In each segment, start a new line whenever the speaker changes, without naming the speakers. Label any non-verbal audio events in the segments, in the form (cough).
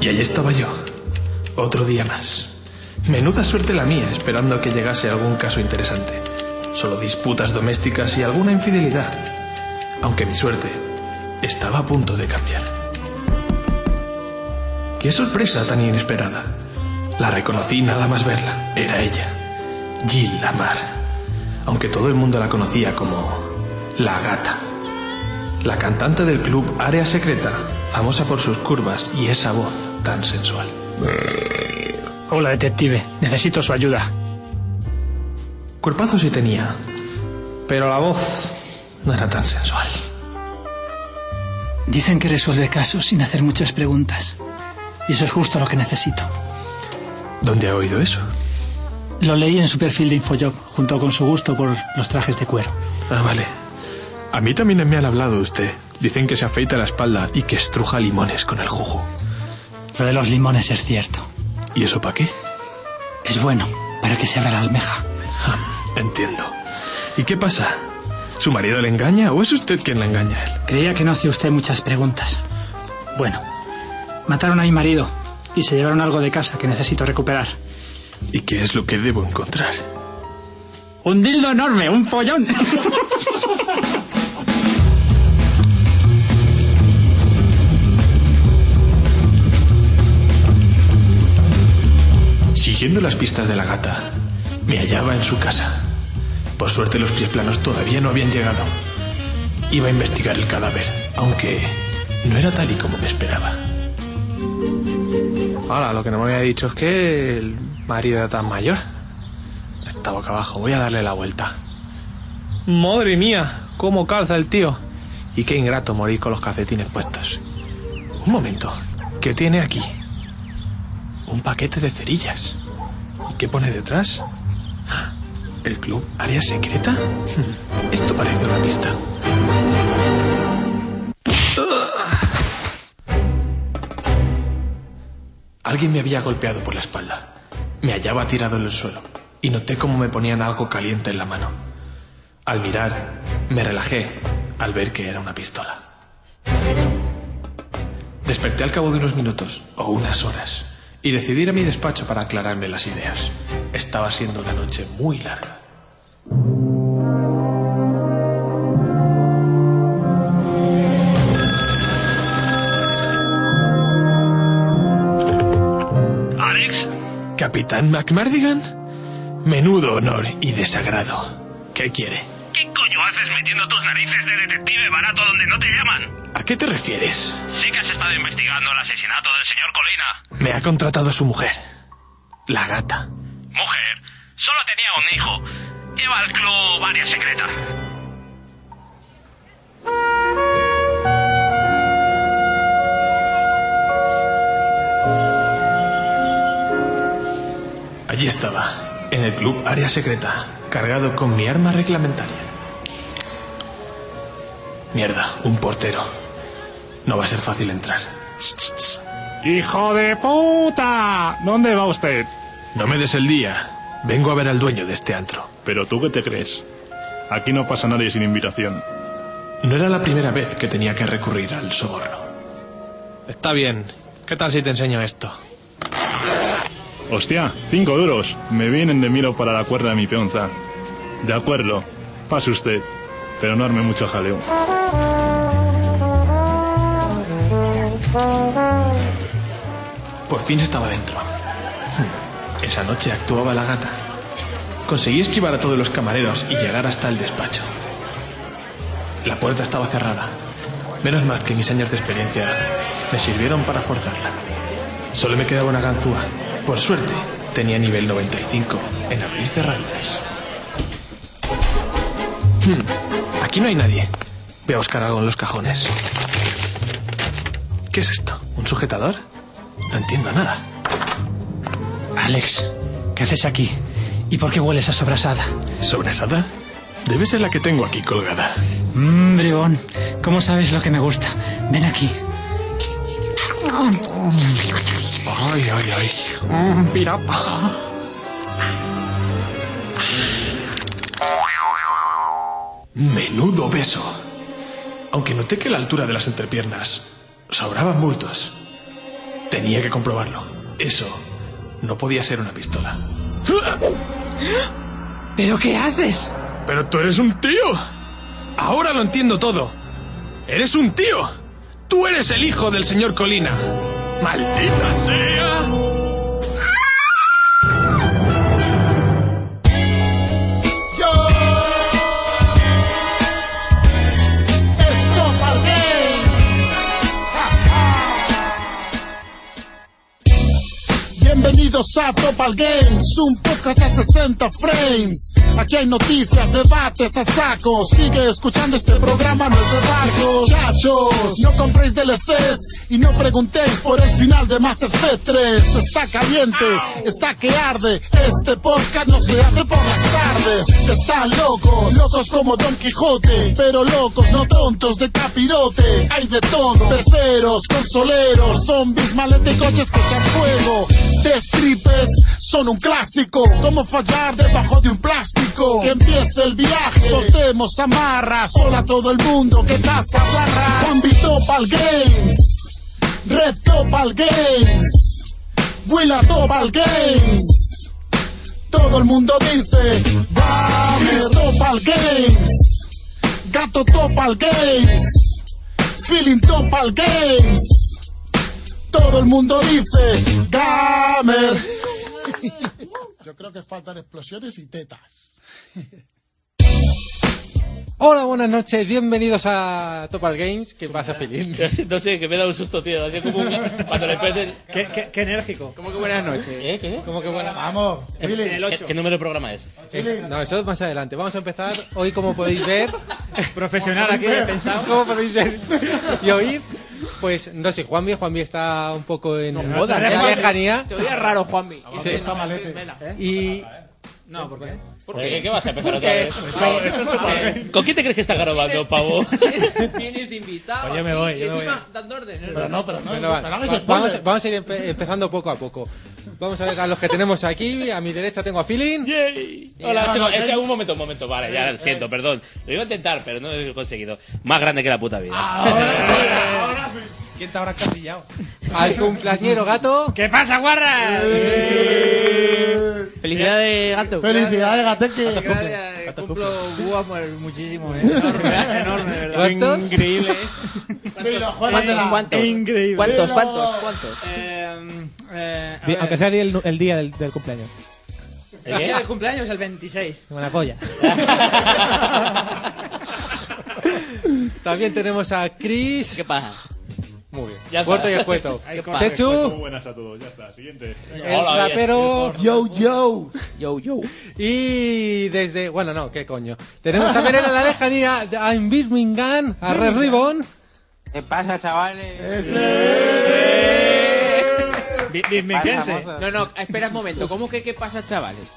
Y allí estaba yo, otro día más. Menuda suerte la mía, esperando que llegase algún caso interesante. Solo disputas domésticas y alguna infidelidad. Aunque mi suerte estaba a punto de cambiar. Qué sorpresa tan inesperada. La reconocí nada más verla. Era ella, Jill Lamar. Aunque todo el mundo la conocía como la gata. La cantante del club Área Secreta, famosa por sus curvas y esa voz tan sensual.
Hola, detective. Necesito su ayuda.
Cuerpazo sí tenía, pero la voz no era tan sensual.
Dicen que resuelve casos sin hacer muchas preguntas. Y eso es justo lo que necesito.
¿Dónde ha oído eso?
Lo leí en su perfil de Infojob, junto con su gusto por los trajes de cuero.
Ah, vale. A mí también me han hablado de usted. Dicen que se afeita la espalda y que estruja limones con el jugo.
Lo de los limones es cierto.
¿Y eso para qué?
Es bueno, para que se abra la almeja.
Ah, entiendo. ¿Y qué pasa? ¿Su marido le engaña o es usted quien la engaña a él?
Creía que no hacía usted muchas preguntas. Bueno, mataron a mi marido y se llevaron algo de casa que necesito recuperar.
¿Y qué es lo que debo encontrar?
Un dildo enorme, un pollón.
Siguiendo las pistas de la gata, me hallaba en su casa. Por suerte los pies planos todavía no habían llegado. Iba a investigar el cadáver, aunque no era tal y como me esperaba.
Ahora, lo que no me había dicho es que el marido era tan mayor. Está boca abajo, voy a darle la vuelta. Madre mía, cómo calza el tío. Y qué ingrato morir con los calcetines puestos. Un momento, ¿qué tiene aquí? Un paquete de cerillas. ¿Y qué pone detrás? ¿El club área secreta? Esto parece una pista.
Alguien me había golpeado por la espalda. Me hallaba tirado en el suelo y noté cómo me ponían algo caliente en la mano. Al mirar, me relajé al ver que era una pistola. Desperté al cabo de unos minutos o unas horas y decidí ir a mi despacho para aclararme las ideas. Estaba siendo una noche muy larga.
Alex,
¿Capitán McMardigan? Menudo honor y desagrado. ¿Qué quiere?
¿qué coño haces metiendo tus narices de detective barato donde no te llaman?
¿A qué te refieres?
Sí que has estado investigando el asesinato del señor Colina.
Me ha contratado su mujer, la gata.
Mujer, solo tenía un hijo. Lleva al club área secreta.
Allí estaba, en el club Área Secreta, cargado con mi arma reglamentaria. Mierda, un portero. No va a ser fácil entrar.
¡Hijo de puta! ¿Dónde va usted?
No me des el día. Vengo a ver al dueño de este antro.
¿Pero tú qué te crees? Aquí no pasa nadie sin invitación.
No era la primera vez que tenía que recurrir al soborno.
Está bien. ¿Qué tal si te enseño esto?
Hostia, cinco duros. Me vienen de miro para la cuerda de mi peonza. De acuerdo, pase usted, pero no arme mucho jaleo.
Por fin estaba dentro. Esa noche actuaba la gata. Conseguí esquivar a todos los camareros y llegar hasta el despacho. La puerta estaba cerrada. Menos mal que mis años de experiencia me sirvieron para forzarla. Solo me quedaba una ganzúa. Por suerte, tenía nivel 95 en abrir cerraduras. Hmm, Aquí no hay nadie. Voy a buscar algo en los cajones. ¿Qué es esto? ¿Un sujetador? No entiendo nada.
Alex, ¿qué haces aquí? ¿Y por qué hueles a sobrasada?
¿Sobresada? Debe ser la que tengo aquí colgada.
Mmm, bribón, ¿cómo sabes lo que me gusta? Ven aquí.
Ay, ay, ay. Mm,
Pirapa.
Menudo beso. Aunque noté que la altura de las entrepiernas sobraban bultos. Tenía que comprobarlo. Eso no podía ser una pistola.
¿Pero qué haces?
Pero tú eres un tío. Ahora lo entiendo todo. Eres un tío. Tú eres el hijo del señor Colina. Maldita sea.
Yo esto pagué. Bienvenidos a Topal Games, un podcast a 60 frames. Aquí hay noticias, debates a saco. Sigue escuchando este programa, no es de barcos. Chachos, no compréis DLCs y no preguntéis por el final de Mass Effect 3. Está caliente, está que arde. Este podcast no se hace por las tardes. Están locos, locos como Don Quijote, pero locos, no tontos de capirote. Hay de todo, peceros, consoleros, zombies, maletas y coches que echan fuego. Destripes son un clásico, como fallar debajo de un plástico. Que empiece el viaje, soltemos amarras, hola a todo el mundo que caza barras. Combi Topal Games, Red Topal Games, Willa Topal Games. Todo el mundo dice, Dame Topal Games, Gato Topal Games, Feeling Topal Games todo el mundo dice Gamer.
(laughs) Yo creo que faltan explosiones y tetas.
Hola, buenas noches, bienvenidos a Topal Games. ¿Qué pasa, Filip?
(laughs) No sé, que me da un susto, tío. Así como un- cuando le peten-
Qué, qué- qué enérgico.
¿Cómo que buenas noches? ¿Eh? ¿Qué? ¿Cómo que buenas
Vamos, Willy.
¿Qué, qué número de programa es?
No, eso es más adelante. Vamos a empezar hoy, como podéis ver,
(laughs) Profesional aquí, he pensado.
(laughs) como podéis ver y oír. Pues no sé, Juanmi, Juanmi está un poco en moda,
no,
en
no,
la
no.
lejanía.
Te oía raro, Juanmi.
Sí.
Está malete.
Y
No, ¿por qué?
¿Por qué? ¿Qué vas a empezar otra vez?
A ver,
¿Con quién te crees que está
(laughs)
grabando, pavo?
Vienes de invitado.
Pues yo me voy,
aquí,
yo
Ah,
me
y
voy.
encima dando órdenes.
Pero no, pero no,
Bueno,
pero
vale.
no hagáis
Va-
spoiler.
vamos, vamos a ir empe- empezando poco a poco. Vamos a ver a los que tenemos aquí. A mi derecha tengo a Feeling.
Yay. Hola,
No,
chicos.
no, yo-
eh.
Echa un momento, un momento. Vale,
Eh,
ya lo siento, perdón. Lo iba a intentar, pero no lo he conseguido. Más grande que la puta
Ah,
vida.
Ahora sí.
¿Quién te habrá casillado?
Al cumpleañero gato.
¿Qué pasa, guarra?
Felicidades, gato.
Felicidades, Gateque.
Gracias, cumplo guapo muchísimo, eh.
Enorme, de verdad.
¿Cuántos?
Dilo,
¿Cuántos?
juégatela.
¿Cuántos?
Increíble.
¿Cuántos?
Pero-
¿Cuántos? ¿Cuántos?
Eh, eh, a
Di-
ver.
Aunque ¿Eh? sea di- el, el día del, del cumpleaños.
¿El
El día
qué?
del cumpleaños es el
(laughs)
26.
Una joya.
También tenemos a Chris.
¿Qué pasa?
Muy bien.
Ya está.
Muerto y (laughs) escueto.
Muy
Chechu,
buenas a todos, ya está. Siguiente.
el
Hola, bien.
rapero.
Yo, yo.
Yo, yo.
Y desde. Bueno, no, qué coño. Tenemos también en la lejanía a en Birmingham, a Red Ribbon.
¿Qué pasa, chavales?
No, no, espera un momento. ¿Cómo que qué pasa, chavales?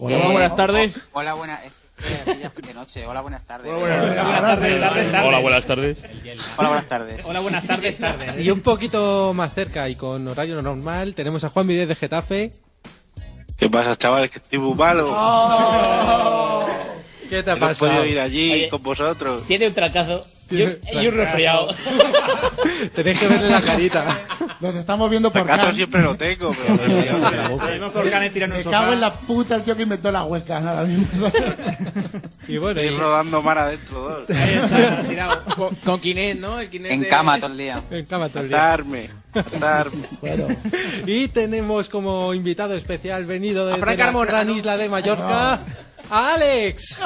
Hola,
Eh,
buenas
oh,
tardes.
Eh, oh, Hola, buenas... De noche. Hola, buenas tardes. Hola,
Hola, buenas tardes.
buenas tardes.
Hola, buenas tardes, tarde.
Y un poquito más cerca y con horario normal tenemos a Juan Videz de Getafe.
¿Qué pasa, chavales? Que estoy muy malo.
(laughs)
¿Qué te pasa?
allí
Oye.
con vosotros.
Tiene un trancazo y
(laughs)
un, y un resfriado.
Tenéis que verle la carita.
Los estamos viendo por acá.
lo tengo,
Seguimos con Canet tirando
Me
un
cago en
sofá.
la puta el tío que inventó las huecas ahora mismo.
Y bueno, y-
rodando mar adentro dos.
Ahí
(laughs)
está, tirado.
Con, con Kinect, ¿no? El Kinect de-
todo el día.
en cama todo el día.
Atarme. Atarme.
Y tenemos como invitado especial venido
A
de,
Frank
de la
Carmona,
gran
¿no?
isla de Mallorca, a Alex.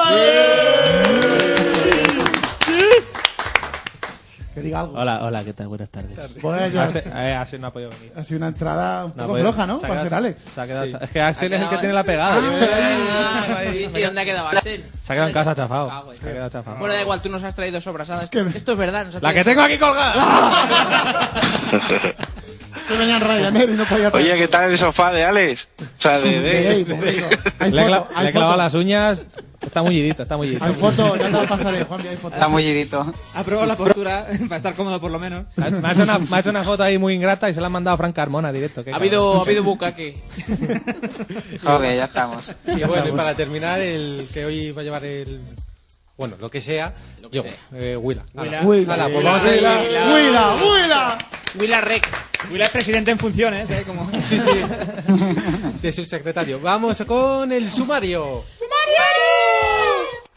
que diga algo.
Hola, hola, ¿qué tal? Buenas tardes.
Pues ya,
Axel, eh, Axel no ha podido venir.
ha sido una entrada un
No ha
poco
podido-
floja, ¿no?
se ha
Para
quedado-
ser Alex.
se ha quedado- Es que Axel es el que tiene la pegada.
Ah, ¿Y y dónde ha
(laughs)
quedado Axel?
Se ha quedado en casa
Ah,
chafado.
bueno.
Se ha quedado chafado.
Bueno, da igual, tú nos has traído sobrasadas.
que me-
Esto es verdad. Nos has
La que
traído-
tengo aquí colgada.
Que venía en Ryanair y no podía Oye, ¿qué tal el sofá de Alex? O sea, de... Hay
Le he
foto,
cla- le
hay
he clavado
foto.
las uñas. Está muy mullidito, está mullidito.
Hay foto, ya te la pasaré, Juanvi, hay foto.
Ha probado la postura (laughs) para estar cómodo por lo menos.
Me ha, hecho una, me ha hecho una foto ahí muy ingrata y se la han mandado a Frank Carmona directo. qué
Ha habido, ha habido
(laughs)
bucaque.
Y bueno, y para terminar, el que hoy va a llevar el. Bueno, lo que sea, yo, eh, Willa. Ala.
Willa.
Ala, pues vamos a ir a-
¡Huila, huila!
Willa Rec.
Will es presidente en funciones, ¿eh? Como...
Sí, sí. (laughs) De subsecretario. Vamos con el sumario.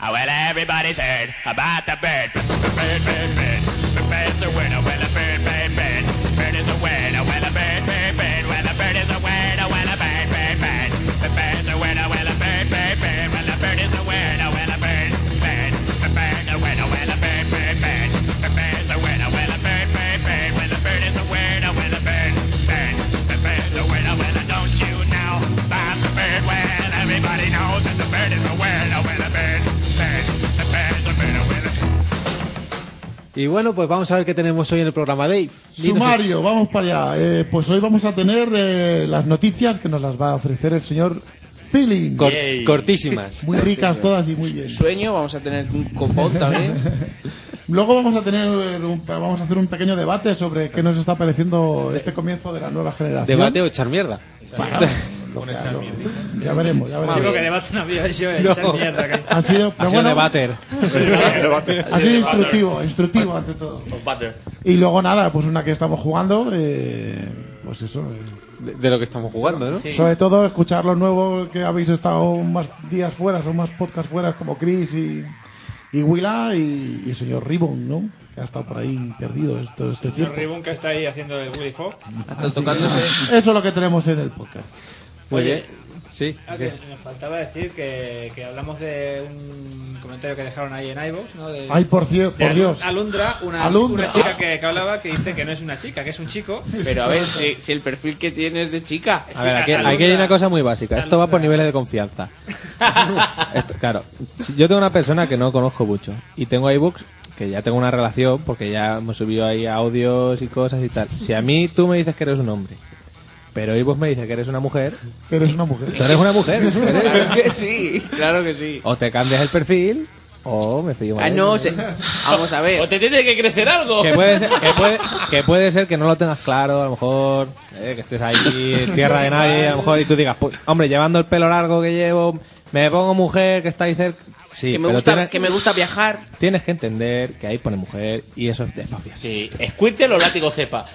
Oh, well, everybody's heard about the bird. Bird, bird, bird. The bird's a word. Oh, well, a bird, bird, bird. Bird is a word. Oh, well, a bird, bird, bird. Well, a bird is a word. Oh, well, a bird, bird, bird. The bird's a word. Oh, well, a bird, bird, bird. Well, a bird is a word. Oh, well, a bird, bird. The bird's a word. Oh, well, a bird, bird, bird. The bird's a word. Oh, well, a bird, bird, bird. Well, a bird is a word. Oh, well, a bird, bird. The bird's a word. Oh, well, don't you know about the bird? Well, everybody knows that the bird is a word. Oh, well, a bird, bird. The bird's a word. Oh, well, a
Y bueno, pues vamos a ver qué tenemos hoy en el programa, Dave. Dinos-
Sumario, vamos para allá. Eh, pues hoy vamos a tener eh, las noticias que nos las va a ofrecer el señor Feeling.
Cor- cortísimas.
Muy ricas todas y muy bien.
Sueño, (laughs) vamos a tener un (laughs)
Oh,
copón también.
(laughs) Luego vamos a tener un- vamos a hacer un pequeño debate sobre qué nos está pareciendo este comienzo de la nueva generación.
Debate o echar mierda.
Bueno, lo que- lo- ya veremos, ya veremos.
Sí, porque debate no había hecho
(laughs) No.
esa mierda. que-
Ha sido, pero
Ha sido
bueno,
debater.
(laughs) Ha sido instructivo, instructivo ante todo. Y luego nada, pues una que estamos jugando, eh, pues eso. eh,
De, de lo que estamos jugando, ¿no?
Sobre todo escuchar lo nuevo que habéis estado más días fuera, son más podcasts fuera como Chris y, y Willa y, y el señor Ribbon, ¿no? Que ha estado por ahí perdido todo este
El
tiempo.
Ribbon que está ahí haciendo el Willy Fox.
Así que nada, Eso es lo que tenemos en el podcast.
Oye, sí.
Ah, que Nos faltaba decir que, que hablamos de un comentario que dejaron ahí en iVoox, ¿no? De,
Ay, por cier-
de
por Dios.
Alundra, una,
Alundra.
una chica que, que hablaba que dice que no es una chica, que es un
(laughs)
chico.
Pero a ver, si, si el perfil que tienes de chica.
Sí,
A ver, aquí,
la
aquí hay
luna.
una cosa muy básica. Esto va por niveles de confianza. (laughs) Esto- claro, si yo tengo una persona que no conozco mucho y tengo iBooks que ya tengo una relación porque ya hemos subido ahí audios y cosas y tal. Si a mí tú me dices que eres un hombre, pero iBooks me dice que eres una mujer,
Eres una mujer.
tú eres una mujer.
Claro que sí, claro que sí.
O te cambias el perfil o me fío más
Ah,
de
no,
ti.
se- vamos a ver.
O te tiene que crecer algo.
Que puede, ser, que, puede, que puede ser que no lo tengas claro, a lo mejor eh, que estés ahí en tierra de nadie, a lo mejor y tú digas, "Pues, hombre, llevando el pelo largo que llevo, me pongo mujer que está ahí cerca. Sí,
que, me
pero
gusta,
tienes,
que me gusta viajar.
tienes que entender que ahí pone mujer y eso es despacio.
Sí, escuírtelo o látigo cepa.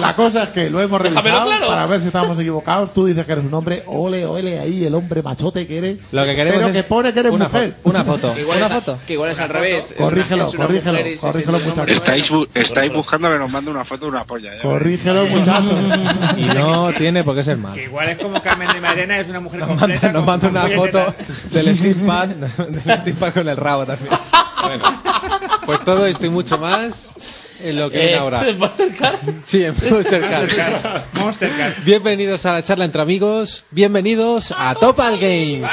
La cosa es que lo hemos
Déjamelo
revisado
claro.
para ver si estábamos equivocados. Tú dices que eres un hombre, ole, ole, ahí el hombre machote que eres.
(laughs) Lo que queremos
pero
es
que pone que eres
una
mujer.
fo- una foto.
Igual
una
es-
foto.
Que igual es al revés. Es una-
Corrígelo,
es una
corrígelo,
mujer y se
corrígelo,
siente un hombre.
muchacho.
Estáis, bu- estáis buscando que nos mande una foto de una polla. ya
Corrígelo, muchacho.
(laughs) Y no tiene por qué ser mal.
Que
Nos
igual es como Carmen de Mairena, es una mujer completa.
manda- Nos
con-
manda
con
una
puñetera.
foto del Steam Pad, del Steam Pad con el rabo también.
Pues todo esto y mucho más en lo que viene
Eh,
ahora.
¿en
Mastercard?
Sí, en Mastercard.
Monstercard.
Bienvenidos a la charla entre amigos. Bienvenidos a Topal Games.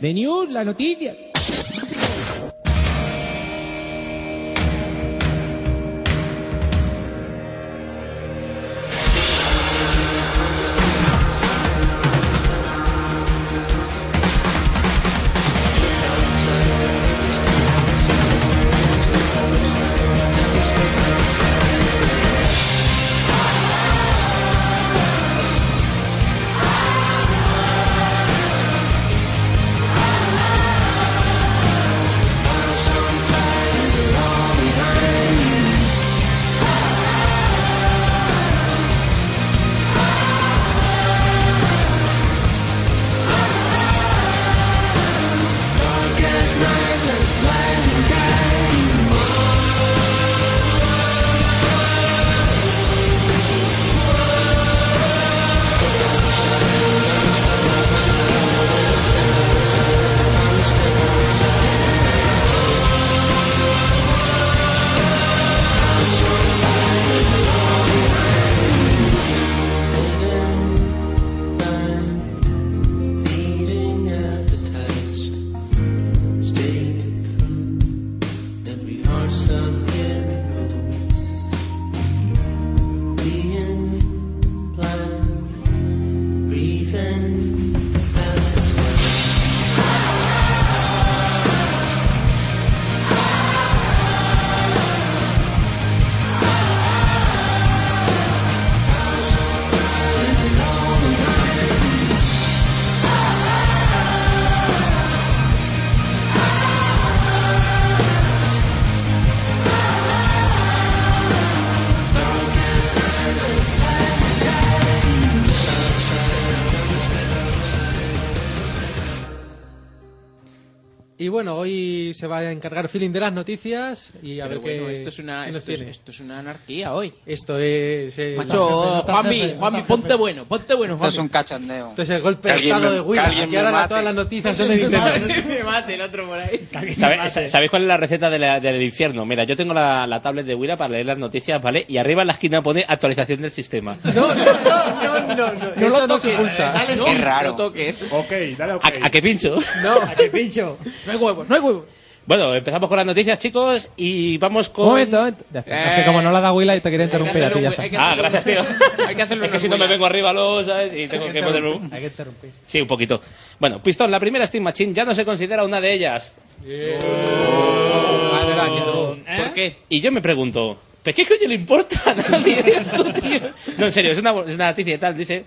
The News, la noticia.
bueno, hoy se va a encargar Feeling de las noticias y a
Pero
ver qué.
bueno, esto es una-
nos
esto es-
tiene.
esto es una anarquía hoy.
Esto es. eh, el-
Macho, Juanmi, Juanmi, ponte bueno, ponte bueno,
Esto
Juanmi.
es un
cachandeo.
Esto es el golpe de estado de Willa. Aquí ahora la- todas las noticias (laughs) son de internet.
me mate el otro por ahí.
¿Sabe- sa- ¿Sabéis cuál es la receta de la- del infierno? Mira, yo tengo la, la tablet de Willa para leer las noticias, ¿vale? Y arriba en la esquina pone actualización del sistema.
No, no, no.
No
eso
lo
no se
toques,
pulsa.
dale
No,
sí, raro.
No toques.
Ok, dale ok.
¿A qué pincho?
No, a qué pincho. No hay huevos, no hay huevos.
Bueno, empezamos con las noticias, chicos, y vamos con...
Momento, momento. (laughs) Ya está. Es que como no la da Willa y te quería interrumpir a ti, ya está.
Ah, gracias, tío. es que si no me vengo arriba, lo sabes, y tengo que poner un...
Hay que interrumpir.
Sí, un poquito. Bueno, Pistón, la primera Steam Machine ya no se considera una de ellas.
Ah, verdad que no.
¿Por qué? Y yo me pregunto, ¿pero qué coño le importa a nadie esto, tío? No, en serio, es una, es una noticia y tal, dice...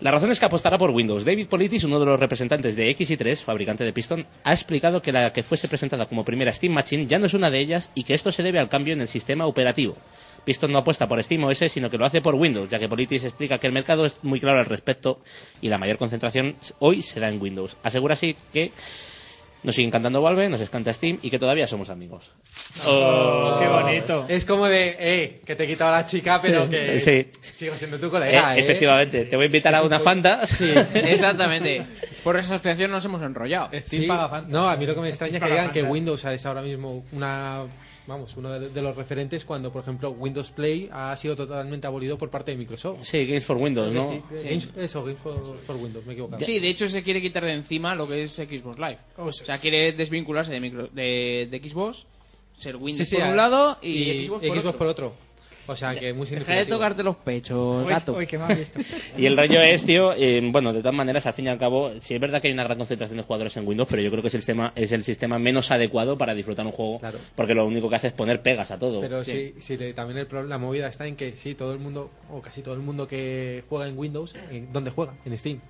La razón es que apostará por Windows. David Politis, uno de los representantes de X3, fabricante de Piston, ha explicado que la que fuese presentada como primera Steam Machine ya no es una de ellas y que esto se debe al cambio en el sistema operativo. Piston no apuesta por SteamOS, sino que lo hace por Windows, ya que Politis explica que el mercado es muy claro al respecto y la mayor concentración hoy se da en Windows. Asegura así que nos sigue encantando Valve, nos encanta Steam y que todavía somos amigos.
Oh,
qué bonito.
Es como de, eh, que te he quitado la chica, pero que
Sí.
sigo siendo tu colega,
Eh,
eh.
Efectivamente, te voy a invitar a una Fanta.
Sí, exactamente. Por esa asociación nos hemos enrollado.
Sí. No, a mí lo que me extraña es que digan que Windows es ahora mismo una vamos, uno de de los referentes cuando, por ejemplo, Windows Play ha sido totalmente abolido por parte de Microsoft.
Sí, Games for Windows, ¿no?
Es decir, Games- Eso, Games for, for Windows, me he equivocado.
Sí, de hecho se quiere quitar de encima lo que es Xbox Live.
Oh,
O sea, quiere desvincularse de, micro- de, de Xbox, ser Windows
Sí, sí,
por
a-
un lado y,
y
Xbox, por, otro.
O sea, que muy
Deja de
significativo.
tocarte los pechos,
Uy,
gato.
uy, qué mal visto.
Y el rollo es, tío, eh, bueno, de todas maneras, al fin y al cabo, sí es verdad que hay una gran concentración de jugadores en Windows, pero yo creo que es el sistema, es el sistema menos adecuado para disfrutar un juego, porque lo único que hace es poner pegas a todo.
Pero
Sí.
sí, sí, le- también el pro- la movida está en que sí, todo el mundo, o casi todo el mundo que juega en Windows, ¿en ¿dónde juega? En Steam.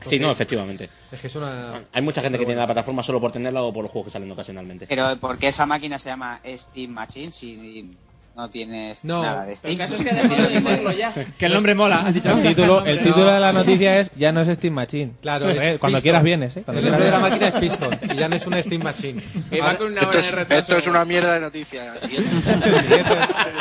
Sí, no,
Entonces,
efectivamente.
Es que es una...
Hay mucha gente que tiene
Pero bueno.
la plataforma solo por tenerla o por los juegos que salen ocasionalmente.
Pero ¿por qué esa máquina se llama Steam Machine si no tienes
No,
nada de Steam?
El caso es que ha dejado de serlo ya.
Que el nombre mola, has dicho.
El título, el título de la noticia es Ya no es Steam Machine.
Claro,
Eh,
es
cuando
Piston.
quieras vienes, ¿eh? Cuando
El nombre de
quieras
la
vienes.
máquina es Piston y ya no es una Steam Machine.
va con una
Esto es, esto es una mierda de noticia.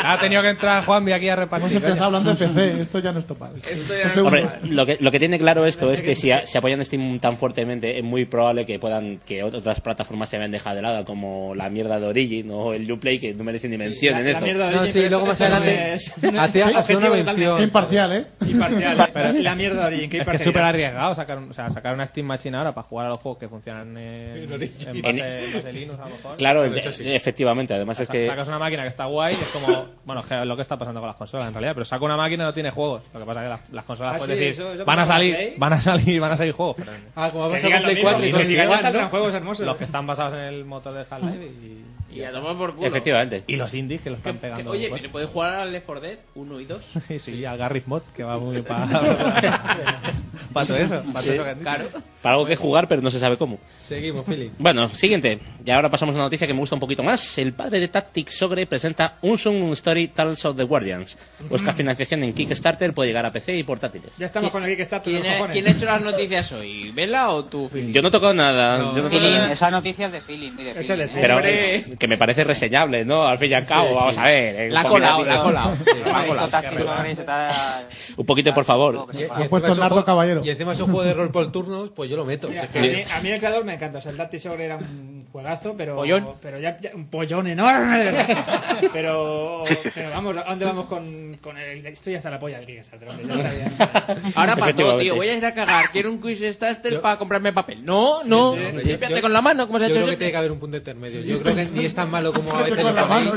Ha tenido que entrar Juanvi aquí a
Se
repartir.
empezó hablando de PC, esto ya no es topal. Pues seguro.
Hombre, lo que, lo que tiene claro esto es que si a- se apoyan Steam tan fuertemente, es muy probable que puedan que otras plataformas se vean dejado de lado, como la mierda de Origin o el Uplay, que no merecen ni mención en esto.
No, sí, luego más adelante (laughs) hacía,
Qué-
hacía una
qué
mención.
imparcial, ¿eh?
(laughs)
Imparcial. la mierda de Origin, qué
Es que es
imparcialidad.
súper arriesgado sacar, un- o sea, sacar una Steam Machine ahora para jugar a los juegos que funcionan en, en, base,
En-
en base Linux, a lo mejor.
Pues
Claro,
Pero
ente-
eso sí.
efectivamente. Además es
Sa-
que
Sacas una máquina que está guay y es como... Bueno, es que es lo que está pasando con las consolas en realidad. Pero saco una máquina y no tiene juegos. Lo que pasa es que las, las consolas
Ah,
puedes
sí,
decir...
eso- eso
van a
pasa con
salir,
Play.
van a salir, van a salir juegos. Pero,
Ah, como ha
Que
pasado
digan
con
lo
Play
mismo,
4 y
que
con
digan,
Steam,
ya saldrán
¿no?
juegos hermosos.
Los que están basados en el motor de Half-Life y...
Y a tomar por culo.
Efectivamente.
Y los indies que lo están pegando.
Oye,
muy
¿me puedes jugar al Left 4 Dead 1 y
(laughs)
2?
fuerte. sí, al Garry's Mod, que
(laughs)
va muy bien para... para todo eso. Para todo eso que han dicho.
Claro.
para algo que jugar, pero no se sabe cómo.
Seguimos, Philip.
Bueno, siguiente. Y ahora pasamos a una noticia que me gusta un poquito más. El padre de Tactics Ogre presenta un Unsung Story Tales of the Guardians. Busca financiación en Kickstarter, puede llegar a PC y portátiles.
Ya estamos con el Kickstarter.
¿Quién,
los
ha,
cojones.
quién ha hecho las noticias hoy? ¿Vela o tú, Phil?
Yo no he tocado nada. Yo no he tocado
Feeling,
nada.
esa noticia es de feeling. y de
Es
feeling,
el
¿eh?
de
Pero eh, que me parece reseñable, ¿no? Al fin y al cabo,
Sí, sí.
vamos a ver. eh,
La
un
ha
poquito-
colado, la ha colado. Sí,
La ha
ha
colado.
visto táctico, hombre, y se te ha-
Un poquito, por favor.
Y
puesto
encima es un
Nardo
juego-
Caballero.
Y encima es un juego de rol por turnos, pues yo lo meto.
Mira,
Si es
a,
que-
mí, a mí el creador me encanta. O sea, el Dante Sobre era un juegazo, pero.
Pollón.
Pero ya, ya- un pollón enorme, de
(laughs)
verdad. Pero, pero vamos, ¿a dónde vamos con, con el. Estoy hasta la polla del Kickstarter. hombre, ya está bien.
Ahora para todo,
Efectivamente.
tío. Voy a ir a cagar. Quiero un quiz starter para comprarme papel. No, no.
Sí, sí,
Límpiate
sí. Yo-
con la mano, como se ha
Yo
hecho siempre.
creo que tiene que haber un punto intermedio. (laughs) Yo creo que ni es tan malo como a veces lo ponéis.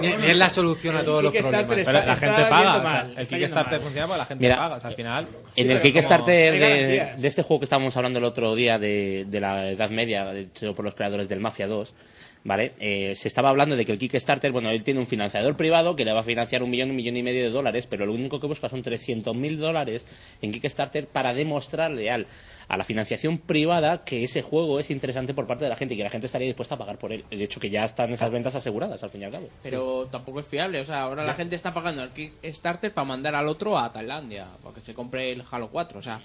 Ni, ni es la solución a todos los problemas.
Pero la gente paga. o sea, el Kickstarter funciona porque la gente
Mira,
paga. o sea, al final.
En el Kickstarter de, de este juego que estábamos hablando el otro día de, de la Edad Media, hecho por los creadores del Mafia 2, ¿vale? Eh, se estaba hablando de que el Kickstarter, bueno, él tiene un financiador privado que le va a financiar un millón, un millón y medio de dólares, pero lo único que busca son 300.000 dólares en Kickstarter para demostrarle al, a la financiación privada que ese juego es interesante por parte de la gente y que la gente estaría dispuesta a pagar por él. De hecho, que ya están esas ventas aseguradas, al fin y al cabo.
Pero tampoco es fiable. O sea, ahora la
Ya.
gente está pagando al Kickstarter para mandar al otro a Tailandia, para que se compre el Halo 4. O sea,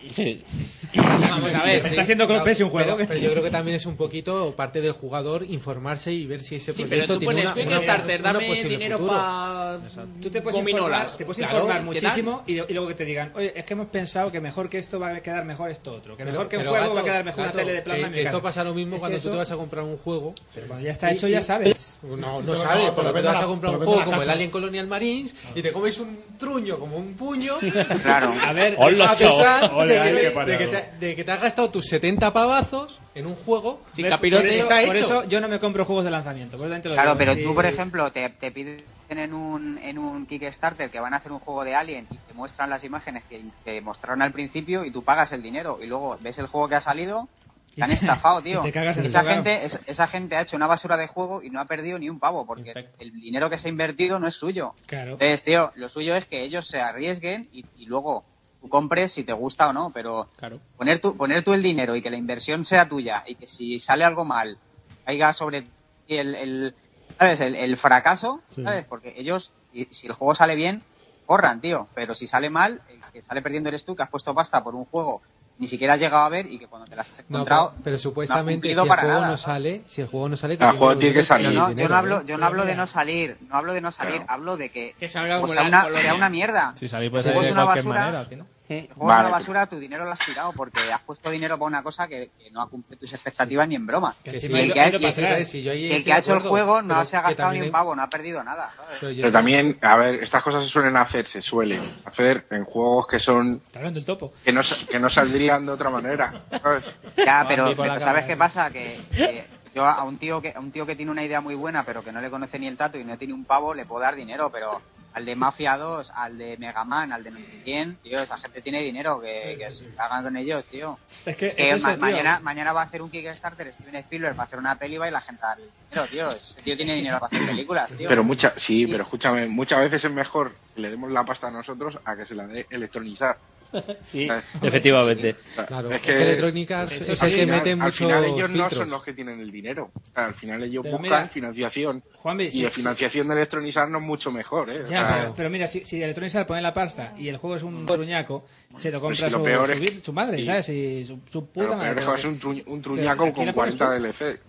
vamos a ver.
Está
sí.
haciendo
No,
crossplay un
pero-
juego.
Pero yo creo que también es un poquito parte del jugador informarse y ver si ese
Sí,
proyecto
pero tú
tiene
pones
una, una-
Kickstarter,
una
dame
posible
dinero
futuro.
para...
Tú te puedes informar, te puedes informar muchísimo y, y luego que te digan, oye, es que hemos pensado que mejor que esto va a quedar mejor esto otro, que
Pero-
mejor que un
pero,
juego va a
gato,
quedar mejor
gato,
una tele de plasma
que, que esto
americana.
pasa lo mismo
Es
cuando
que
tú te
eso-
vas a comprar un juego. Pero
cuando ya está hecho, ya sabes.
No,
Pero
no
no,
sabes,
pero
pero
vende
te vas
las
a comprar
cachas.
un juego
Pero vende las
como el
cachas.
Alien Colonial Marines y te comes un truño como
(laughs)
un puño.
Claro.
A ver,
Hola,
a pesar
chao.
de,
Hola,
que,
qué
de que
parado.
te, de que te has gastado tus 70 pavazos en un juego
sin
Por-
capirote
por eso,
está
por
hecho.
eso yo no me compro juegos de lanzamiento. por eso también te lo
Claro,
digo,
pero
sí.
tú, por ejemplo, te, te piden en un, en un Kickstarter que van a hacer un juego de Alien y te muestran las imágenes que, que mostraron al principio y tú pagas el dinero y luego ves el juego que
(laughs)
ha salido. Te han estafado, tío.
te cagas en el
esa,
juego.
gente, es- esa gente ha hecho una basura de juego y no ha perdido ni un pavo porque el dinero que se ha invertido no es suyo.
Claro.
Entonces, tío, lo suyo es que ellos se arriesguen y, y luego tú compres si te gusta o no, pero poner, tú, poner tú el dinero y que la inversión sea tuya y que si sale algo mal caiga sobre ti el, el- ¿sabes? el, el fracaso,
Sí.
¿sabes? Porque ellos, si, si el juego sale bien, corran, tío, pero si sale mal, el que sale perdiendo eres tú, que has puesto pasta por un juego que ni siquiera has llegado a ver y que cuando te las has
No,
encontrado...
pero, pero supuestamente si
cumplido
el
para
juego
nada,
no sale, si el juego no sale,
El juego tiene que salir.
Yo no, yo
dinero,
no hablo,
¿eh?
yo no hablo de no salir, no hablo de no salir, hablo de que,
salga
o
como
sea,
la
una,
pues
Colonia.
sea una mierda.
Si salís puede
Si
ser
es
de
una
cualquier
basura-
manera, ¿sí, no?
El juego
pues
es una basura, tu dinero lo has tirado porque has puesto dinero para una cosa que, que no ha cumplido tus expectativas ni en broma.
Que sí,
y el
lo-
que ha,
lo
y el-
pasarás, si yo ahí
y el
estoy
que ha
de
hecho el
acuerdo,
juego no
pero
se ha
que
gastado ni
también
un
hay-
pavo, no ha perdido nada. ¿sabes?
Pero también, a ver, estas cosas se suelen hacer, se suelen hacer en juegos que son
Está hablando el topo.
que no, sa- que no saldrían de otra manera. (laughs) ¿sabes?
Ya,
Ah,
No,
pero,
ni por la
pero ¿sabes
cara.
qué pasa? Ah, Que, que yo a un tío que a un tío que tiene una idea muy buena, pero que no le conoce ni el tato y no tiene un pavo, le puedo dar dinero, pero al de Mafia 2, al de Mega Man, al de no sé quién, tío, esa gente tiene dinero, que, que se hagan con ellos, tío.
Es que,
Es que
es Eh, eso,
eh, ma-
tío.
mañana, mañana va a hacer un Kickstarter Steven Spielberg para hacer una peli va y la gente va a darle dinero, tío. Ese tío tiene dinero para hacer películas, tío.
Pero mucha, sí, pero escúchame, muchas veces es mejor que le demos la pasta a nosotros a que se la dé
(laughs)
electronizar.
Sí, efectivamente.
Claro, es que Electronic Arts
es
es
al
el que
final-
mete
Al final
muchos
ellos no
filtros.
son los que tienen el dinero. O sea, al final ellos
Pero
buscan
mira,
financiación.
Juanvi,
y
sí,
la
sí.
financiación de electronizar no es mucho mejor, ¿eh?
Ya,
O sea,
pero, pero mira, si, si Electronic Arts pone la pasta y el juego es
Pues,
un truñaco, se lo compra
Pero si lo
su,
peor
su
es
vi-
que-
su madre,
sí.
¿sabes? Y su, su
pero
puta
lo peor
madre.
es que es un, truñ- un
Pero,
truñaco
¿a quién
con
le pones
40
tú?
DLC.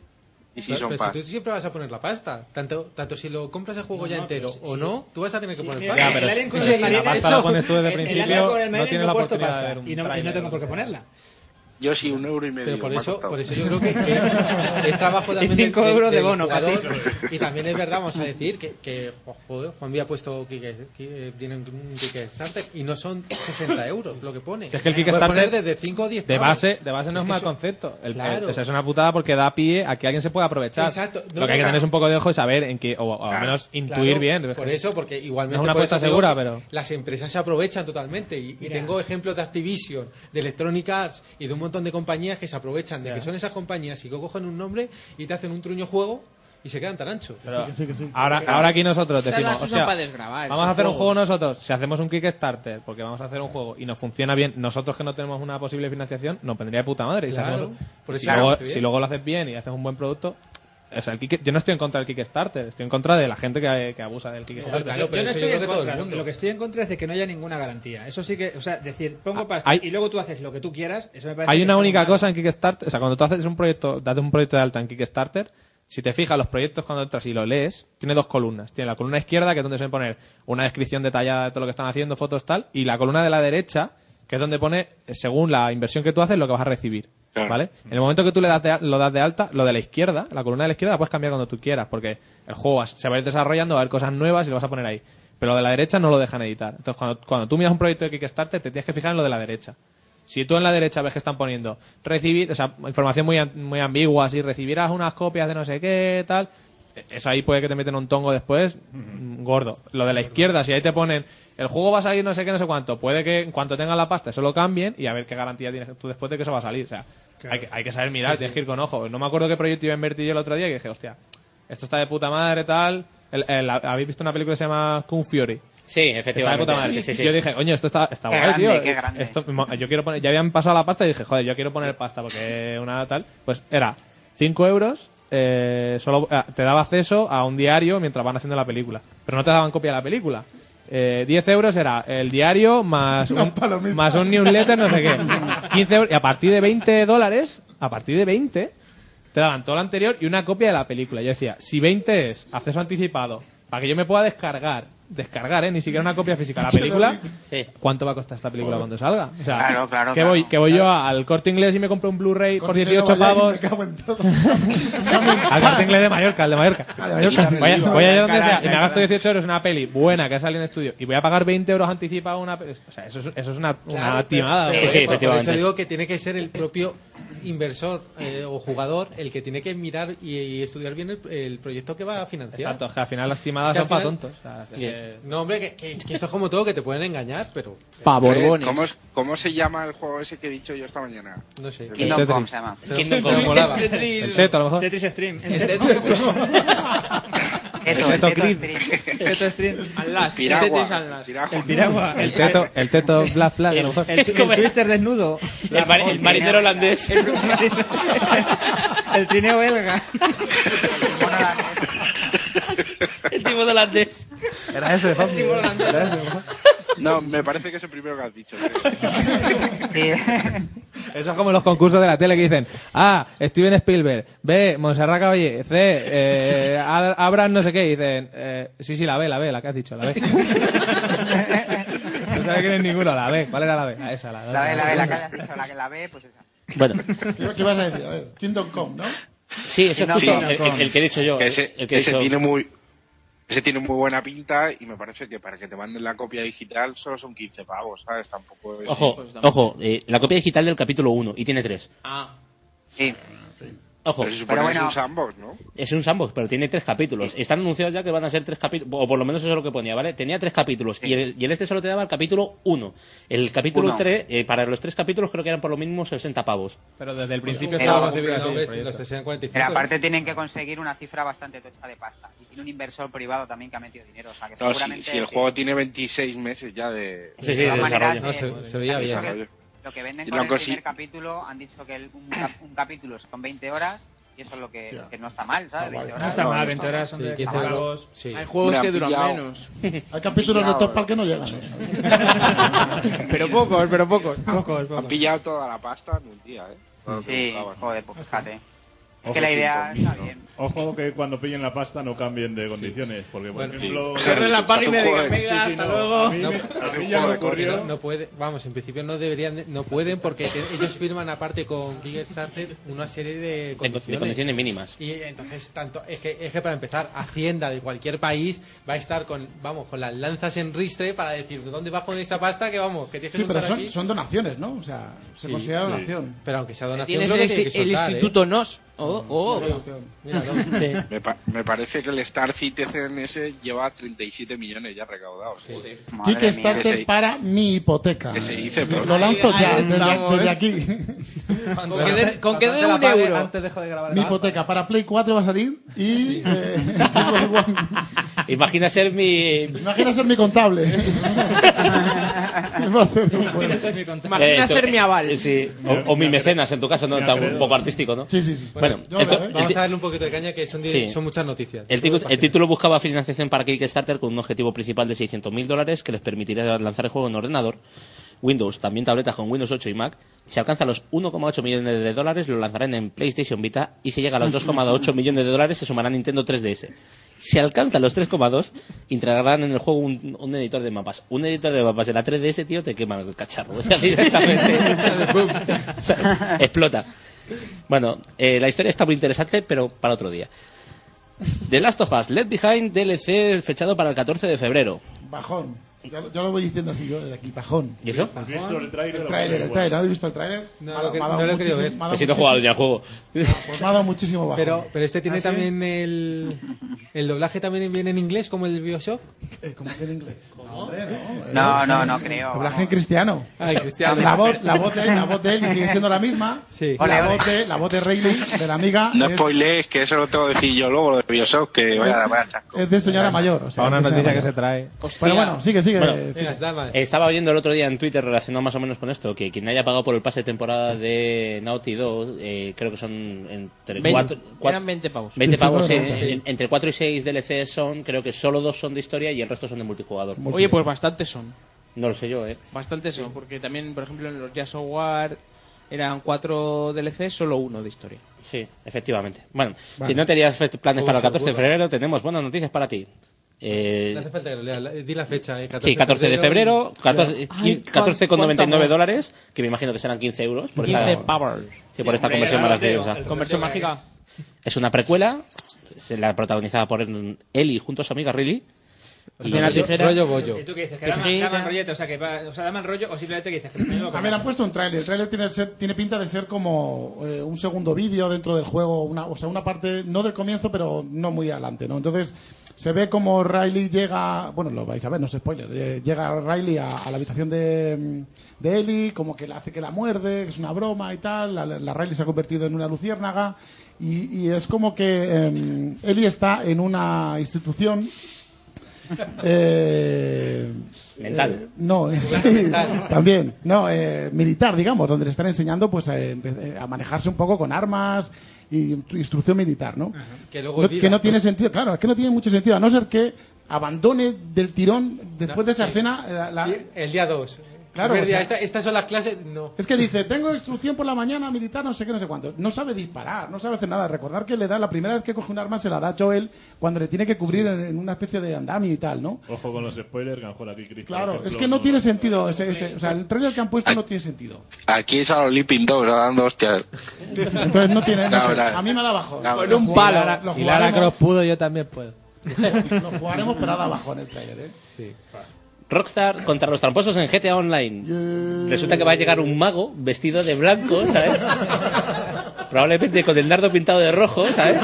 Y si
Pero-
son
pero
paz.
si tú siempre vas a poner la pasta, tanto, tanto si lo compras el juego
No,
ya
no,
entero
pero si-
o
si-
no, tú vas a tener que
Sí,
poner
mira,
pasta.
Ya, pero si-
Con
si
el
la
Marine,
pasta
eso-
la pones tú desde
el- el
principio,
Alien con el
no
Marine
tienes la
he puesto
oportunidad de
pasta
ver un
y no- y no
tráiler.
tengo por qué ponerla.
Yo sí, un euro y medio.
Pero por
me ha
eso,
costado.
por eso yo creo que
(laughs)
es, es (laughs) trabajo también
Y cinco
del- del-
euros de
del
bono,
jugador.
Pati.
Y también es verdad, vamos a decir, que, que joder, Juan Vía ha puesto Kike- Kike- tiene un Kickstarter y no son 60 euros lo que pone.
Si es que el
Puedes
Kickstarter
poner desde 5 o 10
de
pavos.
base, de base no es,
que
mal
eso-
concepto. El- el-
Claro.
o sea, es una putada porque da pie a que alguien se pueda aprovechar.
Exacto. No,
Lo que hay que
no,
tener es un poco de ojo y saber en qué, o, o al menos intuir
Claro,
bien.
Por eso, porque igualmente.
No es una
por
apuesta
eso digo
segura,
que
pero-
Las empresas se aprovechan totalmente. Y, y tengo ejemplos de Activision, de Electronic Arts y de un montón de compañías que se aprovechan de que son esas compañías y que cogen un nombre y te hacen un truño juego y se quedan tan anchos.
Pero Ahora, ahora aquí nosotros decimos, hostia, vamos a hacer un juego nosotros. Si hacemos un Kickstarter, porque vamos a hacer un juego y nos funciona bien, nosotros que no tenemos una posible financiación, nos vendría de puta madre. Y
Claro.
sacamos-
Por eso
si,
claro,
luego,
hace bien.
si luego lo haces bien y haces un buen producto... o sea, el Kick- yo no estoy en contra del Kickstarter, estoy en contra de la gente que, que abusa del Kickstarter.
yo, yo no estoy en contra. Lo, que estoy en contra es de que no haya ninguna garantía. Eso sí que, o sea, decir, pongo pasta
hay-
y luego tú haces lo que tú quieras, eso me parece.
Hay
que
una
está
única
mal.
cosa en Kickstarter, o sea, cuando tú haces un proyecto, date un proyecto de alta en Kickstarter, si te fijas los proyectos cuando entras y lo lees, tiene dos columnas. Tiene la columna izquierda, que es donde suelen poner una descripción detallada de todo lo que están haciendo, fotos tal, y la columna de la derecha, que es donde pone, eh, según la inversión que tú haces, lo que vas a recibir. ¿Vale?
Mm.
En el momento que tú le das de al- lo das de alta, lo de la izquierda, la columna de la izquierda la puedes cambiar cuando tú quieras, porque el juego as- se va a ir desarrollando, va a haber cosas nuevas y lo vas a poner ahí. Pero lo de la derecha no lo dejan editar. Entonces, cuando, cuando tú miras un proyecto de Kickstarter, te tienes que fijar en lo de la derecha. Si tú en la derecha ves que están poniendo recibir, o sea, información muy, an- muy ambigua, si recibirás unas copias de no sé qué, tal, eh, eso ahí puede que te meten un tongo después, mm, gordo. Lo de la izquierda, si ahí te ponen el juego va a salir no sé qué, no sé cuánto, puede que en cuanto tengan la pasta eso lo cambien y a ver qué garantía tienes tú después de que eso va a salir. O sea, hay, que, hay que saber mirar,
Sí, sí.
tienes que ir con ojo. No me acuerdo qué proyecto iba a invertir yo el otro día que dije, hostia, esto está de puta madre, tal. El- el- ¿Habéis visto una película que se llama Kung Fury?
Sí,
Estaba de
efectivamente.
puta madre.
Sí, sí, sí.
Yo dije, coño, esto está, está
Qué
guay,
grande,
tío.
qué grande.
Esto- mo- yo quiero poner, ya habían pasado la pasta y dije, joder, yo quiero poner pasta porque una tal. Pues era 5 euros, eh, solo ah, te daba acceso a un diario mientras van haciendo la película. Pero no te daban copia de la película. Eh, 10 euros era el diario más un, más un newsletter, no sé qué. 15 euros, y a partir de 20 dólares, a partir de 20, te daban todo lo anterior y una copia de la película. Yo decía, si 20 es acceso anticipado, para que yo me pueda descargar, descargar, ¿eh? ni siquiera una copia física, la película,
Sí.
¿cuánto va a costar esta película cuando salga? O sea,
Claro, claro,
que
claro.
voy, que voy yo al corte inglés y me compro un Blu-ray por 18 pavos. Al corte inglés de Mallorca, al de Mallorca.
de Mallorca, sí.
Voy, a- voy allá donde
Caray,
sea y me
caray.
gasto 18 euros en una peli buena que sale en estudio y voy a pagar 20 euros anticipados una peli. O sea, eso es, eso es una, una
Claro, pero-
timada.
pero
güey.
por- Por eso digo que tiene que ser el propio inversor eh, o jugador el que tiene que mirar y, y estudiar bien el, el proyecto que va a financiar.
Exacto, es que al final las timadas
Es que al
son para
final-
tontos. O sea, es
Bien.
que-
No, hombre, que, que- que esto es como todo, que te pueden engañar, pero...
Pa' Borbones.
¿Cómo, es- ¿Cómo se llama el juego ese que he dicho yo esta mañana?
No sé.
Kingdom Tetris. Come se llama. Kingdom Come.
Me molaba.
El Tetris,
El Teto, a lo mejor.
Tetris Stream. (laughs)
El
Teto.
Teto, el Teto Grid.
Teto Stream. Atlas. El
Piragua,
Tetris Atlas.
piragua.
El (laughs) piragua.
El teto, el teto bla bla, a lo mejor.
El, el twister desnudo.
El, mari- el marinero
(laughs)
holandés.
El trineo belga.
El tipo holandés.
Era ese, Juan. Era ese, Juan.
No, me parece que es el primero que has dicho.
(laughs) Eso es como los concursos de la tele que dicen A. Steven Spielberg B. Monserrat Caballé C. Eh, Ad- Abraham no sé qué y dicen eh, Sí, sí, la B, la B, la que has dicho, la B No sabe quién es ninguno, la B ¿Cuál era la B? Ah, esa, la,
La B, la B, la que hayas dicho, la que la B, pues esa.
Bueno,
¿Qué, qué vas a decir? A ver, Kingdom Come, ¿no?
sí, ese es
Kingdom
justo
Come.
el, el- el que he dicho yo.
Que ese,
el que he
ese
dicho-
tiene muy ese tiene muy buena pinta y me parece que para que te manden la copia digital solo son 15 pavos, ¿sabes? Tampoco es...
Ojo, ojo, eh, la copia digital del capítulo 1 y tiene 3.
Ah.
Ojo.
Pero se supone que es un sandbox, ¿no?
Es un sandbox, pero tiene tres capítulos. Están anunciados ya que van a ser tres capítulos, o por lo menos eso es lo que ponía, ¿vale? Tenía tres capítulos y, el, y el este solo te daba el capítulo 1. El capítulo
Uno.
3, para los tres capítulos creo que eran por lo mínimo 60 pavos.
Pero desde el
Ah,
principio
Pero-
estaba concebido
pero
así el
hombre,
proyecto.
los 60, 45.
Pero aparte tienen que conseguir una cifra bastante tocha de pasta. Y tiene un inversor privado también que ha metido dinero. O sea, que
No, si,
seguramente...
si el
sí.
juego tiene 26 meses ya de...
Sí, sí, de
todas
desarrollo.
maneras,
No,
eh,
se- se veía
han dicho
bien.
que Lo que venden
Y
con
lo
el
que
primer (laughs)
sí-
capítulo, han dicho que el- un, cap- un capítulo son 20 horas y eso es lo que, que no está mal, ¿sabes? 20 horas.
No está mal, 20 horas son
Sí,
de
15
pavos.
euros, sí.
Hay juegos
Me
que
han
duran
pillado.
menos.
(laughs)
(laughs)
Hay capítulos de Top Park que no llegan. ¿eh?
(laughs) Pero pocos, pero
(laughs)
pocos.
Pocos,
Han pillado toda la pasta en un día, ¿eh?
Sí, joder, pues fíjate. Es
Ojo,
que la idea
100.000,
está
¿no?
bien.
Ojo que cuando pillen la pasta no cambien de condiciones, porque por
Bueno,
ejemplo...
sí. Cierren la página
Hace un
y
juego de-
digan,
Sí, sí, no, a mí me- a mí ya me ocurrió...
No, no puede, vamos, en principio no deberían, de- no pueden porque te- ellos firman aparte con Kickstarter una serie de condiciones,
condiciones mínimas.
Y entonces tanto es que, es que para empezar Hacienda de cualquier país va a estar con, vamos, con las lanzas en ristre para decir dónde vas con esa pasta que vamos, que tienes que
Sí, pero
soltar
son,
aquí?".
son donaciones, ¿no? O sea, se
Sí,
considera
sí.
donación.
Pero aunque
Eh,
sea donación,
Tienes
creo
el,
que hay
insti-
que
el
soltar, ¿eh?
Instituto NOS. Oh, oh.
Me, pa- me parece que el Star Citizen ese lleva 37 millones ya recaudados. Madre mía, que
Kickstarter
se-
para mi hipoteca.
que se dice, pero-
Lo lanzo
Ahí-
ya,
ahí
desde,
estamos,
desde
¿eh?
aquí.
Con que dé- con que dé
Cuando te la
un
pague,
euro.
Antes dejo de grabar
Mi
el-
hipoteca para Play 4 va a salir y... eh,
Imagina ser mi...
imagina ser mi contable. Va a ser muy bueno.
eh, tu- eh, sí, o, o mi mecenas, en tu caso, ¿no? Está un poco artístico, ¿no? Sí,
sí, sí.
Bueno,
Yo,
esto-
eh,
el ti-
vamos a darle un poquito de caña que son, di-
Sí.
son muchas noticias.
El, ticu- el título buscaba financiación para Kickstarter con un objetivo principal de 600.000 dólares que les permitiría lanzar el juego en ordenador, Windows, también tabletas con Windows 8 y Mac. Si alcanza los 1,8 millones de dólares, lo lanzarán en PlayStation Vita y si llega a los 2,8 millones de dólares, se sumará Nintendo 3DS. Si alcanza los 3,2, integrarán en el juego un, un editor de mapas. Un editor de mapas de la 3DS, tío, te quema el cacharro. O sea, (laughs) directamente. O sea, (laughs) explota. Bueno, eh, la historia está muy interesante, pero para otro día. The Last of Us, Left Behind DLC fechado para el 14 de febrero.
Bajón. Ya, lo- ya lo voy diciendo así yo desde aquí, bajón.
¿Y eso?
¿Has visto el tráiler?
El tráiler, el tráiler. ¿Habéis visto el tráiler?
No,
Me ha-
lo que-
me ha dado
no lo he querido
muchísimo-
ver.
me ha dado
Pues si no he jugado ni al juego.
Pues me ha dado muchísimo bajón.
Pero, pero este tiene
¿Ah, sí?
también el, el doblaje también viene en inglés como el Bioshock.
Eh, ¿Cómo que en inglés?
Como
No, no, no creo.
Eh, Doblaje en cristiano. La voz, la voz de él, la voz de él que sigue siendo la misma.
Sí.
La voz de, la voz de Rayleigh, de la amiga,
No spoilees, que eso lo tengo que decir yo luego, lo de Bioshock, que vaya, vaya chasco.
es de señora mayor. o sea,
Para una
es de señora
noticia que
mayor.
se trae.
Pero bueno, sigue, sigue.
Bueno,
Fito.
Estaba oyendo el otro día en Twitter relacionado más o menos con esto, que quien haya pagado por el pase de temporada de Naughty 2, eh, creo que son entre
Veinte.
4...
Eran 20 pavos.
20
(laughs)
pavos, sí.
19,90.
En- entre 4 y 6 DLC son, creo que solo dos son de historia y el resto son de multijugador.
Oye, pues bastantes son.
No lo sé yo, ¿eh?
Bastantes son, porque también, por ejemplo, en los Jazz Software eran cuatro DLC, solo uno de historia.
Sí, efectivamente. Bueno,
Vale.
si no tenías fe- planes
Uy,
para el 14 de
seguro.
febrero, tenemos buenas noticias para ti. Eh,
(laughs) No hace falta que lo lea. la- Di la fecha, ¿eh?
sí, 14 de febrero, 14,
Ay,
quin- 14,99
cuánto-
dólares, que me imagino que serán 15 euros. Por
15
esta,
pavos.
Sí, por esta
hombre,
conversión
claro,
maravillosa.
tío, Conversión mágica.
Es una precuela, se la protagonizada por Eli junto a su amiga Riley.
Y de la tijera. Rollo (laughs) bollo.
¿Y tú qué dices? ¿Que da mal,
Tijera.
da mal rollete? O sea, que va- o sea, da mal rollo o simplemente que dices (clears throat) que no lo
También han puesto un tráiler. El tráiler tiene, ser- tiene pinta de ser como eh, un segundo vídeo dentro del juego, una, o sea, una parte no del comienzo, pero no muy adelante, ¿no? Entonces se ve como Riley llega, bueno, lo vais a ver, no es spoiler, eh, llega Riley a, a la habitación de, mm, de Ellie, como que la hace que la muerde, que es una broma y tal, la, la Riley se ha convertido en una luciérnaga y, y es como que em, Ellie está en una institución eh,
Mental.
eh, no, (laughs) sí, también. No, eh, militar, digamos, donde le están enseñando pues a, empe- a manejarse un poco con armas y instrucción militar, ¿no?
Que
No-
luego
Que no,
olvida.
tiene sentido, claro, es que no tiene mucho sentido, a no ser que abandone del tirón después de esa
sí.
escena. eh, la- la-
El día 2.
Claro,
Primer
o
día,
sea-
esta- estas son las clases.
(laughs)
No.
es que dice, tengo instrucción por la mañana militar, no sé qué, no sé cuánto. No sabe disparar, no sabe hacer nada. Recordar que le da la primera vez que coge un arma se la da Joel cuando le tiene que cubrir en, en una especie de andamio y tal, ¿no?
Ojo con los spoilers, que a lo mejor aquí Chris. por
Claro,
ejemplo,
es que no tiene sentido. ese- ese- o sea, el trailer que han puesto no tiene sentido.
Aquí es a los Leaping Dogs dando hostias.
Entonces no tiene. no
La
sé,
verdad.
a mí me da bajón.
La verdad.
Lo
Con un
jugaremos-
palo.
Lo
Si Lara
jugaremos,
Croft pudo, yo también puedo.
lo jugaremos, pero da bajón el trailer, ¿eh?
Rockstar contra los tramposos en GTA Online. Resulta que va a llegar un mago vestido de blanco, ¿sabes? Probablemente con el nardo pintado de rojo, ¿sabes?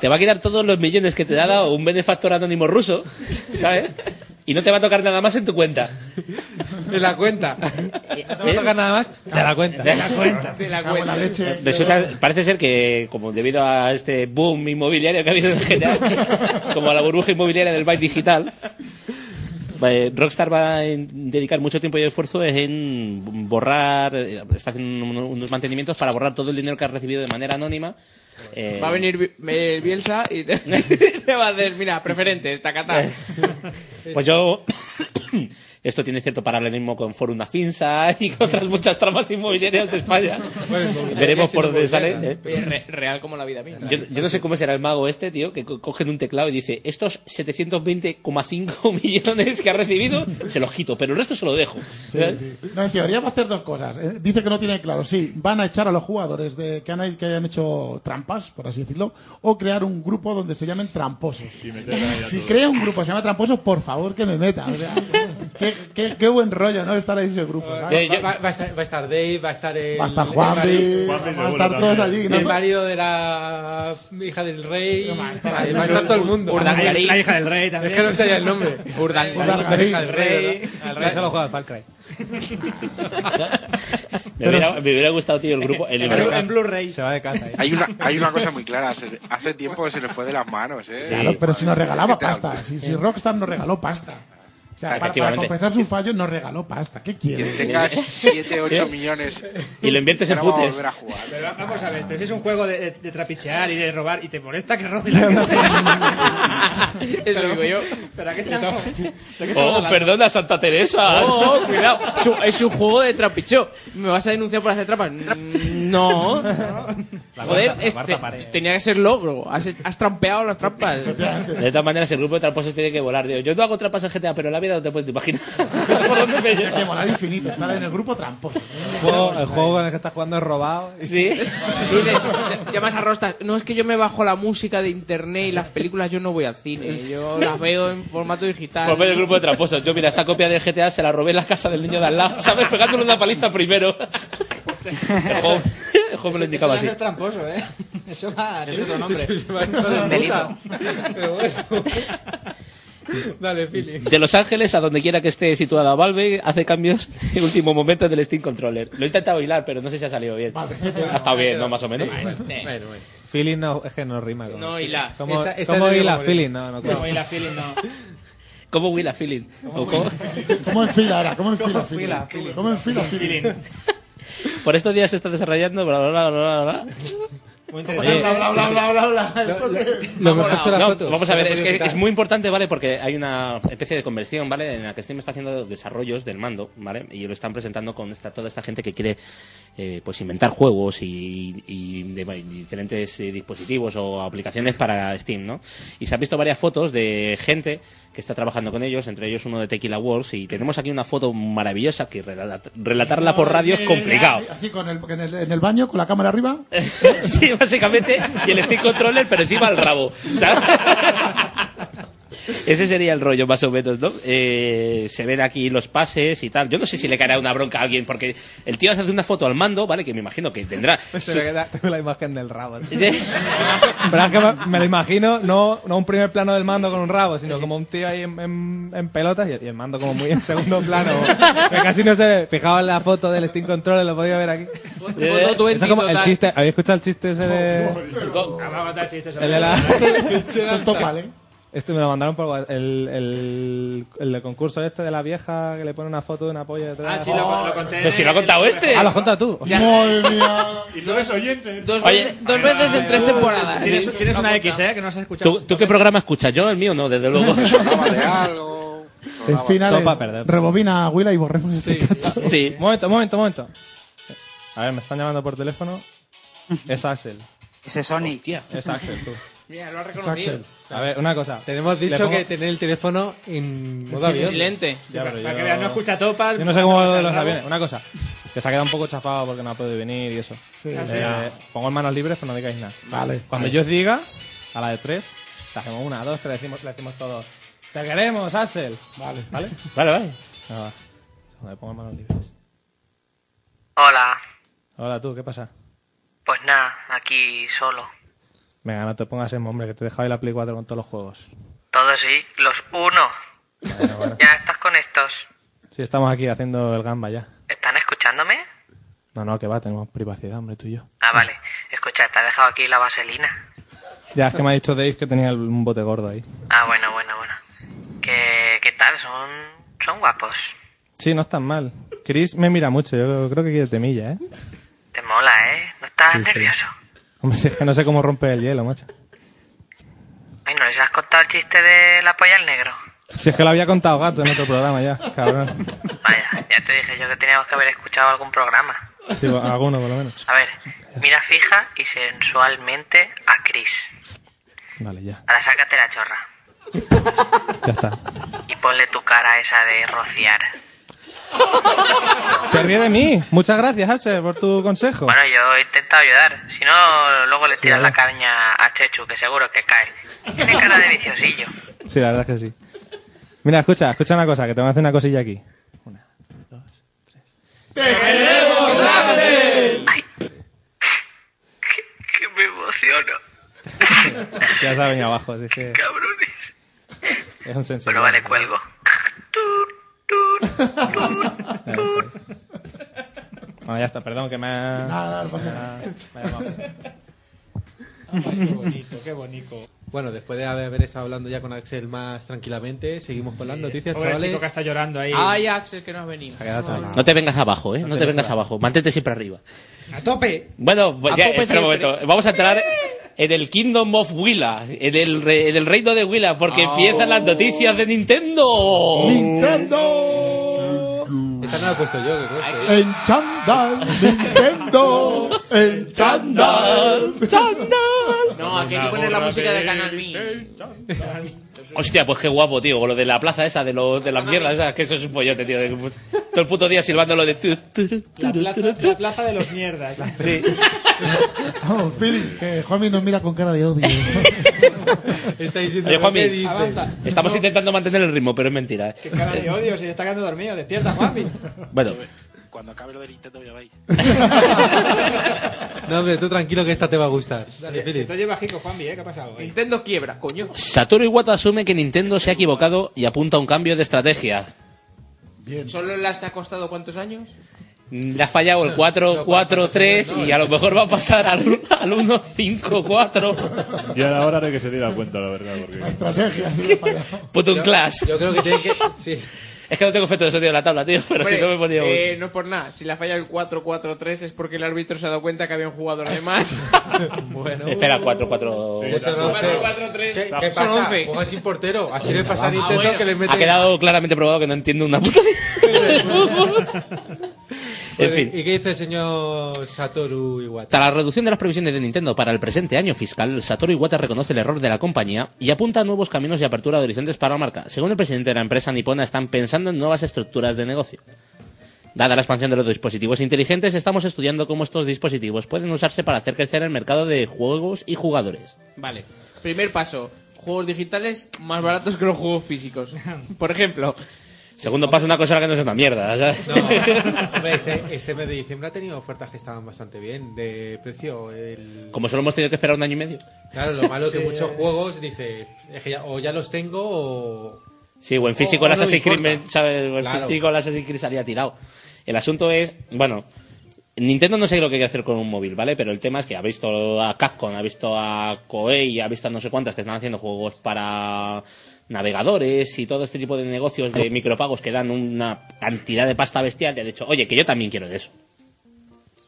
Te va a quitar todos los millones que te ha dado un benefactor anónimo ruso, ¿sabes? Y no te va a tocar nada más en tu cuenta.
De la cuenta.
¿Eh?
No va a tocar nada más de la cuenta.
De la cuenta. De la cuenta.
Resulta, parece ser que, como debido a este boom inmobiliario que ha habido en GTA, como a la burbuja inmobiliaria del byte digital, eh, Rockstar va a en- dedicar mucho tiempo y esfuerzo en borrar, eh, está haciendo un- unos mantenimientos para borrar todo el dinero que has recibido de manera anónima. eh,
Va a venir Bi- eh, Bielsa y te, (laughs) te va a decir, mira, preferente, esta cata.
Eh.
(laughs)
Pues yo. (coughs) Esto tiene cierto paralelismo con Forum Afinsa y con otras muchas tramas inmobiliarias de España. Veremos por dónde sale. eh.
Oye, re- real como la vida misma.
Yo, yo no sé cómo será el mago este, tío, que co- cogen un teclado y dice, estos 720,5 (laughs) millones que ha recibido, se los quito, pero el resto se lo dejo. ¿Sabes?
¿Eh? No, en teoría va a hacer dos cosas. Eh, Dice que no tiene claro. Sí, van a echar a los jugadores de, que, han, que hayan hecho trampas, por así decirlo, o crear un grupo donde se llamen tramposos. Si crea un grupo que se llama tramposos, por favor que me meta. O sea, qué, qué- qué buen rollo, ¿no? Estar ahí ese grupo. ¿sabes?
Eh,
va, Eh, va- va a estar, va a estar Dave, va a estar el,
Va a estar
el
Juanvi,
marido-
va a estar Juanvi seguro todos también. allí, ¿no?
El marido de la hija del rey. Va a estar, todo el mundo.
Urdangarín. La hija del rey también.
Es que no sabía el nombre. La hija del rey.
Al
rey.
rey solo juega al Far Cry.
Me, hubiera, me hubiera gustado, tío, el grupo. El,
En Blu- en Blu-ray. Se va de eh. caza.
Hay una, hay una cosa muy clara, se- hace tiempo que se le fue de las manos, ¿eh?
Claro, pero si nos regalaba
¿Qué tal?
pasta. Si, si Rockstar nos regaló pasta. O sea, para- para,
Efectivamente.
compensar su fallo nos regaló pasta. ¿Qué Eh,
Que
quiere? (laughs)
tengas 7, 8
Sí.
millones.
Eh, Y lo inviertes en
Ya no vamos a
putes.
volver a jugar.
Pero va- vamos a ver, pero si es un juego de, de- de trapichear y de robar y te molesta que robe
(laughs)
la
Eso digo yo.
¿Pero a qué estamos?
Oh, perdona, Santa Teresa.
Oh, oh, cuidado. Es un- Es un juego de trapicheo. ¿Me vas a denunciar por hacer trampas? Mm,
Ah,
No. Joder,
cuarta- la
este,
cuarta pared.
tenía que ser logro. Has, has trampeado las trampas.
De todas maneras, el grupo de tramposos tiene que volar. tío. Yo no hago trampas en GTA, pero en la vida no te puedes imaginar. ¿Por dónde me lleva?
Hay que molar infinito, estar en el grupo tramposo.
El juego, el juego con el que estás jugando es robado.
(laughs)
Sí.
Llamas a Rostas. No, es que yo me bajo la música de internet y las películas yo no voy al cine. Yo las veo en formato digital.
Por medio del grupo de tramposos. Yo, mira, esta copia de GTA se la robé en la casa del niño de al lado, ¿sabes? Pegándole una paliza primero. El juego, el juego me lo indicaba
Eso
así.
no es tramposo, ¿eh? Eso va...
Eso es
otro (laughs)
otro nombre.
nombre. Eso se va a ir con la
(laughs)
Delito.
puta. Pero bueno.
Dale, Philip.
De Los Ángeles a donde quiera que esté situada Valve, hace cambios en último momento del Steam Controller. Lo he intentado hilar, pero no sé si ha salido bien. Ha estado bien, ¿no? Más o menos.
Feeling no, es que no rima. con-
No, hila.
¿Cómo,
Esta- esta
cómo
te digo,
hila
Moreno.
feeling? No, no,
No,
hila feeling,
(laughs)
no.
¿Cómo huila feeling? ¿O cómo-
¿Cómo enfila ahora? ¿Cómo enfila?
¿Cómo enfila,
Philip? ¿Cómo enfila? Philip?
Por estos días se está desarrollando, bla, bla, bla, bla, bla.
Muy
interesante.
Bla, bla, bla, bla, bla, bla. ¿Esto qué es?
No, no, Vamos a ver, es que es muy importante, ¿vale? Porque hay una especie de conversión, ¿vale? En la que Steam está haciendo desarrollos del mando, ¿vale? Y lo están presentando con esta, toda esta gente que quiere eh, pues inventar juegos y, y de- y diferentes eh, dispositivos o aplicaciones para Steam, ¿no? Y se han visto varias fotos de gente que está trabajando con ellos, entre ellos uno de Tequila Wars, y tenemos aquí una foto maravillosa que relata- relatarla por radio es complicado.
(laughs) Así, así con el, en, el, en el baño, con la cámara arriba.
Sí, básicamente, y el stick controller, pero encima al rabo. ¿sabes? (laughs) Ese sería el rollo, más o menos, ¿no? Eh, se ven aquí los pases y tal. Yo no sé si le caerá una bronca a alguien, porque el tío hace una foto al mando, ¿vale? Que me imagino que tendrá. su-
Tengo la imagen del rabo. Pero es que me, me lo imagino, no, no un primer plano del mando con un rabo, sino como un tío ahí en, en- en pelotas y el, y el mando como muy en segundo plano. Que casi no se ve. Fijaos en la foto del Steam Controller, lo podía ver aquí.
Eh,
foto
Eso es como el
total.
chiste, ¿habéis escuchado el chiste ese de...? El de la- (laughs)
Esto es vale.
Este me lo mandaron por WhatsApp. el, el, el de concurso este de la vieja que le pone una foto de una polla detrás.
Ah, sí, lo, lo conté.
Pero si lo ha contado este.
Ah, lo has contado tú.
Y no eres oyente. Dos,
Oye.
veces, dos veces en tres temporadas.
Tienes- tienes una
X, ¿eh? Que no has escuchado.
¿Tú, tú qué programa escuchas? Yo el mío no, desde luego.
En final,
Todo para
eh,
perder.
rebobina Willa y borremos este (laughs) cacho.
Sí.
Momento, momento, momento. A ver, me están llamando por teléfono. Es Axel.
Ese Sonic.
Es Axel, tú.
Mira, lo ha
Es Axel.
A ver, una cosa.
Tenemos
Le
dicho
pongo-
que tener el teléfono en modo
Sí,
avión.
silente. Ya,
para
pero
para
yo-
que veas, no escucha topas.
Yo no sé
no
cómo lo
sabe
de los
nada.
aviones. Una cosa. Que se ha quedado un poco chafado porque no ha podido venir y eso.
Ah, sí.
Eh, pongo en manos libres, pero no digáis nada.
Vale.
Cuando
Vale.
yo os diga, a la de tres, le hacemos una, dos, tres, le decimos, le decimos todos. ¡Te queremos, Axel! Vale. ¿Vale?
Vale, vale.
Venga, va. Joder, pongo en manos libres.
Hola,
Hola, tú, ¿qué pasa?
pues nada, aquí solo.
Venga, no te pongas en hombre, que te he dejado ahí la Play 4 con todos los juegos.
Todo sí, los uno. Ya estás con estos.
Sí, estamos aquí haciendo el gamba ya.
¿Están escuchándome?
No, no, que va, tenemos privacidad, hombre, tú y yo.
Ah, vale. Escucha, te ha dejado aquí la vaselina.
Ya, es que me ha dicho Dave que tenía el- un bote gordo ahí.
Ah, bueno, bueno, bueno. ¿Qué, qué tal? Son, son guapos.
Sí, no es tan mal. Chris me mira mucho, yo creo que quieres de milla, ¿eh?
Te mola, ¿eh? ¿No estás
Sí, sí.
nervioso?
Hombre, si es que no sé cómo romper el hielo, macho.
Ay, ¿no les has contado el chiste de la polla al negro?
Si es que lo había contado gato en otro programa ya, cabrón.
Vaya, ya te dije yo que teníamos que haber escuchado algún programa.
Sí, alguno por lo menos.
A ver, mira fija y sensualmente a Chris.
Vale, ya,
Ahora sácate la chorra.
(laughs) ya está.
Y ponle tu cara esa de rociar.
Se ríe de mí. Muchas gracias, Axel, por tu consejo.
Bueno, yo he intentado ayudar. Si no, luego le
Sí,
tiras la
¿verdad?
caña a Chechu, que seguro que cae. Tiene cara de viciosillo.
Sí, la verdad es que sí. Mira, escucha, escucha una cosa, que te voy a hacer una cosilla aquí.
Ay, que, que me emociono.
Ya se ha venido abajo, así que
Cabrones.
es un sensible.
Bueno, vale, cuelgo.
Bueno, ya está, perdón que me ha...
Nada, no pasa nada.
me ha llamado.
Qué bonito, Pues qué bonito. Bueno, después de haber estado hablando ya con Axel más tranquilamente, seguimos con las noticias,
Pobrecito
chavales.
que está llorando ahí.
Ay, Axel, que no has venido.
No te vengas abajo, ¿eh? No, te,
te
vengas
vengas
abajo. Mantente siempre arriba.
A tope.
Bueno, pues
A
ya,
tope
espera un
siempre.
momento. Vamos a entrar en el Kingdom of Willa, en el, re- en el reino de Willa, porque empiezan las noticias de Ah. Nintendo.
¡Nintendo!
Esta no la he puesto yo, que conste.
En chandal, Nintendo. En chandal.
No, aquí hay que poner la música de Canal B.
Hostia, pues qué guapo, tío. O lo de la plaza esa, de, lo, de las mierdas esas, que eso es un pollote, tío. de- todo el puto día silbando lo de... tu, tu, tu,
La
tu,
plaza,
tu, tu.
la plaza de los mierdas.
(laughs) Sí.
Oh, Phil, que Juanmi nos mira con cara de odio.
Está diciendo
Oye, Juanmi,
¿qué dices?
Avanza.
estamos intentando mantener el ritmo, pero es mentira. ¿eh?
Cara de odio, se está quedando dormido. Despierta, Juanmi.
Bueno,
cuando acabe lo del Nintendo ya veis.
No, hombre, tú tranquilo que esta te va a gustar.
(laughs) Dale,
Felipe.
se te lleva Jico, Juanvi, ¿eh? ¿Qué ha pasado? ahí?
Nintendo quiebra, coño.
Satoru Iwata asume que Nintendo se ha equivocado y apunta a un cambio de estrategia.
¿Solo las ha costado cuántos años?
Le ha fallado el 4-4-3 y a lo mejor va a pasar al, al 1-5-4.
Y ahora ahora de que se diera cuenta, la verdad. Porque...
Puto un clash.
Yo creo que tiene que. Sí.
Es que no tengo efecto de sonido en la tabla, tío, pero si
Hombre,
no me ponía.
eh, no es por nada. Si la falla el 4-4-3 es porque el árbitro se ha dado cuenta que había un jugador de
(laughs)
más.
bueno. Espera, 4-4.
Eso no sé.
4-4-3.
¿Qué, qué
Son
pasa?
11.
Ponga Pues sin portero. Así le
Ah,
pasa a Nintendo que le mete.
Ha quedado claramente probado que no entiendo una puta. en fin.
¿Y qué dice el señor Satoru Iwata?
Tras la reducción de las previsiones de Nintendo para el presente año fiscal, Satoru Iwata reconoce el error de la compañía y apunta a nuevos caminos y apertura de horizontes para la marca. Según el presidente de la empresa nipona, están pensando en nuevas estructuras de negocio. Dada la expansión de los dispositivos inteligentes, estamos estudiando cómo estos dispositivos pueden usarse para hacer crecer el mercado de juegos y jugadores.
Vale. Primer paso. Juegos digitales más baratos que los juegos
(laughs)
físicos. Por ejemplo.
Segundo paso, una cosa que no es una mierda. ¿sabes?
(laughs) Hombre, este, este mes de diciembre ha tenido ofertas que estaban bastante bien de precio. El...
(laughs) Como solo hemos tenido que esperar un año y medio.
Claro, lo malo es que
Sí,
muchos
eh.
juegos dice es que ya- o ya los tengo o.
Sí, o en físico
O- o
el
no
Assassin's Creed,
importa.
me- ¿sabes? O en
Claro.
físico el Assassin's Creed salía tirado. El asunto es, bueno, Nintendo no sé lo que quiere hacer con un móvil, ¿vale? Pero el tema es que ha visto a Capcom, ha visto a Koei, ha visto a no sé cuántas que están haciendo juegos para navegadores y todo este tipo de negocios de micropagos que dan una cantidad de pasta bestial y ha dicho, oye, que yo también quiero de eso.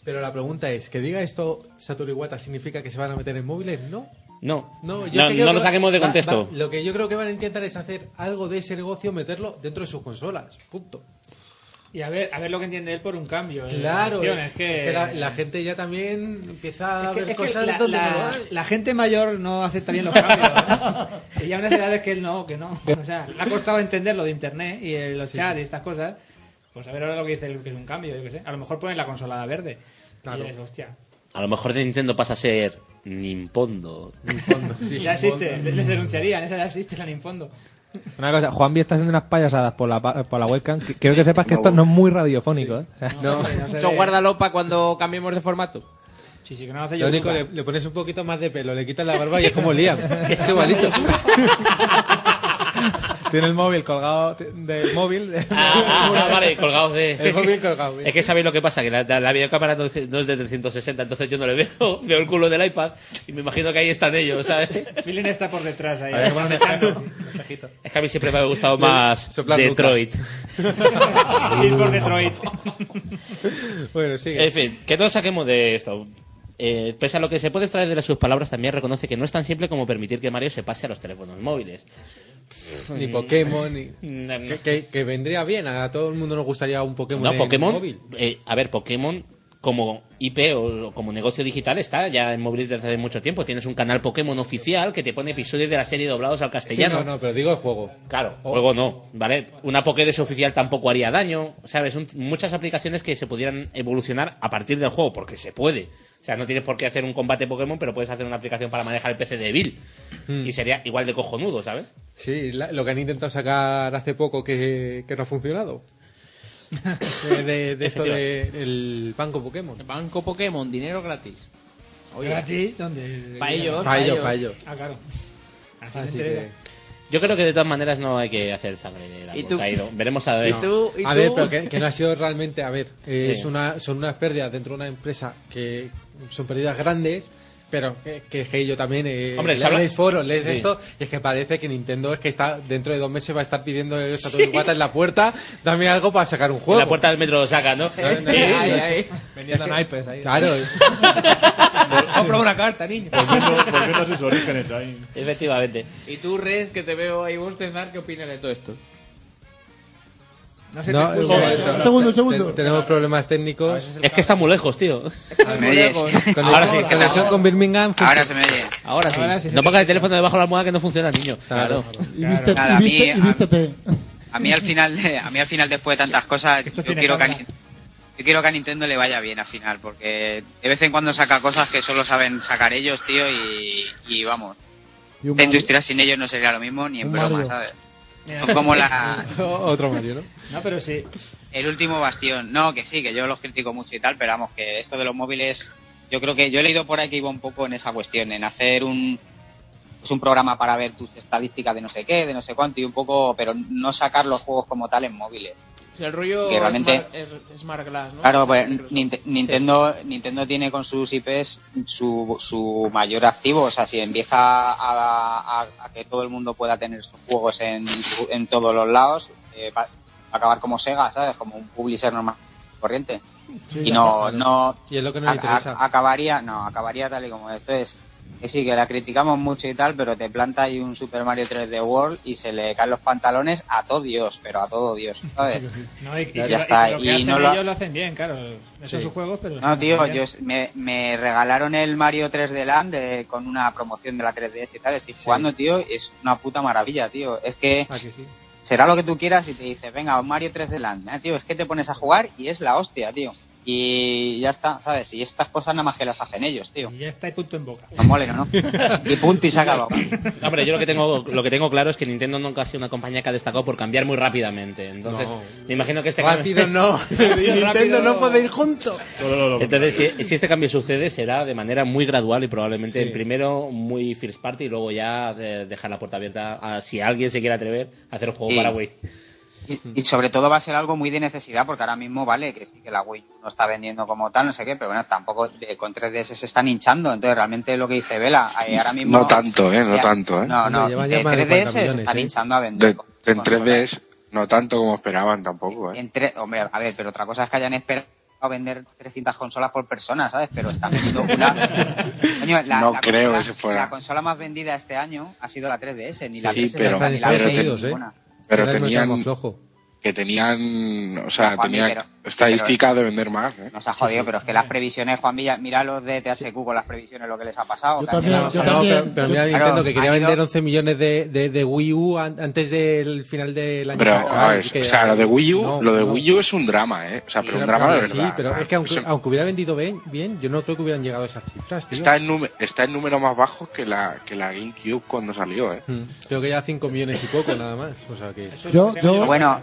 Pero la pregunta es: ¿que diga esto Satoru Iwata significa que se van a meter en móviles? No.
No,
No, yo
no,
creo
no
que
lo
va-
saquemos de
va-
contexto.
va- lo que yo creo que van a intentar es hacer algo de ese negocio, meterlo dentro de sus consolas. Punto.
Y a ver, a ver lo que entiende él por un cambio. en
Claro,
relación,
es,
es que...
es que la, la gente ya también empieza
Es
a
que-
ver
es que
cosas
la,
donde
la-
no lo hay.
la gente mayor no acepta bien los cambios.
(laughs)
¿eh? y ya unas edades que él no, que no. O sea, le ha costado entender lo de internet y eh, los chats y estas cosas. Pues a ver ahora lo que dice el que es un cambio, yo qué sé. A lo mejor ponen la consolada verde. Claro. hostia.
A lo mejor de Nintendo pasa a ser Nimpondo.
ya existe, les denunciarían, esa ya existe la Ninfondo.
Una cosa, Juanvi está haciendo unas payasadas por la, pa- por la webcam. que- Quiero que sepas que esto no es muy radiofónico. ¿eh? O sea,
Pues Eso guárdalo para cuando cambiemos de formato.
Sí, sí, que no hace
Lo único, le, le pones un poquito más de pelo, le quitas la barba y es como Liam.
(laughs)
es igualito.
(laughs) Tiene el móvil colgado t- del móvil. (laughs)
(laughs)
Ah, vale, colgados de.
El móvil colgado, bien.
Es que sabéis lo que pasa, que la, la- la videocámara no es no es de 360, entonces yo no le veo, (laughs) veo el culo del iPad y me imagino que ahí están ellos, ¿sabes?
Filin está por detrás ahí.
A ver, bueno, Es que a mí siempre me ha gustado más
(laughs) Soplar nuca.
Detroit.
(laughs) Ir por Detroit.
(laughs) bueno, sigue.
En fin, que no saquemos de esto. Eh, pese a lo que se puede extraer de sus palabras, también reconoce que no es tan simple como permitir que Mario se pase a los teléfonos móviles.
ni Pokémon, ni...
Mm,
que, que- que vendría bien, a todo el mundo nos gustaría un Pokémon.
No,
en
Pokémon.
móvil.
eh, a ver, Pokémon como IP o o como negocio digital está ya en móviles desde hace mucho tiempo. Tienes un canal Pokémon oficial que te pone episodios de la serie doblados al
Sí,
castellano.
no, no, pero digo el juego. Oh.
Claro, juego no, ¿vale? Una Pokédex oficial tampoco haría daño, ¿sabes? Un- muchas aplicaciones que se pudieran evolucionar a partir del juego, porque se puede. O sea, no tienes por qué hacer un combate Pokémon, pero puedes hacer una aplicación para manejar el PC de Bill. Y sería igual de cojonudo, ¿sabes?
Hmm. Sí, la- lo que han intentado sacar hace poco que, que no
(laughs)
ha funcionado. Eh, de, de esto del Banco Pokémon.
Banco Pokémon, dinero gratis.
¿Gratis? ¿Dónde?
Pa' ellos,
Pa' ellos, pa' ellos.
Ah, claro. Así,
Así
me
que...
interesa.
Yo creo que de todas maneras no hay que hacer sangre del árbol
¿Y tú?
caído. Veremos a ver.
No. a ver, pero que,
(laughs)
que no ha sido realmente, a ver, eh,
Sí.
es una, son unas pérdidas dentro de una empresa que son pérdidas grandes, pero que, que, que yo también eh,
Hombre, se
le-
habla-
lees foros, lees
Sí.
esto, y es que parece que Nintendo es que está dentro de dos meses va a estar pidiendo el Satoru Iwata en la puerta, dame algo para sacar un
En
juego.
la puerta del metro lo saca, ¿no? Eh,
Vendiendo naipes ahí.
Claro.
(laughs) Compra una carta, niño.
Volviendo a sus orígenes ahí.
Efectivamente.
Y tú, Red, que te veo ahí bostezar, ¿qué opinas de todo esto?
No,
se
no,
te escucha.
eh,
Un
te-
segundo, un
te-
segundo.
te- tenemos problemas técnicos.
Es que está muy lejos, tío.
Con conexión-
Ahora sí,
conexión con Birmingham.
Ahora se me oye. Ahora sí.
Ahora sí se
no
te
pongas el teléfono debajo de la almohada que no funciona, niño. Claro.
Y viste-
Nada,
y
a mí-
viste- y
a-
vístete.
A mí al final, de- a mí al final después de tantas cosas, yo
tiene
quiero, que a,
cosas.
Ni- yo quiero que a Nintendo le vaya bien al final, porque de vez en cuando saca cosas que solo saben sacar ellos, tío, y, y vamos.
Y un
La
Mario.
industria sin ellos no sería lo mismo ni en
Un
broma,
Mario.
¿sabes? Son como la,
(laughs) Otro Mario, ¿no?
No, pero sí.
el último bastión. No, que sí, que yo los critico mucho y tal, pero vamos, que esto de los móviles, yo creo que yo he leído por ahí que iba un poco en esa cuestión, en hacer un pues un programa para ver tus estadísticas de no sé qué, de no sé cuánto y un poco, pero no sacar los juegos como tal en móviles.
O sea, el rollo
Que realmente-
Smart, er- Smart Glass, ¿no?
Claro,
O sea,
pues Ninte- Nintendo, Nintendo tiene con sus IPs su, su mayor activo. O sea, si empieza a, a- a que todo el mundo pueda tener sus juegos en, en todos los lados, eh, va va a acabar como Sega, ¿sabes? Como un publisher normal y corriente. y no, no,
Y es lo que nos
a-
interesa.
a- acabaría, no, acabaría tal y como esto es. Que sí, que la criticamos mucho y tal, pero te planta ahí un Super Mario 3D World y se le caen los pantalones a todo Dios, pero a todo Dios, ¿sabes?
No, y, y-
Ya
y lo-
está,
y lo que
y
hacen
no lo-
ellos lo hacen bien, claro. Esos
Sí.
sus juegos, pero.
No, tío, yo es- me, me regalaron el Mario 3D Land de- con una promoción de la 3DS y tal. Estoy jugando, tío, es una puta maravilla, tío. Es que será lo que tú quieras y te dices, venga, un Mario 3D Land. Nah, tío, es que te pones a jugar y es la hostia, tío. Y ya está, ¿sabes? Y estas cosas nada más que las hacen ellos, tío.
Y ya está y punto en boca.
No molen, ¿no? y punto y se acabó.
(laughs) No, Hombre, yo lo que tengo lo que tengo claro es que Nintendo nunca ha sido una compañía que ha destacado por cambiar muy rápidamente. Entonces,
No.
me imagino que este
Rápido
cambio... (laughs)
no. (laughs) Nintendo no puede ir junto.
Entonces, si, si este cambio sucede, será de manera muy gradual y probablemente el primero muy first party y luego ya eh, dejar la puerta abierta a si alguien se quiere atrever a hacer un juego
Sí.
para Wii.
Y, y sobre todo va a ser algo muy de necesidad, porque ahora mismo vale que sí que la Wii no está vendiendo como tal, no sé qué, pero bueno, tampoco de, con 3DS se están hinchando. Entonces, realmente lo que dice Vela, eh, ahora mismo.
No tanto, ¿eh? No tanto, ¿eh?
No, no,
Hombre, llevan
de
ya más de
3DS
40 millones,
se están
¿eh?
hinchando a vender.
De, en 3DS, no tanto como esperaban tampoco, ¿eh?
En tre- Hombre, a ver, pero otra cosa es que hayan esperado a vender 300 consolas por persona, ¿sabes? Pero están vendiendo
(laughs)
una. Coño, la,
No
la
creo
consola,
que se fuera.
la consola más vendida este año ha sido la 3DS, ni la
Sí,
360,
pero,
ni la
pero,
3DS,
ten-
ninguna.
pero
Era el
tenían...
mercado
Que tenían... O sea,
No, Juanmi,
tenían
pero-
estadística
pero-
de vender más, ¿eh?
Nos ha jodido, pero es que las previsiones, Juan Villa, mira los de THQ con las previsiones, lo que les ha pasado. que han llegado-
No, pero, pero mira
Claro,
Nintendo que quería
han ido-
vender 11 millones de, de, de Wii U an- antes del final del año.
Pero,
fiscal,
a ver,
Ah, que-
o sea, lo de Wii U,
No,
lo de
no.
Wii U es un drama, ¿eh? O sea, pero un drama de verdad.
Sí, pero es que aunque,
Eso-
aunque hubiera vendido bien, bien, yo no creo que hubieran llegado a esas cifras, tío.
Está en, nume- está en números más bajos que la, que la GameCube cuando salió, ¿eh?
Mm, Creo que ya 5 millones y poco nada más. O sea que...
Yo, yo,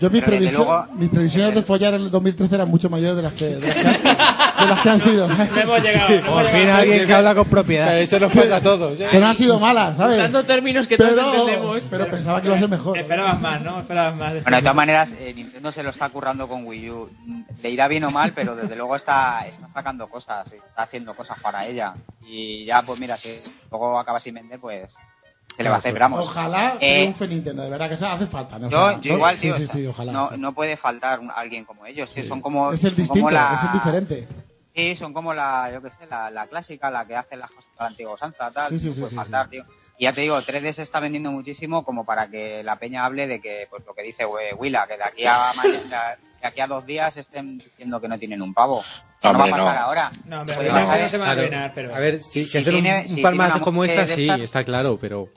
yo mis,
pero desde
previsio-
luego-
mis previsiones de follar en el 2013 eran mucho mayores de las que, de las que, han- de las que han
(laughs)
sido.
Por fin alguien que habla con propiedad. Eso nos pasa a todos.
¿eh?
Que no han sido malas, ¿sabes?
Usando términos que
Pero-
todos entendemos.
Pero pensaba que iba a ser mejor. ¿eh?
Esperabas más, ¿no? Esperabas más.
Bueno, de todas maneras, eh, Nintendo se lo está currando con Wii U. Le irá bien o mal, pero desde luego está, está sacando cosas, está haciendo cosas para ella. Y ya, pues mira, si luego acaba sin vender, pues se le va a hacer, bramos.
Ojalá
Eh,
triunfe Nintendo, de verdad que eso hace falta. ¿no? O sea,
yo, yo igual,
sí,
tío.
sí,
o sea,
sí, ojalá.
no,
sí.
no puede faltar un- alguien como ellos. tío, son como,
es el
son como
distinto,
la-
es el diferente.
Sí, son como la, yo qué sé, la, la clásica, la que hace las cosas a la antigua usanza, tal.
Sí, sí,
no
sí,
puede
sí,
faltar, tío. Y ya te digo, 3D se está vendiendo muchísimo como para que la peña hable de que, pues lo que dice eh, Willa, que de
(laughs)
aquí a, mañana- de aquí a dos días estén diciendo que no tienen un pavo. Eso no va a
Hombre, no.
pasar ahora.
No, hombre,
Puede
no,
pasar
no se va a
en-
arruinar, pero-
A ver, si, si,
Si
hacen
tiene-
un,
si
par
tiene
más
una
como
mujer
esta,
de
sí,
estas-
está claro, pero...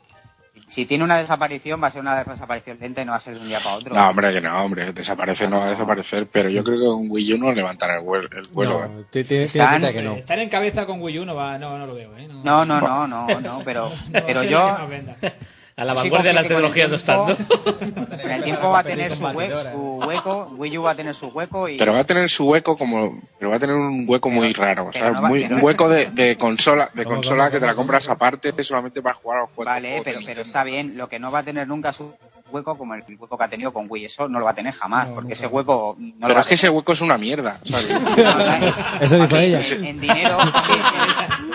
Si tiene una desaparición, va a ser una desaparición lenta y no va a ser de un día para otro.
No, hombre, que no, hombre. Desaparece,
Ah,
no va a desaparecer. Pero yo creo que con Wii U no levantará el vuelo. El vuelo
No,
¿eh?
te- te-
Están-
tiene pinta que no.
Estar en cabeza con Wii U no, va, no, no lo veo, ¿eh? No,
No, no, no,
(laughs)
no, no, pero, pero
sí,
yo...
que nos venda.
(laughs) A la vanguardia de la tecnología no estando.
En (laughs) el tiempo va a tener su, hue- su hueco, Wii U va a tener su hueco y...
Pero va a tener su hueco como... Pero va a tener un hueco muy raro.
pero
¿sabes?
no va- (laughs)
Muy-
pero-
un hueco de, de consola, de
¿Cómo,
consola
cómo,
que te la
cómo,
compras aparte solamente para jugar a los juegos.
Vale, pero, pero está bien, lo que no va a tener nunca es un hueco como el hueco que ha tenido con Wii, eso no lo va a tener jamás, porque ese hueco no lo
pero
va
es que ese hueco es una mierda. ¿sabes?
Eso dijo ella.
en, en dinero, sí,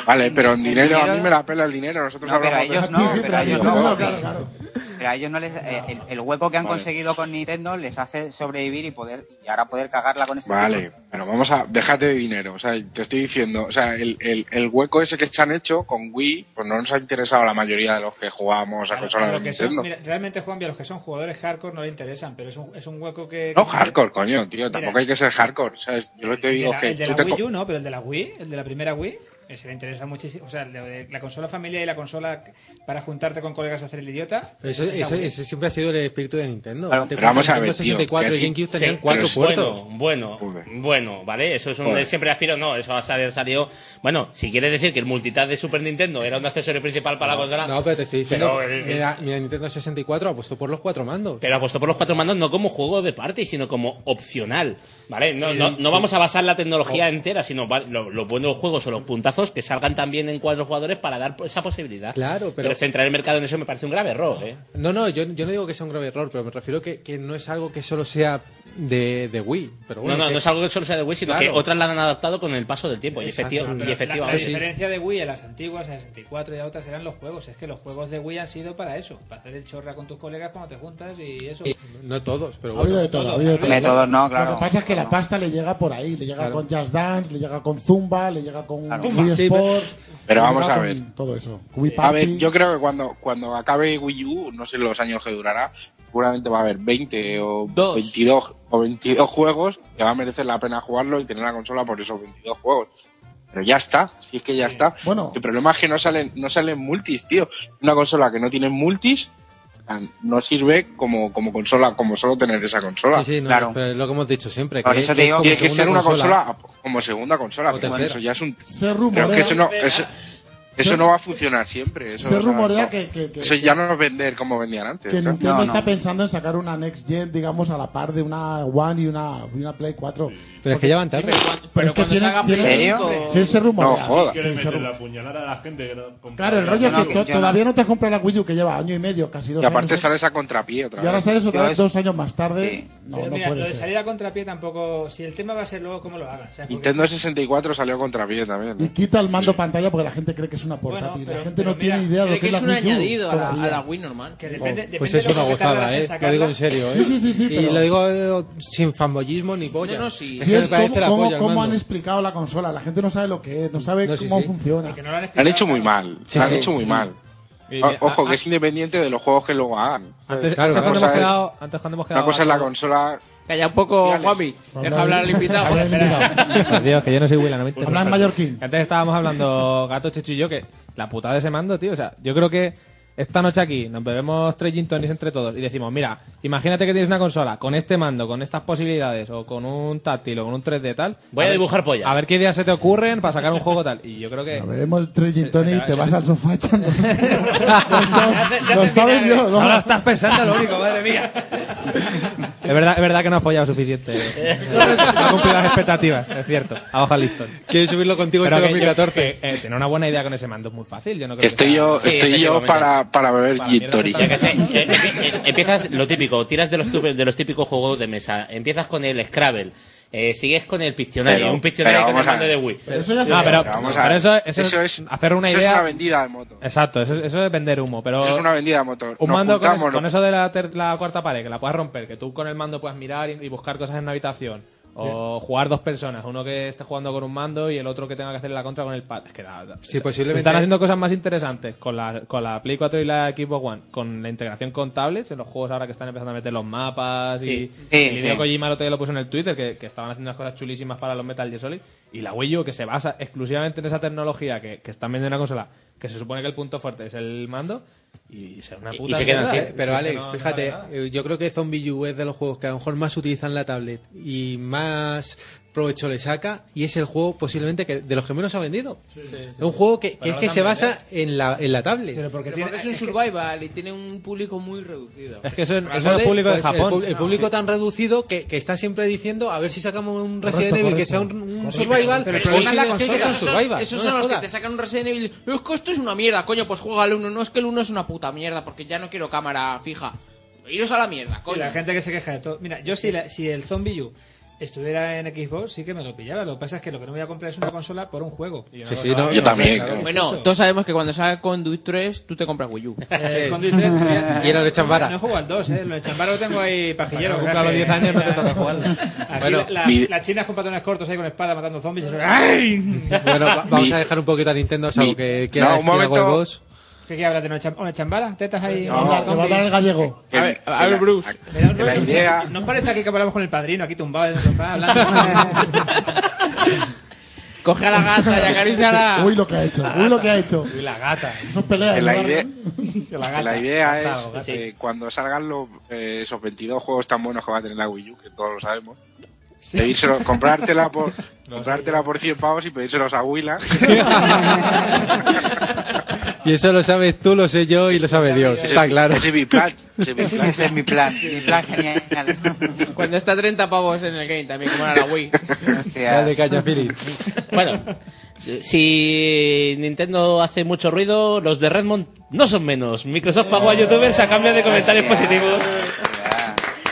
Vale, pero en dinero a mí
dinero-
me la pela el dinero. Nosotros
no, pero a
hablamos
ellos
de...
no, pero a ellos no,
claro,
pero a ellos no les, eh, el, el hueco que han
Vale.
conseguido con Nintendo les hace sobrevivir y poder y ahora poder cagarla con este
Vale,
tipo.
pero vamos a. Déjate de dinero. O sea, te estoy diciendo. O sea, el, el, el hueco ese que se han hecho con Wii, pues no nos ha interesado a la mayoría de los que jugábamos a consola de
Los que son-
Nintendo.
mira, realmente, Juan, a los que son jugadores hardcore no le interesan, pero es un, es un hueco que.
No, hardcore, coño, tío. Tampoco hay que ser hardcore. ¿sabes? Yo lo que te
El de
digo
la-
es que
el de
tú
la
te.
Wii
co-
U, no, pero el de la Wii, el de la primera Wii, Ese le interesa muchísimo. O sea, lo de la consola familia y la consola para juntarte con colegas a hacer el idiota.
Pero eso,
está
eso-
muy bien.
ese siempre ha sido el espíritu de Nintendo.
Claro,
Te
pero vamos
cuento,
a ver,
Nintendo
tío,
64 y
que aquí-
GameCube
Sí,
tenían cuatro
pero es
puertos.
Bueno, bueno, bueno, ¿vale? Eso es un...
Joder.
Siempre aspiro... No, eso ha salido, salido- Bueno, si quieres decir que el multitask de Super Nintendo era un accesorio principal para la consola...
No, pero te estoy diciendo.
Pero, eh,
mira, mira, Nintendo 64 apostó por los cuatro mandos.
Pero apostó por los cuatro mandos no como juego de party, sino como opcional, ¿vale? No,
Sí,
no, no
sí. Oh.
vamos a basar la tecnología entera, sino va- lo- los buenos juegos o los puntazos que salgan también en cuatro jugadores para dar esa posibilidad.
Claro, pero-
centrar el mercado en eso me parece un grave error, ¿eh?
No, no, yo, yo no digo que sea un grave error, pero me refiero que, que no es algo que solo sea de, de Wii. Pero bueno,
no, no,
que-
no es algo que solo sea de Wii, sino
Claro.
que otras las han adaptado con el paso del tiempo. Y, efecti-
Exacto.
y
Pero la-
La, la
efectivamente.
diferencia de Wii a las antiguas, a 64 y a otras, eran los juegos. Es que los juegos de Wii han sido para eso, para hacer el chorra con tus colegas cuando te juntas y eso.
No todos, pero
Ha
bueno.
habido de todo, ha habido de todo.
De todo, no, claro.
Lo que pasa es que la pasta le llega por ahí, le llega
Claro.
con Jazz Dance, le llega con Zumba, le llega con
Claro.
Wii
Zumba. Sí,
Sports.
Pero
le
vamos
llega
a
con
ver.
Todo eso. Wii
A
Party.
ver, yo creo que cuando, cuando acabe Wii U, no sé los años que durará, seguramente va a haber 20 o 22 o 22 juegos que va a merecer la pena jugarlo y tener la consola por esos 22 juegos. Pero ya está, si es que ya está.
Bueno.
El problema es que no salen no salen multis, tío. Una consola que no tiene multis tan- no sirve como, como consola, como solo tener esa consola.
Sí, sí, no, pero es lo que hemos dicho siempre.
Por eso te digo,
es como
tiene que
segunda
ser una consola, como segunda consola, pero
tercera.
eso ya es un...
Se
Pero es que eso no, eso, eso
Se-
no va a funcionar siempre. Eso,
se
o sea,
rumorea
no.
que- que- que-
eso ya no es vender como vendían antes.
que
¿no?
Nintendo está pensando en sacar una Next Gen, digamos, a la par de una One y una, y una Play 4.
Pero es que ya van tarde.
Pero es que tienen- tienen- Sí, se rumorea. Sí,
Quieren
se
meter
rumorea.
la puñalada a la gente que no compra
Claro, el
la
rollo es
Wii
que
U.
to- todavía no te has comprado la Wii U que lleva año y medio, casi dos
Y aparte
años. ¿eh?
sales a contrapié otra
y ahora
vez.
sales otra
Yo
vez
es-
dos años más tarde. No,
Pero
no
mira, lo
puede
de
ser.
salir a contrapié tampoco. Si el tema va a ser luego, ¿cómo lo hagan? O sea, porque-
Nintendo 64 salió a contrapié también. ¿no?
Y quita el mando pantalla porque la gente cree que es una portátil. la gente no tiene idea de lo que
Creo que
es
es
la
un
Wii U
añadido a la, a
todavía.
la Wii normal. Oh,
Pues es una gozada, ¿eh? Lo digo en serio, ¿eh?
Sí, sí, sí, sí,
y
pero-
lo digo eh, sin fanboyismo ni polla.
no, sí.
Es
Si
que
es
me parece
como,
la
como-
polla,
como han
Armando.
explicado la consola, la gente no sabe lo que es, no sabe
sí,
cómo
sí.
funciona.
Han hecho muy mal.
Sí,
han
sí,
hecho muy
sí.
mal.
Y
O-
mira,
Ojo,
a-
que es independiente de los juegos que luego hagan.
Antes,
Una
antes cuando
cosa
hemos
es-
quedado, antes cuando hemos
una
quedado Pues
cosa es la
algo-
consola.
Calla un poco,
Dale.
Juanmi. Deja hablar al invitado.
Habla al
Por Dios, que yo no soy Willan, no me interrumpas.
Habla en mallorquín.
Antes estábamos hablando, Gato, Chicho y yo, que la putada de ese mando, tío. O sea, yo creo que esta noche aquí nos bebemos tres gin tonics entre todos y decimos, mira, imagínate que tienes una consola con este mando, con estas posibilidades, o con un táctil, o con un 3D tal.
Voy a
ver-
dibujar pollas.
A ver qué ideas se te ocurren para sacar un juego tal. Y yo creo que...
Vemos tres gin tonic y te vas al sofá
(laughs)
echando.
hace-
lo sabes
vinagre.
yo.
Solo estás pensando lo único, madre mía. Es verdad, es verdad que no ha follado suficiente. No ha cumplido las expectativas, es cierto. Abajo al listón.
Quiero subirlo contigo
Pero
este
que yo-
2014.
que, eh, tener una buena idea con ese mando es muy fácil. Yo no creo que
Estoy
sea-
yo, estoy yo para, para beber gin tonic.
Ya que sé, eh, eh, empiezas lo típico,
(laughs)
tiras de los, tupe- de los típicos juegos de mesa, empiezas con el Scrabble, eh, sigues con el Pictionary,
Pero-
un Pictionary
pero
con el
vamos a
mando de
ver.
Wii.
Pero eso ya se- No, pero-
Pero vamos a
pero
ver,
eso- eso es hacer una
eso
idea-
es una vendida de moto.
Exacto, eso, eso es vender humo. Pero
Eso es una vendida de moto.
un
Nos
mando con,
juntamos,
eso,
nos-
con eso de la, ter- la cuarta pared, que la puedas romper, que tú con el mando puedas mirar y, y buscar cosas en una habitación. O jugar dos personas, uno que esté jugando con un mando y el otro que tenga que hacer la contra con el pad. Es que da- da-
Sí,
se-
posiblemente-
se Están haciendo cosas más interesantes con la, con la Play 4 y la Xbox One, con la integración con tablets, en los juegos ahora que están empezando a meter los mapas y,
Sí. Sí,
y Hideo
sí.
Kojima el otro día lo puso en el Twitter, que, que estaban haciendo unas cosas chulísimas para los Metal Gear Solid. Y la Wii U, que se basa exclusivamente en esa tecnología que, que están vendiendo en una consola, que se supone que el punto fuerte es el mando, y se una puta mierda, ¿eh?
Pero
Es que
Alex,
no- no vale
fíjate,
nada.
eh, yo creo que Zombie U es de los juegos que a lo mejor más utilizan la tablet y más provecho le saca y es el juego posiblemente que de los que menos ha vendido. Es un juego que, que
Pero
es
no
que
tan
se
vender.
basa en la, en la tablet.
Pero porque es un survival y tiene un público muy reducido.
Es que eso, eso es
Joder,
el público de
pues,
Japón.
El, pu- el público tan reducido que, que está siempre diciendo a ver si sacamos un Resident Evil que sea un, un survival.
Pero el
o
problema
si
es la
de
consola.
consola sea un
Esos son-
survival.
Esos
no
son
me
los que
jodas.
te sacan un Resident Evil. No, es que esto es una mierda, coño, pues juega al uno. No es que el uno es una puta mierda, porque ya no quiero cámara fija. Iros a la mierda,
Sí,
coño.
la gente que se queja de todo. Mira, yo si, la- si el Zombie U estuviera en Xbox, sí que me lo pillaba. Lo que pasa es que lo que no voy a comprar es una consola por un juego.
Sí,
sí, no,
Yo también,
claro. pues
Bueno,
Eso.
todos sabemos que cuando salga Conduit 3, tú te compras Wii U.
Eh, con Dead Stranding todavía-
(laughs) Y era de Chambara.
No he jugado al 2, ¿eh? Lo de Chambara lo tengo ahí
Para
pajillero. o
que
sea
cumpla los
que-
10 años no te
(laughs)
toca
jugarlo.
Aquí
Bueno,
la,
mi-
la china con pantalones cortos ahí con espada matando zombies. y eso- ¡Ay!
Bueno, va- vamos
Mi-
a dejar un poquito a Nintendo, salvo que quiera
No, un
decir algo de
momento.
vos.
¿Qué quieres hablar de una, cham- una chambara? ¿Tetas ahí?
No, Habla- te va a hablar el
gallego.
A ver, a ver, Bruce.
Que
la idea-
(laughs)
¿No os parece aquí que hablamos con el padrino, aquí tumbado en el sofá, hablando?
Coge a la gata y acaricia a
(laughs)
la...
Uy, lo que ha hecho. Uy, lo que ha hecho.
Uy, la gata.
Son peleas.
Que
¿no,
la
Barbie?
idea,
(laughs)
la
que
gata,
la idea
gata,
es
gata.
que cuando salgan los, eh, esos 22 juegos tan buenos que va a tener la Wii U, que todos lo sabemos, pedírselo- comprártela por comprártela por 100 pavos y pedírselos a Willa.
Y eso lo sabes tú, lo sé yo y lo sabe Dios.
Ese-
Está claro.
ese es mi plan. Ese
Ese ese es mi
(laughs)
plan. Mi plan genial.
Cuando está 30 pavos en el game también, como era la Wii.
Dale caña,
Philip.
Bueno, (laughs) si Nintendo hace mucho ruido, los de Redmond no son menos. Microsoft pagó a youtubers a cambio de comentarios positivos.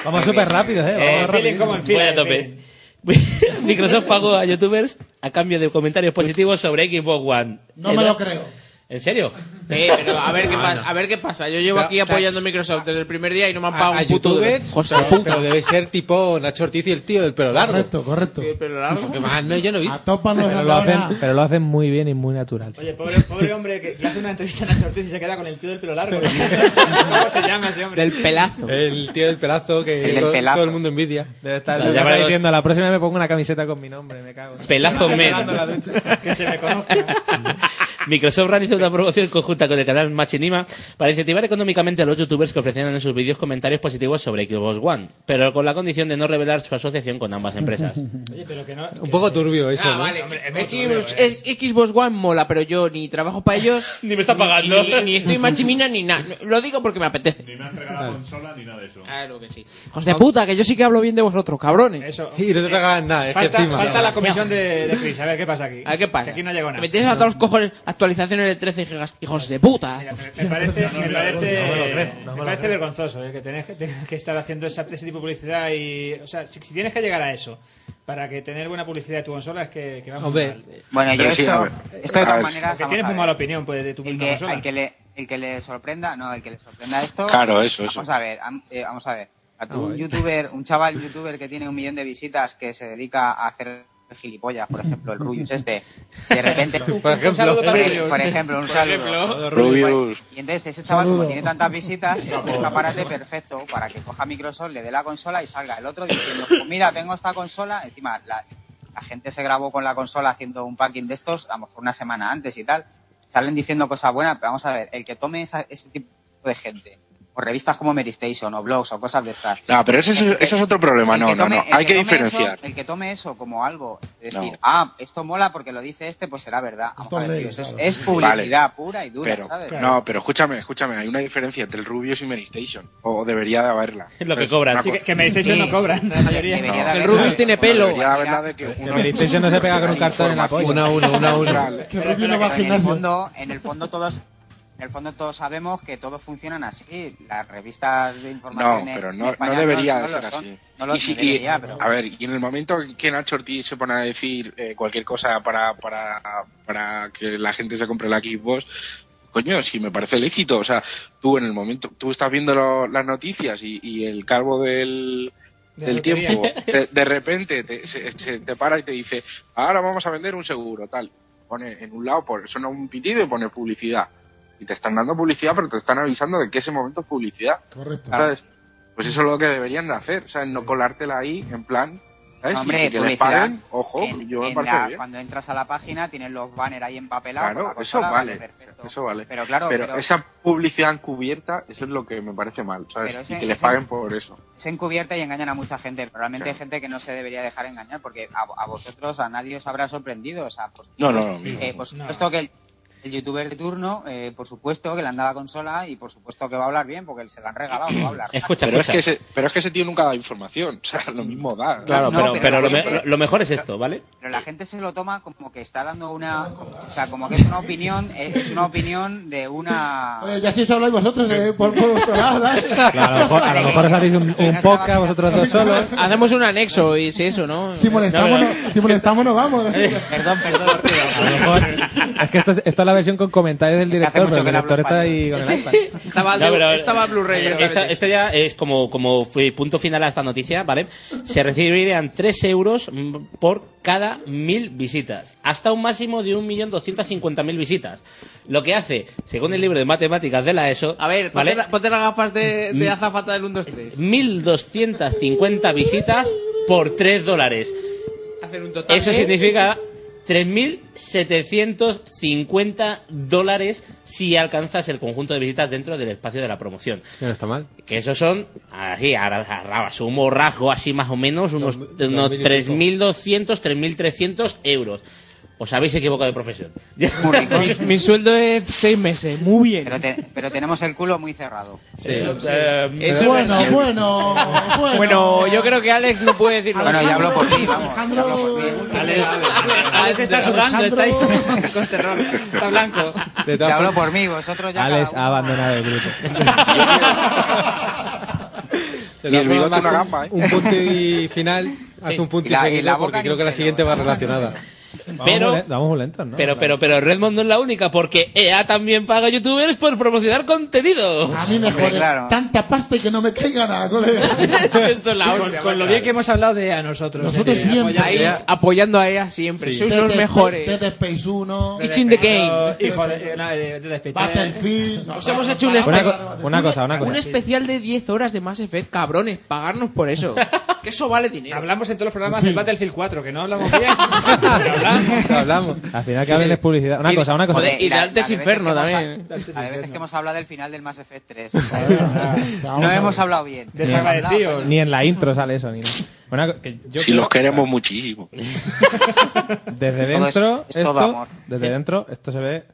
Vamos súper rápido, eh. Vamos rapidísimo.
Voy a tope. (laughs) Microsoft pagó a youtubers a cambio de comentarios positivos sobre Xbox One.
No me lo creo.
¿En serio?
Eh, pero a ver, qué pa- a ver qué pasa. Yo llevo
Pero,
aquí apoyando
tax-
Microsoft desde el primer día y no me han
A,
pagado
a
un puto duro.
youtubers, pero, pero debe ser tipo Nacho Ortiz y el tío del pelo largo.
Correcto, correcto.
Pero largo.
Que más, no, yo no vi.
A topa no
Pero lo, hacen, pero lo hacen muy bien y muy natural.
Oye, pobre, pobre hombre que, que hace una entrevista a Nacho Ortiz y se queda con el tío del pelo
(laughs)
largo. ¿Cómo se llama ese hombre?
El tío del pelazo que
El del
todo-
pelazo.
todo el mundo envidia.
Debe estar en su casa diciendo, la próxima vez me pongo una camiseta con mi nombre, me cago.
Pelazo
Me
Men.
está dando la ducha.
Microsoft realizó una promoción conjunta con el canal Machinima para incentivar económicamente a los youtubers que ofrecieran en sus vídeos comentarios positivos sobre Xbox One, pero con la condición de no revelar su asociación con
(laughs)
ambas empresas.
Oye, pero que no...
Un poco turbio eso,
Ah,
¿no?
vale.
Hombre, es muy
Xbox, es- Xbox One mola, pero yo ni trabajo para ellos.
ni me está pagando.
Ni, ni estoy en machimina ni nada. Lo digo porque me apetece. Ni me has
la consola ni nada de eso.
Claro que sí. Hijos de puta, que yo sí que hablo bien de vosotros, cabrones.
Eso.
Y
(laughs)
no te regalan nada, es
Falta,
que encima.
falta la comisión de, de Chris. A ver qué pasa aquí.
A ver qué pasa.
Que aquí no llegó nada.
Me tienes a todos los cojones actualizaciones de 13 gigas. Hijos de puta.
Me parece, me parece,
No me lo creo,
me parece vergonzoso eh, que tenés que, tengas que estar haciendo esa- ese tipo de publicidad y, o sea, si, si tienes que llegar a eso para que tener buena publicidad de tu consola es que, que va muy
Hombre,
mal.
bueno, yo Pero sí, esto- a ver, esto de a
Ah,
todas ver. maneras,
Porque
vamos
tienes
a
muy
ver.
mala opinión pues, de tu
El
misma
que,
consola.
al que le, el que le sorprenda, no, el que le sorprenda esto.
Claro, eso, eso.
Vamos a ver, am- eh, vamos a ver. A tu
Ah,
un
guay.
youtuber, un chaval youtuber que tiene un millón de visitas que se dedica a hacer gilipollas, por ejemplo, el Rubius este, de
(laughs)
repente,
Por ejemplo. Un saludo para Rubius.
por ejemplo, un
Por
saludo.
ejemplo. Rubius.
Y entonces ese chaval como
Saludo.
tiene tantas visitas, es un escaparate perfecto para que coja Microsoft, le dé la consola y salga el otro diciendo, "Pues mira, tengo esta consola, encima la, la gente se grabó con la consola haciendo un packing de estos, a lo mejor una semana antes y tal. Salen diciendo cosas buenas, pero vamos a ver, el que tome esa- ese tipo de gente, o revistas como Mary Station, o blogs, o cosas de estas.
No, pero ese es, ese es otro problema.
el
No,
que
no,
tome-
no.
el
Hay que
tome
diferenciar.
eso- el que tome eso como algo, es decir,
No.
ah, esto mola porque lo dice este, pues será verdad. Vamos
Esto
a ver,
ley,
tío, eso es,
claro.
es publicidad
Vale.
pura y dura,
Pero,
¿sabes?
no, pero escúchame, escúchame. Hay una diferencia entre el Rubius y Medistation. O debería de haberla.
Lo que
Es
cobran.
una
Sí,
cosa.
que-
que Medistation no cobran, la mayoría.
Debería de
el
haberla.
Rubius tiene
Bueno,
pelo.
debería de haberla de que uno-
Medistation no se pega con un cartón en la polla.
Una a uno, una a uno.
Pero-
Rubio
pero
no va al
en el
gimnasio.
fondo, en el fondo todos, en el fondo todos sabemos que todos funcionan así. Las revistas de
No,
información. en-
pero
en
no,
España
no debería
no
de ser
lo son.
así.
No lo
Y si-
no
y-
debería, pero-
A ver, y en el momento que Nacho Ortiz se pone a decir eh, cualquier cosa para, para, para que la gente se compre la Xbox, coño, si me parece lícito. O sea, tú en el momento, tú estás viendo lo- las noticias y, y el calvo del,
De
del
lotería.
tiempo, de, de repente te, se, se te para y te dice, ahora vamos a vender un seguro, tal. Pone en un lado, por, suena un pitido y pone publicidad. Y te están dando publicidad, pero te están avisando de que ese momento es publicidad.
Correcto.
Ah.
¿sabes? Pues eso es lo que deberían de hacer, o sea, no colártela ahí en plan, ¿sabes?
Hombre,
Y que les
publicidad
paguen, ojo,
en-
yo me
en
parece
la-
bien.
Cuando entras a la página tienes los banners ahí empapelados. con la
Claro, eso
consola,
vale,
perfecto.
eso vale.
Pero claro, pero-
esa publicidad encubierta, eso es lo que me parece mal, ¿sabes?
Pero ese-
y que les
ese-
paguen por eso.
Se encubierta y engañan a mucha gente. Pero realmente
Claro.
hay gente que no se debería dejar engañar porque a, a vosotros, a nadie os habrá sorprendido. O sea, por
No, no,
supuesto-
no, mira,
eh,
no.
Por supuesto que el, el youtuber de turno, eh, por supuesto que le anda la consola y por supuesto que va a hablar bien porque se la han regalado, no va a
(clears throat)
hablar.
pero,
escucha.
Es que ese, pero es que ese tío nunca da información, (laughs) o sea, lo mismo da.
Claro,
No,
pero,
pero
pero
la
lo, me-
gente-
lo mejor es esto, ¿vale?
pero la gente se lo toma como que está dando una o sea como que es una opinión eh, es es una opinión de una
Oye, ya si os habláis vosotros, eh, por, por vuestro lado, ¿verdad?
Claro, a lo mejor, a lo ¿eh? mejor os hacéis un, un podcast vosotros dos solos.
Hacemos un anexo y si eso, ¿no?
Si molestamos, no- si molestamos, no vamos.
Perdón, perdón.
Es que esto es, esto es la versión con comentarios del director, pero el director está ahí con el iPad.
(laughs) Estaba, el
No,
de-
pero-
estaba el Blu-ray.
Esta- Esto ya es como, como fue punto final a esta noticia, ¿vale? Se recibirían 3 euros mm, por cada mil visitas, hasta un máximo de 1.250.000 visitas. Lo que hace, según el libro de matemáticas de la ESO,
A ver,
¿vale?
ponte, la- ponte las gafas de, de
Mm.
azafata del 1, 2, 3.
1.250 visitas por 3 dólares.
Hacer un total.
Eso
de-
significa 3.750 dólares si alcanzas el conjunto de visitas dentro del espacio de la promoción.
Ya no está mal.
Que esos son, así, a, a, a sumo rasgo, así más o menos, unos, unos 3.200, 3.300 euros. Os habéis equivocado de profesión.
(laughs)
mi, mi sueldo es seis meses, muy bien.
Pero, te- pero tenemos el culo muy cerrado.
Sí. Eh, Eso
bueno,
es-
bueno, bueno.
Bueno, yo creo que Alex no puede decir nada.
Bueno, ya hablo por ti,
vamos.
Alex, Alex está sudando, está ahí con terror. Está blanco.
Te
Te hablo por mí, vosotros ya.
Alex ha abandonado
(laughs)
el grupo.
Ni el bigote
formas,
una
un-
gamba, ¿eh?
un punto y final, haz un punto
Y
y,
la- y
seguido
la boca
porque
ni
creo que la siguiente
(laughs)
va relacionada.
Pero-
vamos, muy len- vamos muy lentos, ¿no?
Pero, pero, pero Redmond no es la única, porque EA también paga a youtubers por promocionar contenidos.
A mí me jode tanta pasta y que no me caiga nada, colega.
(laughs) (laughs) Esto es la
Con,
hostia,
con lo
macho.
bien que hemos hablado de a nosotros.
Nosotros
de
siempre.
apoyar-
Ahí, apoyando a ella siempre.
Sí.
Sois
Desde-
los mejores.
Dead Space 1.
It's in the game.
Hijo de, eh, no, de- de despecho.
Battlefield.
Os hemos hecho un
Una,
especial.
co- una cosa, una cosa.
Un especial de 10 horas de Mass Effect, cabrones, pagarnos por eso.
(laughs)
que eso vale dinero.
Hablamos en todos los programas del Battlefield 4, que no hablamos bien. Pero hablamos.
hablamos. Al final que hablen es publicidad. Una cosa, una cosa.
Joder, y de Dantes Inferno también. ¿eh?
A veces que hemos hablado del final del Mass Effect (laughs) 3. o sea, no hemos hablado bien.
Ni en- Ni en la intro sale eso, ni nada. Una co- que
¿eh?
yo
Si
creo-
los queremos muchísimo.
Desde
Todo es-
dentro,
es
esto,
todo amor.
desde
Sí.
dentro, esto se ve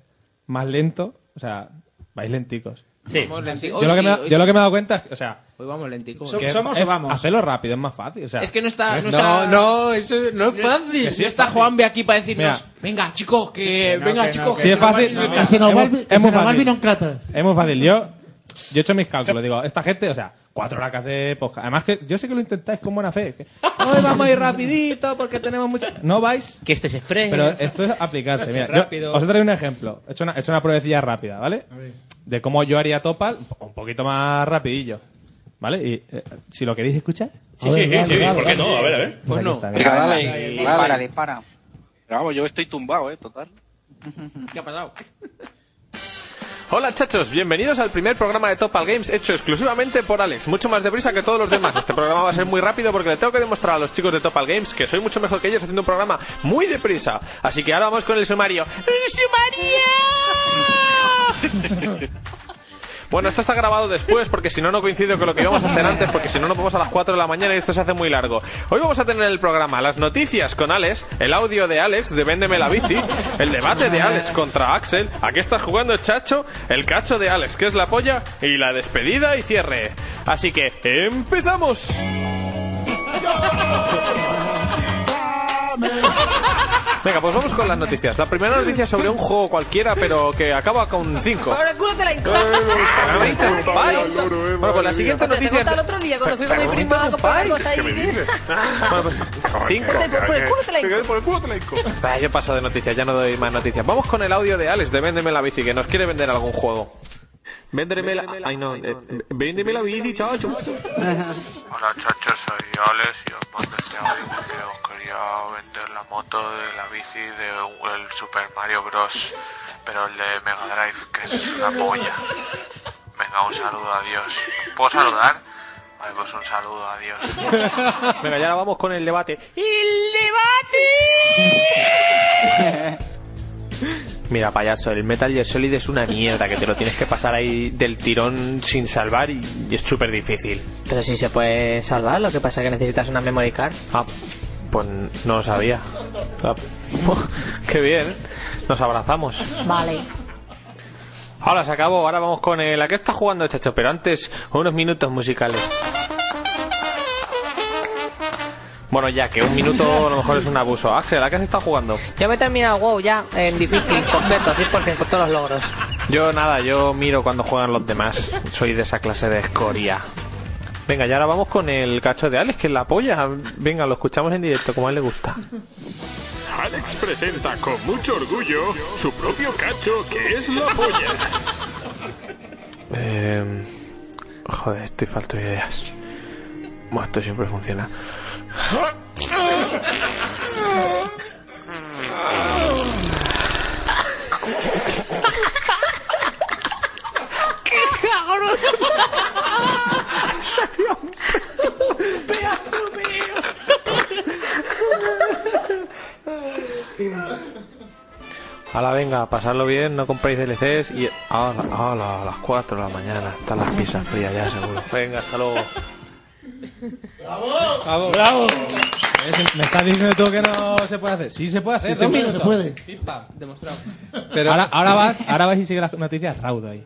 más lento. O sea, vais lenticos.
Sí.
Vamos lenticos.
Yo, lo,
Hoy
que me,
sí, hoy
yo lo
sí.
que me he dado cuenta es que, o sea,
Hoy Pues vamos lenticos.
que es- Hacerlo rápido es más fácil. O sea,
Es que no está. No,
¿eh?
está-
eso no es
fácil. Si está Juanbe aquí para decirnos,
Mira.
venga chicos, que, venga chicos, que
Si
se
es
nos va
fácil,
el-
es- es muy- es muy fácil.
catas.
Es muy fácil. Yo, yo he hecho mis cálculos. Digo, esta gente, o sea, cuatro horas que hace podcast. Además que yo sé que lo intentáis con buena fe. que, Hoy vamos a ir rapidito porque tenemos mucha... No vais...
Que este es express.
Pero esto es aplicarse. Mira, yo
Rápido.
os he traído un ejemplo. He hecho una, he hecho una pruebecilla rápida, ¿vale? De cómo yo haría Topal un poquito más rapidillo. ¿Vale? Y eh, si lo queréis escuchar.
Sí, sí, sí, sí, ¿por qué no? A ver, a ver.
Pues
Pues
aquí
no.
está, mira.
Venga, dale,
Dispara,
dale.
dispara.
Pero vamos, yo estoy tumbado, ¿eh? Total. (laughs)
¿Qué ha pasado?
Hola chachos, bienvenidos al primer programa de Topal Games hecho exclusivamente por Alex, mucho más deprisa que todos los demás. Este programa va a ser muy rápido porque le tengo que demostrar a los chicos de Topal Games que soy mucho mejor que ellos haciendo un programa muy deprisa. Así que ahora vamos con el sumario. Bueno, esto está grabado después porque si no, no coincido con lo que íbamos a hacer antes porque si no, nos vamos a las 4 de la mañana y esto se hace muy largo. Hoy vamos a tener en el programa las noticias con Alex, el audio de Alex de Véndeme la bici, el debate de Alex contra Axel, aquí está jugando Chacho, el cacho de Alex que es la polla y la despedida y cierre. Así que, ¡empezamos! Venga, pues vamos con las noticias. La primera noticia es sobre un juego cualquiera, pero que acaba con 5.
Ahora cúrate la
Bueno, pues la siguiente
Hostia, ¿Te
noticia.
gusta el otro día cuando fui con mi
Pero
prima a comprar una cosa ahí? (laughs)
Bueno, pues cinco.
Por- por el culo te la hinco.
Ah, yo paso de noticias, ya no doy más noticias. Vamos con el audio de Alex de Véndeme la bici, que nos quiere vender algún juego. Véndeme la. Ay, no. eh, Véndeme la bici, chacho.
Hola chachos, soy Alex y os mando este audio porque os quería vender la moto de la bici del Super Mario Bros. Pero el de Mega Drive, que es una polla. Venga, un saludo, adiós. ¿Puedo saludar? Vale, pues un saludo, adiós.
(laughs) Venga, ya ahora vamos con el debate. Mira, payaso, el Metal Gear Solid es una mierda que te lo tienes que pasar ahí del tirón sin salvar y, y es súper difícil.
Pero si se puede salvar, lo que pasa es que necesitas una memory card.
Ah, pues no lo sabía. Ah, (laughs) Qué bien, nos abrazamos.
Vale.
Ahora se acabó, ahora vamos con eh, la que está jugando chacho, pero antes unos minutos musicales. Bueno, ya que un minuto a lo mejor es un abuso. Axel, ¿a qué se está jugando?
Yo me he terminado WoW ya en difícil, completo, 100% con todos los logros.
Yo nada, yo miro cuando juegan los demás. Soy de esa clase de escoria. Venga, y ahora vamos con el cacho de Alex, que es la polla. Venga, lo escuchamos en directo, como a él le gusta.
Alex presenta con mucho orgullo su propio cacho que es la polla.
Em,
Eh, joder, estoy falto de ideas. Bueno, esto siempre funciona.
¡Qué cabrón! (laughs)
Hala, venga, pasadlo bien, no compréis DLCs y... Hala, hala, a las 4 de la mañana, están las pizzas frías ya, seguro. Venga, hasta luego.
¡Bravo! ¡Bravo! Eh, Me estás diciendo tú que no se puede hacer. Sí Eh, se puede hacer.
Sí, se
dos
puede,
minutos.
se puede.
Sí,
pa, demostrado.
Pero... Ahora, ahora, vas, ahora vas y sigue las noticias raudo ahí.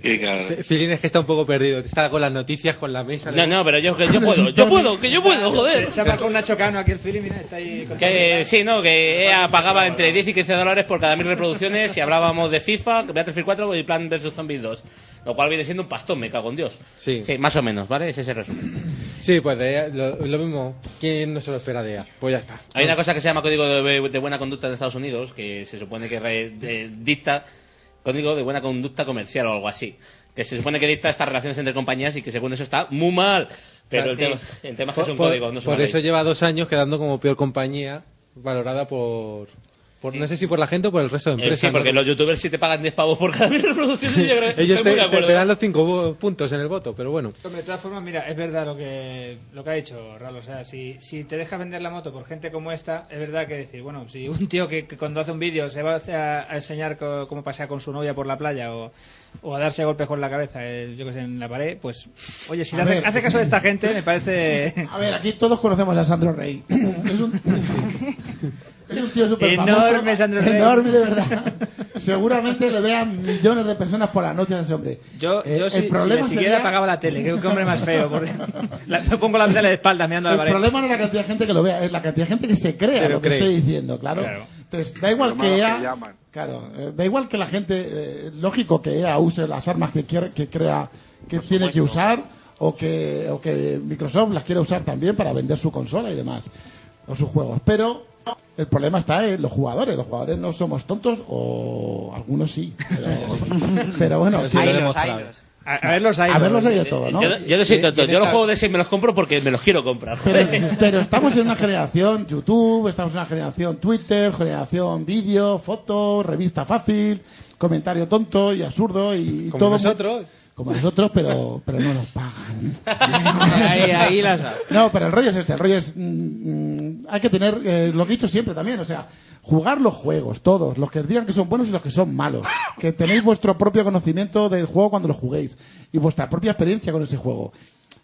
F- Filín es que está un poco perdido. Está con las noticias, con la mesa.
No, no, pero yo, que
(laughs)
yo puedo, yo puedo, que yo puedo, joder.
Se ha marcado un Nacho Cano aquí el Philly, mira, está ahí. con-
Que sí, no, que EA pagaba entre 10 y 15 dólares por cada mil reproducciones y hablábamos de FIFA, Battlefield 4 y Plan vs Zombies 2. Lo cual viene siendo un pastón, me cago en Dios.
Sí.
Sí, más o menos, ¿vale? Ese es el resumen.
Sí, pues de EA, lo, lo mismo. ¿Quién no se lo espera de EA? Pues ya está.
Hay una cosa que se llama Código de, de Buena Conducta en Estados Unidos, que se supone que re- de- dicta Código de Buena Conducta Comercial o algo así. Que se supone que dicta estas relaciones entre compañías y que según eso está muy mal. Pero el,
Claro,
tema, el tema es que
Por,
es un
por-
código, no es
por
una ley.
eso lleva dos años quedando como peor compañía, valorada por. por- no sé si por la gente o por el resto de
Eh,
empresas.
sí, porque
¿no?
los youtubers sí te pagan 10 pavos por cada mil reproducciones. Yo creo
Ellos
estoy muy
te,
de
te-
acuerdo.
te dan los cinco bo- puntos en el voto, pero bueno.
Hombre, de todas formas, mira, es verdad lo que, lo que ha dicho Ralo. O sea, si, si te dejas vender la moto por gente como esta, es verdad que decir, bueno, si un tío que, que cuando hace un vídeo se va a, hacer- a enseñar co- cómo pasea con su novia por la playa o, o a darse golpes con la cabeza, eh, yo que sé, en la pared, pues, oye, si
A
le hace,
ver.
hace caso de esta gente, me parece.
A ver, aquí todos conocemos a Sandro Rey. es, un, es un tío súper
Enorme Sandro Rey.
Enorme, de verdad. Seguramente le vean millones de personas por la noche a ese hombre.
Yo,
Eh,
yo si, si me siguiera
sería-
apagaba la tele, que hombre más feo. por (laughs) Dios. La- me pongo la tele de espaldas mirando a la
El
pared.
problema no es la cantidad de gente que lo vea, es la cantidad de gente que se crea
Se lo
lo, que
cree.
estoy diciendo, claro.
Claro.
Entonces, da igual
Lo
que
malo
EA,
que llaman.
claro, eh, da igual que la gente, eh, lógico que EA use las armas que quiere, que crea, que tiene que usar, o que, o que Microsoft las quiere usar también para vender su consola y demás, o sus juegos. Pero el problema está en los jugadores. Los jugadores no somos tontos, o algunos sí. Pero, pero bueno, que-
A,
Ah,
a ver los hay.
A ver los hay de todo, ¿no?
Yo, yo no soy tonto, yo los juegos de ese me los compro porque me los quiero comprar. (laughs)
Pero,
joder.
pero estamos en una generación YouTube, estamos en una generación Twitter, generación vídeo, foto, revista fácil, comentario tonto y absurdo y
Como
todo.
nosotros.
Como nosotros, pero, pero no nos pagan.
(laughs) Ahí, ahí las ha-
No, pero el rollo es este, el rollo es... mm, mm, hay que tener eh, lo que he dicho siempre también, o sea, jugar los juegos, todos, los que digan que son buenos y los que son malos, que tenéis vuestro propio conocimiento del juego cuando lo juguéis y vuestra propia experiencia con ese juego.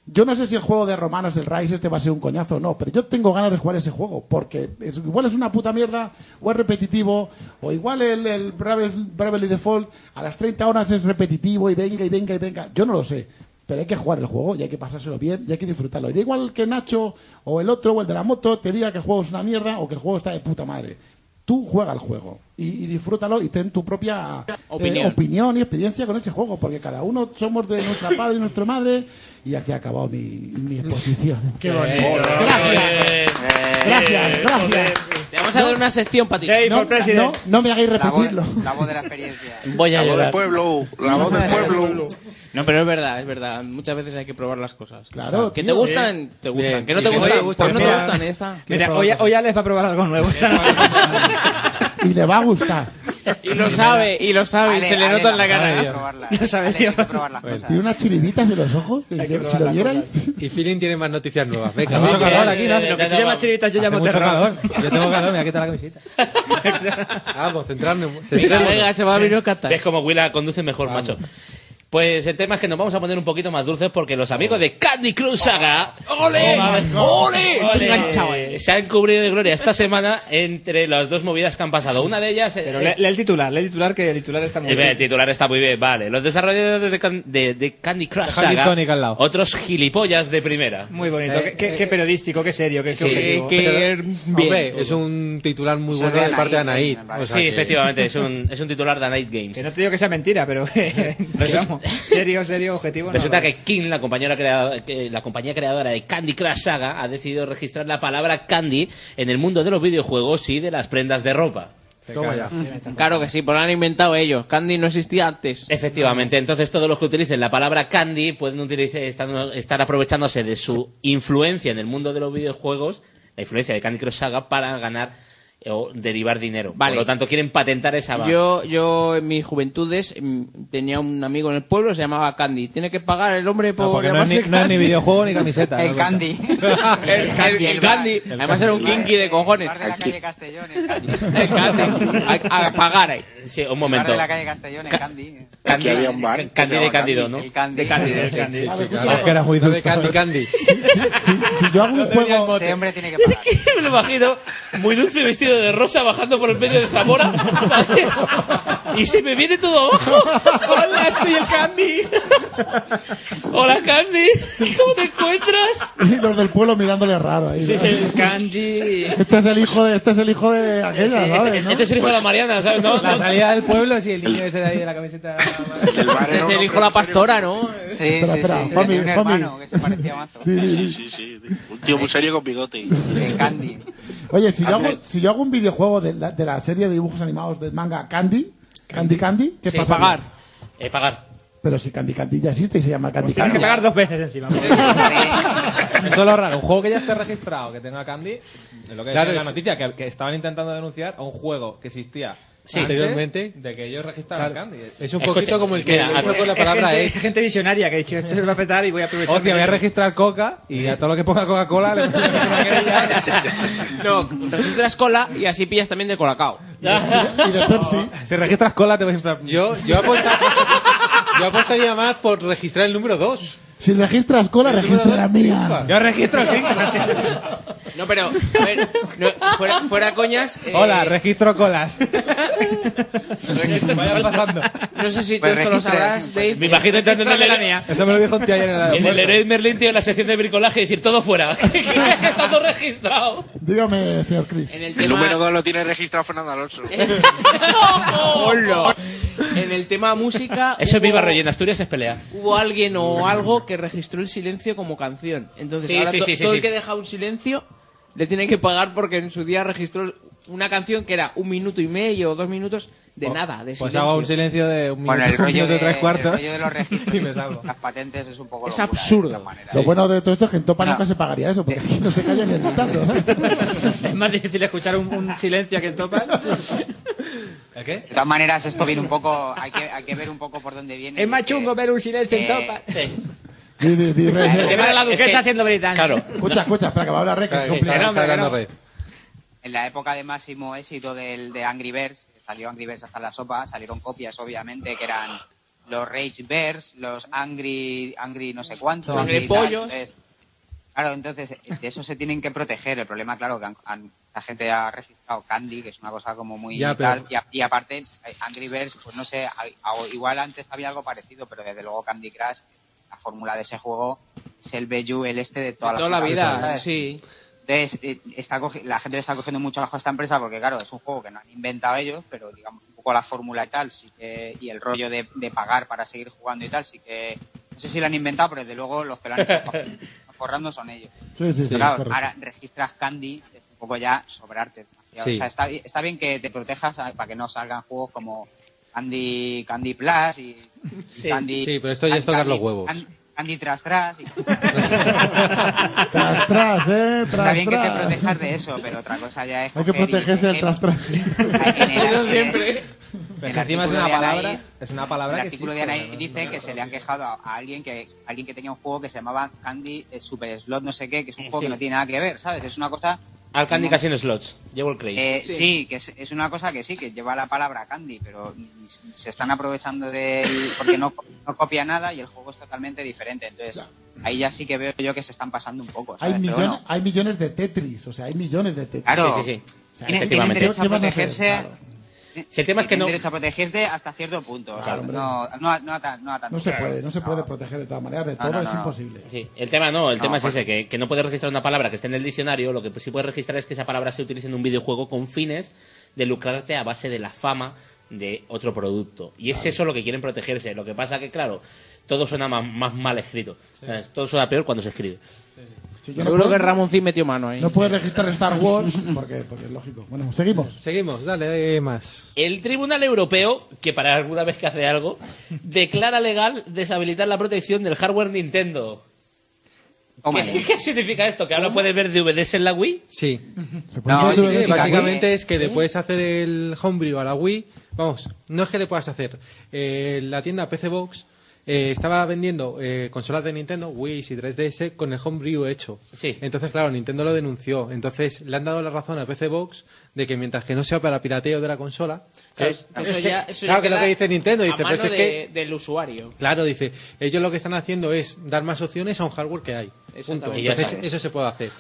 Yo no sé si el juego de romanos, el Rise, este va a ser un coñazo o no, pero yo tengo ganas de jugar ese juego, porque es- igual es una puta mierda, o es repetitivo, o igual el, el Brave- Bravely Default a las 30 horas es repetitivo y venga y venga y venga. Yo no lo sé, pero hay que jugar el juego y hay que pasárselo bien y hay que disfrutarlo. Y da igual que Nacho o el otro o el de la moto te diga que el juego es una mierda o que el juego está de puta madre. Tú juega el juego y, y disfrútalo y ten tu propia eh,
Opinión.
opinión y experiencia con ese juego, porque cada uno somos de
(laughs)
nuestra padre y nuestra madre. Y aquí ha acabado mi, mi
(laughs)
exposición.
Qué bonito.
Gracias. Gracias, gracias.
Te vamos a dar una sección para ti.
eh, No, no, no me hagáis repetirlo.
La voz de la experiencia.
Voy a
La voz
llorar.
del
pueblo, la
(laughs)
voz del pueblo.
No, pero es verdad, es verdad. Muchas veces hay que probar las cosas.
Claro,
Que te
tío.
gustan, te gustan.
Bien.
que no te
Oye,
gustan, pues no te
mira,
gustan. ya está.
Mira, hoy, hoy Alex va a probar algo nuevo esta noche.
(laughs) Y le va a gustar.
Y lo sabe, y lo sabe, y
Ale,
se le
Ale,
nota en la
la
cara.
cara, Dios.
Lo sabe, Dios.
Pues
Tiene unas chiribitas en los ojos. que yo- si lo vierais.
Y Filín tiene más noticias nuevas. Venga,
Hace
va.
mucho calor
aquí,
Eh,
¿no? Lo que tú llamas chiribitas, yo
Hace
llamo
mucho
terror.
calor. Ah, pues
Yo tengo calor, me voy a quitar la
(laughs)
camiseta.
Vamos, centrarnos.
un catar. Es como Willa conduce mejor, macho. Pues el tema es que nos vamos a poner un poquito más dulces porque los amigos de Candy Crush Saga Oh,
¡Ole! ¡Ole!
Ole.
Enganchado
se han cubrido de gloria esta semana entre las dos movidas que han pasado. Una de ellas... eh,
Pero lee, lee el titular, lee el titular que el titular está muy
Eh,
bien.
El titular está muy bien, vale. Los desarrolladores de, Can- de- de Candy Crush
Deja el gin
Saga,
tonic al lado.
otros gilipollas de primera.
Muy bonito.
eh,
qué, qué- qué periodístico, qué serio, qué, qué
Sí,
objetivo.
que-
Pero-
Hombre, es un titular muy bueno de parte de Anaid. o sea
sí,
que-
efectivamente, es un, es un titular de Night Games.
Que no te digo que sea mentira, pero (laughs) que vamos, serio, serio, objetivo. no,
Resulta
pues.
vale.
que King, la, compañera crea- que la compañía creadora de Candy Crush Saga, ha decidido registrar la palabra candy en el mundo de los videojuegos y de las prendas de ropa.
Toma ya. Claro que sí, pues lo han inventado ellos. Candy no existía antes.
Efectivamente, entonces todos los que utilicen la palabra candy pueden utilizar, estar, estar aprovechándose de su influencia en el mundo de los videojuegos, la influencia de Candy Crush Saga, para ganar eh, o derivar dinero.
Vale.
Por lo tanto, quieren patentar esa.
Yo, yo en mis juventudes mm, tenía un amigo en el pueblo, se llamaba Candy. Tiene que pagar el hombre por
porque no es
llamarse
ni- (laughs) no es ni
Candy.
videojuego ni camiseta, no
el,
cuenta.
candy. el, el Candy. El Candy.
El
Además era un
Candy.
kinky de cojones. Aquí. (laughs) El Candy. A, a pagar ahí.
Sí, un momento.
de la calle Castellón, en Candy.
Candy,
había un bar que
Candy
se
de
llamaba
Cándido,
Candy.
¿no?
El Candy.
De Cándido,
El
sí,
Candy.
sí,
Ah,
sí,
escucha,
claro.
no, que era muy
Lo de
dulce.
Candy, Candy.
Si yo hago un juego.
Ese hombre
(laughs)
tiene que pagar.
Me lo imagino muy dulce vestido de rosa bajando por el medio de Zamora, ¿sabes? Y se me viene todo abajo. Hola, soy el Candy. Hola, Candy. ¿Cómo te encuentras?
Y (laughs) los del pueblo mirándole raro ahí. ¿no?
Candy.
Este es el hijo de, este es el hijo de aquella, ¿sabes? no? Pues,
Este es el hijo de la Mariana, ¿sabes? No,
La
no.
salida del pueblo, si el niño ese de ahí de la camiseta.
Este es el hijo de la pastora, ¿no?
(laughs)
Sí,
Espera,
sí,
espera,
sí.
Juanmi,
Tenía un
Juanmi.
hermano que se parecía mazo.
Sí, sí,
sí, sí. Un tío muy serio con bigote.
El Candy.
Oye, si yo, hago, si yo hago un videojuego de la, de la serie de dibujos animados del manga Candy, Candy Candy, ¿qué
Sí,
pasa?
pagar. Eh, pagar.
Pero si Candy Candy ya existe y se llama Candy
tienes
Candy.
que pagar
dos veces encima.
(laughs)
Eso es lo raro. Un juego que ya esté registrado, que tenga Candy, es lo que
Claro,
decía en la
es-
noticia, que, que estaban intentando denunciar a un juego que existía
Sí.
antes
Anteriormente.
de que ellos registraran
Claro.
Candy.
Es un poquito Escucha, como el que mira, yo creo que la es palabra gente- es- gente
visionaria que ha dicho esto se va a petar y voy a aprovechar. Hostia, voy a registrar Coca y a todo lo que ponga Coca-Cola le
No, registras cola y así pillas también de colacao.
Y de Pepsi.
Si registras cola te vas a
Yo, yo, aposta- yo apostaría más por registrar el número 2.
Si registras cola, registra la mía.
Yo registro el
No, pero, a ver, no, fuera, fuera coñas. eh,
(laughs) Hola, registro colas.
Vaya pasando. No sé si tú esto lo sabrás,
(laughs)
Dave.
Pues Me imagino entrando en el,
Eso me lo dijo un tío ayer en el
en el
aeropuerto.
Leroy Merlin, tío, en la sección de bricolaje y decir todo fuera. Está todo registrado.
Dígame, señor Chris.
el,
número 2 lo tiene registrado Fernando Alonso.
Hola. En el tema
(laughs)
música.
Eso es
hubo-
viva Rey, en Asturias es pelea.
Hubo alguien o algo que registró el silencio como canción. Entonces,
Sí,
ahora
sí,
to-
sí, sí,
todo
sí.
el que deja un silencio le tiene que pagar porque en su día registró una canción que era un minuto y medio o dos minutos de nada, de
Pues
silencio.
hago un silencio de un
Bueno,
minuto,
el rollo
un minuto y
de-
tres cuartos.
El rollo de los registros
Y me salgo.
las patentes es un poco
Es
locura, de
absurdo.
todas maneras.
Lo bueno de todo esto es que en Topa nunca se pagaría eso, porque aquí no se calla ni el
(laughs)
tanto, ¿sabes?
Es más difícil escuchar un, un silencio que en
(laughs)
Topa.
De todas maneras, esto viene un poco. Hay que, hay que ver un poco por dónde viene.
Es más chungo ver un silencio en
Eh,
Topa.
Di, di, di, Rey, Rey.
¿Qué está haciendo Britán?
Escucha, escucha, espera, que va a hablar Rey. que cumple-
En la época de máximo éxito del, de Angry Birds, que salió Angry Birds hasta la sopa, salieron copias, obviamente, que eran los Rage Birds, los Angry, Angry no sé cuánto.
Angry
y tal.
Pollos.
Entonces, claro, entonces, de eso se tienen que proteger. El problema, claro, que han- han- la gente ha registrado Candy, que es una cosa como muy
Ya,
tal,
pero-
y, a- y aparte, eh, Angry Birds, pues no sé, hay- a- igual antes había algo parecido, pero desde luego Candy Crush, la fórmula de ese juego es el Bellu, el este de toda,
Toda la vida,
¿sabes?
sí.
Entonces, eh, está cogi- la gente le está cogiendo mucho bajo a esta empresa porque, claro, es un juego que no han inventado ellos, pero digamos un poco la fórmula y tal, sí que, y el rollo de, de pagar para seguir jugando y tal, sí que. No sé si lo han inventado, pero desde luego los que lo han hecho forrando son ellos.
Sí, sí, sí,
Pero claro,
correcto.
ahora registras Candy, es un poco ya sobrarte. demasiado.
Sí.
O sea, está, bi- está bien que te protejas a- para que no salgan juegos como Candy, Candy Plus y, y
Sí,
Candy.
sí, pero esto ya es tocar los huevos.
Candy, Candy Tras Tras y
(laughs) Tras, tras, eh,
Está
tras,
bien que te
tras.
protejas de eso, pero otra cosa ya es
Hay que
coger y-
protegerse del tras, tras.
en (laughs) el- en el-
Pero
el
que encima es
artículo
una
de Anaí-
palabra- es una palabra
el
que
artículo
existe,
de
¿no?
Anaí
Es
dice que se le han quejado a, a alguien que a alguien que tenía un juego que se llamaba Candy eh, Super Slot no sé qué, que es un juego
Sí.
que no tiene nada que ver, ¿sabes? Es una cosa
Al Candy Casino Slots. Llevo el crazy.
eh, sí. que es, es una cosa que sí, que lleva la palabra Candy, pero mm, s- se están aprovechando de porque no, co- no copia nada y el juego es totalmente diferente, entonces ahí ya sí que veo yo que se están pasando un poco, ¿sabes?
Hay,
Pero
millon-
bueno.
hay millones de Tetris, o sea, hay millones de Tetris.
Claro. Tienen-
Efectivamente.
Tienen derecho
¿Qué
a
vas a hacer?
protegerse.
Claro.
Si el tema es que
tienen
no-
derecho a protegerse hasta cierto punto. o sea,
Claro, hombre.
no, no, a- no a tan- no a tanto.
No se puede, no se puede proteger de todas maneras, de
No,
todo
no, no,
es
no.
imposible.
Sí, el tema no, el
No,
tema es
pues-
ese, que, que no puedes registrar una palabra que esté en el diccionario, lo que sí puedes registrar es que esa palabra se utilice en un videojuego con fines de lucrarte a base de la fama de otro producto. Y es eso lo que quieren protegerse. Lo que pasa que, claro, todo suena más, más mal escrito. ¿Sabes? Todo suena peor cuando se escribe.
yo no
Seguro
puedo-
que Ramoncín metió mano ahí.
No puedes registrar Star Wars porque, porque es lógico. Bueno, seguimos.
Seguimos,
Dale, eh, más.
El Tribunal Europeo, que para alguna vez que
(laughs)
hace algo, declara legal deshabilitar la protección del hardware Nintendo. ¿Qué, qué significa esto? ¿Que ahora puedes ver DVDs en la Wii?
Sí.
puede
No,
hacer
sí,
DVDs en la
básicamente
Wii.
es que le puedes hacer el homebrew a la Wii. Vamos, no es que le puedas hacer. Eh, la tienda PC Box eh, estaba vendiendo eh, consolas de Nintendo, Wii y 3DS, con el homebrew hecho. Entonces, claro, Nintendo lo denunció. Entonces, le han dado la razón a PC Box de que mientras que no sea para pirateo de la consola. (laughs)
Claro,
es-
eso
es
ya-
que-
eso ya
claro que es lo
queda
que dice Nintendo.
a
Dice, pero
mano
si es
de-
que
del usuario.
Claro, dice, ellos lo que están haciendo es dar más opciones a un hardware que hay. Punto.
Exactamente. Y ya
Entonces,
sabes.
eso se puede hacer.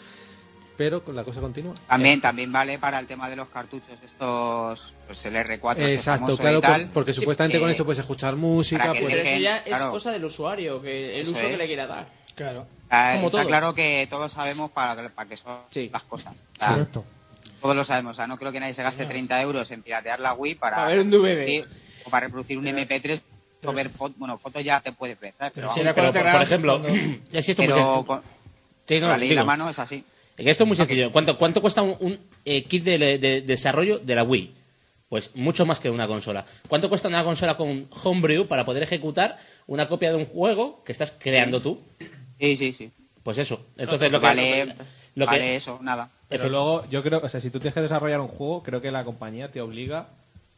Pero con la cosa continúa.
También, también vale para el tema de los cartuchos estos, pues el R4 este
Exacto,
famoso
claro,
y tal.
por- porque
Sí,
supuestamente con
eh,
eso puedes escuchar música.
para que
puedes-
Pero eso ya es
claro.
cosa del usuario, que el
Eso
uso que
es.
le quiera dar.
Claro.
ah,
como
está
todo.
claro que todos sabemos para, para qué son las cosas. O
ah,
sea, Todos lo sabemos. O sea, no creo que nadie se gaste 30 euros en piratear la Wii para,
Para ver un DVD.
sí, o para reproducir un MP3 o ver fotos. Bueno, fotos ya te puedes ver, ¿sabes?
Pero sí, pero por- por ejemplo, (clears throat) existe un
pero
porcentaje.
con,
Sí, no,
con la ley de la
digo.
mano es así.
Que Esto es muy sencillo. ¿Cuánto, cuánto cuesta un, un, eh, kit de, de desarrollo de la Wii? Pues mucho más que una consola. ¿Cuánto cuesta una consola con Homebrew para poder ejecutar una copia de un juego que estás creando tú?
Sí, sí, sí.
Pues eso. Entonces lo que...
vale,
lo que-
vale eso, nada.
Pero luego, yo creo, o sea, si tú tienes que desarrollar un juego, creo que la compañía te obliga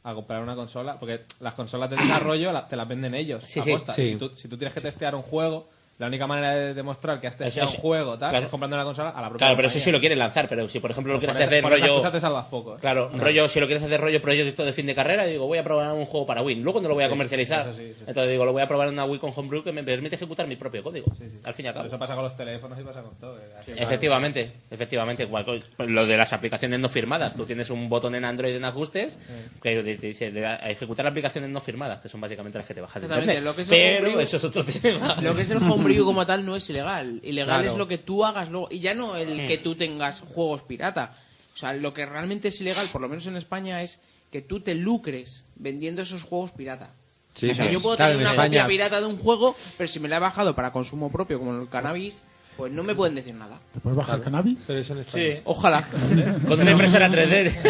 a comprar una consola, porque las consolas de desarrollo la- te las venden ellos.
Sí,
a
sí.
posta.
Sí.
Si, tú, si tú tienes que testear un juego, la única manera de demostrar que has testeado
Es- es-
un juego tal,
claro.
es comprando una consola a la propia
Claro, pero eso
compañía.
sí lo quieren lanzar, pero si por ejemplo lo
Por
quieres
esa-
hacer
por esas
rollo...
cosas te salvas poco. ¿eh?
Claro, rollo, si lo quieres hacer rollo proyecto de fin de carrera, digo, voy a probar un juego para Wii. Luego no lo voy a
Sí,
comercializar.
eso sí, sí.
Entonces digo, lo voy a probar en una Wii con Homebrew que me permite ejecutar mi propio código. Al fin y al cabo.
Pero eso pasa con los teléfonos y pasa con todo. ¿eh?
Claro. Efectivamente, efectivamente. igual que Lo de las aplicaciones no firmadas. Tú tienes un botón en Android en ajustes que te dice de a- ejecutar aplicaciones no firmadas, que son básicamente las que te bajas de
Exactamente,
internet.
lo que es el
Pero
homebrew-
eso es otro (laughs) tema.
Lo que es el
(laughs)
homebrew como tal no es ilegal. Ilegal
Claro.
es lo que tú hagas luego. Y ya no el
Mm.
que tú tengas juegos pirata. O sea, lo que realmente es ilegal, por lo menos en España, es que tú te lucres vendiendo esos juegos pirata.
Sí,
o sea,
sí.
yo puedo
Claro,
tener
en
una
España-
copia pirata de un juego, pero si me la he bajado para consumo propio, como el cannabis, pues no me pueden decir nada.
¿Te puedes bajar cannabis?
Sí, ojalá.
(laughs) Con una impresora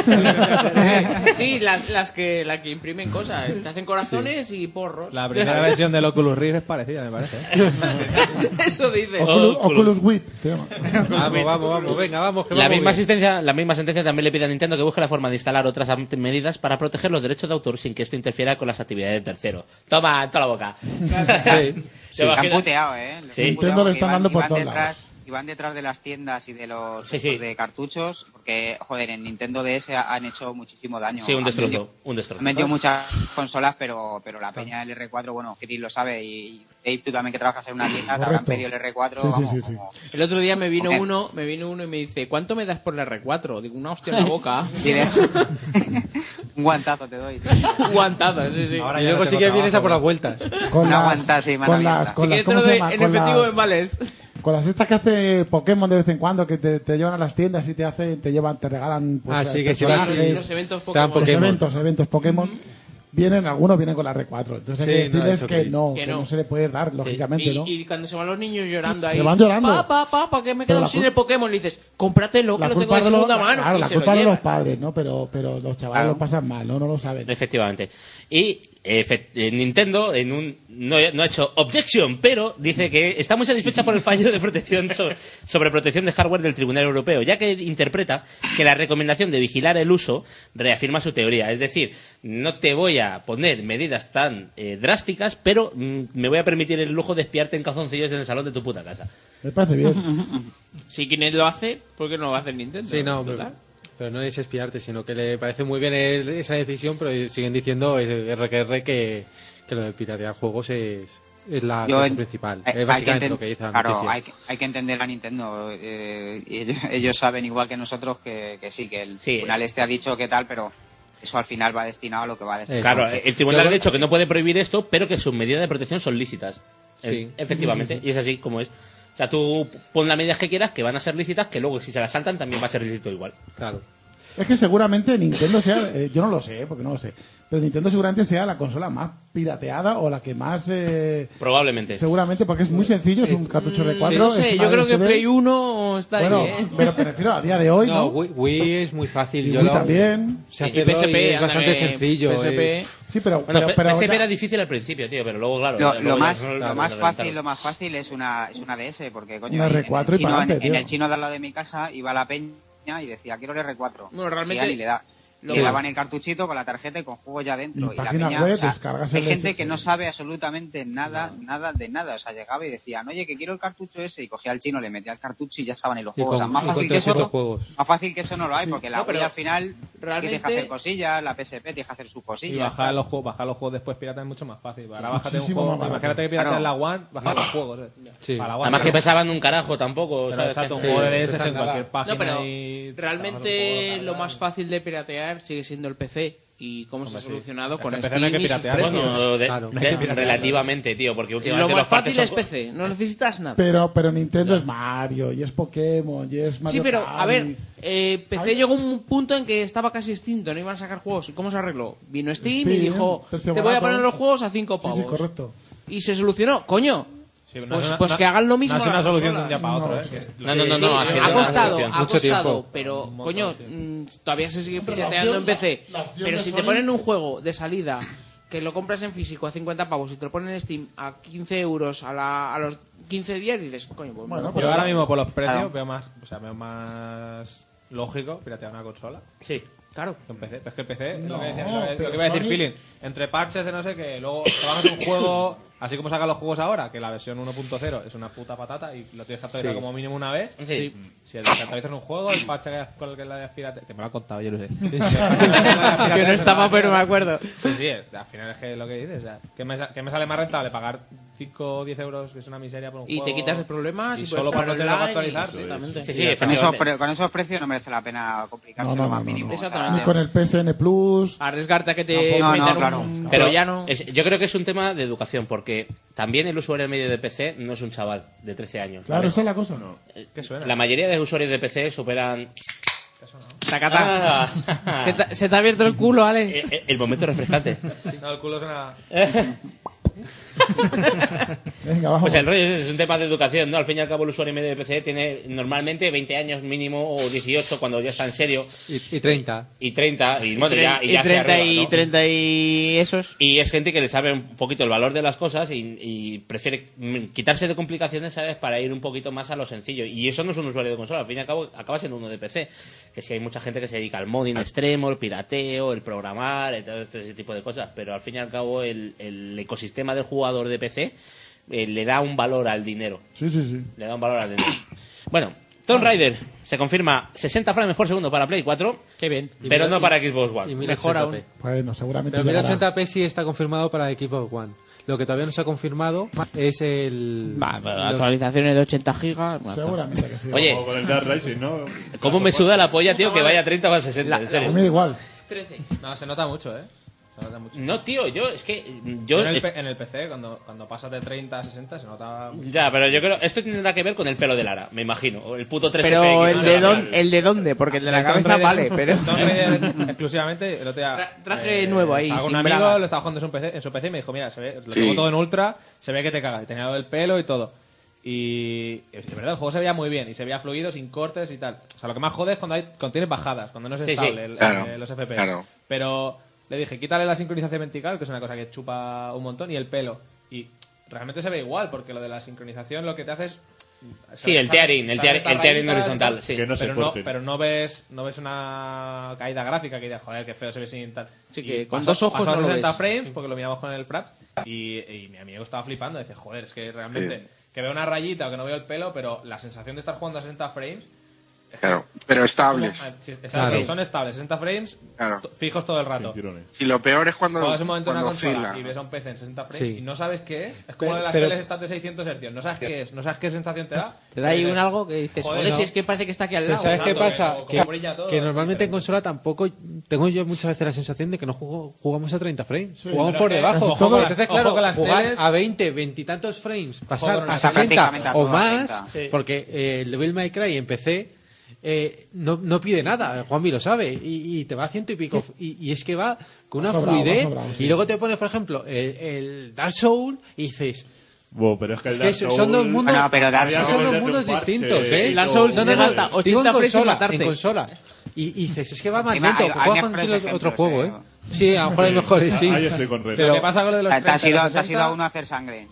3D.
(laughs) sí, las, las que, la que imprimen cosas. Te hacen corazones y
(laughs)
porros.
La
(laughs)
primera versión del Oculus Rift es parecida, me parece. ¿eh?
Eso dice.
Oculus, Oculus Wit se llama.
Vamos, vamos, vamos, venga, vamos. Que
La
vamos
misma,
bien.
asistencia- la misma sentencia también le pide a Nintendo que busque la forma de instalar otras am- medidas para proteger los derechos de autor sin que esto interfiera con las actividades de terceros. Toma, en toda la boca. (laughs)
Sí. Le han puteado, ¿eh?
Sí.
han
Nintendo
puteado
le
que
están
iban-
dando por
iban
todos
detrás, Iban detrás de las tiendas y de los
Sí, sí.
de cartuchos, porque, joder, en Nintendo DS ha- han hecho muchísimo daño.
Sí, un
Han
destrozo.
vendido-
Un destrozo.
Han vendido muchas consolas, pero, pero la peña del R4, bueno, Chris lo sabe, y Dave, tú también que trabajas en una tienda, te habrán
Correcto.
pedido el R4,
Sí, sí,
vamos,
sí, sí. El otro día me vino
Ok.
uno, me vino uno y me dice, ¿cuánto me das por la R4? Digo, una hostia en
(laughs)
la boca. (laughs)
un guantazo te doy.
un guantazo, sí, sí.
y luego sí que vienes a por las vueltas.
Con las- con las, con las- ¿cómo se llama? Con las- Con las estas que hace Pokémon de vez en cuando, que te, te llevan a las tiendas y te hacen, te llevan, te regalan pues,
Ah, sí, que sí,
personajes,
sí, los eventos Te dan Pokémon.
Los
Pokémon.
eventos, eventos Pokémon. Vienen, algunos vienen con la R4. Entonces
Sí,
hay que
no,
decirles
eso
que,
sí.
no,
Que
que,
no.
no se le puede dar, lógicamente,
y,
¿no?
y cuando se van los niños llorando ahí.
Se van llorando.
Papá, papá, que me he
Pero
quedado
la
sin
culpa-
el Pokémon. Le dices, cómpratelo, que
La
lo tengo
culpa
de
es de los,
segunda mano.
claro,
y
la
se lo
culpa es de
lleva.
los padres, ¿no? Pero, pero los chavales
Claro.
lo pasan mal, ¿no? No lo saben.
Efectivamente. Y efe- eh, Nintendo en un, no, no ha hecho objection, pero dice que está muy satisfecha por el fallo de protección so- sobre, protección de hardware del Tribunal Europeo, ya que interpreta que la recomendación de vigilar el uso reafirma su teoría. Es decir, no te voy a poner medidas tan eh, drásticas, pero mm, me voy a permitir el lujo de espiarte en calzoncillos en el salón de tu puta casa.
Me parece
(laughs)
bien.
Si Kinect lo hace, ¿por qué no lo va a hacer Nintendo?
Sí, no,
Total.
pero, pero no es espiarte, sino que le parece muy bien el- esa decisión, pero siguen diciendo eh, RQR que, que lo de piratear juegos es, es la
Yo
cosa
en-
principal.
hay- hay
es básicamente
que enten-
lo que dice la
claro,
noticia.
Hay, que- hay que entender a Nintendo. eh, y ellos, ellos saben, igual que nosotros, que, que sí, que el tribunal este ha dicho que tal, pero eso al final va destinado a lo que va destinado.
Claro, el tribunal ha
Luego-
dicho que no puede prohibir esto, pero que sus medidas de protección son lícitas.
Sí.
Eh, Efectivamente, y es así como es. O sea, tú pon las medidas que quieras, que van a ser lícitas, que luego si se las saltan también va a ser lícito igual.
Claro.
Es que seguramente Nintendo sea, eh, yo no lo sé, porque no lo sé, pero Nintendo seguramente sea la consola más pirateada o la que más... eh,
Probablemente.
seguramente, porque es muy sencillo, es un cartucho de
Mm,
4.
no sé, yo creo que Play
1
está
bueno,
ahí, ¿eh?
(laughs) pero me refiero a día de hoy, ¿no?
Wii, Wii es muy fácil.
Y
yo
Wii
lo-
también.
Se
Y
hace
PSP,
PSP, es
ándale,
bastante sencillo.
PSP.
eh.
Sí, pero...
Bueno,
Pero-
P-
pero
PSP
ya-
era difícil al principio, tío, pero luego, claro.
Lo,
ya
lo
luego ya-
más,
claro,
lo más fácil,
reventaron.
lo más fácil es una, es una DS, porque coño,
Una
en-
R4
en,
y
el chino,
pa'lante,
en- en
tío.
el chino de al lado de mi casa iba la peña y decía, quiero el R4.
Bueno, realmente-
Cogían Y le, da-
lo-
le daban el cartuchito con la tarjeta y con juego ya dentro.
Y
la
página
peña,
web,
o sea,
descargas
Hay
el
gente
SSD.
que no sabe absolutamente nada, nada de nada. O sea, llegaba y decían, oye, que quiero el cartucho ese. Y cogía el chino, le metía el cartucho y ya estaban en los
Y
juegos. O sea,
con-
más
y
fácil
con
que eso
300
no-
juegos.
más fácil que eso no lo hay, porque la
No, pero
Wii al final
realmente-
tienes que hacer cosillas, la PSP tienes que hacer sus
Y
cosillas.
bajar los juegos, bajar los juegos después pirata es mucho más fácil. Ahora
Sí,
bájate un
muchísimo
juego.
más barato.
Imagínate que piratas
Claro.
la One, bajar los juegos. ¿eh? Para la One,
Además que
pero-
pesaban un carajo tampoco.
Pero
¿sabes?
exacto, un
Sí,
juego de
no
DS en
pesan nada.
cualquier página.
No, pero
y-
realmente lo más fácil de piratear sigue siendo el PC. ¿Y cómo se ha solucionado
Es
con
que el
Steam
PC no hay que
y sus
piratear.
precios?
Bueno, de-
Claro,
de-
no hay que (laughs) piratear.
relativamente, tío, porque
Lo
últimamente
más
los parches
fácil es
son-
PC, no necesitas nada.
Pero, pero Nintendo es Mario, y es Pokémon, y es Mario
sí, pero
Kart,
a
y-
ver, eh, PC llegó un punto en que estaba casi extinto, no iban a sacar juegos. ¿Y cómo se arregló? Vino Steam, y
Steam,
dijo, te
precio
voy a
barato".
poner los juegos a 5
Sí,
pavos.
sí, correcto.
Y se solucionó, coño.
no
pues
es una-
pues
no-
que hagan lo mismo.
no es una
las
solución de
consolas.
un día para otro, No, ¿eh? sí. Que- No, no, no,
Sí, sí,
no, ha sido
ha
una
costado,
solución.
ha
Mucho
costado,
tiempo.
pero coño, mm, todavía se sigue
Hombre, la
pirateando en
opción-
PC.
la opción
Pero
de
si te
Sony-
ponen un juego de salida que lo compras en físico a 50 pavos y te lo ponen en Steam a 15 euros a, la- a los 15 días, dices, coño, pues me lo
yo
compro.
ahora mismo por los precios
Claro.
veo más, o sea, veo más lógico piratear una consola.
Sí,
claro. Un PC. Es que el PC, es lo
No,
que, decía- lo que- lo
pero
que iba a decir
Sony-
Feeling, entre parches de no sé qué, luego te bajas un juego, así como sacan los juegos ahora, que la versión 1.0 es una puta patata y lo tienes que actualizar
Sí.
como mínimo una vez.
Sí.
Si actualizas un juego, el parche que, con el que la hayas pirate- que me lo ha contado, yo lo sé.
Yo no estaba, pero me acuerdo.
Sí, sí, al final es que lo que dices, o sea, que me, sa- que me sale más rentable pagar 5 o 10 euros, que es una miseria por un
Y te
juego.
quitas de problemas y puedes
solo
jugar
para no tener que
online y-
actualizar.
Exactamente.
Sí, sí,
Sí, con, esos,
efectivamente.
pre- con esos precios no merece la pena complicarse
No, no,
lo más
no, no,
mínimo.
no.
O sea,
Ni con el PSN Plus.
Ah.
Arriesgarte a que
te No, no, metan claro. un
Pero
troyano.
es- yo creo que es un tema de educación, porque también el usuario medio de PC no es un chaval de 13 años.
Claro,
¿vale?
esa es la cosa.
¿Qué suena?
La mayoría de usuarios de PC superan.
Sacata.
Ah.
Se, te, se te ha abierto el culo, Alex.
Eh, eh, el momento refrescante.
No, el culo suena...
(laughs) Venga, vamos.
Pues el rollo es, es un tema de educación, ¿no? Al fin y al cabo, el usuario medio de PC tiene normalmente 20 años mínimo o 18 cuando ya está en serio.
Y 30.
Y 30, y bueno, ya, y
Y
ya hacia
30
arriba,
y
¿no?
30 y esos.
Y es gente que le sabe un poquito el valor de las cosas y, y prefiere mm, quitarse de complicaciones, ¿sabes? Para ir un poquito más a lo sencillo. Y eso no es un usuario de consola, al fin y al cabo acaba siendo uno de PC. Que si hay mucha gente que se dedica al
Ah.
modding extremo, el pirateo, el programar, el- todo este- ese tipo de cosas. Pero al fin y al cabo el, el ecosistema del jugador de PC eh, le da un valor al dinero.
Sí, sí, sí.
Le da un valor al
(coughs)
dinero. Bueno,
Ah.
Tomb Raider se confirma 60 frames por segundo para Play 4.
Qué bien.
Pero no para Xbox One.
Mejor aún.
Bueno, seguramente
Pero
llegará.
1080p sí está confirmado para Xbox One. Lo que todavía no se ha confirmado es el. los-
Actualizaciones de 80 gigas. bueno,
Seguramente que sí.
Oye.
Como con el Dark Rising, ¿no?
¿Cómo me suda la polla, tío, que vaya a 30 o a 60? En serio.
igual.
13.
No, se nota mucho, ¿eh? Se nota mucho.
No, tío, yo es que. mm, Yo,
en, el,
es-
pe- en el PC, cuando, cuando pasas de 30 a 60, se nota...
ya, pero yo creo. Está Esto tendrá que ver con el pelo de Lara, me imagino. O el puto 3
Pero el de, don- el de dónde, porque el de la cabeza vale, pero... (laughs)
exclusivamente, el otro día... eh,
traje nuevo ahí,
estaba con
sin
un amigo,
bragas.
lo estaba jugando en su PC, en su PC y me dijo, mira, se ve, lo
Sí.
tengo todo en ultra, se ve que te cagas. Y tenía lo del pelo y todo. Y es verdad, el juego se veía muy bien y se veía fluido, sin cortes y tal. O sea, lo que más jode es cuando, hay, cuando tienes bajadas, cuando no es
Sí, sí.
estable el-
Claro,
el- los FPS.
claro.
Pero le dije, quítale la sincronización vertical, que es una cosa que chupa un montón, y el pelo. Y realmente se ve igual, porque lo de la sincronización lo que te hace es...
Sí, el tearing, el tear-
esta
el tearing
rayita,
horizontal,
tal,
sí. Que no se
pero, no,
corte.
pero no ves no ves una caída gráfica que digas, joder, qué feo se ve sin tal.
Sí,
Y
que con
pasó-
dos ojos
pasó a
no lo
60
ves.
frames, porque lo miramos con el Fraps, y, y mi amigo estaba flipando. Dice, joder, es que realmente... Que veo una rayita o que no veo el pelo, pero la sensación de estar jugando a 60 frames
Claro, pero estables.
Ah, sí, exacto,
Claro.
Son estables, 60 frames
Claro.
to- fijos todo el rato.
Si lo peor es cuando,
Juegas un momento en una
cuando
consola
oscila.
y ves a un PC en 60 frames
Sí.
y no sabes qué es. Es
Pero-
como de las
pero-
teles estas de 600 hercios. No sabes qué es, no sabes qué sensación te da.
Te da ahí
Dices,
un algo que dices, joder,
no.
si es que parece que está aquí al
Pero
lado.
¿Sabes qué pasa?
como
Que,
brilla todo,
que normalmente en consola tampoco tengo yo muchas veces la sensación de que no jugo- jugamos a 30 frames,
Sí.
jugamos
Pero
por
es que-
debajo.
ojo con
Entonces,
las- ojo
claro,
con las
jugar
teles.
a 20, 20 y tantos frames,
Ojo
pasar
con
a
las-
60
prácticamente a
o
todas
más,
30. Sí.
porque eh, el Devil May Cry en PC
eh, no, no pide nada, Juanvi lo sabe, y, y te va a ciento y pico, y, y es que va con una
Va sobrado, va
fluidez,
sobrado, sí.
y luego te pones, por ejemplo, el, el Dark Soul, y dices...
Buah, pero es que el
es que
Dark
son-
Soul-
son dos mundos,
Ah, pero Dark
es que
Soul
son
es
dos
de
mundos
un parche,
distintos, ¿eh?
sí, Dark Soul
no,
se
no, no,
gasta
digo
80
en
frames y
consola,
matarte.
en consola. Y, y dices, es que va más
Encima,
lento,
hay- hay
juega
mejores
con otro
ejemplos,
juego,
eh,
¿eh? Sí, a lo mejor hay mejores, sí.
Ahí estoy con Red.
Pero-
Lo que pasa con lo de los
Te, te has
30,
ido,
los
te has
60.
ido a uno a hacer sangre.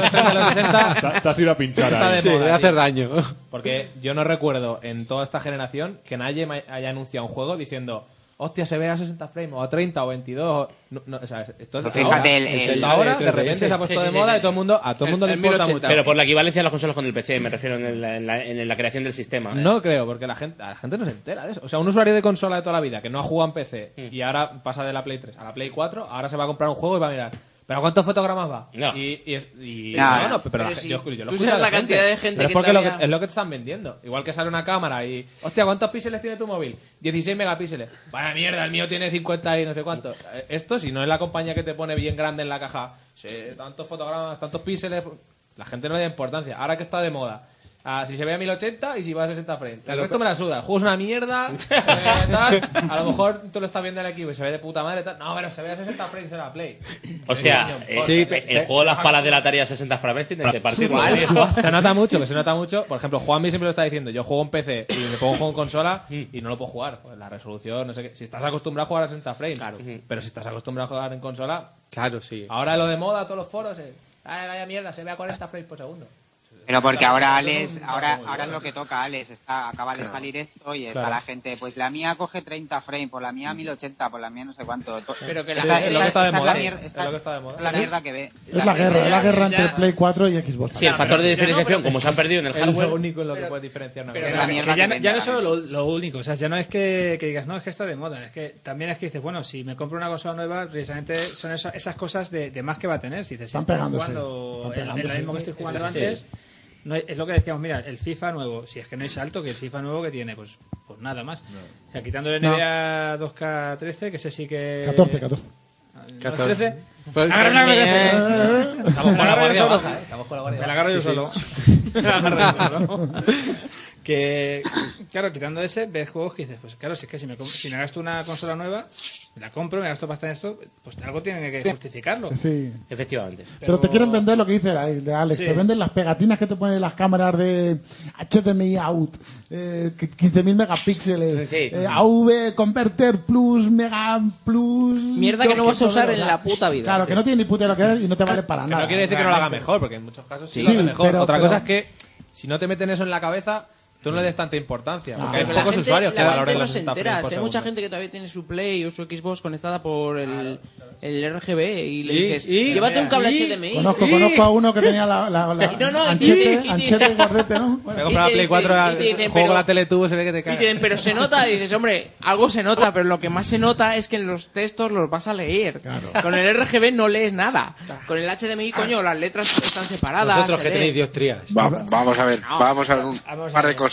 (laughs) Te- Te has ido a pinchar
Está
ahí.
de moda, tío.
daño.
Porque yo no recuerdo en toda esta generación que nadie me haya anunciado un juego diciendo, hostia, se ve a 60 frames, o a 30, o 22. No, no, o sea, esto es-
Pero fíjate,
ahora,
el-
esto
el-
es ahora,
el
de repente se ha puesto
sí,
de
sí,
moda
sí.
y todo el mundo, a todo el mundo le importa mucho.
Pero por la equivalencia de las consolas con el PC, me refiero en la, en la- en la creación del sistema. ¿eh?
No creo, porque la gente, a la gente no se entera de eso. O sea, un usuario de consola de toda la vida que no ha jugado en PC
Mm.
y ahora pasa de la Play 3 a la Play 4, ahora se va a comprar un juego y va a mirar. ¿Pero cuántos fotogramas va?
No.
Y, y es- y-
No,
no,
no,
no, pero, la
pero
gente-
sí.
yo, yo lo
Tú
escucho
sabes
a
la cantidad de gente
Pero es
que
porque lo
todavía-
es lo que te están vendiendo. Igual que sale una cámara y... Hostia, ¿cuántos píxeles tiene tu móvil? 16 megapíxeles. Vaya mierda, el mío tiene 50 y no sé cuánto. Eh, Esto, si no es la compañía que te pone bien grande en la caja, se- tantos fotogramas, tantos píxeles... La gente no le da importancia. Ahora que está de moda. Ah, si se ve a 1080 y si va a 60 frames. El
Claro,
resto me la suda. El juego es una (laughs) mierda. eh, tal. A lo mejor tú lo estás viendo en el equipo y se ve de puta madre. Tal. No, pero se ve a 60 frames en la Play.
Hostia,
Coño,
eh,
por-
el, juego Las Palas de la Tarea a 60 frames tiene que partirlo.
Igual.
viejo.
Se nota mucho, que se nota mucho. Por ejemplo, Juanmi siempre lo está diciendo. Yo juego en PC y me pongo un juego en consola y no lo puedo jugar. Pues la resolución, no sé qué. Si estás acostumbrado a jugar a 60 frames, pero si estás acostumbrado a jugar en consola,
Claro, sí.
ahora lo de moda, todos los foros eh. es. "Ay, vaya mierda, se ve a 40 frames por segundo.
Pero porque
Claro,
ahora
claro,
Alex,
no, no,
ahora,
no,
ahora es
no.
lo que toca Alex, está, acaba de salir esto y está
Claro.
la gente, pues la mía coge 30 frames, por la mía 1080, por la mía no sé cuánto. To-
Mm. Pero que la-
esta-
es lo
esta-
que está
esta
de
es
moda,
la mier-
sí,
esta
es lo que
es
está de moda.
La mierda que ve.
Es la guerra, es la guerra entre
Ya.
Play 4 y Xbox.
Sí, el factor de diferenciación, como se han perdido en el
Es
hardware.
lo único en lo que puedes diferenciar una
Pero
cosa.
que- que ya, no- ya no es solo lo, lo único, o sea, ya no es que, que digas, no, es que está de moda, es que también es que dices, bueno, si me compro una consola nueva, precisamente son esa- esas cosas de, de más que va a tener. Si dices, si
Están
estoy
pegándose,
jugando
están
en- en lo
pegándose.
mismo que estoy jugando
Sí, sí.
antes, no es, es lo que decíamos, mira, el FIFA nuevo, si es que no hay salto, que el FIFA nuevo que tiene, pues, pues nada más. O sea, quitando el
No.
NBA 2K13, que ese sí que...
14, 14.
¿No es 13?
Pues
Agárrame la
también.
cabeza.
Estamos con la
Me agarro yo
guardia
solo.
baja, ¿eh? Estamos con la guardia
Me la
baja.
agarro yo
Sí,
solo.
sí.
Me
(laughs)
la agarro yo solo. Que, claro, quitando ese, ves juegos que dices, pues claro, si es que si me, com- si me gasto una consola nueva, me la compro, me gasto pasta en esto, pues algo tiene que justificarlo.
Sí.
Efectivamente.
Pero, te quieren
(laughs)
vender lo que dice Alex,
Sí.
te venden las pegatinas que te ponen las cámaras de HDMI out, eh, 15.000 megapíxeles,
Sí.
eh, AV Converter Plus, Mega Plus...
Mierda que no vas a usar en la puta vida.
Claro,
Sí.
que no tiene ni puta idea lo que es y no te vale para
Que
nada.
no quiere decir que no lo haga
realmente.
mejor, porque en muchos casos sí,
Sí,
lo hace mejor.
pero-
Otra
pero-
cosa es que si no te meten eso en la cabeza, tú no le des tanta importancia. Porque hay
Pero la
pocos
gente,
usuarios que
la gente
valoren
no
los
se
60
entera.
frames por
Si hay mucha
segundo.
gente que todavía tiene su Play o su Xbox conectada por el, el RGB y le
Y-
dices,
y-
llévate un cable
y-
HDMI.
Conozco, conozco a uno que tenía la, la, la-
Y (laughs) no, no, y-
anchete,
y- y-
anchete y guardete, ¿no?
Me he comprado
Y
la
te
Play 4,
dicen- y te
juego
dicen,
con
pero-
la Teletubo, se ve que te
Y
cae.
dicen, pero se nota, y dices, hombre, algo se nota, pero lo que más se nota es que en los textos los vas a leer. Con el RGB no lees nada. Con el HDMI, coño, las letras están separadas. eh.
Vosotros
se
que
lee.
tenéis diostrías.
Va- vamos a ver, vamos a ver un
Vamos a
par de
ver.
cosas.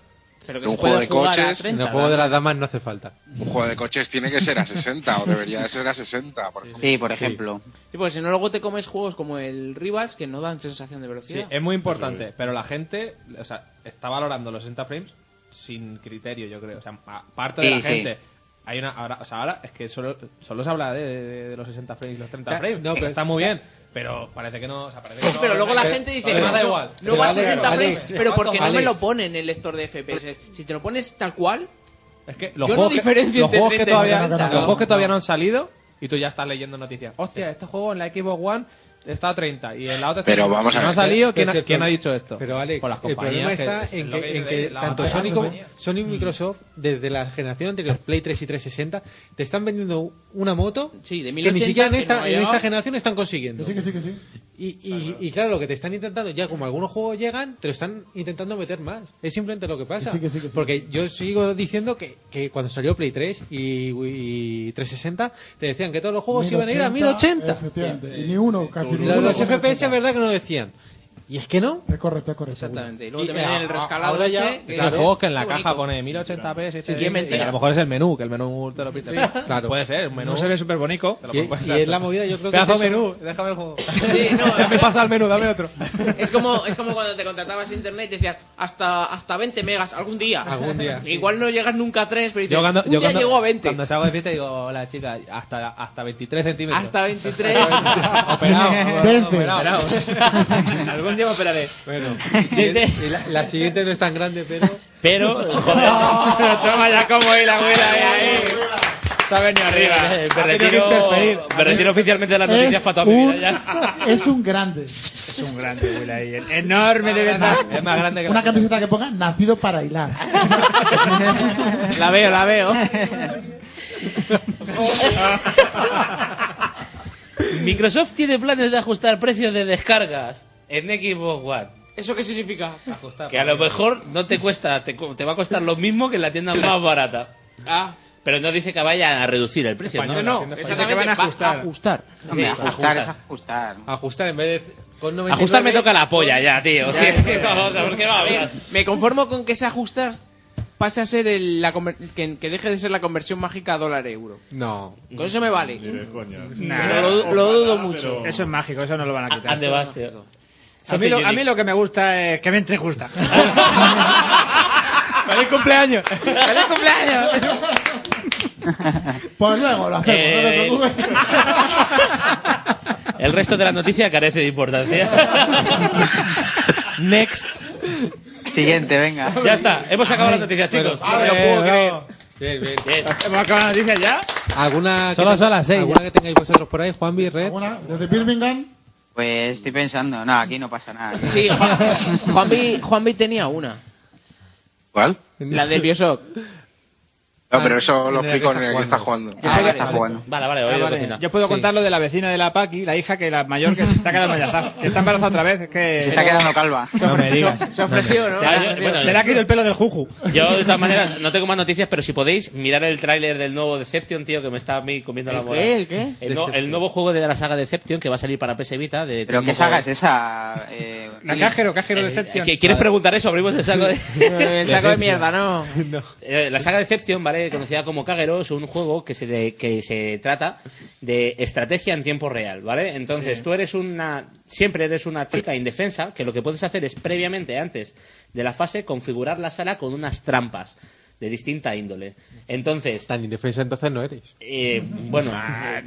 Pero
que un juego de coches,
en el juego de las damas no hace falta.
un juego de coches tiene que ser a 60 o debería de ser a 60. Por
Sí, por ejemplo.
Sí, porque pues, si no, luego te comes juegos como el Rivals que no dan sensación de
Sí,
velocidad.
es muy importante, pero la gente o sea, está valorando los 60 frames sin criterio, yo creo. O sea, pa- parte de
Sí,
la
sí.
gente. Hay una, ahora, o sea, ahora es que solo, solo se habla de, de- de los 60 frames y los 30
Ta-
frames.
no,
que
pero-
está
o
muy
sea-
bien, pero parece que no. o sea, parece que no-
Pues, Pero luego la
que-
gente dice,
lo demás da
no,
igual.
no va a 60
Alex,
frames,
Alex,
pero porque no me
Alex,
lo pone en el lector de FPS. Si te lo pones tal cual,
Pues Es que los
yo no
juegos, que,
diferencio
los
entre
juegos que
30 y
todavía,
60,
los juegos que
¿no?
todavía no han salido y tú ya estás leyendo noticias. Hostia, este juego en la Xbox One está a 30 y en la otra está
Pero
30.
vamos
Si
a
no
ver.
ha salido, ¿quién,
Pero si
ha,
el
quién
pro-
ha dicho esto?
Pero Alex,
Por las
el
compañías
problema está
que-
en
lo
que, en
dice
que
la
tanto
batalla
Sony
de
como
compañías. Mm.
Sony y Microsoft, desde la generación anterior, Play 3 y 360, te están vendiendo una moto
Sí, de
que ni
1080
siquiera en
que
esta,
no ha
en esta
llegado.
generación están consiguiendo.
Sí, que sí, que sí.
Y, y, y claro, lo que te están intentando, ya como algunos juegos llegan, te lo están intentando meter más. Es simplemente lo que pasa.
Que sí, que sí, que sí.
Porque yo sigo diciendo que, que cuando salió Play 3 y, Wii- y 360, te decían que todos los juegos iban a ir a 1080.
Efectivamente. Y ni uno, casi
Y
ni
Los,
uno.
FPS es verdad que no decían. Y es que no.
Es correcto, es correcto.
Exactamente. Y luego te
Y,
meten
eh,
el
a-
rescalado
ahora
ese,
ya-
que
Hay
es
juegos que en la
bonito.
caja pone 1080p, 720p,
Sí, sí, es mentira.
y a lo mejor es el menú, que el menú te lo pinta.
Sí,
claro. Puede ser, un menú.
No se ve súper bonito.
Te lo puedes
Y-
pasar.
y es la movida, yo creo que
Pedazo
es eso.
menú, déjame el juego.
Sí, no,
me pasa el menú, (laughs) dame
(laughs)
otro.
Es como, es como cuando te contratabas internet y decías hasta, hasta 20 megas algún día.
Algún día, sí.
Igual no llegas nunca a 3, pero dices,
Yo cuando,
un
yo
día
cuando-
llegó a 20.
cuando salgo de fiesta digo, hola chica, hasta, hasta 23 centímetros.
Hasta 23.
operado.
Desde.
Operado.
Algún día me operaré. Bueno,
Desde-
y la, la siguiente no es tan grande, pero.
(laughs)
Pero,
Toma ya como ahí la abuela, eh, ahí. Se ha venido
(laughs)
(laughs)
arriba. Me retiro, me retiro oficialmente de las noticias
Es
para toda mi vida
un-
ya.
(laughs) Es un grande.
Es un grande, Will ahí.
Enorme, de verdad.
Es más grande
Una camiseta que ponga nacido para hilar.
La veo,
(laughs)
la veo.
(laughs)
Microsoft tiene planes de ajustar precios de descargas en Xbox One.
¿Eso qué significa?
Que a lo mejor no te cuesta, te, cu- te va a costar lo mismo que en la (laughs) tienda más barata.
Ah,
Pero no dice que vaya a reducir el precio, ¿no?
Española, No, no, exactamente, que van a va a ajustar.
ajustar.
Hombre, ajustar es
ajustar.
Ajustar en vez de. Con 99,
Ajustar me toca la polla ya, tío. Sí, es que vamos a ver qué va a
A ver,
hablar.
me conformo con que ese ajustar pase a ser el- la conver- que, que deje de ser la conversión mágica dólar-euro.
No.
Con eso me vale.
Nah,
lo, lo dudo mucho.
Eso es mágico, eso no lo van a quitar.
ande vas, tío.
A mí, lo, a mí lo que me gusta es que me entre justa. ¡Feliz cumpleaños!
¡Feliz cumpleaños!
Pues luego lo hacemos, no te
Eh,
preocupes.
El resto de la noticia carece de
(laughs)
importancia. Next.
Siguiente, venga.
Ya está, hemos acabado la noticia, chicos.
Ah, me lo
Eh,
puedo creer.
Bien, bien.
¿Hemos acabado la noticia ya?
¿Alguna
Solo
que,
son las seis,
¿Alguna que
pues
tengáis vosotros por ahí, Juanvi, Red?
¿Desde Birmingham?
Pues estoy pensando, no, aquí no pasa nada.
Sí, Juan- Juanvi, Juanvi tenía una.
¿Cuál?
La del Bioshock.
No, pero eso
Ah,
lo
en el
explico
que
en el que está jugando.
Ah, vale, vale.
Vale, vale,
Ah,
oído,
vale.
cocina.
Yo puedo contar lo de la vecina de la Paqui, la hija que la mayor que se está quedando embarazada. Que está embarazada otra vez. Es que...
Se está quedando calva.
No me digas.
Se ofreció,
O
¿no?
sea, yo- bueno,
Se le ha caído el pelo del juju.
Yo, de todas maneras, no tengo más noticias, pero si podéis, mirar el tráiler del nuevo Deception, tío, que me está a mí comiendo la
¿El
bola.
qué? ¿El qué?
El, no- el
Deception.
nuevo juego de la saga Deception que va a salir para PS Vita. De
¿Pero qué
Tecmo
saga
Power.
es esa? Eh,
La Cajero, Cajero
Eh,
Deception.
¿qu- ¿Quieres preguntar eso? Abrimos el
(laughs)
saco de...
El saco Pues de mierda,
(laughs)
¿no?
Eh, la saga Deception, ¿vale? Conocida como Kagero, es un juego que se, de- que se trata de estrategia en tiempo real, ¿vale? Entonces,
Sí.
tú eres una. Siempre eres una chica indefensa, que lo que puedes hacer es, previamente, antes de la fase, configurar la sala con unas trampas de distinta índole. Entonces.
Tan indefensa entonces no eres.
eh, bueno.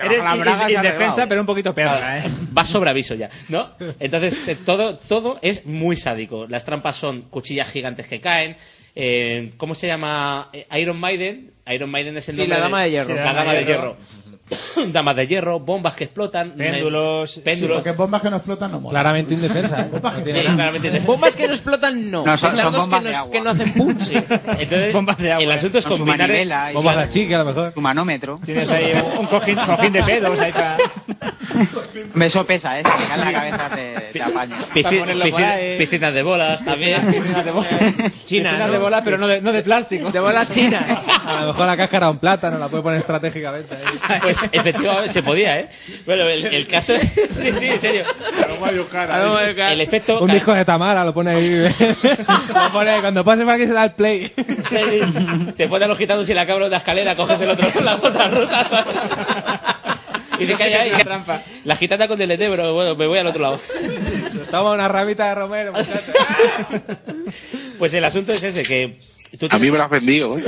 Eres in- in- indefensa, pero un poquito perra, ¿eh?
Vas sobre aviso ya, ¿no? Entonces, te- todo, todo es muy sádico. Las trampas son cuchillas gigantes que caen. eh, ¿Cómo se llama? Eh, Iron Maiden. Iron Maiden es el
Sí,
nombre
la dama de hierro.
sí, la dama de hierro. (coughs) Damas de hierro, bombas que explotan.
Péndulos.
me-
Sí,
Péndulos.
porque bombas que no explotan no molan.
Claramente indefensa.
Claramente te-
Bombas que no explotan, no.
No, son-
Petardos
son bombas
que, no,
de agua.
que no hacen punche.
Entonces, El
eh.
asunto es
Con su
combinar. el-
manivela y-
Bombas a la chica, a lo mejor.
Su manómetro.
Tienes ahí un, un cojín, cojín de pedos ahí para...
Me eso pesa, ¿eh? Si te cae en la cabeza te, te apaña.
pisci-
ponerlo por
pisci-
ahí.
piscinas de bolas también.
Piscinas de bolas. Piscinas
¿no?
de bolas, pero no de, no de plástico.
De bolas chinas.
A lo mejor la cáscara de un plátano la puede poner estratégicamente. ahí.
(laughs) Pues efectivamente se podía, ¿eh? Bueno, el, el caso. (laughs) Sí, sí, en serio. El efecto.
Un disco de Tamara lo pone ahí. (laughs) lo pone ahí. Cuando pase para que se da el play.
(laughs) Te ponen los gitanos y la cabra en la escalera, coges el otro (laughs) la otra ruta, ¿sabes? Y se
Yo sé
cae
que es
ahí.
una trampa.
La gitana con el pero bueno, me voy al otro lado.
Toma una ramita de romero, muchachos.
Pues el asunto es ese, que tú
A mí me lo has
(laughs)
vendido. ¿eh?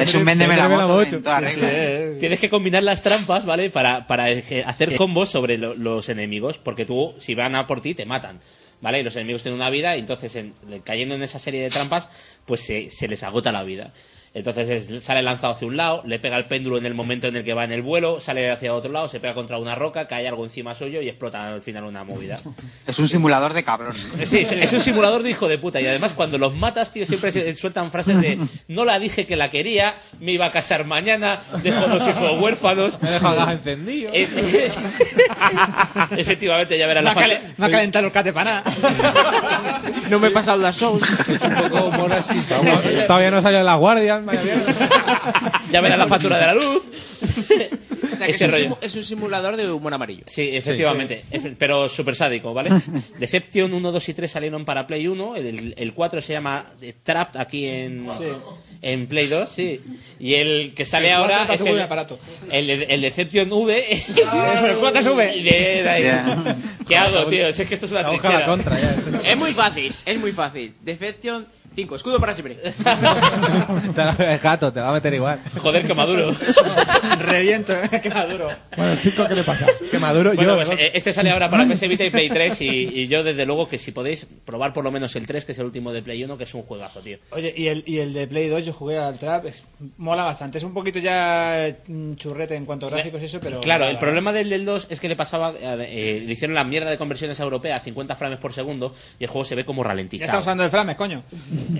Es un véndeme la moto en toda regla.
Tienes que combinar las trampas, ¿vale? Para, para eje- hacer combos sobre lo- los enemigos, porque tú, si van a por ti, te matan, ¿vale? Y los enemigos tienen una vida, y entonces, en- cayendo en esa serie de trampas, pues se, se les agota la vida. Entonces es- sale lanzado hacia un lado, le pega el péndulo en el momento en el que va en el vuelo, sale hacia otro lado, se pega contra una roca, cae algo encima suyo y explota al final una movida.
Es un simulador de cabrón.
Eh, Sí, es, es un simulador de hijo de puta. Y además, cuando los matas, tío, siempre se- sueltan frases de no la dije que la quería, me iba a casar mañana, dejo a los hijos huérfanos.
Me deja el gas encendido.
Es- es- (laughs) efectivamente, ya verás
Me
la
ha calen-
fase-
me ha calentado el cate para nada.
(laughs) No me he pasado la show.
Todavía no salió la guardia.
ya verás la factura de la luz.
sea,
ese
que es, un
rollo.
simu- es un simulador de humor amarillo.
Sí, efectivamente. Efe- Pero súper sádico, (laughs) ¿vale? Deception 1, 2 y 3 salieron para Play 1. El, el 4 se llama eh, Trapped aquí en,
Sí.
en Play 2, sí. Y el que sale
El cuatro
ahora es
tampoco
el,
es un aparato.
el, el Deception V. (laughs)
Ah,
¿Pero cuántas V? De- de ahí. (laughs) ¿Qué hago, tío? Si es que esto es una
Trabaja
trinchera. (laughs)
la contra, Es muy fácil, es muy fácil. Defection 5, escudo para siempre.
Te la- el gato, te la va a meter igual.
Joder, que (laughs) maduro.
Reviento, que maduro.
Bueno, el circo, ¿qué le pasa?
Que maduro
Bueno,
yo.
pues, eh, este sale ahora para PS Vita y Play 3 y, y yo desde luego que si podéis probar por lo menos el 3, que es el último de Play 1, que es un juegazo, tío.
Oye, y el, y el de Play 2 yo jugué al Trap, es- mola bastante. Es un poquito ya mm, churrete en cuanto a gráficos y eso, pero...
Claro,
mola,
el problema del, del 2 es que le pasaba, eh, le hicieron la mierda de conversiones europeas a 50 frames por segundo y el juego se ve
Ya
como
estamos
ralentizado. Eh,
hablando de frames, coño.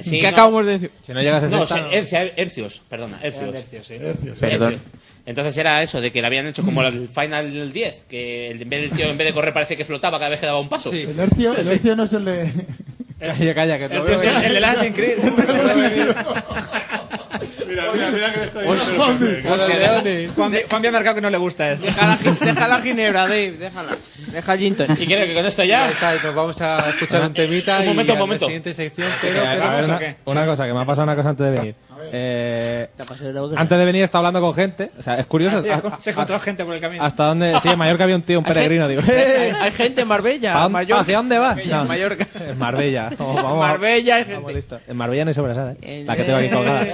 Sí,
¿Qué
no.
acabamos de decir? eh,
Si no llegas a
No,
60,
o sea, hercia- hercios, perdona, hercios.
Eran hercios, sí.
Hercios. Perdón.
Hercios. Entonces era eso, de que le habían hecho como el Final 10, que el- en vez del tío, en vez de correr, parece que flotaba cada vez que daba un paso.
El hercio, el
Sí.
hercio no es el de.
Calla, calla, que te lo
Hercios,
veo venir.
el del Assassin's Creed. (laughs) El del Assassin's Creed.
Mira, mira, mira que estoy.
Hostia, ¿de dónde? Juan, Juan me ha marcado que no le gusta esto.
Deja la ginebra, Dave, déjala. Deja el gin tonic.
Y creo que con esto
Ya está,
pues
y nos vamos a escuchar un temita
Un momento,
y
un
a
momento.
la siguiente sección.
Eh,
Pero,
a
pero
ver,
vamos a
una,
qué.
una cosa, que me ha pasado una cosa antes de venir. Eh, antes de venir estaba hablando con gente. O sea, es curioso.
Ah, sí,
a-
se- se encontró gente por el camino.
¿Hasta dónde? Sí, Eh, en Mallorca había un tío, un
Hay
peregrino. Digo, (laughs)
Hay, hay gente en
¿Pa
Marbella,
dónde-
Mallorca.
¿Hacia dónde vas?
Marbella,
No.
Mallorca.
En Marbella. (laughs) Oh, Vamos, vamos,
Marbella hay gente.
En Marbella no hay sobrasada. ¿eh? La que tengo aquí
(laughs)
colgada.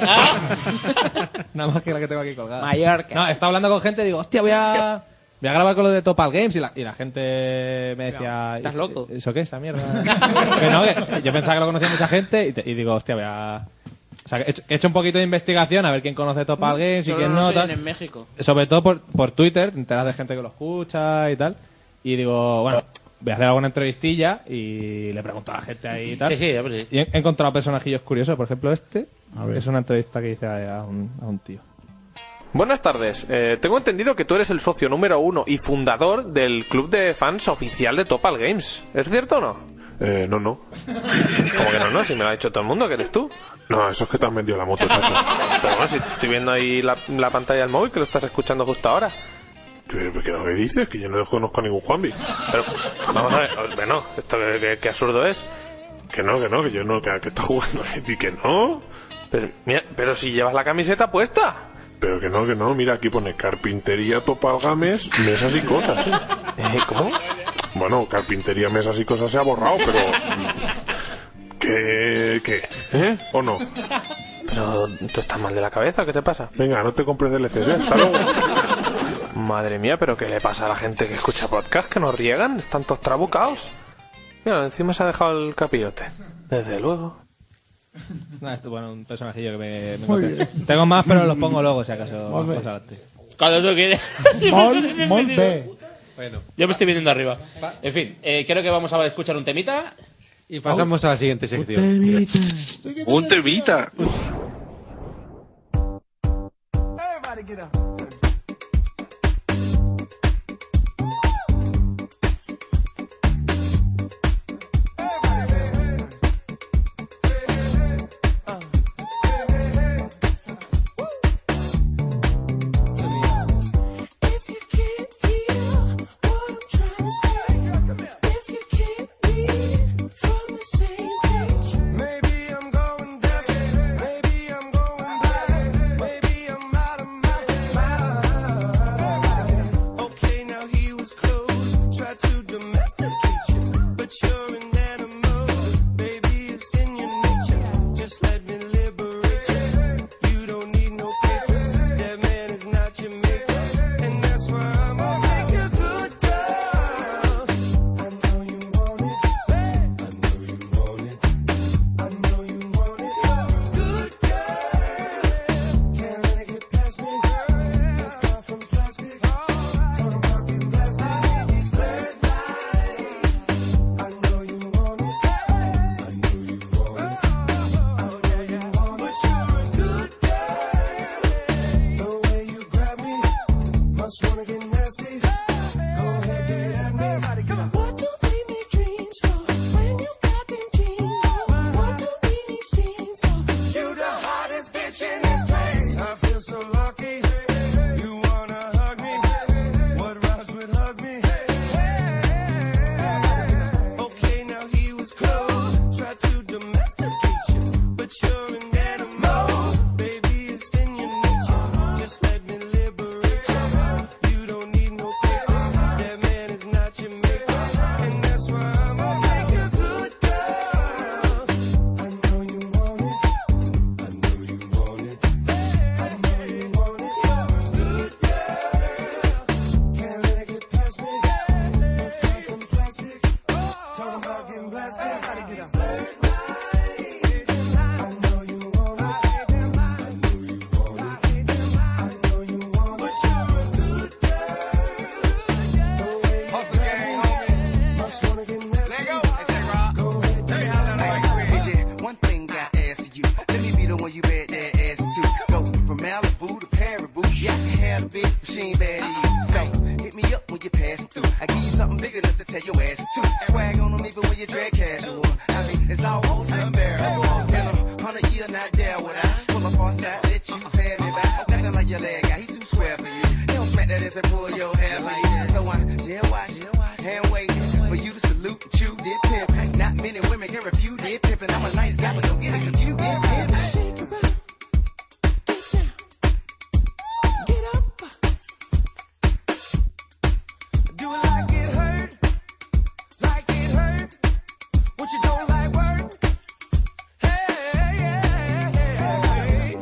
Nada más que la que tengo aquí colgada.
Ah. Mallorca.
No, estaba hablando con gente y digo, hostia, voy a... Voy a grabar con lo de Topal Games y la, y la gente me decía...
¿estás
"¿Eso-
loco?"
¿Eso qué?
(laughs)
¿Esta mierda? Que no, que yo pensaba que lo conocía mucha gente y, te- y digo, hostia, voy a... O sea, que he hecho, he hecho un poquito de investigación a ver quién conoce Topal Games y
Solo
quién
Mm. no
no.
se
tal.
ven en México.
Sobre todo por, por Twitter, te enteras de gente que lo escucha y tal. Y digo, bueno, voy a hacer alguna entrevistilla y le pregunto a la gente ahí y tal.
Sí, sí, ya, pues sí.
Y he he encontrado personajillos curiosos. Por ejemplo, este
A ver.
es una entrevista que hice a, a un, a un tío.
Buenas tardes. Eh, tengo entendido que tú eres el socio número uno y fundador del club de fans oficial de Topal Games. ¿Es cierto o no?
Eh, no, no.
Como que no, no, si me lo ha dicho todo el mundo, que eres tú.
No, eso es que te han vendido la
(laughs)
moto, chacho.
Pero bueno, si estoy viendo ahí la, la pantalla del móvil, que lo estás escuchando justo ahora.
¿Qué, qué, lo que dices? Que yo no conozco a ningún Juanvi.
Pero vamos a ver, o- que no, esto que, que- que absurdo es.
Que no, que no, que yo no, que, (laughs) que está jugando. Y que no.
Pero, mira, pero si llevas la camiseta puesta.
Pero que no, que no, mira, aquí pone carpintería, topalgames, mesas y cosas.
Eh, ¿Cómo?
Bueno, carpintería, mesas y cosas se ha borrado, pero... ¿Qué? ¿Qué? ¿Eh? ¿O no?
Pero tú estás mal de la cabeza, ¿qué te pasa?
Venga, no te compres DLCs, ¿eh? hasta luego.
(laughs) Madre mía, pero ¿qué le pasa a la gente que escucha podcast? Que nos riegan, están todos trabucados. Mira, encima se ha dejado el capirote. Desde luego.
No, Ah, esto, bueno, un personajillo que me, me
Muy
encontré. Tengo más, pero los pongo luego, si acaso.
Muy bien.
más adelante.
Cuando tú (laughs) quieras.
Mol-
Sí, me-
Mol
me-
B.
Bueno. Yo me estoy viniendo arriba. En fin, eh, creo que vamos a escuchar un temita.
Y
(laughs)
pasamos a la siguiente sección.
Un temita.
Maybe I'm going deaf, maybe I'm going blind, maybe I'm out of my mind.
Swag on 'em even when you dread casual. I mean, it's almost unbearable. In a hundred year, not there would I pull up on side, let you pay me back. Nothing like your leg guy, he too square for you. He don't smack that ass and pull your hair like that. So I dare watch, hand wait for you to salute and chew did pimp. Not many women can refute did pimp, and I'm a nice guy, but don't get it confused. Did pimp.
Do it like it hurt, like it hurt. What you don't like work. Hey, yeah, hey.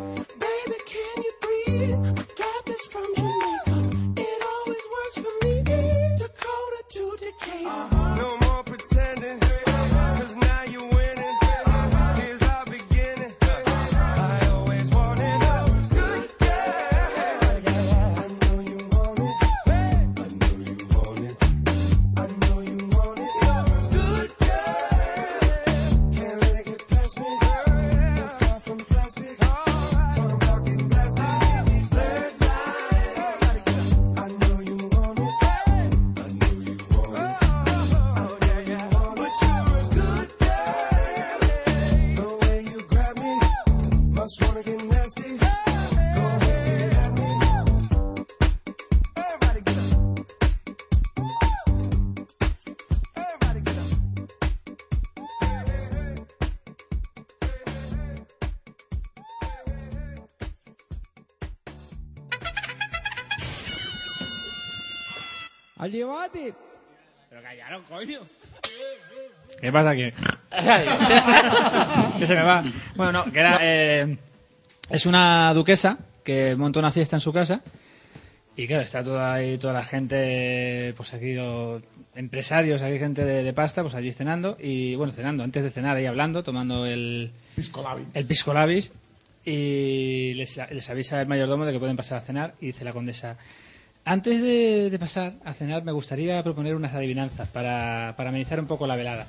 Baby, can you breathe? I got this from Jamaica. It always works for me. Dakota to Decatur. No more pretending, 'cause now you're winning. Here's our beginning. I always wanted a good girl. I know you want it.
¡Al llevate!
Pero callaron, coño.
¿Qué pasa aquí? que se me va. Bueno, no, que era. eh, es una duquesa que monta una fiesta en su casa. Y claro, está toda ahí, toda la gente, pues aquí, o empresarios, aquí gente de, de pasta, pues allí cenando. Y bueno, cenando, antes de cenar, ahí hablando, tomando el.
Piscolabis.
El pisco labis. Y les, les avisa el mayordomo de que pueden pasar a cenar. Y dice la condesa. Antes de, de pasar a cenar, me gustaría proponer unas adivinanzas para, para amenizar un poco la velada.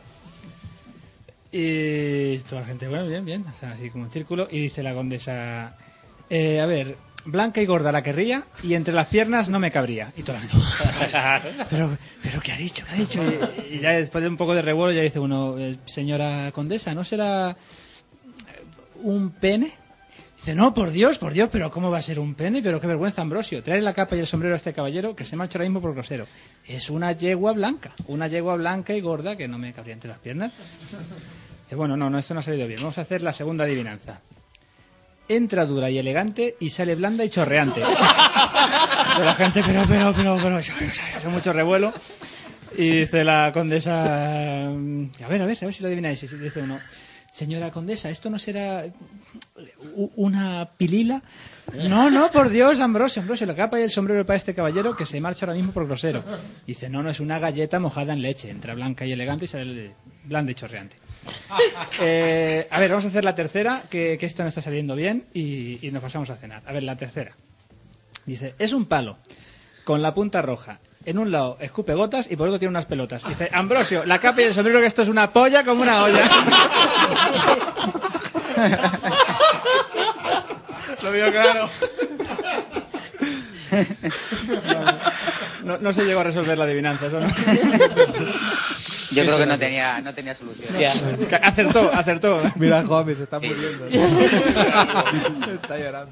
Y toda la gente, bueno, bien, bien, hacen así como un círculo. Y dice la condesa, eh, a ver, blanca y gorda la querría y entre las piernas no me cabría. Y toda la gente, (laughs) pero, pero ¿qué ha dicho? ¿Qué ha dicho? Y, y ya después de un poco de revuelo ya dice uno, eh, señora condesa, ¿no será eh, un pene? Dice, no, por Dios, por Dios, pero ¿cómo va a ser un pene? Pero qué vergüenza, Ambrosio. Trae la capa y el sombrero a este caballero que se marcha ahora mismo por grosero. Es una yegua blanca, una yegua blanca y gorda que no me cabría entre las piernas. Dice, bueno, no, no, esto no ha salido bien. Vamos a hacer la segunda adivinanza. Entra dura y elegante y sale blanda y chorreante. De la gente, pero, pero, pero, pero, eso, eso, eso, mucho revuelo. Y dice la condesa, mm, a ver, a ver, a ver si lo adivináis. Y dice uno, señora condesa, ¿esto no será u- una pilila? No, no, por Dios, Ambrosio, Ambrosio, la capa y el sombrero para este caballero que se marcha ahora mismo por grosero. Y dice, no, no, es una galleta mojada en leche. Entra blanca y elegante y sale blanda y chorreante. Eh, a ver, vamos a hacer la tercera, que, que esto no está saliendo bien, y, y nos pasamos a cenar. A ver, la tercera. Dice, es un palo, con la punta roja. En un lado escupe gotas y por otro tiene unas pelotas. Dice, Ambrosio, la capa y el sombrero que esto es una polla como una olla.
(laughs) Lo veo claro.
No, no se llegó a resolver la adivinanza, eso no.
Yo creo que no tenía, no tenía solución.
Ca- Acertó, acertó.
Mira, Juanmi, se está muriendo.
Está
llorando.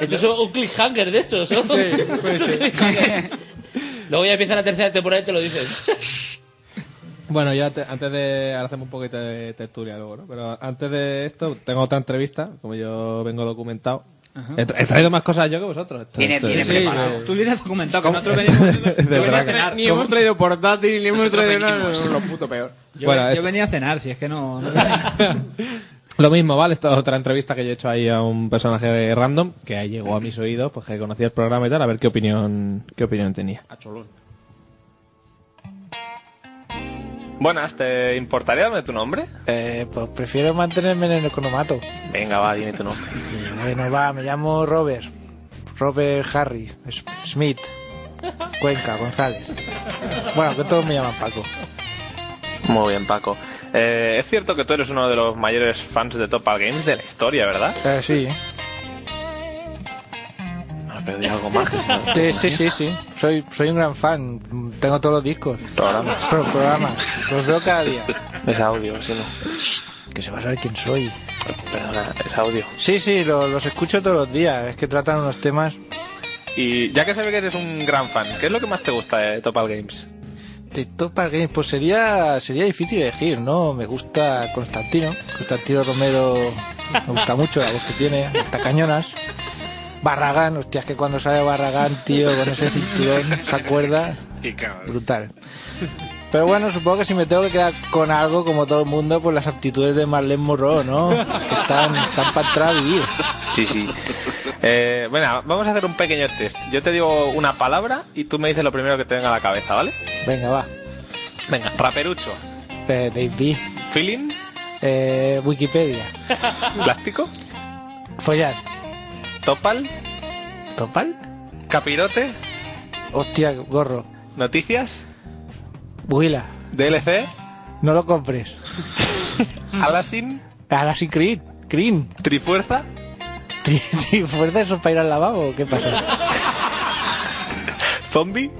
Esto es un cliffhanger de estos, ¿no? Es un cliffhanger. Luego ya empieza la tercera temporada y te lo dices.
Bueno, ya te- antes de. Ahora hacemos un poquito de tertulia luego, ¿no? Pero antes de esto, tengo otra entrevista, como yo vengo documentado.
Ajá.
He, tra- he traído más cosas yo que vosotros.
Viene-
Esto-
viene
esto-
preparado.
sí.
Tú vienes documentado, que
¿Cómo?
nosotros venimos-
(laughs)
De
Yo venía a
verdad.
cenar.
Ni hemos traído portátil, ni hemos
Nosotros
traído nada.
venimos.
(laughs)
Lo puto peor.
Yo,
Bueno,
yo
esto-
venía a cenar, si es que no. no-
Lo mismo, ¿vale? Esto es otra entrevista que yo he hecho ahí a un personaje random que ahí llegó a mis oídos, pues que conocía el programa y tal, a ver qué opinión, qué opinión tenía.
A Cholón.
Buenas, ¿te importaría darme tu nombre?
Eh, pues prefiero mantenerme en el economato.
Venga, va, dime tu nombre.
Bueno, va, me llamo Robert. Robert Harry. S- Smith. Cuenca, González. Bueno, que todos me llaman Paco.
Muy bien, Paco. Eh, es cierto que tú eres uno de los mayores
Eh,
fans de Topal Games de la historia, ¿verdad?
Eh, sí.
No pero di algo más.
Sí, sí, sí, sí. Soy, soy un gran fan. Tengo todos los discos.
Programas.
Pro- programas. Los veo cada día.
Es audio, sí, no.
Que se va a saber quién soy.
Perdona, es audio.
Sí, sí, lo- los escucho todos los días. Es que tratan unos temas.
Y ya que se ve que eres un gran fan, ¿qué es lo que más te gusta de Topal Games?
De Topal Games, pues sería, sería difícil elegir, ¿no? Me gusta Constantino. Constantino Romero me gusta mucho la voz que tiene, hasta cañonas. Barragán, hostias, que cuando sale Barragán, tío, con ese cinturón, se acuerda. Brutal. Pero bueno, supongo que si me tengo que quedar con algo, como todo el mundo, pues las aptitudes de Marlene Morro, ¿no? Que están, están para entrar a vivir.
Sí, sí. (laughs) Eh, bueno, vamos a hacer un pequeño test. Yo te digo una palabra y tú me dices lo primero que te venga a la cabeza, ¿vale?
Venga, va.
Venga. Raperucho.
(laughs) Eh, Dave B.
Feeling.
Eh, Wikipedia.
Plástico.
Follar.
Topal.
¿Topal?
Capirote.
Hostia, gorro.
Noticias.
Buila.
DLC.
No lo compres. Mm.
Alasin.
Assassin's Creed. Green.
Trifuerza.
Tri- Trifuerza eso para ir al lavabo. o ¿Qué pasa?
Zombie.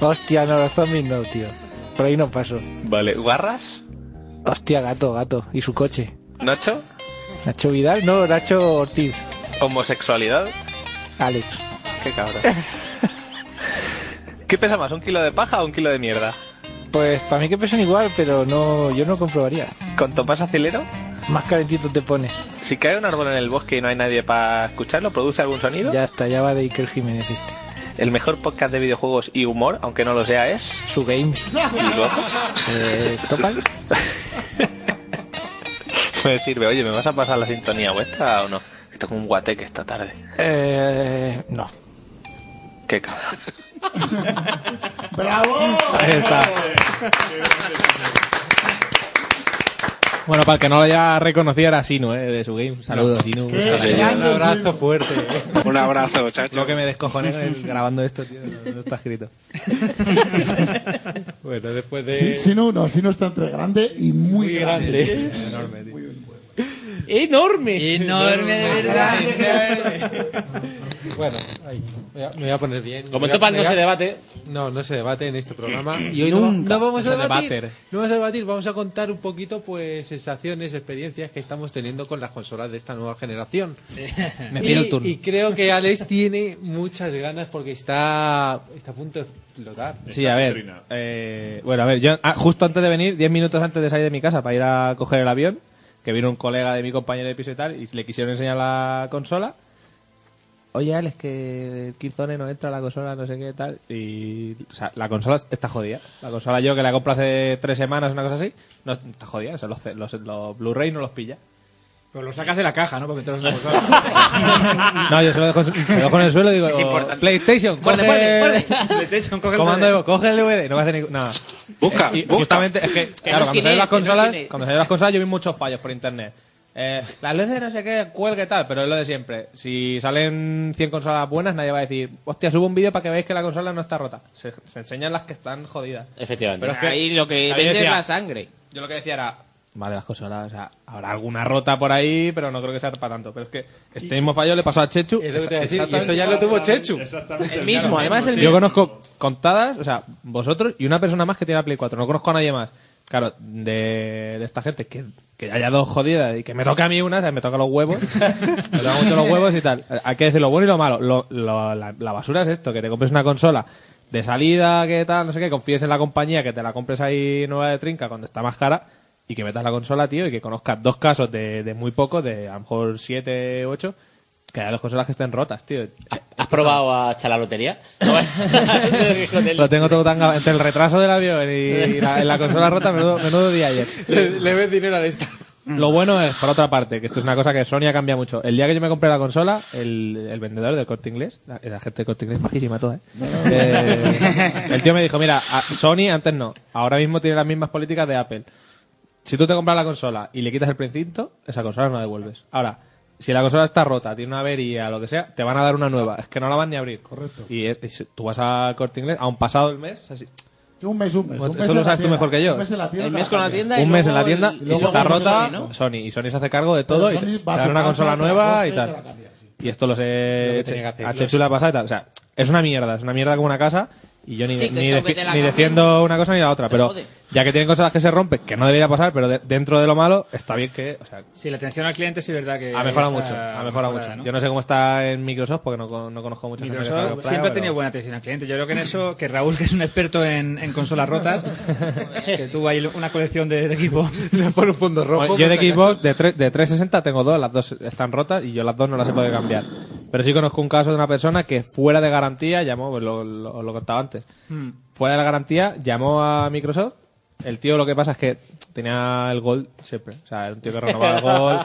Hostia, no, los zombies no, tío. Por ahí no paso.
Vale. Guarras.
Hostia, gato, gato. Y su coche.
Nacho.
Nacho Vidal, no, Nacho Ortiz.
Homosexualidad.
Alex.
Qué
(laughs)
cabrón. ¿Qué pesa más, un kilo de paja o un kilo de mierda?
Pues para mí que pesan igual, pero no, yo no comprobaría.
¿Cuanto más acelero?
Más calentito te pones.
Si cae un árbol en el bosque y no hay nadie para escucharlo, ¿produce algún sonido?
Ya está, ya va de Iker Jiménez este.
El mejor podcast de videojuegos y humor, aunque no lo sea, es... Su
Games.
Y luego...
Eh, ¿Topal?
(laughs) Me sirve, oye, ¿me vas a pasar la sintonía vuestra o no? Que tengo un guateque esta tarde.
Eh, no.
Qué cabrón.
¡Bravo!
Ahí está. Bueno, para el que no lo haya reconocido era Sinu, ¿eh? de su game. Un saludo, Sinu.
Qué grande,
Un abrazo
Sinu.
fuerte.
eh.
Un abrazo, chacho.
Lo que me descojoné
(laughs)
es grabando esto, tío. No, no está escrito.
Bueno, después de...
Sí, Sinu, no, Sinu está entre grande y muy, grande.
Enorme, tío.
Enorme.
Enorme,
(laughs)
de
verdad.
Bueno, ahí. Me voy a- me voy a poner bien.
Como
Me voy a-
en Topal
me
no
voy a-
se debate.
No, no se debate en este programa. Y hoy no,
Nunca
no vamos a
se
debatir.
debater.
No vamos a debatir, vamos a contar un poquito pues sensaciones, experiencias que estamos teniendo con las consolas de esta nueva generación.
(laughs) Me pido el turno.
Y creo que Alex tiene muchas ganas porque está, está a punto de explotar.
Sí, a ver. eh, bueno, a ver, yo ah, justo antes de venir, 10 minutos antes de salir de mi casa para ir a coger el avión, que vino un colega de mi compañero de piso y tal, y le quisieron enseñar la consola. Oye, Alex, que el Killzone no entra la consola, no sé qué tal. Y, o sea, la consola está jodida. La consola yo que la compro hace tres semanas, una cosa así, no está jodida. O sea, los, ce- los, los Blu-ray no los pilla.
Pues
Pero lo sacas de la caja, ¿no? Para meterlos en
(laughs)
la
Ah.
No, yo se lo dejo, en- se lo dejo en el suelo y digo, "Oh, PlayStation,
Guarda,
coge-
guarda, guarda. PlayStation, coge el
Comando
DVD.
de voz, coge el DVD, no va a hacer ningún. Nada. Busca,
busca.
Justamente, es que,
Que no
claro,
es
cuando salieron
Kinect, que
las
no es
consolas,
Kinect.
cuando salieron las consolas yo vi muchos fallos por internet. Eh, las luces no sé qué, cuelgue tal, pero es lo de siempre. Si salen 100 consolas buenas, nadie va a decir, hostia, subo un vídeo para que veáis que la consola no está rota. Se, se enseñan las que están jodidas.
Efectivamente.
Pero es que-
Ahí lo que
Ahí
vende es
decía-
la sangre.
Yo lo que decía era, Vale, las consolas, o sea, habrá alguna rota por ahí, pero no creo que sea para tanto. Pero es que este mismo fallo le pasó a Chechu.
Es lo que te iba a decir,
Exactamente.
y esto ya lo tuvo Chechu.
El el mismo, mismo, además el
Yo
mismo.
conozco contadas, o sea, vosotros y una persona más que tiene la Play 4. No conozco a nadie más. Claro, de, de esta gente que, que haya dos jodidas y que me toca a mí una, o sea, me toca los huevos. me toca mucho los huevos y tal. Hay que decir lo bueno y lo malo. Lo- lo- la, la basura es esto, que te compres una consola de salida, que tal, no sé qué, confíes en la compañía, que te la compres ahí nueva de trinca cuando está más cara y que metas la consola, tío, y que conozcas dos casos de, de muy poco, de a lo mejor siete, ocho, que haya dos consolas que estén rotas, tío.
¿Has probado a echar la
(laughs)
lotería? (laughs) Con el-
Lo tengo todo tan gab- entre el retraso del avión y la, en la consola rota, menudo, menudo día ayer.
Le, le ves dinero a esta.
Lo bueno es, por otra parte, que esto es una cosa que Sony ha cambiado mucho. El día que yo me compré la consola, el, el vendedor del corte inglés, la, la gente del corte inglés majísima toda, ¿eh? Eh, el tío me dijo, mira, a- Sony antes no, ahora mismo tiene las mismas políticas de Apple. Si tú te compras la consola y le quitas el precinto, esa consola no la devuelves. Ahora, si la consola está rota, tiene una avería, lo que sea, te van a dar una nueva. Es que no la van ni a abrir. Correcto. Y, es- y si tú vas al corte inglés, aún pasado el mes, o sea, si-
Un mes, un mes.
Pues
un
eso
mes
lo
en la
sabes tú
tienda.
mejor que yo.
Un mes en la tienda.
El mes con la tienda y
un mes en la
luego
tienda
el-
y si
luego
está
Sony,
rota,
¿no?
Sony. Y Sony se hace cargo de todo
Pero
y te,
Sony va a
te dan
tu
una
casa, te
consola
la
nueva
coge
y
y te
tal.
la
cambia,
sí. Y esto lo sé.
Lo que tenía que hacer.
a Chechu le ha pasado y tal. O sea, es una mierda, es una mierda como una casa. Y yo ni,
Sí, que
ni,
es que
defi-
aunque te la
ni
cambien,
defiendo una cosa ni la otra.
te
Pero
jode.
ya que tienen cosas que se rompen, que no debería pasar, pero de- dentro de lo malo, está bien que. O sea,
Sí, la atención al cliente sí es verdad que...
ha mejorado
está
mucho. Ha mejorado
mejorada,
mucho.
¿no?
Yo no sé cómo está en Microsoft porque no, con- no conozco mucha gente. que
Microsoft
se lo compra,
siempre ha
pero-
tenido buena atención al cliente. Yo creo que en eso, que Raúl, que es un experto en, en consolas rotas, que tuvo ahí una colección de, de (laughs) equipos.
por un fondo
Bueno, yo de Xbox, de, tre- de 360 tengo dos, las dos están rotas y yo las dos no las he podido cambiar. Pero sí conozco un caso de una persona que fuera de garantía llamó, pues lo, lo- os lo contaba antes, fuera de la garantía llamó a Microsoft. El tío lo que pasa es que tenía el gol siempre. O sea, era un tío que renovaba
(laughs)
el gol.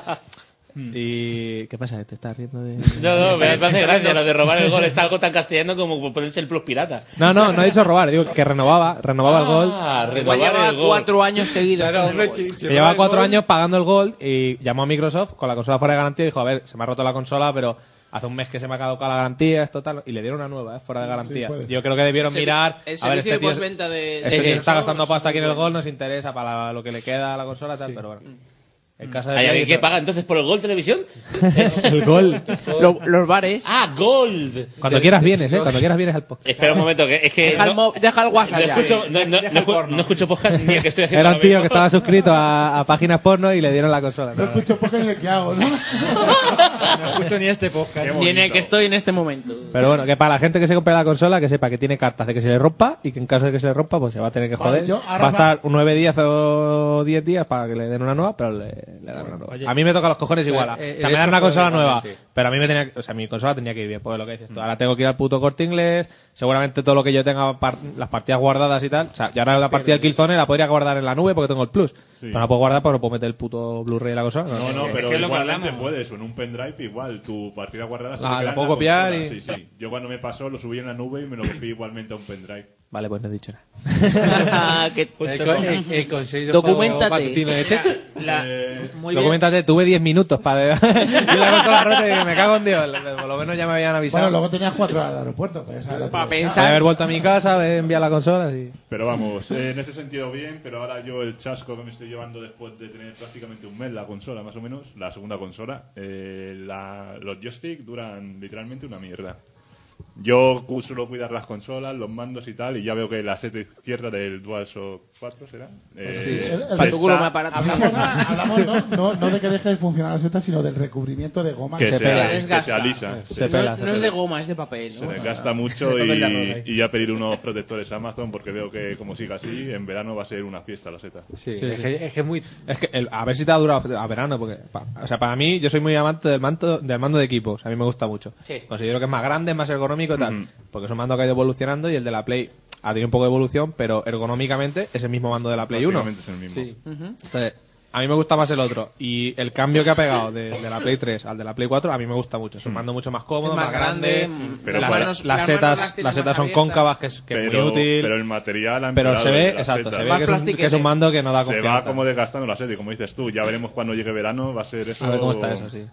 Y... ¿Qué pasa? ¿Te estás riendo de...?
No, no,
(laughs)
me, me hace gracia lo de robar el gol. Está algo tan castellano como ponerse el plus pirata.
No, no, no he dicho robar. Digo que renovaba, renovaba el gol.
Ah,
Igual llevaba
renovar el gol.
cuatro años seguidos. con el gol.
Que llevaba cuatro años pagando el Gold y llamó a Microsoft con la consola fuera de garantía y dijo, a ver, se me ha roto la consola, pero hace un mes que se me ha caducado la garantía, esto tal, y le dieron una nueva, ¿eh? fuera de garantía.
puede ser.
Yo creo que debieron
El servi-
mirar...
el
a ver,
servicio
este
de
tío-
postventa de-
este
Sí,
tío
sí.
está gastando pasta aquí en el Gold, nos interesa para lo que le queda a la consola, tal, pero bueno.
Mm.
El caso de
¿Hay alguien que
Microsoft-
paga entonces por el Gold Televisión?
(laughs) el Gold.
los bares.
Ah, Gold.
Cuando quieras vienes, ¿eh? Cuando quieras vienes al
(laughs)
podcast.
Espera un momento, que es que.
Deja el
no,
Deja el
no
WhatsApp ya.
escucho, no, no- no escu- no escucho podcast ni el que estoy haciendo.
Era un
ahora mismo.
tío que estaba suscrito a, a páginas porno y le dieron
(laughs)
la consola. No, no.
Escucho poco en el que hago, ¿no?
No escucho ni este podcast.
Ni en el que estoy en este momento.
Pero bueno, que para la gente que se compre la consola, que sepa que tiene cartas de que se le rompa y que en caso de que se le rompa, pues se va a tener que
Vale,
joder.
yo ahora
va a
me-
estar nueve días o diez días para que le den una nueva, pero le, le dan una nueva.
Oye.
a mí me toca los cojones
Pero,
igual.
eh,
o sea,
el
me dan
hecho
una
fue
consola nueva,
relevante.
pero a mí me tenía, o sea, mi consola tenía que ir bien, pues lo que dices
Mm.
tú. Ahora tengo que ir al puto corte inglés, seguramente todo lo que yo tenga, par- las partidas guardadas y tal. O sea, y ahora la partida del Killzone la podría guardar en la nube porque tengo el plus. Pero no puedo guardar porque no puedo meter el puto Blu-ray de la consola.
No, no, pero
que es lo que
igualmente
hablamos.
puedes, o en un pendrive igual, tu partida guardada se
Ah,
te queda
la
en
puedo copiar
consola,
y-
Sí, sí. Yo cuando me pasó lo subí en la nube y me lo copié igualmente a un pendrive.
(laughs) Vale, pues no he dicho nada.
Qué
El,
tonto.
co- el- el consejo
Documéntate.
matutino de Chechu.
Muy bien.
Documentate, tuve 10 minutos para.
(laughs)
y la consola rota y dije, me cago en Dios. Por lo menos ya me habían avisado.
Bueno, luego tenías cuatro horas al aeropuerto. Pues, ahora-
Podría haber vuelto a mi casa, haber enviado la consola. y-
Pero vamos, eh, en ese sentido bien, pero ahora yo el chasco que me estoy llevando después de tener prácticamente un mes la consola, más o menos, la segunda consola, eh, la- los joystick duran literalmente una mierda. Yo cu- suelo cuidar las consolas, los mandos y tal, y ya veo que la seta izquierda del DualShock 4 será. Eh,
Pues Sí, el- el-
se
Para tu culo
está-
más barato. Hablamos- hablamos, ¿no? No, no de que deje de funcionar la seta, sino del recubrimiento de goma
Que
que
se
pela.
hace.
Desgasta.
se alisa. Se
No-
pela.
No, es de goma, es de papel.
Se
¿no?
me gasta
(laughs)
mucho
Papel de arroz,
y,
eh.
ahí.
y ya pedir unos protectores a Amazon porque veo que como siga así, en verano va a ser una fiesta la seta.
Sí, sí. Es que el- a ver si te ha durado a verano. porque pa- O sea, para mí, yo soy muy amante del, manto, del mando de equipo. O sea, a mí me gusta mucho.
Sí.
Considero que es más grande, es más ergonómico y tal. Porque es un mando que ha ido evolucionando y el de la Play ha tenido un poco de evolución, pero ergonómicamente es el mismo mando de la Play 1.
Prácticamente es el mismo.
Entonces, a mí me gusta más el otro. Y el cambio que ha pegado de, de la Play 3 al de la Play 4, a mí me gusta mucho. Es
Mm.
un mando mucho más cómodo,
Es
más,
más grande,
grande.
mm,
Pero
Pero
las,
bueno,
las
las manos las
setas,
tiene
las setas
más
son
abiertas.
cóncavas, que es, que es muy útil.
pero el material ha
Pero
empeorado
se ve,
desde la
exacto,
seta. ¿eh?
se ve que es, un, que es un mando que no da
Se
confianza.
va como desgastando la seta y como dices tú, ya veremos cuando llegue verano, va a ser eso.
A ver cómo está eso, sí.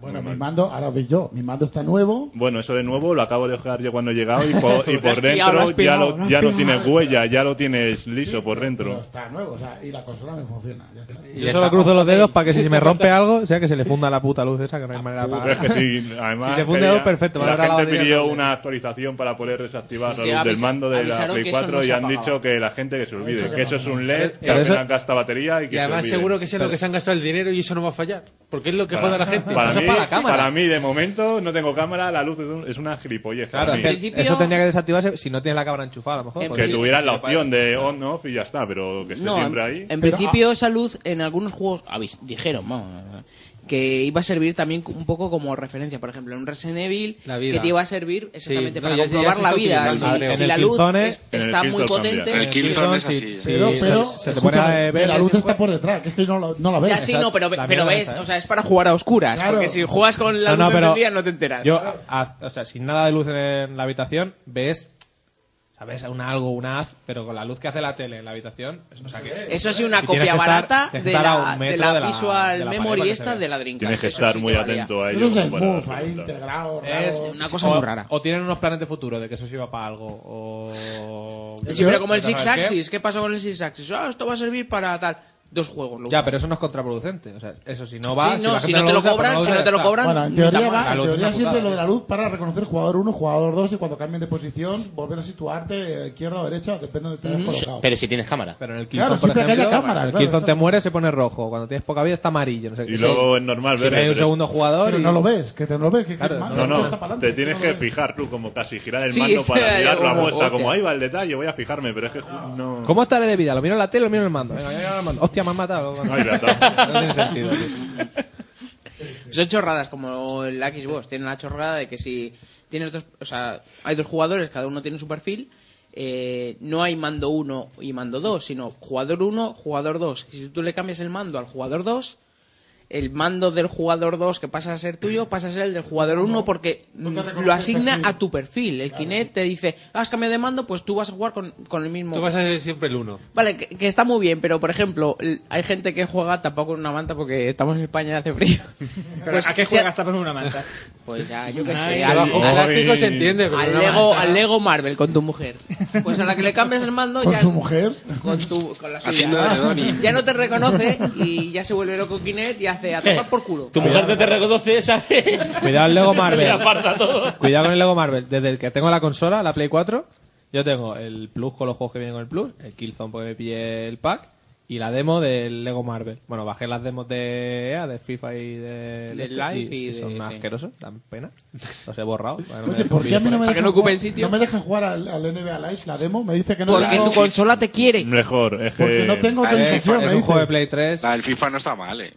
Bueno, mi mando, ahora veis yo, mi mando está nuevo.
Bueno, eso de nuevo lo acabo de dejar yo cuando he llegado y
(laughs)
por, y
Lo has
por
pillado, lo
dentro
has pillado,
ya,
lo
lo,
has
ya no
pillado.
tienes huella, ya lo tienes liso por dentro.
Está nuevo, o sea, y la consola me funciona. ya está.
Yo solo cruzo los dedos para que si (laughs) se me rompe algo, sea que se le funda la puta luz esa, que no hay manera de
Pero es
apagar.
que sí, además.
si se funde la
quería-
luz, perfecto. me
La
habrá
gente
lavado
pidió
dinero.
una actualización para poder desactivar
Sí,
la
sí,
luz del
avisa-
mando de la
avisaron
Play
que eso
4
no
y
se
han
apagaba.
dicho que la gente que se olvide,
que
que eso es un LED, que
Pero eso-
apenas gasta batería y que
Y además
se olvide.
seguro que sé lo que se han gastado el dinero y eso no va a fallar. Porque es lo que juega la gente.
Para
Eso
mí,
es la cámara.
para mí, de momento, no tengo cámara, la luz es un- es una gilipollez.
Claro,
para
es
mí.
que eso tendría que desactivarse si no tienes la cámara enchufada, a lo mejor.
que
porque sí,
tuvieran
sí,
la
sí,
opción de on-off y ya está, pero ah. que esté
No,
siempre
en-
ahí.
En, principio esa luz en algunos juegos avis- dijeron vamos, eh, que iba a servir también un poco como referencia. Por ejemplo, en un Resident Evil
La vida.
que te iba a servir
Sí,
exactamente
no,
para
ya- ya
comprobar
se
la
está
vida. Si,
utilizando.
si
En
la
el
luz
Killzone-
es-
en el
está muy
Killzone
potente.
cambia. En el Killzone es así. Sí,
Pero,
se-
pero,
se te
escúchame,
pone a ver
la
la
luz
luz
está por detrás, que es que no, la- no la ves.
Ya, sí, no, pero, pero
la mierda
ves,
esa, ¿eh?
o sea, es para jugar a oscuras.
Claro.
Porque si juegas con la
No,
luz
no, pero
encendida no te enteras.
Yo, haz- o sea, sin nada de luz en la habitación, ves. ¿Sabes? Un algo, una haz, pero con la luz que hace la tele en la habitación. o sea que-
Eso sí, una
y tienes
copia
que estar-
barata
tienes
de
que estar a
la-
un metro
de la
de
visual
de la pared
memory
para que se
esta
vea.
de la Dreamcast,
Tienes que
eso
estar
sí
muy
que valía.
atento a
Eso
ello.
es el
como para
move
darse
ahí
cuenta.
integrado,
¿Eh?
Es
raro.
una cosa
o,
muy rara.
O tienen unos planes de futuro de que eso sirva para algo. O.
Sí, pero como el
¿Sabes
Six
qué?
Axis, ¿qué pasó con el Six Axis? Ah, esto va a servir para tal. dos juegos. lo
Ya, pero eso no es contraproducente. O sea, eso si no va.
Sí, no,
la
si
gente
no te lo
usa, pues
cobran,
lo
si
usa,
no te lo
ya está.
cobran,
Bueno, en teoría, va-
La
en
luz es
teoría
una
sirve
putada.
lo de la luz para reconocer jugador 1, jugador 2 y cuando cambien de posición, volver a situarte eh, izquierda o derecha, depende de donde te hayas colocado.
Pero si tienes cámara.
Pero en el
Claro,
Killzone, por
siempre que haya
ejemplo,
cámara,
El
claro,
Killzone
eso.
te muere, se pone rojo. Cuando tienes poca vida, está amarillo. no sé qué.
Y luego es normal
Si
verlo,
ves un
pero-
segundo jugador.
Pero
y-
no lo ves, que te no lo ves, que
Claro,
que-
No,
que
no,
está pa'lante,
te tienes
no
que
lo ves.
fijar tú, como casi girar el
Sí,
mando
sí,
para mirar la
hostia.
muestra, como ahí va el detalle, voy a fijarme, pero es que ju- no...
¿Cómo estaré de vida? ¿Lo miro en la tele o lo miro en el mando? Venga, yo miro en el mando. Hostia, me han matado.
(laughs)
Ay, me ha matado.
No tiene sentido. tío.
Son chorradas, como el Xbox. Tiene la chorrada de que si tienes dos. O sea, hay dos jugadores, cada uno tiene su perfil. eh, no hay mando 1 y mando 2, sino jugador 1, jugador 2. Si tú le cambias el mando al jugador 2, el mando del jugador 2 que pasa a ser tuyo pasa a ser el del jugador 1 porque mm,
reconoce
lo
el
asigna
perfil.
a tu perfil. El Kinect te dice, has cambiado de mando, pues tú vas a jugar con, con el mismo.
Tú vas a ser siempre el uno.
Vale, que, que está muy bien, pero por ejemplo, l- hay gente que juega tapado con una manta porque estamos en España y hace (laughs) frío.
Pero ¿a qué
sea-
juegas tapado con una manta?
Pues ya, yo qué
Ay,
sé. Al,
debajo
al-
del ático se entiende, pero
al
una
Lego,
manta.
al Lego Marvel con tu mujer. Pues a la que le cambias
(laughs)
el mando
¿Con
ya,
su mujer?
Con tu- con la suya.
Haciendo de Donnie.
ya no te reconoce y ya se vuelve loco Kinect y hace a tomar por culo.
Tu mujer no te reconoce, ¿sabes?
Cuidado el Lego Marvel.
Se le aparta todo.
Cuidado con el Lego Marvel. Desde el que tengo la consola, la Play 4, yo tengo el Plus con los juegos que vienen con el Plus, el Killzone porque me pillé el pack y la demo del Lego Marvel. Bueno, bajé las demos de EA, de FIFA y de,
Del
este,
Life y de-
son más
sí.
asquerosos, dan pena. Los he borrado. para que no me
Oye,
dejen
¿por qué a mí
vídeos
no me
por
dejan
ahí.
jugar- no me dejan jugar al, al NBA Live la demo? Me dice que no.
Porque
Claro.
tu consola te quiere.
Mejor, es que...
Porque no tengo
pues
autorización, me dice.
Play 3.
La del FIFA no está mal, eh.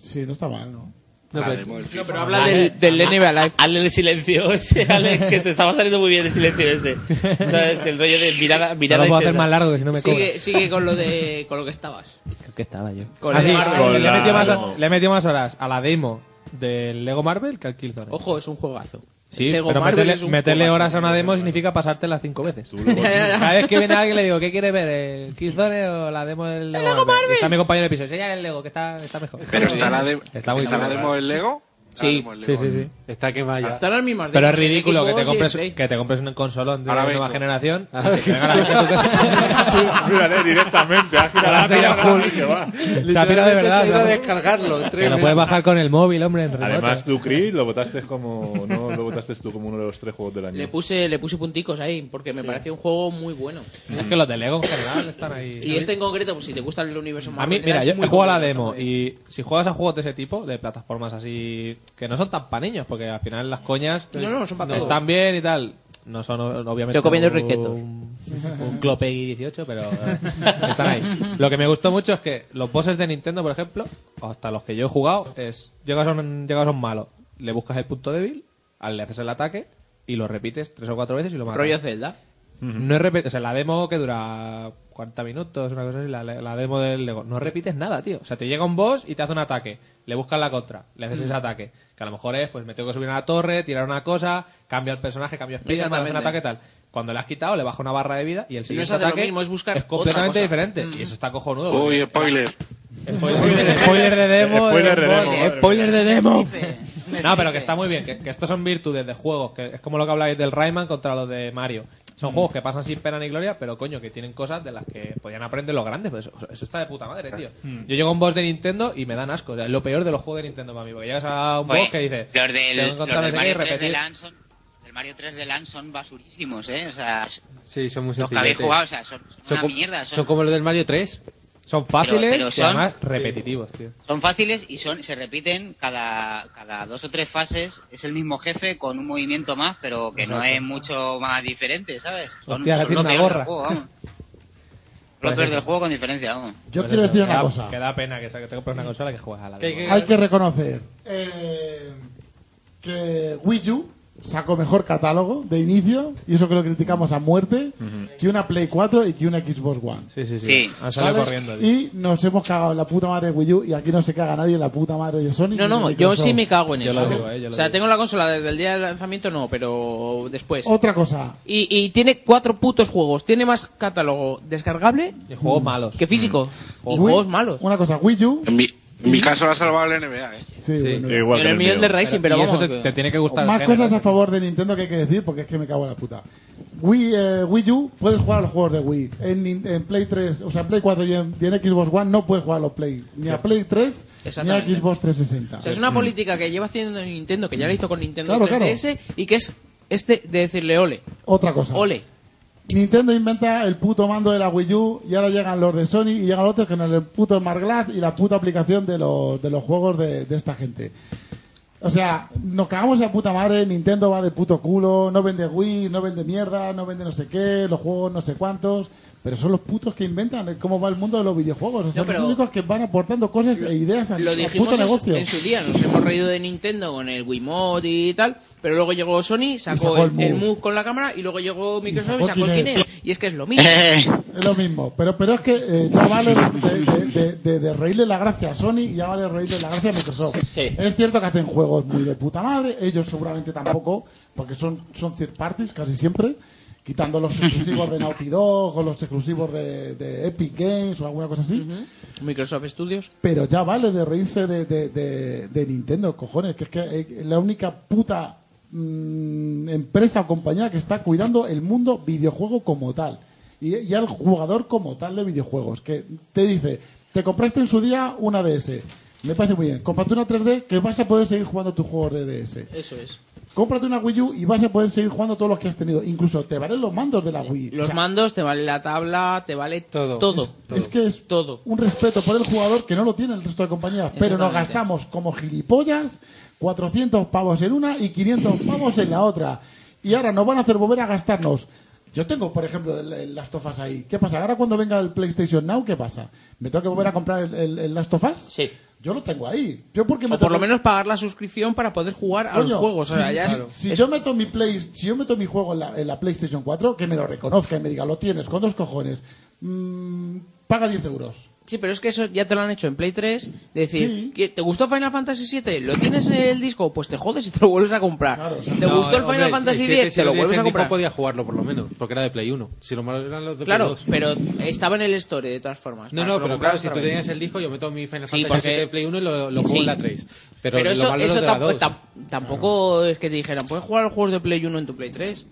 Sí, no está mal, ¿no?
La
pero-
pues,
demo del FIFA.
No, pero habla del, del NBA Live.
Hazle el silencio ese, Alex, que te estaba saliendo muy bien el silencio ese. ¿Sabes? El rollo de mirada, mirada
puedo hacer
intensa.
más largo, que si no me
Sigue,
cobras.
sigue con lo de con lo que estabas.
Creo que estaba yo.
Con
Ah,
el
sí,
Marvel.
le,
Con
he
la
metido más,
demo.
le he metido más horas a la demo del Lego Marvel que al Killzone.
Ojo, es un juegazo.
Sí,
Lego
pero
Marvel
meterle,
es un
meterle
juegazo.
horas a una demo significa pasártela cinco veces. (laughs) Cada vez que viene alguien le digo, ¿qué quieres ver? ¿El Killzone o la demo del Lego, Marvel? Y Está mi compañero de piso, enseña el Lego, que está, está mejor.
Pero está la, de-
Está muy
está la
chulo.
demo del Lego.
Sí.
Sí, sí, sí.
Está que vaya.
Están las mismas
Pero es
demos en
ridículo que
Xbox
te
y
compres,
en Play.
que te compres un consolón de
Ahora
nueva
vengo. (laughs)
generación y que te venga la gente a tu
(laughs)
casa.
Mírale directamente, ha girado
Se ha pirado
cámara
full.
que va.
Se ha pirado de
se
verdad.
ha ido a
¿no?
descargarlo,
Que lo
tremendo.
puedes bajar con el móvil, hombre, en remoto.
Además, tú, Chris, lo votaste como... No, lo votaste tú como uno de los tres juegos del año.
Le puse, le puse punticos ahí porque me pareció un juego muy bueno.
Es que los de Lego en general están ahí.
Y este en concreto, pues si te gusta el universo
A
Marvel,
mí, mira,
es
yo
muy
he jugado a la
bueno.
demo y si juegas a juegos de ese tipo, de plataformas así, que no son tan pa' niños, porque al final las coñas
No, no, son pa' todos.
están bien y tal. No son, o- obviamente,
Estoy comiendo
un,
risquetos.
un Clopegui 18, pero eh, están ahí. Lo que me gustó mucho es que los bosses de Nintendo, por ejemplo, o hasta los que yo he jugado, es llegas a un, llegas a un malo, le buscas el punto débil, al- le haces el ataque y lo repites tres o cuatro veces y lo matas.
Rollo Zelda.
No es repetido. O sea, la demo que dura 40 minutos, una cosa así, la, la demo del Lego. No repites nada, tío. O sea, te llega un boss y te hace un ataque. Le buscas la contra, le haces ese ataque. Que a lo mejor es, pues me tengo que subir a una torre, tirar una cosa, cambio el personaje, cambio espíritu, hacer un
Exactamente.
ataque tal. Cuando le has quitado, le baja una barra de vida y el
Si no es
siguiente
hacer lo
ataque
mismo, es buscar otra
completamente
cosa.
diferente. Y eso está cojonudo. porque-
Uy, spoiler.
(laughs) Spoiler, spoiler de demo.
Spoiler de
del
demo,
mod,
madre
spoiler
mía.
de demo. (laughs) No, pero que está muy bien. Que, que estos son virtudes de juegos. Que es como lo que habláis del Rayman contra los de Mario. Son juegos que pasan sin pena ni gloria, pero coño, que tienen cosas de las que podían aprender los grandes. Pues eso, eso está de puta madre, tío.
Mm.
Yo llego a un boss de Nintendo y me dan asco. O sea, es lo peor de los juegos de Nintendo para mí. Porque llegas a un boss
Oye,
que dices.
Pues, Los del,
"Tengo que
los
encontrar
del
ese
Mario
y
3 de
repetir".
LAN son, el Mario 3 de LAN son basurísimos, ¿eh? O sea,
Sí, son muy
los
sencillos.
que habéis jugado, o sea, son, son una
como,
mierda.
son como los del Mario 3.
Son
fáciles pero y son- además
repetitivos, tío.
Son fáciles y son se repiten cada, cada dos o tres fases. Es el mismo jefe con un movimiento más, pero que no
Exacto.
es mucho más diferente, ¿sabes? Son,
Hostia, ahora
son
tiene
lo
una
peor del
gorra.
juego,
(laughs)
vamos. Lo
Pues
peor
eso.
del juego con diferencia, vamos.
Yo
Pues
quiero
eso,
decir
que
una
da-
cosa.
Que da pena que, sea- que te compres una consola que juegas a la demo.
Hay que reconocer eh, que Wii U sacó mejor catálogo de inicio, y eso que lo criticamos a muerte, que una Play 4 y que una Xbox One.
Sí, sí, sí.
Sí.
Han salido
¿Vale?
corriendo, tío.
y nos hemos cagado en la puta madre de Wii U y aquí no se caga nadie en la puta madre de Sony. ni
No,
de
no, yo
Microsoft.
sí me cago en
Yo
eso.
lo digo, eh, yo lo
o sea,
digo.
tengo la consola desde el día del lanzamiento, no, pero después.
Otra cosa,
Y, y tiene cuatro putos juegos. Tiene más catálogo descargable
Y juegos malos. Mm.
que físico. Y
Wii-
juegos malos.
una cosa, Wii U.
En mi, en mi caso la ha salvado el NBA, eh.
Sí, bueno.
Igual que
el
el
millón
mío.
de Racing, pero,
y eso
vamos.
te, te tiene que gustar. el
Más
género. ¿eh?
cosas a favor de Nintendo que hay que decir porque es que me cago en la puta. Wii, eh, Wii U puedes jugar a los juegos de Wii. En, Nin- en Play 3, o sea, en Play 4 y en, y en Xbox One no puedes jugar a los Play. Ni a Play 3 ni a
Exactamente.
Xbox 360.
O sea, es
Mm.
una política que lleva haciendo Nintendo, que ya la hizo con Nintendo
Claro,
3DS, y que es este de decirle ole.
Otra cosa.
Ole.
Nintendo inventa el puto mando de la Wii U y ahora llegan los de Sony y llegan otros con el puto Smart Glass y la puta aplicación de los, de los juegos de, de esta gente. O sea, nos cagamos a puta madre, Nintendo va de puto culo, no vende Wii, no vende mierda, no vende no sé qué, los juegos no sé cuántos, pero son los putos que inventan cómo va el mundo de los videojuegos, o sea,
No, pero-
los únicos que van aportando cosas e ideas al,
Lo
al
dijimos
puto
en su-
negocio.
en su día, nos hemos reído de Nintendo con el Wiimote y tal, pero luego llegó Sony, sacó,
sacó el
el, el
Move.
Move con la cámara y luego llegó Microsoft y
sacó
sacó el
Kinect. Eh.
Kinect. Y es que es lo mismo.
Es lo mismo, pero, pero es que eh, ya vale de, de- de- de- de reírle la gracia a Sony y ya vale reírle la gracia a Microsoft. Es cierto que hacen juegos muy de puta madre, ellos seguramente tampoco, porque son, son third parties casi siempre, quitando los exclusivos de Naughty Dog o los exclusivos de, de Epic Games o alguna cosa así.
Microsoft Studios.
Pero ya vale de reírse de, de- de- de Nintendo, cojones, que es que eh, la única puta mm, empresa o compañía que está cuidando el mundo videojuego como tal. Y, y al jugador como tal de videojuegos, que te dice, te compraste en su día una DS. Me parece muy bien. Cómprate una 3D que vas a poder seguir jugando tus juegos de DS.
Eso es.
Cómprate una Wii U y vas a poder seguir jugando todos los que has tenido. Incluso te valen los mandos de la Wii.
Los
O sea,
mandos, te vale la tabla, te vale todo. Todo.
es, es que es un respeto por el jugador que no lo tiene el resto de compañías. Pero nos
Exactamente.
gastamos como gilipollas 400 pavos en una y 500 pavos en la otra. Y ahora nos van a hacer volver a gastarnos. Yo tengo, por ejemplo, el- el Last of Us ahí. ¿Qué pasa? Ahora cuando venga el PlayStation Now, ¿qué pasa? ¿Me tengo que volver a comprar el, el- el Last of Us?
Sí.
Yo lo tengo ahí. Yo porque me
O por lo
tengo-
menos pagar la suscripción para poder jugar a los
Coño,
juegos. O sea,
si,
ya
si-
es-
si
es-
yo meto mi play, si yo meto mi juego en la, en la PlayStation 4, que me lo reconozca y me diga, lo tienes, con dos cojones. Mm, paga 10 euros.
Sí, pero es que eso ya te lo han hecho en Play 3. de Decir,
Sí.
que ¿te gustó Final Fantasy VII? ¿Lo tienes en el disco? Pues te jodes y te lo vuelves a comprar. ¿Te
No,
eh,
gustó el
hombre,
Final Fantasy
si- si-
X? te
si lo
lo
tenías
vuelves
en
a
disco
comprar.
podía jugarlo por lo menos, porque era de Play 1. Si lo malo eran los de
Claro,
Play 2.
Ah,
pero estaba en el store de todas formas.
No,
para que lo
no, pero claro,
compraras
si tú
otra vez.
tenías el disco, yo meto mi Final
Sí,
Fantasy
porque-
VII de Play 1 y lo, lo
Sí.
juego en la 3. Pero,
Pero
lo
eso,
malo es
eso
de la
tampo-
2.
tam- tampoco es que te dijeran, puedes jugar los juegos de Play 1 en tu Play 3.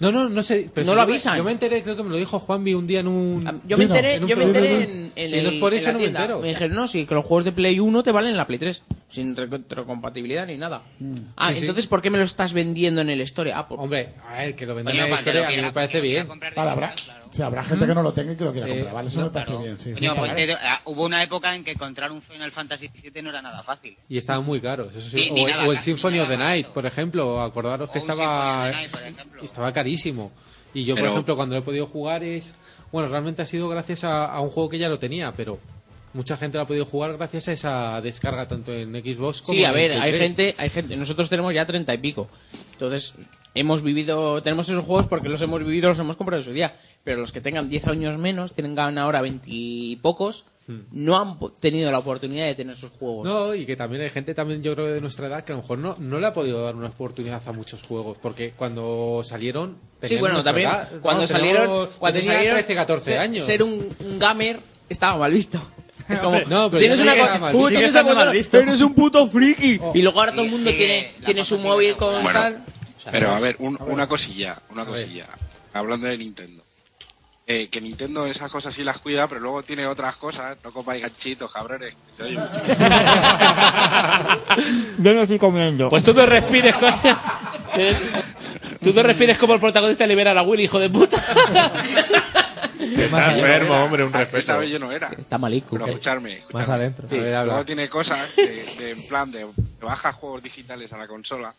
No, no, no sé. pero
no
si
lo
yo me-
avisan. Ah,
Yo me enteré, creo que me lo dijo Juanvi un día en un.
Yo me
Sí, no,
enteré,
un
yo me
programa.
enteré en, en
Si
el,
no es por
en
eso
la
no me
tienda.
entero.
me dijeron, no, sí, que los juegos de Play 1 te valen en la Play 3. Sin retrocompatibilidad ni nada.
Mm.
Ah,
Sí, sí.
entonces, ¿por qué me lo estás vendiendo en el store? Ah, por...
Hombre, a ver, que lo
vendan
en el store, a mí me parece bien. Eh,
Vale, habrá, o sea, habrá gente que no lo tenga y que lo quiera comprar. Vale, eso me parece bien. sí, sí,
Coño,
está
ponte-
bien.
ah, hubo una época en que encontrar un Final Fantasy VII no era nada fácil.
Y estaban muy caros, eso sí.
Ni- ni
o,
nada
o el
caro,
Symphony of the Night, por ejemplo. Acordaros que
O un Symphony
estaba,
of the Night, por ejemplo.
estaba carísimo. Y yo, por
Pero-
ejemplo, cuando lo he podido jugar es... Bueno, realmente ha sido gracias a, a un juego que ya lo tenía, pero mucha gente lo ha podido jugar gracias a esa descarga tanto en Xbox como
Sí, a
en
ver,
Play
hay
3.
gente, hay gente. Nosotros tenemos ya treinta y pico. Entonces, hemos vivido, tenemos esos juegos porque los hemos vivido, los hemos comprado en su día. Pero los que tengan 10 años menos, tengan ahora veintipocos, no han po- tenido la oportunidad de tener esos juegos.
No, y que también hay gente también, yo creo, de nuestra edad que a lo mejor no, no le ha podido dar una oportunidad a muchos juegos, porque cuando salieron...
sí,
tenían
bueno,
nuestra
también
edad.
cuando
Vamos,
salieron,
teníamos-
cuando
yo tenía
salieron
13, 14
ser-
años.
Ser un, un gamer estaba mal visto. Es como,
(laughs) No, pero
tienes
yo
una
sigue
co-
mal
tú
visto.
tienes
Sigue
una
estando mal
consola,
visto.
eres un puto friki. Y luego ahora todo el
Y
mundo
sigue-
tiene,
la
tiene su móvil con
Bueno,
tal. O sea,
Pero a
no-
ver, un-
ver.
una cosilla, una
A ver.
cosilla. Hablando de Nintendo. Eh, que Nintendo esas cosas sí las cuida, pero luego tiene otras cosas. No compáis ganchitos, cabrones. que se
(laughs)
oye mucho.
Yo no estoy comiendo. Pues tú te respires con... Tú te respires como el protagonista de liberar a Willy, hijo de puta.
Esta vez yo no
enfermo,
era.
hombre, un
Ah,
respeto.
Esta vez yo no era.
Está malico.
Pero escucharme.
Más adentro.
Sí, luego tiene cosas de, de- en plan de, de bajas juegos digitales a la consola,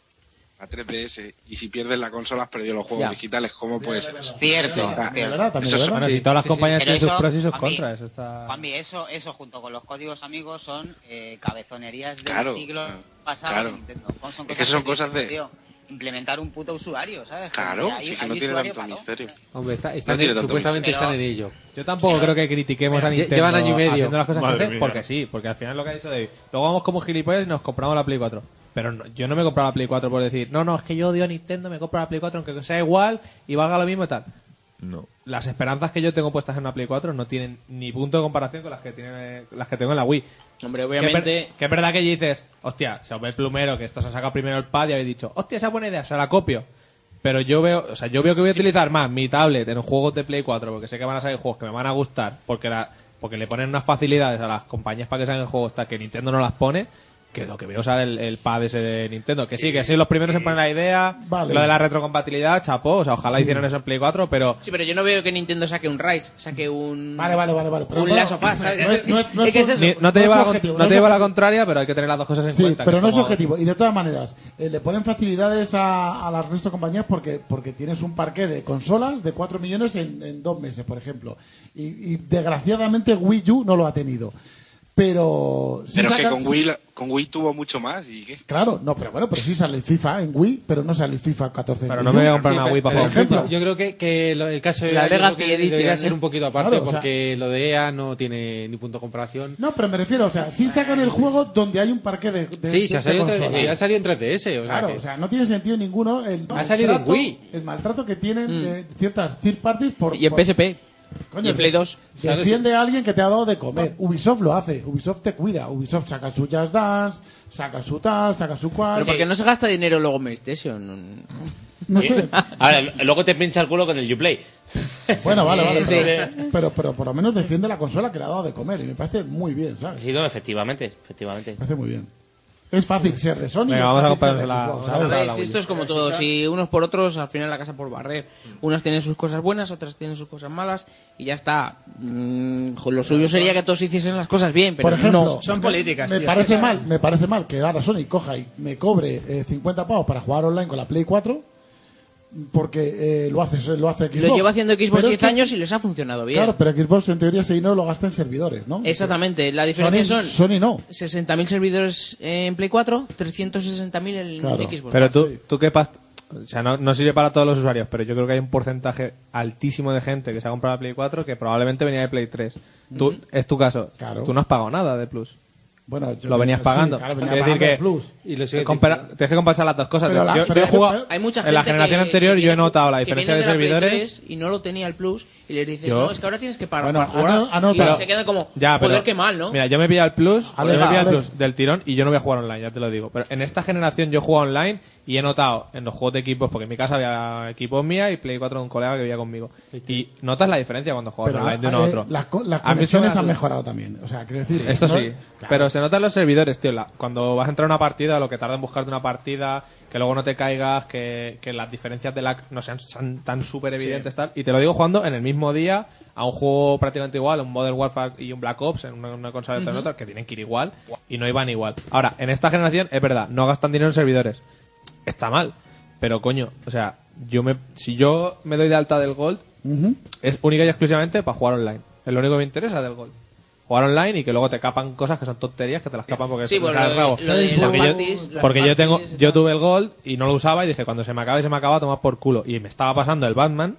a 3DS, y si pierdes la consola has perdido los juegos
Ya.
digitales. ¿Cómo puede ser eso?
Cierto,
O sea,
cierto.
eso es-
Bueno, si todas las
sí, sí.
compañías
Pero
tienen sus
eso,
pros y sus
a mí-
contras. eso está-
Juanvi, eso, eso junto con los códigos amigos son eh, cabezonerías del
Claro,
siglo pasado
claro.
de Nintendo. Son- Son
Es que son cosas de-
tío, implementar un puto usuario, ¿sabes?
Claro,
Hay-
sí que
hay
no tiene
usuario
tanto
para todo.
misterio.
Hombre, está,
No
están-
tiene tanto
supuestamente
misterio.
están en ello.
Yo tampoco creo que critiquemos a
Lle-
Nintendo
Llevan año y medio.
haciendo las cosas que
Madre
hace
mía.
porque sí, porque al final lo que ha dicho David, luego vamos como gilipollas y nos compramos la Play 4. Pero no- yo no me he comprado la Play 4 por decir, no, no, es que yo odio a Nintendo, me compro la Play 4 aunque sea igual y valga lo mismo y tal.
No.
Las esperanzas que yo tengo puestas en una Play 4 no tienen ni punto de comparación con las que tienen, las que tengo en la Wii.
Hombre,
Que es ver- Que,
obviamente.
es verdad que dices, hostia, se os ve el plumero, que esto se ha sacado primero el pad y habéis dicho, hostia, esa buena idea, se la copio. Pero yo veo, o sea, yo veo que voy a utilizar más mi tablet en juegos de Play 4 porque sé que van a salir juegos que me van a gustar porque la, porque le ponen unas facilidades a las compañías para que salgan juegos tal que Nintendo no las pone que lo que veo usar el, el pad ese de Nintendo. Que sí, que sí, los primeros en poner la idea.
Vale.
Lo de la retrocompatibilidad, chapó. O sea, ojalá
Sí.
hicieran eso en Play 4, pero
Sí, pero yo no veo que Nintendo saque un Rise, saque un.
Vale, vale, vale. vale.
Un
no-
Last of Us, ¿sabes?
no es- no es- no es
¿Qué es
un-
eso?
Ni- no te
no es
lleva, la,
objetivo,
con-
no
no
es
te lleva la
objetivo.
contraria, pero hay que tener las dos cosas en
Sí,
cuenta. que
pero no es
como-
objetivo. Y de todas maneras, eh, le ponen facilidades a, a las resto de compañías porque, porque tienes un parque de consolas de 4 millones en, en dos meses, por ejemplo. Y, y desgraciadamente Wii U no lo ha tenido. Pero. sí
Pero es que
sacan-
con Wii, la- con Wii tuvo mucho más y qué.
Claro, no, pero bueno, pero sí sale el FIFA en Wii, pero no sale el FIFA 14 en
Pero
Wii
no me
U.
voy a comprar
Sí,
una
pero-
Wii para
pero
jugar
ejemplo,
FIFA.
Yo creo que, que lo- el caso de
La
EA yo creo
Legacy
que
Edition,
debería
¿eh?
ser un poquito aparte
Claro, o sea-
porque lo de EA no tiene ni punto de comparación.
No, pero me refiero, o sea, sí sacan el juego donde hay un parque de. de
sí, se ha
de
salido, en
consolas.
3DS, ya ha salido en 3DS. O sea
Claro,
que-
o sea, no tiene sentido ninguno el
Ha salido en Wii.
el maltrato que tienen
Mm.
eh, ciertas third parties por
Y en
por-
PSP.
Coño,
y en Play 2.
Defiende a alguien que te ha dado de
Ah.
comer. Ubisoft lo hace, Ubisoft te cuida, Ubisoft saca su Just Dance, saca su tal, saca su cual.
Pero porque no se gasta dinero luego en PlayStation.
No sé.
Ahora, luego te pincha el culo con el Uplay.
Bueno, vale, vale.
Sí,
Pero,
sí.
pero, pero por lo menos defiende la consola que le ha dado de comer y me parece muy bien, ¿sabes?
Sí, no, efectivamente, efectivamente.
Me parece muy bien. Es fácil ser de Sony.
Venga,
es
vamos a
fácil ser de
comprarnos la-
Xbox,
A
¿sabes?
ver, si esto es como todo, si unos por otros, al final la casa por barrer. Unas tienen sus cosas buenas, otras tienen sus cosas malas y ya está. Mm, jo, lo suyo sería que todos hiciesen las cosas bien, pero
Por ejemplo,
no.
me- Me parece mal, me parece mal que ahora Sony coja y me cobre eh, 50 pavos para jugar online con la Play 4 porque eh, lo hace lo hace Xbox.
Lo llevo haciendo Xbox
Pero es
10
que-
años y les ha funcionado bien.
Claro, pero Xbox en teoría ese dinero lo gasta en servidores, ¿no?
Exactamente, la
Sony,
diferencia son
Sony no.
60.000 servidores en Play 4, 360.000 en
Claro.
Xbox.
Pero tú, tú qué past- O sea, no, no sirve para todos los usuarios, pero yo creo que hay un porcentaje altísimo de gente que se ha comprado la Play 4 que probablemente venía de Play 3. Tú,
Ujú.
Es tu caso.
Claro.
Tú no has pagado nada de Plus.
Bueno, yo-
lo venías
sí,
pagando.
claro, venía
Quiero decir
pagando
que
el Plus.
Y lo sigue compara- tienes que compensar las dos cosas.
Pero
Yo-
la-
yo-
pero-
yo he jugado-
Hay mucha
en la
gente
generación
que-
anterior
que
yo he
viene-
notado la
que
diferencia de
viene la Play
servidores.
3 y no lo tenía el Plus y les dices,
Yo-
no, es que ahora tienes que pagar
Bueno, ah,
para jugar.
ano- anota.
y se quedan como,
Ya,
joder,
pero-
qué mal, ¿no?
Mira, yo me pillado el plus,
Ale,
yo
va,
me he pillado el
ale.
plus del tirón y yo no voy a jugar online, ya te lo digo. Pero en esta generación yo he jugado online y he notado en los juegos de equipos, porque en mi casa había equipos mía y Play 4 de un colega que vivía conmigo. Y notas la diferencia cuando juegas
Pero,
online de
eh,
uno a otro.
las, co- las
A mí eso me
conexiones
da-
han mejorado también. O sea, quiero decir.
Esto
¿no?
sí. Pero se notan los servidores, tío. la- cuando vas a entrar a una partida, lo que tarda en buscarte una partida, que luego no te caigas, que, que las diferencias de lag no sean, sean tan súper evidentes, tal. Y te lo digo jugando en el mismo día a un juego prácticamente igual, un Modern Warfare y un Black Ops en una, una consola y otra en
Ujú.
otra, que tienen que ir igual y no iban igual. Ahora, en esta generación, es verdad, no gastan dinero en servidores. Está mal. Pero coño, o sea, yo me, si yo me doy de alta del Gold,
Ujú.
es única y exclusivamente para jugar online. Es lo único que me interesa del Gold. Jugar online y que luego te capan cosas que son tonterías que te las capan porque
Sí,
se-
bueno,
o
lo
sea,
de-
rabo.
lo de las
porque yo,
parties, las
porque yo
parties
tengo
y
yo tuve el Gold y no lo usaba y dije cuando se me acabe se me acaba tomar por culo y me estaba pasando el Batman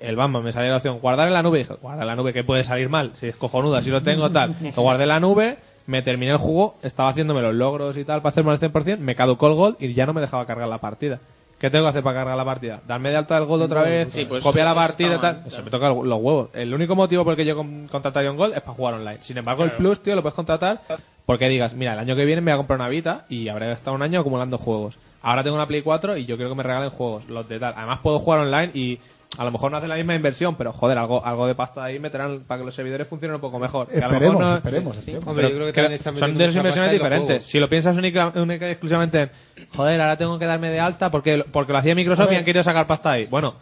el Batman me salía la opción guardar en la nube y dije guardar en la nube que puede salir mal si es cojonuda si lo tengo tal lo guardé en la nube me terminé el juego estaba haciéndome los logros y tal para hacerme al 100% me caducó el Gold y ya no me dejaba cargar la partida ¿Qué tengo que hacer para cargar la partida? ¿Darme de alta del Gold otra vez?
Sí, pues
¿Copiar la
eso está
partida y
mal,
tal?
claro.
Eso me toca los huevos. El único motivo por el que yo con- contrataría un Gold es para jugar online. Sin embargo, el
Claro.
Plus, tío, lo puedes contratar porque digas, mira, el año que viene me voy a comprar una Vita y habré gastado un año acumulando juegos. Ahora tengo una Play 4 y yo quiero que me regalen juegos, los de tal. Además puedo jugar online y a lo mejor no hacen la misma inversión, pero joder, algo, algo de pasta ahí meterán para que los servidores funcionen un poco mejor. Que a lo
Esperemos,
mejor no-
esperemos,
Sí,
esperemos.
Hombre, yo creo que también están
son
metiendo
de esas
mucha
inversiones
pasta en los
diferentes.
juegos.
Si lo piensas única, única y exclusivamente en, joder, ahora tengo que darme de alta porque, lo- porque lo hacía Microsoft y han querido sacar pasta ahí. Bueno,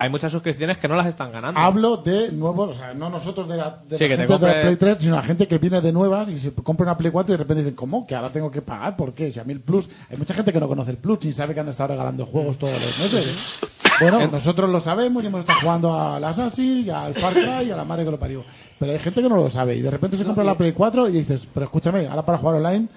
hay muchas suscripciones que no las están ganando.
Hablo de nuevos, o sea, no nosotros de la, de la
Sí, que
gente
te
de
compre-
la Play 3, sino la gente que viene de nuevas y se compra una Play 4 y de repente dicen, ¿cómo? Que ahora tengo que pagar, ¿por qué? Si a mí el Plus, hay mucha gente que no conoce el Plus ni sabe que han estado regalando juegos todos los meses. Bueno, nosotros lo sabemos y hemos estado jugando al Assassin y al Far Cry y a la madre que lo parió. Pero hay gente que no lo sabe y de repente se compra la Play 4 y dices, pero escúchame, ahora para jugar online,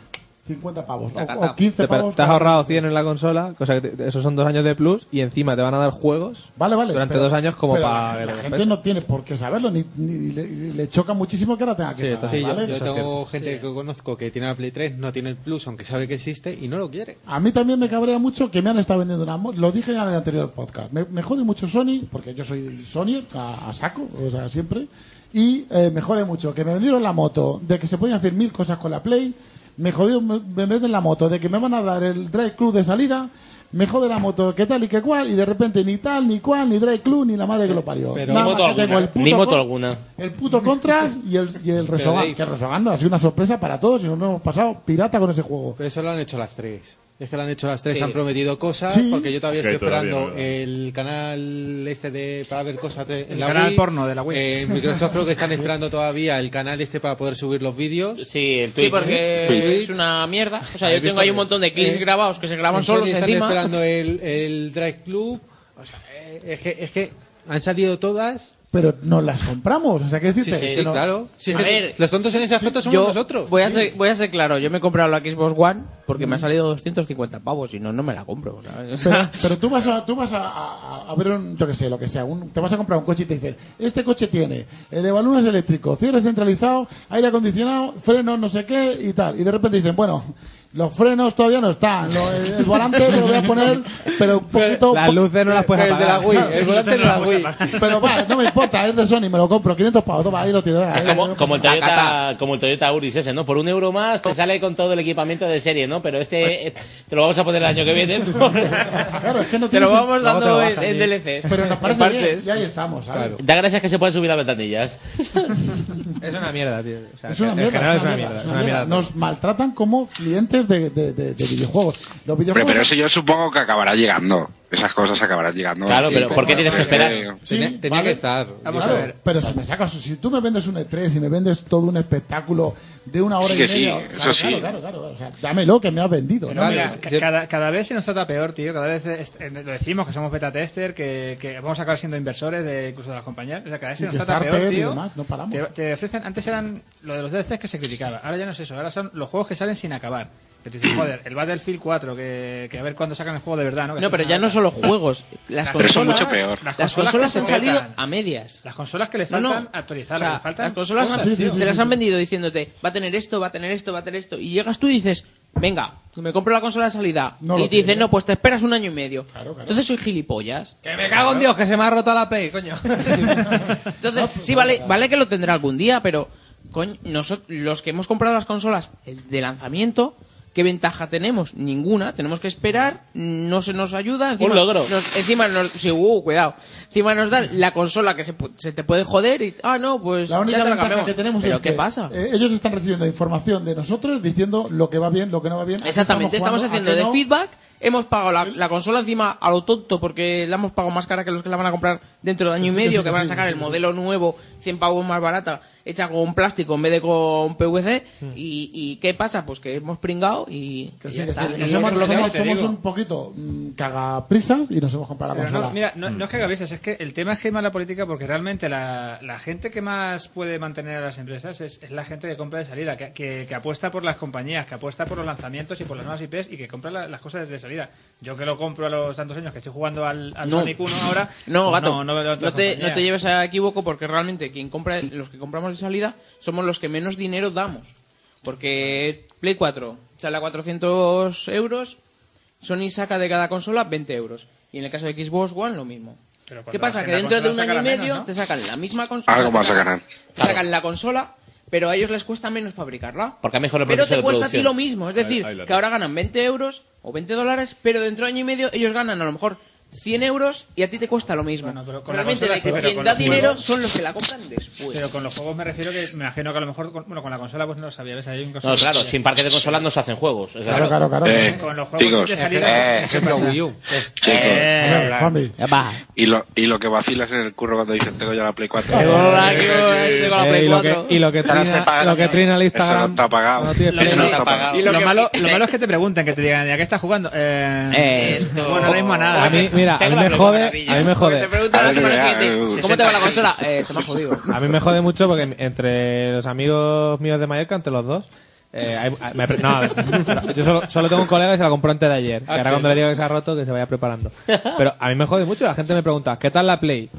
50 pavos o- o, 15
Te- pero
pavos.
te has
cada-
ahorrado 100 en la consola, cosa que te- esos son dos años de plus y encima te van a dar juegos
Vale, vale.
durante
pero-
dos años como
pero
para...
La, la
que
gente
lo compense.
no tiene por qué saberlo, ni, ni- le, le choca muchísimo que ahora tenga que
Sí,
pagar,
entonces,
Sí, yo-
¿vale?
yo,
Eso es
tengo
cierto.
gente que conozco que tiene la Play 3, no tiene el Plus, aunque sabe que existe y no lo quiere.
A mí también me cabrea mucho que me han estado vendiendo una... mo- Lo dije ya en el anterior podcast. Me, me jode mucho Sony, porque yo soy Sony a, a saco, o sea, siempre. Y eh, me jode mucho que me vendieron la moto, de que se podían hacer mil cosas con la Play. Me jodió, me, me venden la moto, de que me van a dar el Drive Club de salida. me jode la moto, qué tal y qué cual, y de repente ni tal, ni cual, ni Drake Club, ni la madre que lo parió.
Pero
Nada
ni moto
más que tengo
alguna.
el puto
Ni moto
con-
alguna.
El puto Contras y el, y el Resogan,
Dave-
que Resogan no ha sido una sorpresa para todos y nos hemos pasado pirata con ese juego.
Pero eso lo han hecho las tres. Es que lo han hecho las tres,
Sí.
han prometido cosas,
Sí.
porque yo todavía
Ok,
estoy
todavía
esperando
no.
el canal este de para ver cosas de, en
El
la
canal
Wii.
porno de la Wii.
Eh, en Microsoft creo que están esperando todavía el canal este para poder subir los vídeos.
Sí, el
Sí, porque es una mierda. O sea, yo tengo ahí un montón de clips
Eh,
grabados que se graban
en Sony
solos
están
encima.
esperando el, el Drive Club. O sea, eh, es que, es que han salido todas.
Pero nos las compramos, o sea, que decirte.
Sí, sí,
que no-
claro. Sí, es que los tontos en ese aspecto somos
yo
nosotros.
Voy a,
Sí.
ser, voy a ser claro, yo me he comprado la Xbox One porque me
Mm.
ha salido 250 pavos y no, no me la compro. ¿sabes? O
Pero,
sea,
pero tú vas a, tú vas a, a- a ver un, yo que sé, lo que sea, un- te vas a comprar un coche y te dicen, este coche tiene el evalunas eléctrico, cierre centralizado, aire acondicionado, frenos no sé qué y tal. Y de repente dicen, bueno, los frenos todavía no están, lo- el, el volante te lo voy a poner, pero un poquito...
Las luces no las puedes
Pero
apagar.
Claro. Pero vale, no me importa, es de Sony, me lo compro, 500 pavos, toma, ahí lo tienes.
Es
ahí, ahí
como,
lo-
como el Toyota, como el Toyota Auris ese, ¿no? Por un euro más te sale con todo el equipamiento de serie, ¿no? Pero este eh, te lo vamos a poner el año que viene.
Claro, es que no
Te lo
tienes-
vamos
Luego te
dando
lo
en,
bajan,
en
sí.
DLCs.
Pero nos
en
parece bien,
parches.
y ahí estamos, ¿sabes?
Da gracias que se puedan subir las ventanillas.
Es una mierda, tío. O sea,
es una
en
mierda,
general
es una mierda, es una mierda. Nos maltratan como clientes de, de- de- de videojuegos. Los
Pues
Hombre,
videojuegos
pero eso yo supongo que acabará llegando. Esas cosas acabarán llegando. eh,
Claro, pero ¿por qué tienes que esperar?
Sí,
Tenía que estar.
Vamos
Yo-
a ver. Pero si me sacas, si tú me vendes un E3 y me vendes todo un espectáculo de una hora
Sí
y
que
media,
sí,
claro,
eso sí.
claro, claro, claro, o sea, dámelo que me has vendido.
Pero
¿no?
mira, ca- cada, cada vez se nos trata peor, tío. Cada vez es- eh, lo decimos que somos beta tester, que, que vamos a acabar siendo inversores de, incluso de las compañías. O sea, cada vez se
Y
nos
que
trata
Starter
peor,
y
tío.
demás, no paramos.
Te, te ofrecen, antes eran lo de los DLCs que se criticaba, ahora ya no es eso, ahora son los juegos que salen sin acabar. Que te dicen, joder, el Battlefield 4, que, que a ver cuándo sacan el juego de verdad, ¿no? Que
(laughs) No, pero
encima-
ya no solo juegos. Las
Pero eso es
consolas,
mucho peor.
Las,
Las
consolas,
consolas que
han
se
salido
sacan.
a medias.
Las consolas que le
No, no.
faltan actualizar,
O sea,
le faltan.
Las consolas
Pónganse, tío.
te las han vendido diciéndote, va a tener esto, va a tener esto, va a tener esto. Y llegas tú y dices, venga, me compro la consola de salida.
No
y
lo
te dicen,
tiene.
no, pues te esperas un año y medio. Entonces soy gilipollas.
Que me cago en Dios, que se me ha roto la Play, coño.
(laughs) Entonces,
pues
sí, vale, vale que lo tendrá algún día, pero coño, nosotros, los que hemos comprado las consolas de lanzamiento, ¿qué ventaja tenemos? Ninguna, tenemos que esperar, no se nos ayuda. Encima,
Un logro.
nos- encima nos, sí, uh, cuidado. Encima nos dan la consola que se, pu- se te puede joder y, ah, no, pues
La única
ya te la
ventaja
cambiamos.
que tenemos
pero
es
¿qué
que
pasa?
eh, ellos están recibiendo información de nosotros diciendo lo que va bien, lo que no va bien. a qué
Exactamente, estamos
jugando,
haciendo
a qué
de
no.
feedback. Hemos pagado la, la consola encima a lo tonto porque la hemos pagado más cara que los que la van a comprar dentro de año y
Sí,
medio,
sí,
que
sí,
van a
sí,
sacar
sí,
el
sí.
modelo nuevo, 100 pavos más barata, hecha con plástico en vez de con PVC. Y, y qué pasa? Pues que hemos pringado y, que
Pues Sí,
ya
Hmm. que sí,
está.
que
Y
somos,
eso es lo que
somos-
te digo.
somos un poquito mm, cagaprisas y nos hemos comprado la
Pero
consola.
no, mira, no, no es que agavieses, es que el tema es que hay mala política porque realmente la, la gente que más puede mantener a las empresas es, es la gente que compra de salida, que, que- que apuesta por las compañías, que apuesta por los lanzamientos y por las nuevas IPs y que compra la- las cosas de salida. Yo que lo compro a los tantos años que estoy jugando al, al
No.
Sonic 1 ahora.
(laughs) No,
pues
gato,
No,
no,
veo otra
te,
compañía.
no te lleves a equivoco porque realmente quien compra, los que compramos de salida somos los que menos dinero damos. Porque Play 4 sale a 400 euros, Sony saca de cada consola 20 euros. Y en el caso de Xbox One lo mismo.
Pero
¿Qué
cuando
pasa?
la-
Que
la
dentro de un
consola
año y
sacará
medio
menos, ¿no?
te sacan la misma consola.
Algo más a ganar.
Te sacan la consola, pero a ellos les cuesta menos fabricarla.
Porque ha mejorado el
Pero
proceso
te
de
cuesta a ti
producción.
lo mismo. Es
Ahí-
decir,
ahí la
que ahora ganan 20 euros o 20 dólares, pero dentro de año y medio ellos ganan a lo mejor 100 euros y a ti te cuesta lo mismo.
con
Realmente
la consola
de
sí, pero
quien
con
da
los
dinero
juegos.
son los que la compran después.
Pero con los juegos me refiero que me imagino que a lo mejor, con- bueno, con la consola pues no lo sabía. ¿ves? Hay un
No, claro, sin parque de consolas no se hacen juegos. es
Claro,
claro.
claro, claro. Eh, Con los juegos
chicos,
de salida,
eh,
¿qué pasa?
Wii U. Chicos.
Eh, Juanmi.
y, lo, y lo que vacilas en el curro cuando dicen tengo ya la Play 4.
Eh, y, lo que, y lo que
Ahora se
trina,
paga.
lo que trina el
Eso no
Instagram.
está pagado.
no tiene
Eso no está
Y
pagado.
lo, malo, lo malo es que te pregunten, que te digan, ¿y a qué estás jugando? Eh, Bueno, ahora mismo a nada.
A mí, mira, a mí me jode, a mí me jode.
la semana siguiente,
eh,
¿cómo (laughs) te va la consola? Eh, se me ha jodido.
A mí me jode mucho porque entre los amigos míos de Mallorca, entre los dos, eh, hay- hay- me pre- no, a ver, pero yo solo, solo tengo un colega que se la compró antes de ayer. Que
Ah,
ahora
sí.
cuando le digo que se ha roto, que se vaya preparando. Pero a mí me jode mucho, la gente me pregunta, ¿qué tal la Play?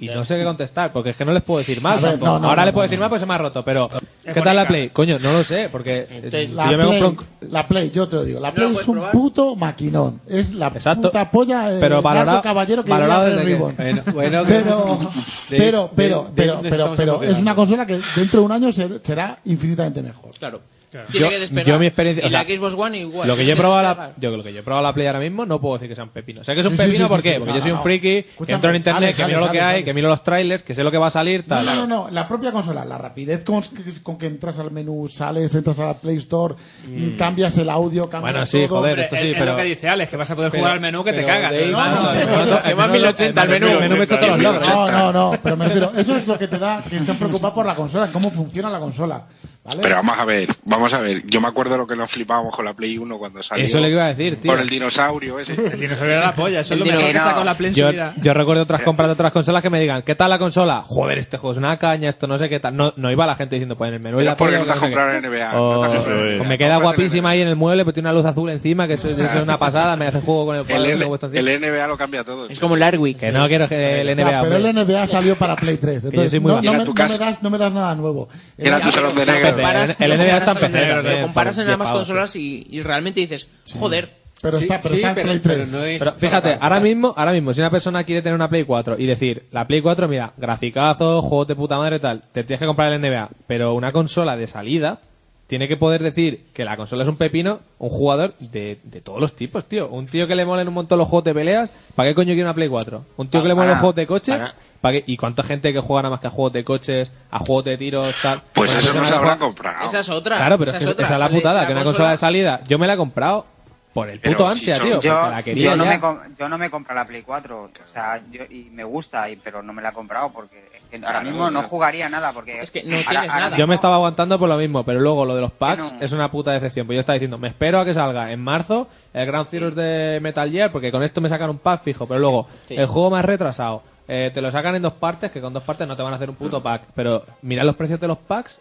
Y no sé qué contestar, porque es que no les puedo decir más.
A ver,
tampoco.
no, no,
Ahora
no,
les puedo
no,
decir más porque se me ha roto, pero ¿qué
bonita. Este,
tal la Play? Coño, no lo sé, porque eh,
La,
si yo me
Play,
compro un-
la Play, yo te lo digo. La
¿No la
Play
puedes
es un
probar?
puto maquinón. Es la puta polla. eh,
Pero
el
valorado-
largo caballero que
valorado
lleva el
desde que-
Ribbon.
Bueno,
bueno, que-
pero, pero,
de- de-
pero,
de-
pero,
de-
pero,
estamos
pero es
emocionando.
una consola que dentro de un año se- será infinitamente mejor.
Claro. Tiene
Yo-
que despegar.
yo mi experiencia-
Y
o sea,
la Xbox One igual.
Lo que yo he
tiene
probado
despegar.
la, yo lo que yo he probado la Play ahora mismo no puedo decir que sea un pepino. O sea que es un
Sí, sí,
pepino
sí,
¿por
sí,
qué?
sí.
Porque yo soy
Ah,
un friki, que
escúchame,
entro en internet,
Alex,
que miro
Alex,
lo que
Alex,
hay, que miro los trailers, que sé lo que va a salir,
No,
tal.
no, no, no, la propia consola, la rapidez con, con que entras al menú, sales, entras a la Play Store,
Mm.
cambias el audio, cambias
Bueno, sí,
todo.
joder, esto sí,
es
pero-
lo que dice Alex, que vas a poder
Pero-
jugar al menú que te
pero
cagas.
Dave,
No, no, no,
no, no,
no,
no,
no,
que va
no,
1080 al menú.
no, no,
El menú me echa todos los ¿eh? logros.
No, no, no, pero me refiero, eso es lo que te da que se han preocupado por la consola, cómo funciona la consola. ¿vale?
Pero vamos a ver, vamos a ver. Yo me acuerdo lo que nos flipábamos con la Play 1 cuando salió.
Eso es lo que iba a decir, tío.
Con el dinosaurio ese. El
dinosaurio era la polla, eso es lo mejor que sacó la Play en su
Yo,
vida.
yo recuerdo otras compras de otras consolas que me digan, ¿qué tal la consola? Joder, este juego es una caña, esto no sé qué tal. No, no iba la gente diciendo, pues en el menú y
Pero
la
porque
tele,
no te has
sé qué. Oh,
comprado la NBA,
O-
no te has comprado la
o
NBA.
me queda guapísima ahí en el mueble, pero tiene una luz azul encima, que eso, eso es una pasada, me hace juego con el cuadro.
El,
tengo puesto encima.
el NBA lo cambia todo.
Es como el Arwick. Que no quiero que el
Ya,
NBA.
pero
hombre.
el NBA salió para Play 3.
yo
Entonces,
soy muy
no,
vago.
no
Era
me,
tu
no me
casa.
das, no me das nada nuevo.
Era tu salón de
Está en
negro.
PC, El el NBA está en PC.
Pero
también,
lo comparas
por
en ambas
10 pavos,
consolas y, y realmente dices, joder.
Pero está- pero está en Play 3.
Pero fíjate, ahora mismo, ahora mismo, si una persona quiere tener una Play 4 y decir, la Play 4, mira, graficazo, juegos de puta madre, tal, te tienes que comprar el NBA, pero una consola de salida tiene que poder decir que la consola es un pepino, un jugador de, de todos los tipos, tío. Un tío que le molen un montón los juegos de peleas, ¿para qué coño quiere una Play 4? Un tío que le molen los juegos de coche, ¿para qué? ¿Y cuánta gente que juega nada más que a juegos de coches, a juegos de tiros, tal?
Pues eso no se
habrá
habrán comprado.
Esa es otra.
Claro, pero
esa
es
es
que
otra.
esa es la
Sale-
putada,
la
que una
consola-
consola de salida, yo me la he comprado por el
Pero
puto
si
ansia,
son-
tío.
yo-
porque la quería
yo
no
ya.
me com- yo no me compro la Play 4, o sea, yo- y me gusta, y- pero no me la he comprado porque es que ahora
Claro,
mismo no
ya.
jugaría nada porque es que
no tienes nada.
Yo me estaba aguantando por lo mismo, pero luego lo de los packs es una puta decepción. Pues yo estaba diciendo, me espero a que salga en marzo el Grand Zeroes de Metal Gear, porque con esto me sacan un pack fijo, pero luego
Sí.
el juego más retrasado. eh, te lo sacan en dos partes, que con dos partes no te van a hacer un puto pack. Pero mirad los precios de los packs.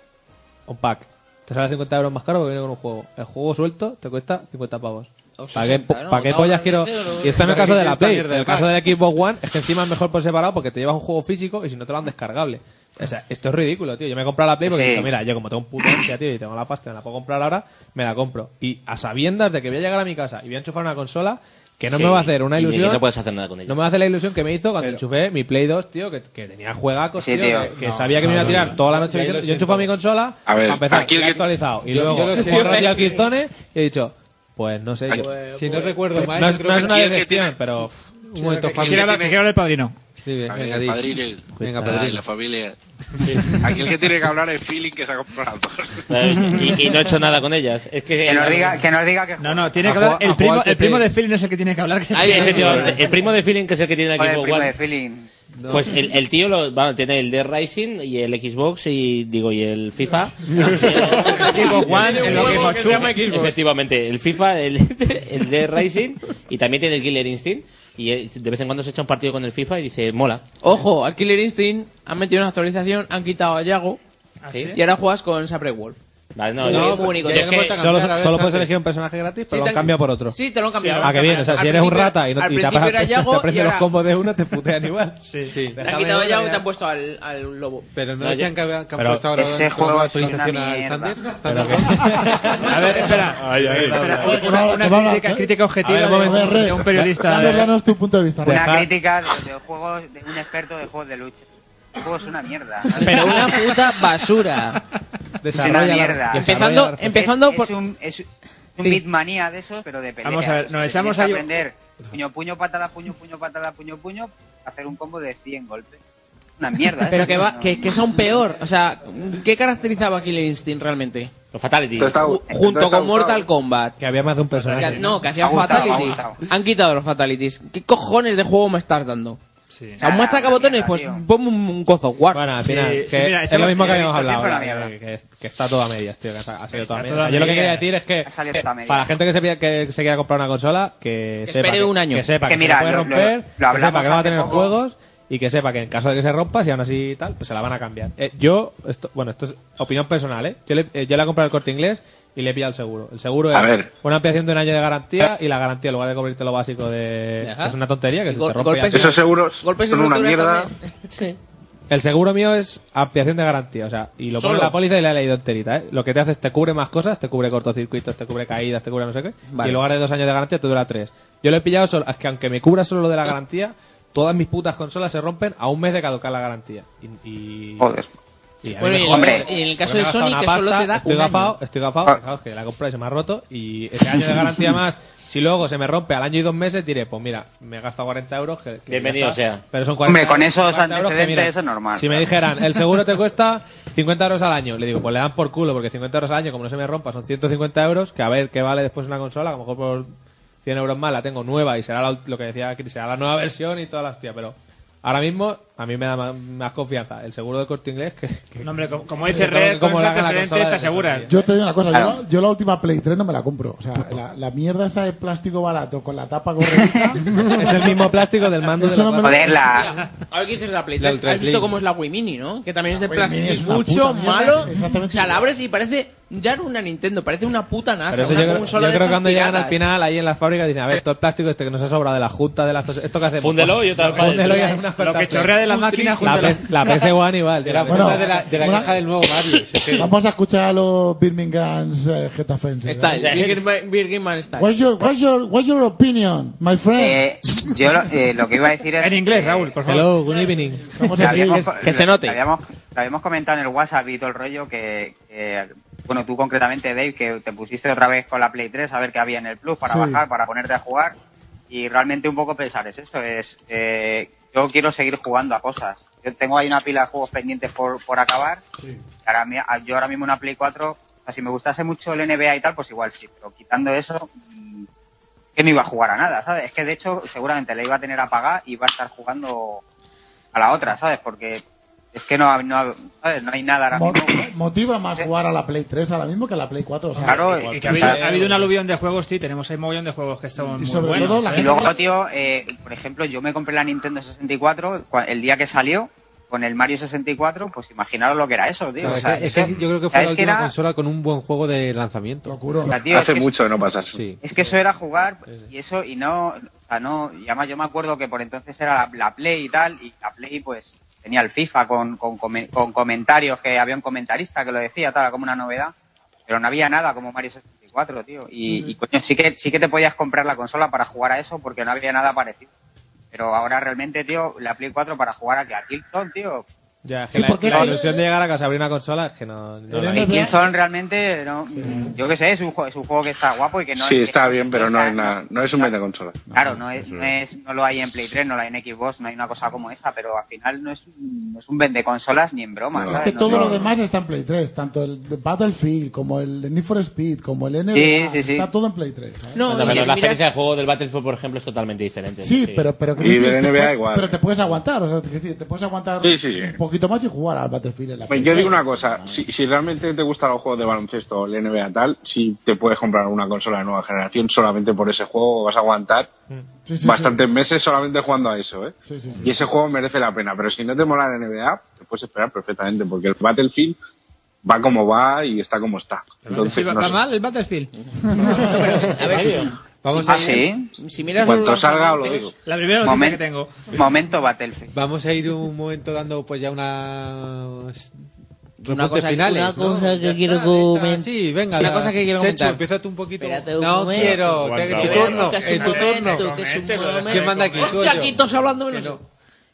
Un pack. Te sale 50 euros más caro porque viene con un juego. El juego suelto te cuesta 50 pavos.
O
¿Para qué,
60,
po-
¿no?
pa' qué
No,
pollas
no,
quiero...?
no, no,
Y esto en
no,
el caso
no,
de la
esta
Play. En
mierda
el
de
caso
pack.
del Xbox One es que encima es mejor por separado porque te llevas un juego físico y si no te lo dan descargable. O sea, esto es ridículo, tío. Yo me he comprado la Play porque
Sí.
he dicho, mira, yo como tengo un puto ansia, tío, y tengo la pasta, me la puedo comprar ahora, me la compro. Y a sabiendas de que voy a llegar a mi casa y voy a enchufar una consola que no
Sí,
me va a hacer una
y de que
ilusión...
no puedes hacer nada con ella.
No me va a hacer la ilusión que me hizo cuando enchufé mi Play 2, tío, que, que tenía juegacos,
Sí,
tío,
tío.
que, que
No,
sabía que me iba a
no, no,
tirar
no.
toda la
Ya
noche.
ahí lo
Yo
siento.
enchufé mi consola,
A ver,
para empezar,
aquí
la he
el-
actualizado. Y
Yo-
luego,
yo lo
jugué
siento.
un ratillo al Killzone y he dicho, pues no sé.
Aquí-
yo- pues
Si no recuerdo mal,
No
yo
es,
creo
no
que
es una
aquí el que
decepción,
tiene-
pero. uf, un momento,
que
Juan,
tiene-
quiere hablar-
tiene-
quiere hablar el padrino. Sí,
A ver, el
di.
padrino.
Venga,
Ah,
padrino.
La familia. Aquí el que tiene que hablar es feeling que se ha comprado.
¿sabes?
(laughs)
Y, y no he hecho nada con ellas. Es que,
Que nos diga, que nos diga que
No, no, tiene que hablar. El primo, el primo de Phil no es el que tiene que hablar. que-
(laughs) Ay, efectivamente, el primo de Feeling que es el que tiene el
Joder, el
Xbox
primo
One.
de Feeling.
Pues el, el tío lo, bueno, tiene el de Rising y el Xbox y digo y el
(laughs)
FIFA.
Xbox One, el Xbox Two.
Efectivamente, el FIFA, el, (laughs) el de Rising y también tiene el Killer Instinct. Y eh, de vez en cuando se echa un partido con el FIFA y dice, mola.
Ojo, al Killer Instinct han metido una actualización, han quitado a Yago
¿Ah,
sí?
y ahora juegas con Sabre Wolf. pues,
no,
Qué
yo-
bonito,
yo
ya
es
lo
que
hemos cambiado
Solo,
a ver,
solo puedes
Santi.
elegir un personaje gratis,
Sí,
pero lo
te
han
han-
cambiado por otro.
Sí, te lo han cambiado.
Ah, que bien. O sea,
Al
si eres un
principio-
rata y, no,
al
y (laughs) te,
principio
aprendes-
era Yago
te
y
aprendes
ahora-
los combos de una, te putean igual.
Sí,
sí.
Te han quitado a Yago y te han puesto al, al lobo.
Pero no
No,
decían
ya-
que, había- que han
pero
puesto ahora
ese
una
juego
nueva
es una
actualización al
mierda.
Thunder.
Pero
Thunder.
A ver, espera.
Ay, ay.
Espera,
Oye, que va-
una
que va a hablar,
crítica,
¿eh?
crítica objetiva
A ver, un
de,
momento,
de
Rey.
un periodista.
Danos, danos
tu punto de vista.
Una
Dejar-
crítica de, de juegos de un experto de juegos de lucha. El juego es una mierda.
(laughs) Pero una puta basura.
es una mierda.
Empezando, empezando
es,
por...
es un, es un
Sí.
Beatmania de esos, pero de pelea.
Vamos a ver,
O
nos
sea, te
echamos
tienes
ahí-
que aprender puño, puño, patada, puño, puño, patada, puño, puño, hacer un combo de 100 golpes. Una mierda. ¿eh?
Pero que, va,
No.
que, que es aún peor. O sea, ¿qué caracterizaba a Killer Instinct realmente?
Los Fatality.
Ju- junto con Mortal Kombat.
Que había más de un personaje.
Que- no, que hacían
Ha gustado,
fatalities.
ha
Han quitado los fatalities. ¿Qué cojones de juego me estás dando? O sea, un machacabotones, pues ponme un, un cozo guard.
Bueno, al final, que es lo mismo que habíamos hablado, ahora, que, que- que está todo a medias, tío, que ha, ha salido todo a medias.
todo a
Yo lo que quería
medias.
decir es que,
Ha salido
que
todo a medias.
para la gente que se, pida- que se quiera comprar una consola, que, sepa
espere
que-
un año.
que sepa que,
Que
se
mira,
la puede
lo- lo-
romper,
lo
que sepa
hablamos
que no va a
hace
tener
poco.
juegos y que sepa que en caso de que se rompa, si aún así tal, pues se la van a cambiar. Eh, yo, esto, bueno, esto es opinión personal, ¿eh? Yo le, eh, yo la he comprado el corte inglés y le he pillado el seguro. El seguro
A
es
ver.
una ampliación de un año de
Ah.
garantía y la garantía, en lugar de cubrirte lo básico de...
Ajá.
que es una tontería, que
Y
se
gol-
te rompe... y
golpes
ya-
y- Esos seguros
Golpes y
son una
roturas
mierda.
también. Sí.
el seguro mío es ampliación de garantía, o sea, y lo pone
Solo.
la póliza y la he leído enterita, ¿eh? Lo que te hace es te cubre más cosas, te cubre cortocircuitos, te cubre caídas, te cubre no sé qué,
Vale.
y en lugar de dos años de garantía te dura tres. Yo lo he pillado solo, es que aunque me cubra solo lo de la garantía, todas mis putas consolas se rompen a un mes de caducar la garantía. Y, y-
Joder.
Y a mí
Bueno,
me
y en
jode.
el- y en el caso
Porque
de
me he gastado
Sony,
una
que solo te da
Estoy
un
gafado,
año.
estoy gafado, fijaos que la compré y se me ha roto. Y ese año de garantía más, si luego se me rompe al año y dos meses, diré, pues mira, me he gastado 40 euros. Que, que
Bienvenido
ya está.
sea.
Pero son 40
Hombre, con
euros,
esos
40 euros que,
antecedentes
mira,
eso es normal.
Si me dijeran, el seguro te cuesta 50 euros al año, le digo, pues le dan por culo, porque 50 euros al año, como no se me rompa, son 150 euros, que a ver qué vale después una consola, que a lo mejor por 100 euros más la tengo nueva y será la ult- lo que decía Chris, será la nueva versión y toda la hostia, pero ahora mismo a mí me da ma- más, confianza el seguro de corte inglés que... que-
No, hombre, como, como dice
que-
Red,
como
con
la
esos
hagan la
antecedentes
consola
te
de
aseguras.
Sony.
Yo te digo una cosa,
Claro.
yo, la- yo la última Play 3 no me la compro. O sea, la, la mierda esa de plástico barato con la tapa correcta.
(laughs) es el mismo plástico del mando
Eso
de
no me lo-
Mira, ahora que dices de la Play
La
3,
Ultra
has visto
Slim.
cómo es la Wii Mini, ¿no? Que también es de
Wii Mini
plástico
es una
mucho,
puta mierda,
malo.
exactamente
O sea, la
igual.
abres y parece ya no una Nintendo, parece una puta NASA,
Pero eso
una
yo creo, yo
consola de
creo que
estas
cuando llegan al
piratas.
final ahí en las fábricas dicen, a ver, todo el plástico este que nos ha sobrado de la junta de las cosas, esto que hacemos.
Fúndelo y otra vez para
Fúndelo y
dentro.
unas
Lo
cuantas
que chorrea de la
cosas.
máquina,
la,
júntalo.
P- la PS1 igual. tío,
Era
que-
bueno, Una de la- de la caja del nuevo Mario, sí que-
Vamos a escuchar a los Birmingham eh, Getafenses.
Está
¿no?
el Birgman está.
What's your, what's your, what's your opinion, my friend?
Eh, yo lo, eh, lo que iba a decir es. (laughs) En inglés, Raúl, por
Hello, good evening.
Habíamos, lo habíamos comentado en el WhatsApp y todo el rollo que, que, Bueno, tú concretamente, Dave, que te pusiste otra vez con la Play 3 a ver qué había en el Plus para
Sí.
bajar, para ponerte a jugar. Y realmente un poco pensar es eso: es. eh, yo quiero seguir jugando a cosas. Yo tengo ahí una pila de juegos pendientes por, por acabar. Ahora mi- ah, yo ahora mismo una Play 4. o sea, si me gustase mucho el NBA y tal, pues igual sí. Pero quitando eso, mm, que no iba a jugar a nada, ¿sabes? Es que de hecho, seguramente la iba a tener apagada y va a estar jugando a la otra, ¿sabes? Porque es que no, ha- no, ha- ¿sabes? no hay nada ahora
Mo-
mismo.
motiva más jugar a la Play 3 ahora mismo que a la Play 4. O sea,
Claro,
Y que ha habido, ha habido un aluvión de juegos, sí, tenemos ahí mogollón de juegos que están muy
sobre
buenos.
todo la
¿eh?
Y luego, tío, eh, por ejemplo, yo me compré la Nintendo 64 cua- el día que salió con el Mario 64, pues imaginaros lo que era eso, tío.
O sea,
O sea,
es que- es
eso-
que yo creo que fue la
¿sabes qué
última
era?
consola con un buen juego de lanzamiento.
O sea, tío, Hace es que- mucho
de no
pasar.
Sí.
Es que eso era jugar y eso, y no, o sea, no, y además yo me acuerdo que por entonces era la, la Play y tal, y la Play pues tenía el FIFA con, con, come- con comentarios, que había un comentarista que lo decía, tal, era como una novedad, pero no había nada como Mario 64, tío. Y, y, coño, sí que, sí que te podías comprar la consola para jugar a eso porque no había nada parecido. Pero ahora realmente, tío, la Play 4 para jugar a que a Killzone, tío.
Ya, es que
Sí,
la,
porque
la
el-
ilusión de llegar a casa abrir una consola es que no, no la
Y
hay.
Killzone realmente, no, yo qué sé, es un, juego, es un juego que está guapo y que no
sí,
es-
está bien, pero no es, nada, no es un metaconsola.
Claro, no, es, no, es, no lo hay en Play 3, no lo hay en Xbox, no hay una cosa como esa, pero al final no es un, no es un vende consolas ni en broma.
Es
¿sabes?
que
No,
todo
no.
lo demás está en Play 3, tanto el Battlefield como el Need for Speed, como el NBA,
Sí, sí, sí.
está todo en Play ¿eh? 3. ¿sabes?
No, pero la experiencia de juego del Battlefield, por ejemplo, es totalmente diferente.
Sí, pero, pero, que- te puedes- pero te puedes aguantar, o sea, te, quiero decir, te puedes aguantar
Sí, sí. Pues
un poquito más y jugar al Battlefield en la Play
Yo
3.
digo una cosa, si, si realmente te gustan los juegos de baloncesto o el NBA tal, si te puedes comprar una consola de nueva generación solamente por ese juego, vas a aguantar
Sí, sí, sí.
bastantes meses solamente jugando a eso, ¿eh?
Sí, sí, sí.
Y ese juego merece la pena, pero si no te mola la NBA, te puedes esperar perfectamente, porque el Battlefield va como va y está como está. Entonces,
¿Va
no
va
sé.
mal el Battlefield?
(laughs) A ver, si-
Vamos
si
a-
miras-
Ah, ¿sí?
Si miras
Cuanto
los
salga, os lo
lanzamientos-
digo. La primera noticia Momen- que
tengo.
Momento Battlefield.
Vamos a ir un momento dando pues ya unas
Una
reportes
cosa,
finales.
una
¿no?
cosa
Ya
que quiero
está, ya está.
comentar.
Sí, venga.
Una
la-
cosa que quiero
Chechu,
comentar.
empieza tú un poquito.
Espérate un
no
momento.
quiero. te-
Aguanta,
tu
aguanta.
turno.
Que es
eh,
un
tu
momento,
turno.
que es un momento.
¿Quién manda aquí? ¿Tú o
Hostia,
yo?
aquí todos hablando menos
Que no.
yo.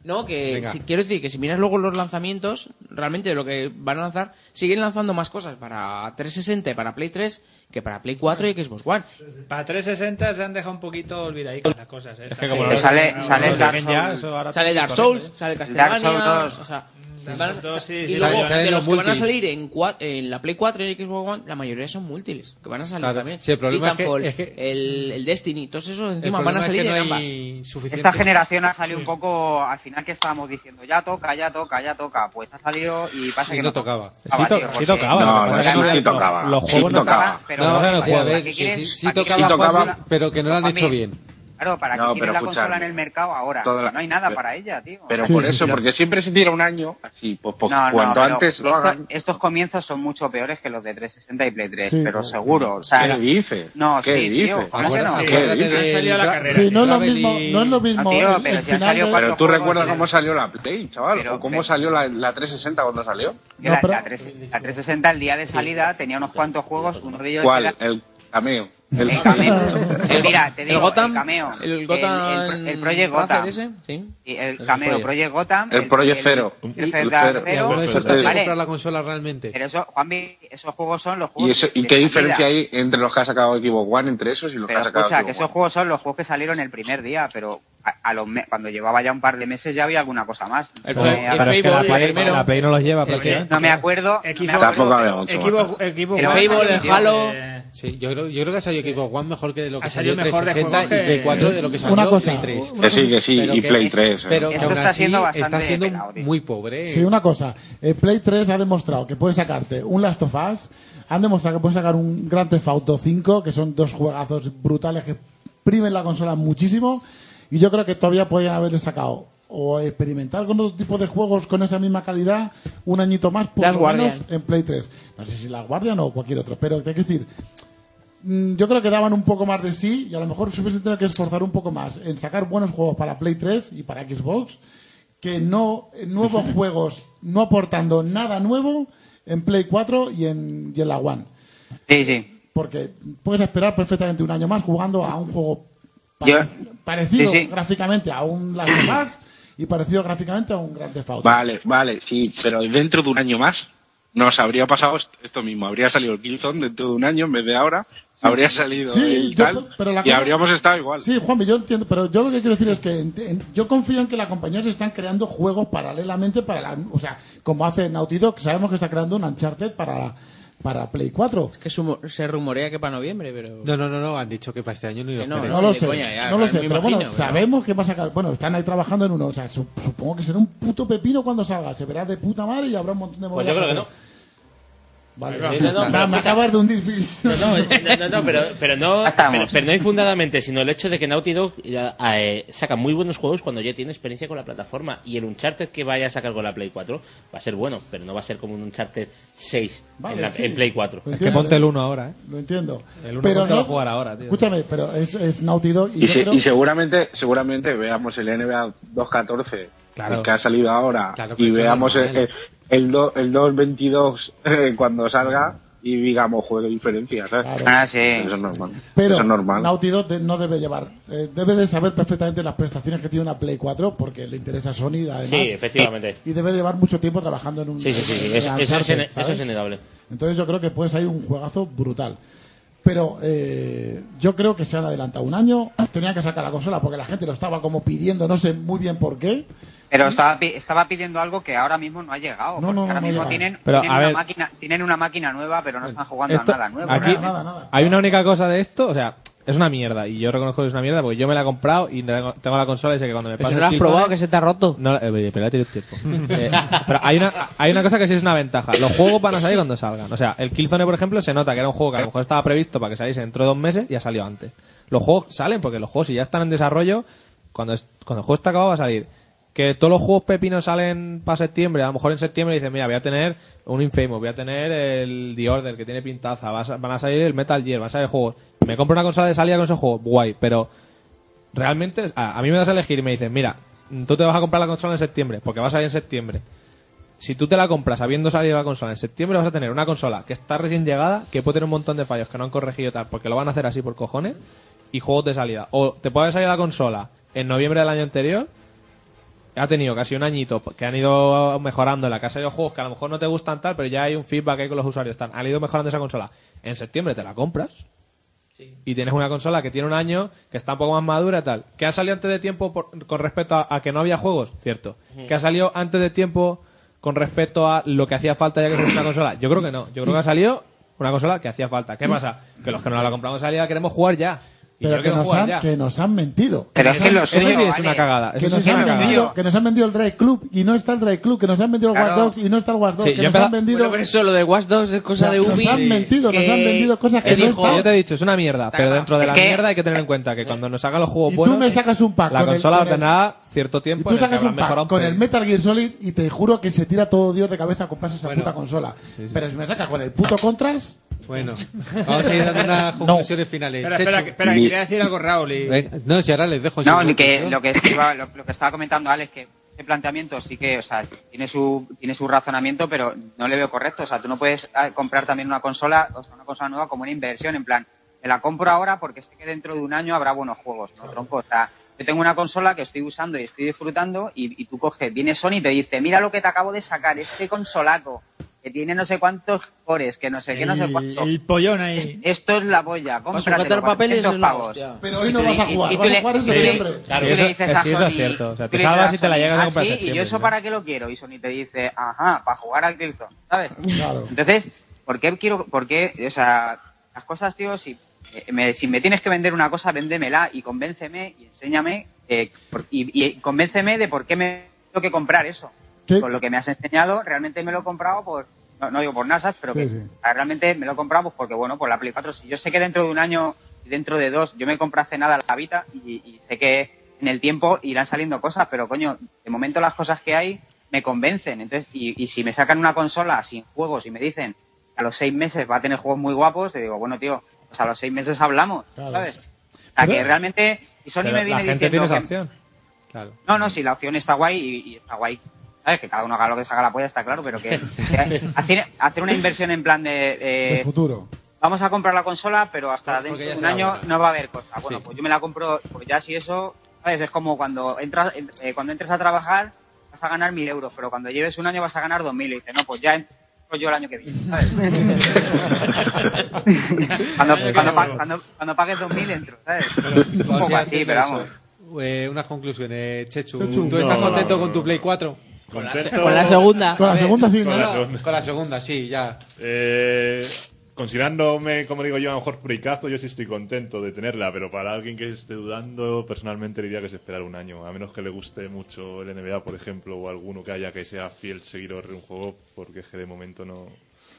No, que
Venga.
si- quiero decir que si miras luego los lanzamientos, realmente de lo que van a lanzar, siguen lanzando más cosas para 360 y para Play 3 que para Play 4 y Xbox One.
Para 360 se han dejado un poquito olvidadicas las cosas. ¿eh?
que como
Sí.
lo- Sale-
sale
Ahora
Dark
saquen
Souls.
ya, eso ahora-
Sale Dark Souls, sale
Dark Souls
Castlevania,
2.
o sea,
Mm,
Dark
van a-
Souls 2, sí,
y
sí,
luego,
salen- salen
de los
los
que van a
multis.
salir en, cua- en la Play 4 y en Xbox One, la mayoría son múltiples, que van a salir
Claro,
también.
sí, el problema es que-
Titanfall,
es que-
el, el Destiny, todos esos encima
El
van
problema
a
es
salir
que no
en ambas.
hay suficiente-
Esta generación ha salido un poco al final que estábamos diciendo ya toca, ya toca, ya toca. Pues ha salido y pasa
Y
que
no tocaba.
Sí, to- sí
porque-
tocaba.
No,
lo que pasa es
no,
que
sí
los-
tocaba.
Los
Sí
juegos no
tocaba,
tocaban.
pero-
No, o sea, los
Sí,
juegos.
a ver, sí, sí, sí
¿Para qué
tocaba,
quieres-
tocaba,
para-
Pero que no lo han
para
hecho
mí?
bien.
Claro, para
No,
que tiene
pero
la
escuchadme.
consola en el mercado ahora.
Toda
O sea,
la-
no hay nada
pero-
para ella, tío.
Pero
Sí,
por
sí,
eso,
sí.
porque siempre se tira un año, así, pues, pues,
No, no,
cuanto
pero
antes lo
esto-
hagan.
estos comienzos son mucho peores que los de 360 y Play 3,
Sí.
pero seguro. O sea,
¿Qué dice?
No,
¿Qué
sí, tío, ¿cómo
dice?
que no?
Acuérdate- ¿Qué
Acuérdate
dice?
de- salió la carrera,
Sí, no es lo
Gravel y-
mismo, no es lo mismo.
Tío,
el-
pero
el
si han
final
salido
de-
cuatro tú recuerdas cómo salió la Play, chaval, o cómo
pero-
salió la, la 360 cuando salió.
que la, la 3 la 360 el día de salida tenía unos cuantos juegos, uno de ellos
¿Cuál?
era
El, cameo. El,
Eh, Mira, te digo, el,
Gotham-
cameo.
el Gotham
El, el- el Project Gotham.
Racer ese, sí.
Y el cameo,
Project.
Project Gotham.
El Project Zero.
El,
El
Project
Zero.
Zero.
Y alguno de esos
Vale,
también
pero,
compra
la consola realmente.
eso, Juanvi, esos juegos son los juegos.
¿Y, eso, ¿Y
de
qué
salida.
diferencia hay entre los que ha sacado Xbox One, entre esos y los
Pero
que ha sacado
escucha, que
Xbox
esos juegos son los juegos que salieron el primer día, pero a, a los me- cuando llevaba ya un par de meses ya había alguna cosa más. Eh,
El
No
Fe-
me
el Pero es que la
acuerdo-
Play- primero. la Play no los lleva,
El que-
prácticamente.
No me acuerdo. no me acuerdo,
Tampoco había mucho
pero-
Equipo, equipo
Pero
One
Fable,
salió,
Halo.
eh,
Sí, yo creo, yo creo que ha salido Xbox One mejor que de lo que
Ha
salió,
salido mejor de
360
juegos
y Play
que-
4 de lo que
Una
salió
cosa,
Play 3.
Que sí, que sí,
Pero
y Play 3, eh.
Pero que
Esto
aún
está
así
siendo
está
bastante
siendo
pelado,
muy pobre.
Sí, una cosa. eh, Play 3 ha demostrado que puedes sacarte un Last of Us. Han demostrado que puedes sacar un Grand Theft Auto 5, que son dos juegazos brutales que primen la consola muchísimo. Y yo creo que todavía podrían haberle sacado o experimentar con otro tipo de juegos con esa misma calidad un añito más, por
Last
lo menos,
Guardian.
en Play 3. No sé si la Guardian o cualquier otro, pero te quiero decir, Mm, yo creo que daban un poco más de sí y a lo mejor se hubiesen tenido que esforzar un poco más en sacar buenos juegos para Play 3 y para Xbox que no eh, nuevos juegos no aportando nada nuevo en Play 4 y en, y en la One.
Sí, sí.
Porque puedes esperar perfectamente un año más jugando a un juego
Yo-
parecido
Sí, sí.
gráficamente a un Last of Us y parecido gráficamente a un Grand Theft Auto.
Vale, vale, sí, pero dentro de un año más nos habría pasado est- esto mismo. Habría salido el Killzone dentro de un año en vez de ahora. Habría salido
Sí,
el
yo-
tal
pero la
y
cosa-
habríamos estado igual.
Sí, Juanmi, yo entiendo, pero yo lo que quiero decir es que ent- en- yo confío en que la compañía se están creando juegos paralelamente para la, o sea, como hace Naughty Dog, sabemos que está creando un Uncharted para la- para Play 4.
Que sumo- se rumorea que para noviembre, pero.
No, no, no, no, han dicho que para este año ni lo
Que no,
esperen.
No lo
ni
sé,
coña, ya,
no lo
me
sé, pero bueno,
imagino, pero-
sabemos que va a sacar, bueno, están ahí trabajando en uno, o sea, su- supongo que será un puto pepino cuando salga, se verá de puta madre y habrá un montón de
Pues yo creo que no.
Vale,
No, no, no,
Va,
pero
me
escucha.
acabas de hundir, Phil.
(laughs)
(laughs)
eh.
No, no, no, pero, pero no, pero, pero no infundadamente, sino el hecho de que Naughty Dog eh, eh, saca muy buenos juegos cuando ya tiene experiencia con la plataforma. Y el Uncharted que vaya a sacar con la Play 4 va a ser bueno, pero no va a ser como un Uncharted 6
Vale,
en, la-
sí.
en Play 4.
Lo
Pues
Es que ponte el 1 ahora, ¿eh?
Lo entiendo.
El 1
Pero
ponte
no,
a jugar ahora, tío.
escúchame, pero es, es Naughty Dog y,
Y,
yo
se-
creo-
y seguramente seguramente veamos el NBA 2.14
Claro.
el que ha salido ahora
Claro que
y
sí,
veamos el,
normal.
el, el do- el 2.22 eh, cuando salga y digamos, juego de diferencia. ¿sabes?
Ah, sí.
Eso es normal.
Pero
Eso es normal.
Naughty Dog de- no debe llevar. eh, debe de saber perfectamente las prestaciones que tiene una Play 4 porque le interesa a Sony además.
Sí, efectivamente.
Y debe llevar mucho tiempo trabajando en un.
Sí, sí, sí, sí,
en
eso- eso es
Uncharted,
ine- eso es
¿sabes?
innegable.
Entonces yo creo que puede salir un juegazo brutal. Pero eh, yo creo que se han adelantado un año. Tenían que sacar la consola porque la gente lo estaba como pidiendo, no sé muy bien por qué.
Pero estaba, pi- estaba pidiendo algo que ahora mismo no ha llegado.
No, no, no,
porque ahora
no ha
mismo
llegado.
tienen,
Pero,
tienen
a
una
ver.
máquina, tienen una máquina nueva, pero no están jugando
Esto-
a nada nuevo.
aquí
nada,
hay una única cosa de esto, o sea, es una mierda y yo reconozco que es una mierda porque yo me la he comprado y tengo tengo la consola y sé que cuando me
Pero si
pase
no lo
el
has probado,
Killzone-
que se te ha roto.
No, eh, oye, pero ya tiene tiempo. (laughs) Eh,
(laughs)
pero hay una, hay una cosa que sí es una ventaja. Los juegos van a salir cuando salgan. O sea, el Killzone, por ejemplo, se nota que era un juego que a lo mejor estaba previsto para que saliese dentro de dos meses y ha salido antes. Los juegos salen porque los juegos, si ya están en desarrollo, cuando, es- cuando el juego está acabado va a salir. Que todos los juegos pepinos salen para septiembre. A lo mejor en septiembre dicen, mira, voy a tener un Infamous, voy a tener el The Order que tiene pintaza, va a sa- van a salir el Metal Gear, van a salir juegos. Me compro una consola de salida con esos juegos, guay, pero realmente a, a mí me das a elegir y me dices, mira, tú te vas a comprar la consola en septiembre, porque vas a salir en septiembre. Si tú te la compras habiendo salido la consola en septiembre, vas a tener una consola que está recién llegada, que puede tener un montón de fallos que no han corregido y tal, porque lo van a hacer así por cojones, y juegos de salida. O te puede haber salido la consola en noviembre del año anterior, ha tenido casi un añito, que han ido mejorando la casa de los juegos, que a lo mejor no te gustan tal, pero ya hay un feedback ahí con los usuarios, tal. han ido mejorando esa consola. En septiembre te la compras, y tienes una consola que tiene un año, que está un poco más madura y tal. ¿Que ha salido antes de tiempo por- con respecto a, a que no había juegos? Cierto.
Ujú.
¿Que ha salido antes de tiempo con respecto a lo que hacía falta ya que es una consola? Yo creo que no. Yo creo que ha salido una consola que hacía falta. ¿Qué pasa? Que los que no la compramos salida queremos jugar ya. Y yo
Pero que
quiero
nos,
jugar
han,
ya.
que nos han mentido.
Pero es que Eso- lo eso suyo, sí es Alex. una cagada,
Que
eso sí
nos
es una
han
cagada.
vendido- Que nos han vendido el Drive Club y no está el Drive Club. Que nos han vendido el
Claro.
War Dogs y no está el War Dogs.
Sí,
que
yo
nos han
empezaba-
vendido.
Bueno, pero eso, lo de Watch Dogs es cosa de
Nos
Ubi.
han mentido, nos han vendido cosas que no
He dicho-
están.
yo te he dicho, es una mierda, pero dentro de
Es
la
que-
mierda hay que tener en cuenta que cuando nos haga los juegos
Y tú
buenos,
me sacas un pack.
la
con el-
consola
con el-
ordenará cierto tiempo
Y tú
en el que
sacas
habrá
un
mejorado
pack
un
con el
pelín.
Metal Gear Solid y te juro que se tira todo Dios de cabeza con pasas esa puta consola. Pero si me sacas con el puto Contras.
Bueno, vamos a ir dando unas conclusiones finales.
Espera, espera,
Chechu.
que- espera, que quería decir algo Raúl. y-
Venga, No, si ahora les dejo.
No,
sin
ni que
conclusión.
lo que, estaba, lo, lo que estaba comentando Alex, que ese planteamiento sí que, o sea, tiene su, tiene su razonamiento, pero no le veo correcto. O sea, tú no puedes ah, comprar también una consola, o sea, una consola nueva como una inversión, en plan, me la compro ahora porque sé que dentro de un año habrá buenos juegos, ¿no, tronco? O sea, yo tengo una consola que estoy usando y estoy disfrutando y, y tú coges, viene Sony y te dice, mira lo que te acabo de sacar, este consolaco, que tiene no sé cuántos cores, que no sé qué, no sé cuánto.
El pollón ahí.
Esto es la polla,
a
cómprate
jugar papeles en la
pagos.
hostia.
Pero hoy no vas a jugar, vas a jugar en septiembre.
Claro, tú
Sí,
le
eso-
dices
sí,
a
eso es
Sony,
cierto. O sea,
tú
te
le dices
salvas
a
y te la
Sony,
llegas a
"Ah,
comprar en
sí, ¿Y
septiembre,
yo eso
¿no?
para qué lo quiero? Y Sony te dice, ajá, para jugar al Killzone, ¿sabes? Entonces, ¿por qué quiero, por qué, o sea, las cosas, tío, si eh, me, si me tienes que vender una cosa, véndemela y convénceme y enséñame eh, por- y, y convénceme de por qué me tengo que comprar eso. Con lo que me has enseñado, realmente me lo he comprado por, no, no digo por NASA, pero
Sí,
que
sí.
ah, realmente me lo he comprado pues, porque, bueno, por la Play 4. Si yo sé que dentro de un año y dentro de dos, yo me compré hace nada la Vita y, y sé que en el tiempo irán saliendo cosas, pero coño, de momento las cosas que hay me convencen. Entonces, y, y si me sacan una consola sin juegos y me dicen a los seis meses va a tener juegos muy guapos, te digo, bueno, tío, pues a los seis meses hablamos, ¿sabes? O sea,
Pero-
que realmente, y Sony
Pero
me viene
la gente
diciendo
tiene
que-
esa opción. Claro.
no, no, sí, la opción está guay y, y está guay. ¿Sabes? Que cada uno haga lo que se haga la polla, está claro, pero que
(laughs)
que hacer, hacer una inversión en plan de... eh,
De futuro.
Vamos a comprar la consola, pero hasta
Porque
dentro
ya
de un
será
año
buena.
no va a haber cosa. Bueno,
Sí.
pues yo me la compro, pues ya si eso, ¿sabes? Es como cuando entras en- eh, cuando entres a trabajar vas a ganar mil euros, pero cuando lleves un año vas a ganar dos mil. Y dices, no, pues ya entro yo el año que viene,
(laughs)
¿sabes? cuando,
El año que
cuando pa-
viene.
cuando- cuando pagues dos mil entro, ¿sabes?
O
(laughs) Un poco
sea,
así,
es
pero
eso.
vamos.
Eh, unas conclusiones, Chechu.
Chechu.
¿Tú estás
No,
contento
no,
con tu Play 4?
Con la se- Contento. con la
segunda. Con la
A ver,
segunda sí,
Con
¿no?
la segunda. Con la segunda, sí, ya.
Eh, considerándome, como digo yo, a lo mejor fricazo, yo sí estoy contento de tenerla, pero para alguien que esté dudando, personalmente le diría que es esperar un año, a menos que le guste mucho el NBA, por ejemplo, o alguno que haya que sea fiel seguidor de un juego, porque es que de momento no...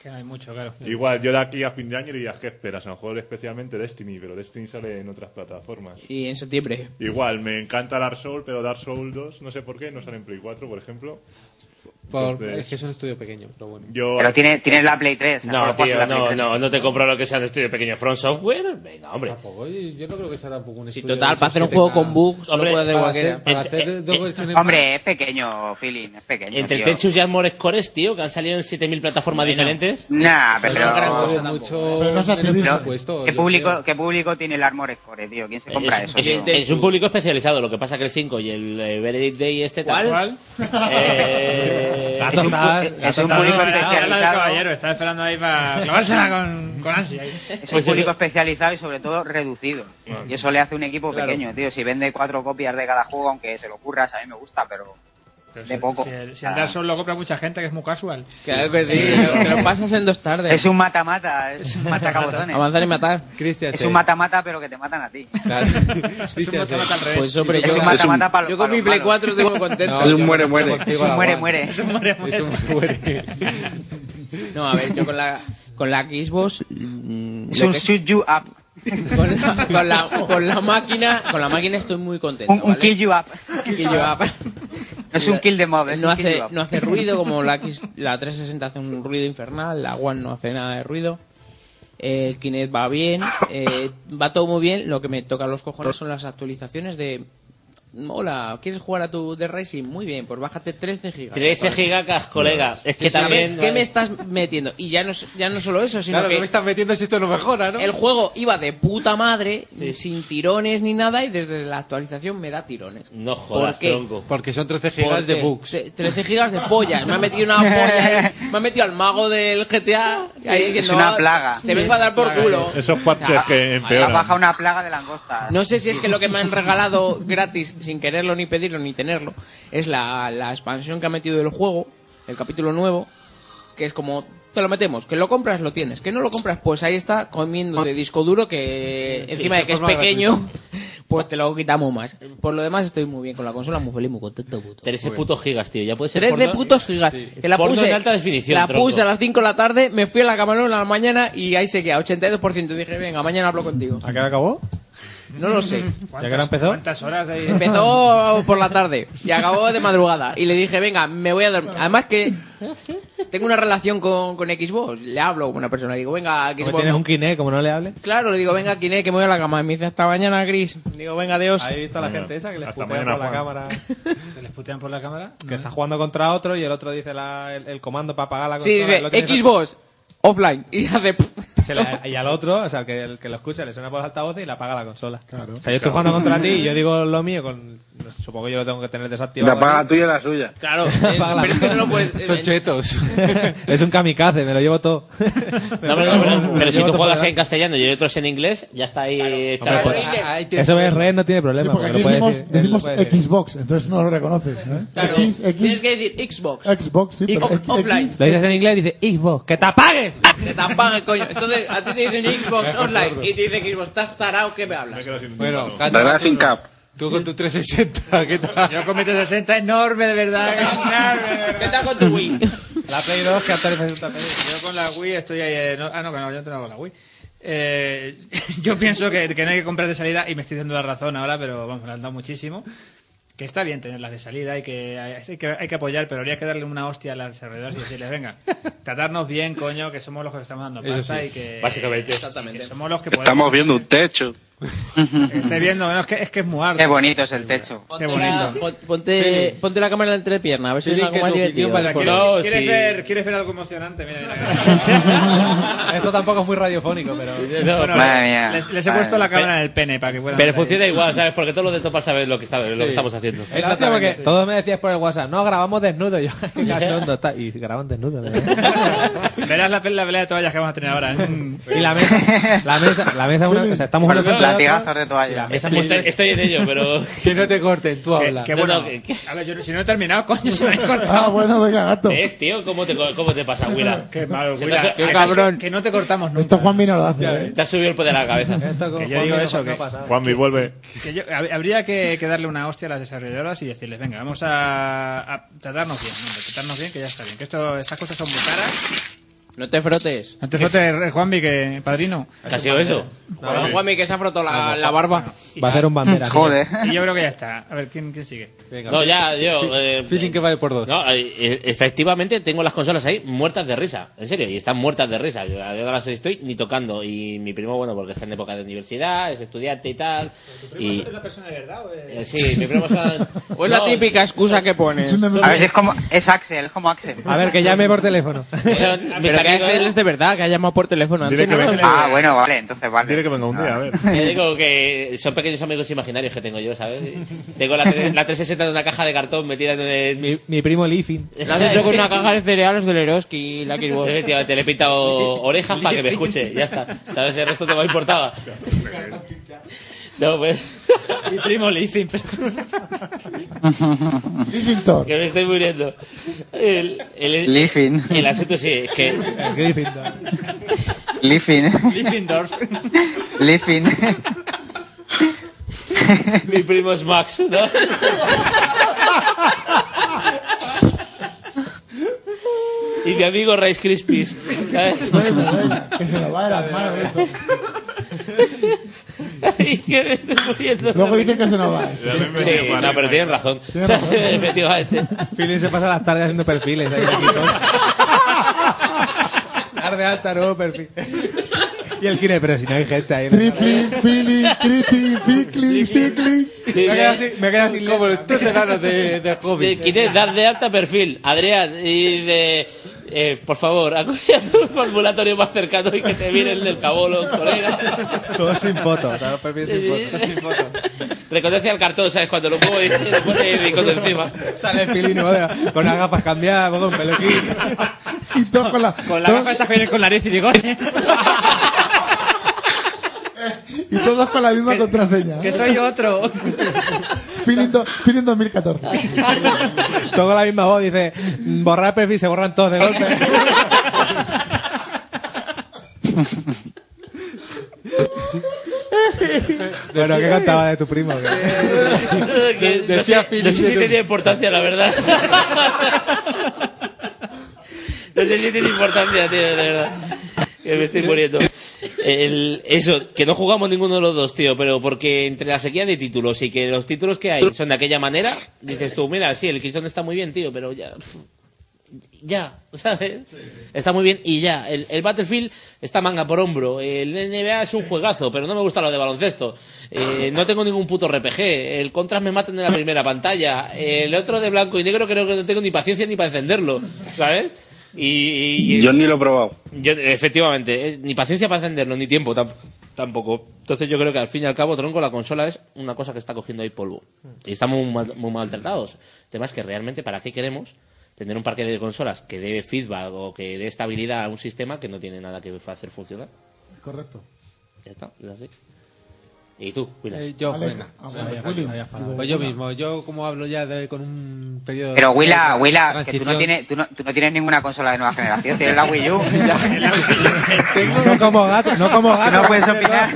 Que no hay mucho, claro.
Igual, yo de aquí a fin de año diría, ¿qué esperas? A lo mejor especialmente Destiny, pero Destiny sale en otras plataformas.
Y en septiembre.
Igual, me encanta Dark Souls, pero Dark Souls 2, no sé por qué, no sale en Play 4, por ejemplo.
Por-
Entonces,
Es que es un estudio pequeño, pero bueno.
yo-
Pero tiene- tienes la Play 3.
No,
ahora pasa
tío,
la
no,
Play
no, no te compro lo que sea el estudio pequeño From Software. Venga, hombre.
Tampoco, yo yo no creo que sea tampoco un estudio de
total,
esos
para hacer un
que
juego
tenga-
con bugs,
Hombre,
no puede
para
cualquiera.
hacer- Para
Entre-
hacer dos versiones
Hombre, es pequeño, Feeling, es pequeño.
Entre
tío.
Texas y Armored Cores, tío, que han salido en 7000 plataformas diferentes.
Nah, pero,
mucho.
Pero no
se
Pero,
supuesto,
¿qué,
yo
público, ¿Qué público tiene el Armored Core, tío? ¿Quién se compra
es,
eso?
es-
tío?
es un público especializado, lo que pasa que el 5 y el eh, Benedict Day este tal
¿Cuál?
cual, eh,
Gato
es un pu-
Taz,
es un
Gato
público
Taz. Habla del
especializado.
caballero, estaba esperando ahí para clavársela con, con ansia. ahí.
Es un público especializado y sobre todo reducido. Y eso le hace un equipo
Claro.
pequeño, tío. Si vende cuatro copias de cada juego, aunque se lo ocurras, a mí me gusta, pero de poco.
Si el, si el Dark Souls lo compra mucha gente, que es muy casual.
Claro que sí, te lo pasas en dos tardes.
Es un mata-mata,
(laughs)
es un machacabotones.
Avanzar y matar.
Es un mata-mata, pero que te matan a ti.
(laughs) Es un
mata-mata al revés.
Pues hombre,
Es
yo,
un mata-mata pa-
yo
pa
con mi
los
Play
malos.
4 estoy muy contento.
No, Es un yo- muere,
muere.
Es un muere, muere. Es un muere, muere.
No, a ver, yo con la, con la Xbox... mm,
Es
lo
un
que-
shoot you up.
Con la, con, la, con la máquina con la máquina estoy muy contento.
Un- un
¿vale?
kill you up.
Kill you up.
Es un kill the mob, es
no
un
hace,
kill you up.
No hace ruido, como la, X- la 360 hace un ruido infernal, la One no hace nada de ruido. eh, El Kinect va
(coughs)
bien, eh, va todo muy bien. Lo que me toca los cojones son las actualizaciones de. Hola, ¿quieres jugar a tu The Racing? Muy bien, pues bájate 13 gigas.
13 gigacas, colega. Es que
Sí, sí,
también.
¿Qué, qué me estás metiendo? Y ya no, es- ya no solo eso, sino
Claro,
que...
que me estás metiendo si esto no mejora, ¿no?
El juego iba de puta madre, sin tirones ni nada, y desde la actualización me da tirones.
No
jodas, tronco.
Porque son 13 gigas de
Porque
bugs.
te- 13
(laughs)
gigas de pollas. Me ha metido una polla ahí. Me ha metido al mago del GTA. que ahí que
es
no-
una plaga.
Te vengo a dar por culo.
Esos parches que
Ah, Ha
empeoran.
bajado una plaga de langosta.
No sé si es que lo que me han regalado gratis, sin quererlo, ni pedirlo, ni tenerlo, es la, la expansión que ha metido del juego, el capítulo nuevo, que es como, te lo metemos, que lo compras, lo tienes, que no lo compras, pues ahí está comiendo de disco duro que encima
de
de que es
forma
pequeño, pues te lo quitamos más. Por lo demás estoy muy bien con la consola, muy feliz, muy contento, puto.
13 putos gigas, tío. Ya puede ser.
13
porno-
putos gigas. Que la
Porno
puse,
en alta definición,
la
tronco.
puse a las 5 de la tarde, me fui a la cama a la mañana y ahí seguía, 82%. Dije, venga, mañana hablo contigo.
¿A qué hora acabó?
No lo sé.
¿Ya que ahora empezó?
(laughs) ¿Cuántas horas ahí?
Empezó por la tarde y acabó de madrugada. Y le dije, venga, me voy a dormir. Además que tengo una relación con, con Xbox. Le hablo a una persona. Le digo, venga,
Como
Xbox.
tienes un kiné, como no le hables.
Claro, le digo, venga, Kine, que me voy a la cama. Y me dice, hasta mañana, Gris. Digo, venga, adiós.
Ahí he visto a la gente esa que les putea por la cámara.
¿Te les putean por la cámara?
Que está jugando contra otro y el otro dice la- el, el comando para apagar la
Sí,
consola.
dice,
lo tienes-
Xbox. offline. Y hace.
(laughs) Se la- y al otro, o sea, al que, el que lo escucha le suena por los altavoces y la apaga la consola.
Claro.
O sea, yo estoy jugando contra ti y
(laughs)
yo digo lo mío, con, supongo que yo lo tengo que tener
La
desactivado.
paga la tuya y la suya.
(laughs)
Claro,
Apaga la
pero es que (laughs) no lo puedes.
Son
(laughs)
chetos. (laughs) es un kamikaze, me lo llevo todo.
No, pero,
Me lo
pero- pero si
llevo
tú
todo
juegas
para
en castellano y otros en inglés, ya está ahí echado.
Hombre, pues, Eso es red, no tiene problema.
porque
porque
aquí
lo puede
decimos,
decir- él lo
decimos
puede decir.
Xbox, entonces no lo reconoces. ¿eh? X,
Tienes
X,
que decir Xbox.
Xbox, sí, pero
X-
X-
offline.
Lo dices en inglés y dice Xbox, que
(laughs)
te apagues.
Que te apague, coño. Entonces, a ti te dicen Xbox Online y te dicen Xbox, estás tarao, ¿qué me hablas?
Bueno,
La verdad sin cap.
Tú con tu 360, ¿qué tal?
Yo con mi 360 enorme, de verdad. ¿eh? enorme.
¿Qué tal con tu Wii?
La Play 2 que actualiza su tapete.
Yo con la Wii estoy ahí. eh, no- ah, no, que no, yo no tengo la Wii. Eh, (laughs) yo pienso que, que no hay que comprar de salida y me estoy dando la razón ahora, pero vamos, me la han dado muchísimo. Que está bien tenerlas de salida, hay que, hay, que, hay que apoyar, pero habría que darle una hostia a los desarrolladores y decirles, venga, tratarnos bien, coño, que somos los que estamos dando
Eso
pasta
sí.
y que...
Básicamente.
Exactamente. Que somos los que podemos...
Estamos viendo un
(laughs)
techo.
Estoy viendo, no, es que es, que es muy harto.
Qué bonito es el techo.
Qué bonito.
Pon- Ponte, ponte la cámara en la entrepierna, a ver si es algo más divertido.
¿Quieres, quieres ver, ¿Quieres ver algo emocionante? Mira, mira, mira. (laughs)
Esto tampoco es muy radiofónico, pero.
Bueno,
Madre
les-
mía.
les, les he
Madre
puesto la
mía.
cámara en el pene para que puedan...
Pero
ver ahí.
funciona igual, ¿sabes? Porque todos los de Topal saben lo que, está, lo que estamos haciendo.
Es gracia porque todos me decías por el WhatsApp, no, grabamos desnudo. Y Yo, (laughs)
(laughs)
qué cachondo está. Y graban desnudo. ¿verdad?
Verás la, la pelea de toallas que vamos a tener ahora. (laughs) Mm.
Y
(laughs)
la mesa, la mesa, la mesa, una, o sea, estamos uno frente a otro.
Latigazos de toalla.
Esa
Estoy,
mujer-
estoy en ello,
(laughs)
pero.
Que no te corten, tú
Que-
habla.
que bueno,
(laughs)
a ver, yo no- si no he terminado, coño, se me (laughs) ha cortado.
Ah, bueno, venga, gato.
¿Ves, tío? ¿Cómo te, cómo te pasa, Willa?
Qué malo,
Se
Willa.
te ha-
Qué
se te ha-
cabrón. Que no te cortamos nunca.
Esto Juan Vino lo hace. ¿eh?
Te has subido el poder a la cabeza.
Que yo digo eso, que,
Juanmi, vuelve.
que yo- hab- habría que, que darle una hostia a las desarrolladoras y decirles, venga, vamos a, a tratarnos bien, hombre, tratarnos bien, que ya está bien, que esto, estas cosas son muy caras.
No te frotes.
No te frotes, Juanmi, que padrino.
¿Qué ha sido eso?
Juan, Juanmi, que se ha frotado la, la barba.
Va a hacer un bandera.
Y yo creo que ya está. A ver, ¿quién, quién sigue?
No, ya, yo. eh,
Feeling que vale por dos.
No, eh, eh, efectivamente tengo las consolas ahí muertas de risa, en serio, y están muertas de risa. Yo, yo no las estoy ni tocando. Y mi primo, bueno, porque está en época de universidad, es estudiante y tal. y,
una persona de verdad?
eh, sí, mi primo está.
(laughs)
Pues
O es la
No,
típica excusa que pones.
A ver si es como. Es Axel, es como Axel.
A ver, que llame por
(laughs)
teléfono.
son mis
Pero que
amigos-
él es de verdad, que ha llamado por teléfono antes. ¿no?
Ah, bueno, vale, entonces vale. Tiene que venga un día, a ver.
(laughs)
(laughs)
Te digo que son pequeños amigos imaginarios que tengo yo, ¿sabes? Tengo la, tre- la 360 de una caja de cartón metida en. el-
Mi, mi primo Leafing.
La has hecho con
(laughs)
una caja de cereales del Eroski y la
(laughs)
Xbox.
Efectivamente, le he pintado orejas para que me
(laughs)
escuche, ya está. ¿Sabes? El resto te va a importar. No, pues. (laughs)
Mi primo le hice.
(laughs) Que me estoy muriendo. El, el-
Leafing.
El asunto sí, es que.
Leafing. (laughs)
Liffindorf.
Leafing.
Mi primo es Max, ¿no? Y mi amigo Rice Krispies. ¿sabes?
Venga,
(laughs)
venga, que se lo va de las
(laughs)
manos esto.
Y que me estoy muriendo.
Luego dicen que se nos va.
Sí, no, pero tienen razón. (laughs) Efectivamente.
(laughs) Feeling se pasa las tardes haciendo perfiles. Ahí, Tarde alta, nuevo perfil. Y el cine, pero si no hay gente ahí.
Trifling, feeling, trifling, fickling, fickling.
Me he quedado sin- me he quedado sin
Como los teteranos de, de
De,
hobby.
quité dar de alta perfil, Adrián, y de. eh, por favor, acude a tu formulatorio más cercano y que te viene el del cabolo, colega.
Todo sin foto. todos los perfiles sin foto.
Reconoce al cartón, ¿sabes? Cuando lo muevo y le pone el icono encima.
Sale Feeling ¿no?
eh.
con las gafas cambiadas, con un peluquín.
(laughs) Y todo con la,
Con la gafa esta que viene con nariz y bigote.
Y todos con la misma contraseña. ¿eh?
Que soy
(laughs)
otro.
Feeling, do- feeling 2014.
Todo con la misma voz. Dice, "Mm, borrar perfil, se borran todos de golpe.
(laughs)
bueno, ¿qué cantaba de tu primo?
Que no
decía
sé,
Phil
no sé si
Neville.
tiene importancia, la verdad. no sé si tiene importancia, tío, de verdad. Que me estoy muriendo. El- eso, que no jugamos ninguno de los dos, tío, pero porque entre la sequía de títulos y que los títulos que hay son de aquella manera, dices tú, mira, sí, el Killzone está muy bien, tío, pero ya... pf, Ya, ¿sabes? Está muy bien y ya. El, el Battlefield está manga por hombro. El NBA es un juegazo, pero no me gusta lo de baloncesto. Eh, no tengo ningún puto RPG. El Contras me matan en la primera pantalla. El otro de blanco y negro creo que no tengo ni paciencia ni para encenderlo, ¿sabes? Y, y-
Yo ni lo he probado.
yo- efectivamente, eh, ni paciencia para encenderlo, ni tiempo tam- tampoco. Entonces yo creo que al fin y al cabo, tronco, la consola es una cosa que está cogiendo ahí polvo. Y estamos muy mal, muy mal tratados. El tema es que realmente, ¿para qué queremos tener un parque de consolas que dé feedback o que dé estabilidad a un sistema que no tiene nada que hacer funcionar?
Correcto.
Ya está, es así. ¿Y tú, Willa?
Eh, yo,
Aleja.
venga.
Ah, bueno, Willy.
Pues yo mismo, yo como hablo ya de- con un periodo
Pero
de-
Willa,
de
Willa, que tú
transición-
no, tienes, tú, no, tú no tienes ninguna consola de nueva generación, tienes la Wii U.
(laughs)
(laughs)
No como gato, no como gato.
pues.
No puedes opinar.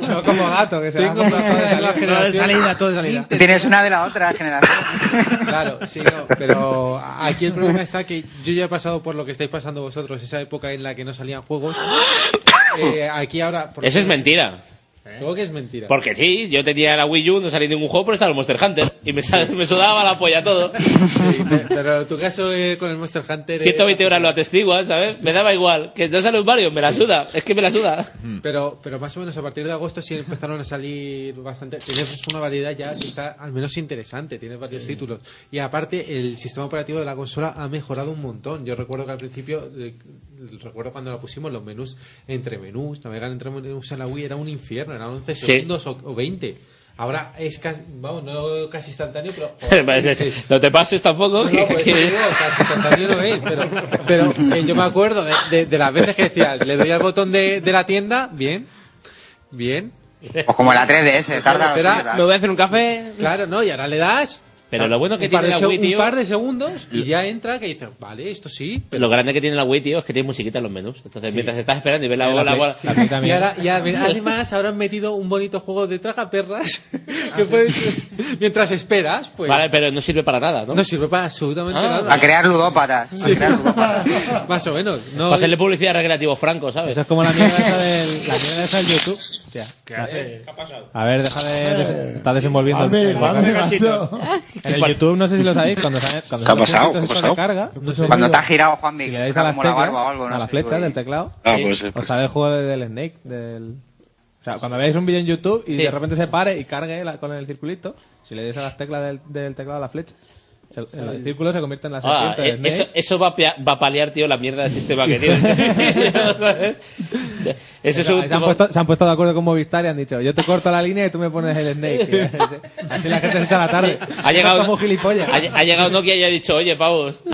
No como gato, que se
Tengo
va.
una sola de nueva
Todo de salida, todo de salida.
Tú tienes una de la otra generación.
Claro, sí, no, pero aquí el problema está que yo ya he pasado por lo que estáis pasando vosotros, esa época en la que no salían juegos. Eh, aquí ahora...
Eso es mentira.
Creo que es mentira.
Porque sí, yo tenía la Wii U, no salía ningún juego, pero estaba el Monster Hunter. Y me, sal- me sudaba la polla
(laughs)
todo.
Pero tu caso eh, con el Monster Hunter... eh,
120 horas lo atestiguan, ¿sabes? Me daba igual. Que no sale un Mario, me la suda. Es que me la suda.
Pero, pero más o menos a partir de agosto sí empezaron a salir bastante. Tienes una variedad ya que está al menos interesante, tienes varios títulos. Y aparte, el sistema operativo de la consola ha mejorado un montón. Yo recuerdo que al principio, eh, recuerdo cuando la pusimos, los menús entre menús, navegar entre menús en la Wii era un infierno, eran 11
Sí.
segundos o, o 20. Ahora es casi, vamos, no casi instantáneo, pero.
no te pases tampoco.
No,
que-
no, (laughs) por eso
que-
te digo, casi instantáneo no es, pero,
(laughs)
pero, eh, yo me acuerdo de, de- de las veces que decía, le doy al botón de, de la tienda, bien, bien.
O Pues como la 3DS, tarda
Espera,
lo suyo, tarda.
me voy a hacer un café. Claro, no, y ahora le das.
Pero lo bueno que
un par
tiene
de
la
seg-
Wii, tío-
Un par de segundos y ya entra que dices, vale, esto sí.
Lo grande que tiene la Wii, tío, es que tiene musiquita en los menús. Entonces,
Sí.
mientras estás esperando y ves la
Sí, la
bola, la
Play-
bola.
sí. Y ahora, y adem- además ahora han metido un bonito juego de tragaperras (laughs) que puedes, mientras esperas, pues
Ah, Vale, pero no sirve para nada, ¿no?
no sirve para absolutamente
Ah.
nada.
Para crear
ludópatas.
Sí. (laughs) Más o menos. No,
Para hacerle publicidad a Recreativo Franco, ¿sabes?
Eso es como la mierda esa del, la mierda esa del YouTube. Hostia.
¿Qué hace? ¿Qué eh, ha pasado?
A ver, deja de... des- está desenvolviendo.
Juanmi,
el-
Juanmi, macho.
En el YouTube, no sé si lo sabéis, cuando sale... Cuando
¿Qué ha
sale
pasado?
el
¿Qué ha
texto de
pasado?
carga,
Cuando te has girado, Juanmi,
Si le
que
dais
suena
a las
como la
teclas,
barba o algo, no
a la
sé,
flecha
güey.
del teclado,
Ah,
sí,
puede ser, puede
os sale el juego de- del Snake. Del... O sea, cuando veáis un vídeo en YouTube y
Sí.
de repente se pare y cargue la- con el circulito, si le dais a las teclas del, del teclado a la flecha, se- el,
Sí.
círculo se convierte en la
Ah,
serpiente
eh,
de
eso,
Snake.
eso va, a pia- va a paliar, tío, la mierda del sistema que
(laughs)
tiene. ¿Sabes? Eso es
O sea,
un
se, han
tipo-
puesto, se han puesto de acuerdo con Movistar y han dicho, yo te corto la línea y tú me pones el Snake.
(laughs)
Así la gente se echa la tarde.
Ha llegado-
Como gilipollas.
Ha, lle- ha llegado Nokia y ha dicho, oye,
(laughs)
pavos.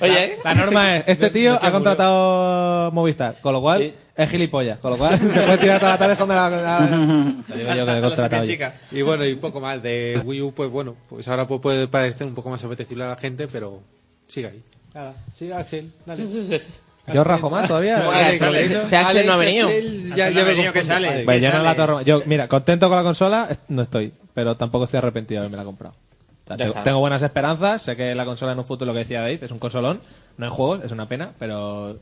Oye, ¿eh?
La norma es, este tío ha contratado Movistar, con lo cual es gilipollas, con lo cual (laughs) se puede tirar toda la tarde con la... la- la- Digo yo
(laughs)
que he contratado yo.
Y bueno, y poco más de Wii U, pues bueno, pues ahora pu- puede parecer un poco más apetecible a la gente, pero sigue ahí. Nada, sí, Axel, dale.
Sí, sí, sí.
Yo rajo más todavía.
No, Alex, Alex,
Si Axel no ha
Alex,
venido.
Axel
Axel, ya-
no
ya
ha
me
venido, que
confundo.
sale.
Vale.
Pues yo no la torro- Yo, mira, contento con la consola, est- no estoy. Pero tampoco estoy arrepentido de haberme la comprado. O
Ya
sea, tengo,
está.
tengo buenas esperanzas. Sé que la consola en un futuro, lo que decía Dave, es un consolón. No en juegos, es una pena, pero.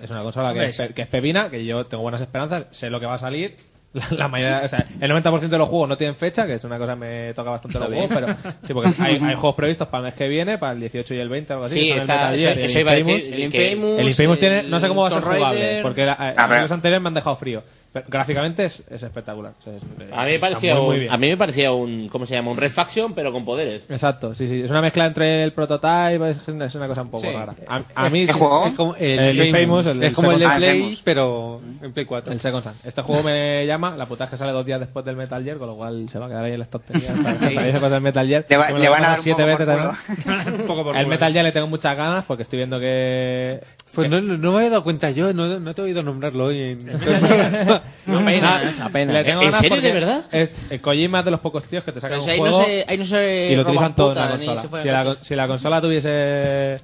Es una consola que,
Hombre,
es,
sí.
pe- que es pepina, que yo tengo buenas esperanzas. Sé lo que va a salir. (laughs) La, la mayoría, o sea, el 90% de los juegos no tienen fecha, que es una cosa que me toca bastante los
Está
juegos,
bien.
pero sí, porque
(laughs)
hay, hay juegos previstos para el mes que viene, para el 18 y el 20, algo así.
Sí,
que son el
está-
Metal Gear,
eso-
el
eso iba a decir,
Infamous.
el Infamous,
El Infamous tiene,
el
no sé cómo va a ser
Tomb
jugable,
Raider.
porque la- eh,
A ver.
los anteriores me han dejado frío. Pero gráficamente es, es espectacular. O sea, es- eh,
A mí me
está
parecía,
muy, muy
un-
bien.
a mí me parecía un, ¿cómo se llama? Un Red Faction, pero con poderes.
Exacto, sí, sí. Es una mezcla entre el prototype, es, es una cosa un poco
Sí.
rara. A, a mí
¿Qué
sí-
juego?
sí,
Es como
el,
el
Infamous,
Infamous,
el,
es como el de
Ah,
Second Son.
Play,
pero en Play 4.
El Second Son. Este juego me llama, la puta es que sale dos días después del Metal Gear, con lo cual se va a quedar ahí en la estantería. hasta- hasta que me pase el Metal Gear.
Le va-
que me
le
lo
van a
paso
dar un
siete
poco
veces
por (laughs)
además.
Un poco por
El
culo.
Metal Gear le tengo muchas ganas porque estoy viendo que.
Pues no,
que-
no me había dado cuenta yo, no, no te he oído nombrarlo hoy. En...
Apenas, apenas. Ah,
¿eh?
Le tengo ganas porque Es, el Kojima es de los pocos tíos que te sacan
Pero si
un
ahí no
juego
se- ahí no se
y lo
roban
utilizan todo en la
putas, ni se
consola.
fueron
Si la,
coches.
con- si la consola tuviese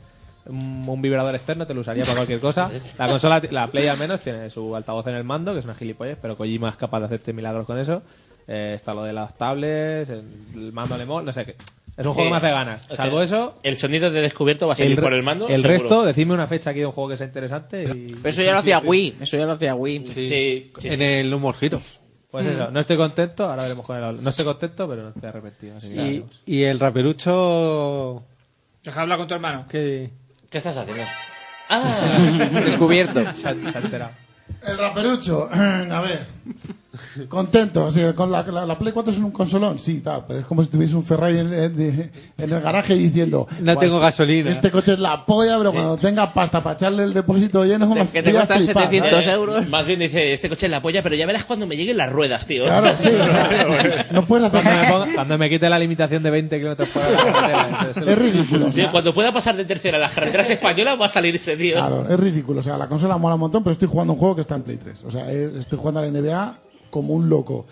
un, un vibrador externo te lo usaría para
(laughs)
cualquier cosa. La consola, la Play al menos tiene su altavoz en el mando, que es una gilipollas, pero Kojima es capaz de hacerte milagros con eso. Eh, está lo de las tablets, el, el mando le mola, no sé qué. Es un juego que me hace ganas.
O sea,
Salvo eso,
El sonido de descubierto va a salir
re-
por el mando.
el
seguro.
resto, decidme una fecha aquí de un juego que sea interesante. y-
Pero eso ya lo hacía Wii, eso ya lo hacía Wii.
Sí. Sí, sí.
En el Humor Heroes.
Pues eso, no estoy contento, ahora veremos con el No estoy contento, pero no estoy arrepentido. así que
Y,
veremos.
y el raperucho...
Deja hablar con tu hermano.
que
¿Qué estás
(laughs)
haciendo? Ah.
Descubierto.
Se ha, se ha enterado.
El raperucho, (clears throat) a ver. Contento, o sea, con la, la, la Play 4 es un consolón, sí, tal, pero es como si tuviese un Ferrari en, en- en el garaje diciendo:
No
"Buah,
tengo gasolina".
Este coche es la polla, pero cuando tenga pasta para echarle el depósito lleno,
que
voy a flipar".
Eh, Más bien dice, este coche es la polla, pero ya verás cuando me lleguen las ruedas, tío.
Claro, sí, o No puedes hacer
cuando, me ponga- cuando me quite la limitación de 20 kilómetros por hora.
Es ridículo.
Tío, cuando pueda pasar de tercera a las carreteras españolas va a salir ese tío.
Claro, eh. es ridículo. O sea, la consola mola un montón, pero estoy jugando un juego que está en Play 3. O sea, eh, estoy jugando a la NBA como un loco.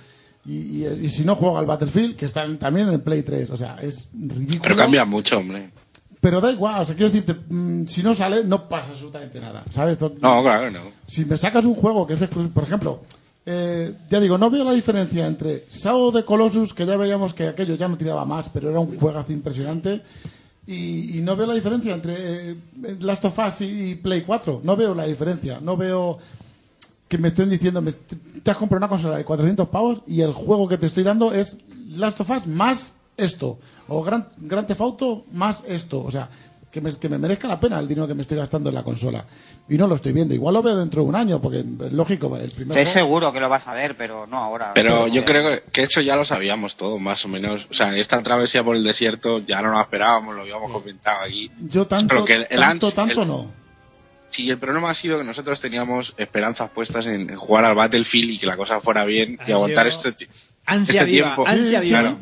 Y, y- y si no juego al Battlefield, que está en- también en Play 3. O sea, es ridículo.
Pero cambia mucho, hombre.
Pero da igual. O sea, quiero decirte, mm, si no sale, no pasa absolutamente nada. ¿Sabes?
No, claro, no.
Si me sacas un juego que es exclusivo, por ejemplo, eh, ya digo, no veo la diferencia entre Sao de Colossus, que ya veíamos que aquello ya no tiraba más, pero era un juegazo impresionante, y, y no veo la diferencia entre eh, Last of Us y, y Play 4. No veo la diferencia. No veo que me estén diciendo, me est- te has comprado una consola de 400 pavos y el juego que te estoy dando es Last of Us más esto, o Gran, Grand Theft Auto más esto. O sea, que me, que me merezca la pena el dinero que me estoy gastando en la consola. Y no lo estoy viendo. Igual lo veo dentro de un año, porque es lógico, el primer
Es
juego-
seguro que lo vas a ver, pero no ahora.
Pero yo creo que- que eso ya lo sabíamos todo, más o menos. O sea, esta travesía por el desierto ya no la esperábamos, lo habíamos comentado aquí.
Yo tanto,
Pero que el- el
tanto,
ans-
tanto
el-
no.
Sí, el problema ha sido que nosotros teníamos esperanzas puestas en, en jugar al Battlefield y que la cosa fuera bien y
sido
aguantar este, ti-
ansia
este
viva,
tiempo.
ansia viva.
Claro.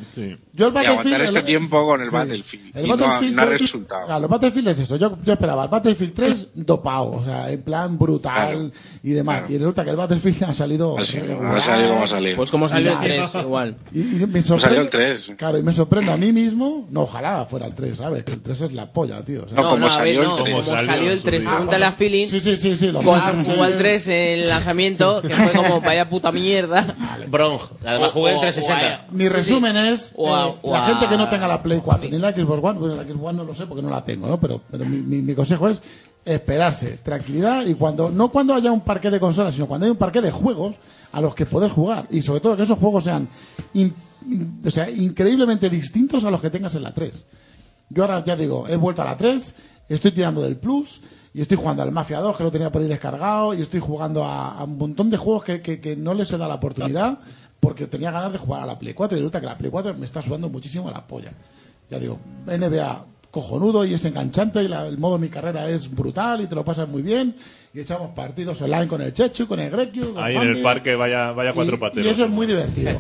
Yo el
y aguantar
Battlefield-
este
el-
tiempo con el
sí.
Battlefield.
El
y no ha-
Battlefield
no ha
yo-
resultado.
Claro, el Battlefield es eso. Yo, yo esperaba el Battlefield
(laughs)
3 dopado, o sea, en plan brutal
Claro.
y demás. Y resulta que el Battlefield ha salido.
Así, ha salido como ha salido. Pues como salió el tres,
igual.
Y, y me
Pues salió
sorprende.
el 3.
Claro, y me sorprende a mí mismo. No, ojalá fuera el 3, ¿sabes? Que el 3 es la polla, tío. o sea.
No, No, como no, a salió ver, el no, 3. como salió el 3,
Ah,
pregúntale a
cuando-
Feeling.
Sí, sí, sí, sí. lo
Cuando
más-
jugó al 3 en el lanzamiento, que fue como vaya puta mierda.
Bronj, además jugué en 360.
Mi resumen es eh,
Wow,
la
wow.
gente que no
(laughs)
tenga la Play 4 ni la Xbox One, bueno, la Xbox One no lo sé porque no la tengo, ¿no? Pero, pero mi, mi- mi consejo es esperarse, tranquilidad y cuando no cuando haya un parque de consolas, sino cuando hay un parque de juegos a los que poder jugar y sobre todo que esos juegos sean in- in- o sea, increíblemente distintos a los que tengas en la 3. Yo ahora ya digo, he vuelto a la 3, estoy tirando del Plus y estoy jugando al Mafia 2 que lo tenía por ahí descargado y estoy jugando a, a un montón de juegos que, que- que no les he dado la oportunidad porque tenía ganas de jugar a la Play 4 y resulta que la Play 4 me está sudando muchísimo la polla. Ya digo, NBA cojonudo y es enganchante y la- el modo mi carrera es brutal y te lo pasas muy bien y echamos partidos online con el Chechu, con el Grecu, con
Ahí en el
Juanmi.
parque vaya, vaya cuatro
Y-
pateros.
Y eso es muy divertido.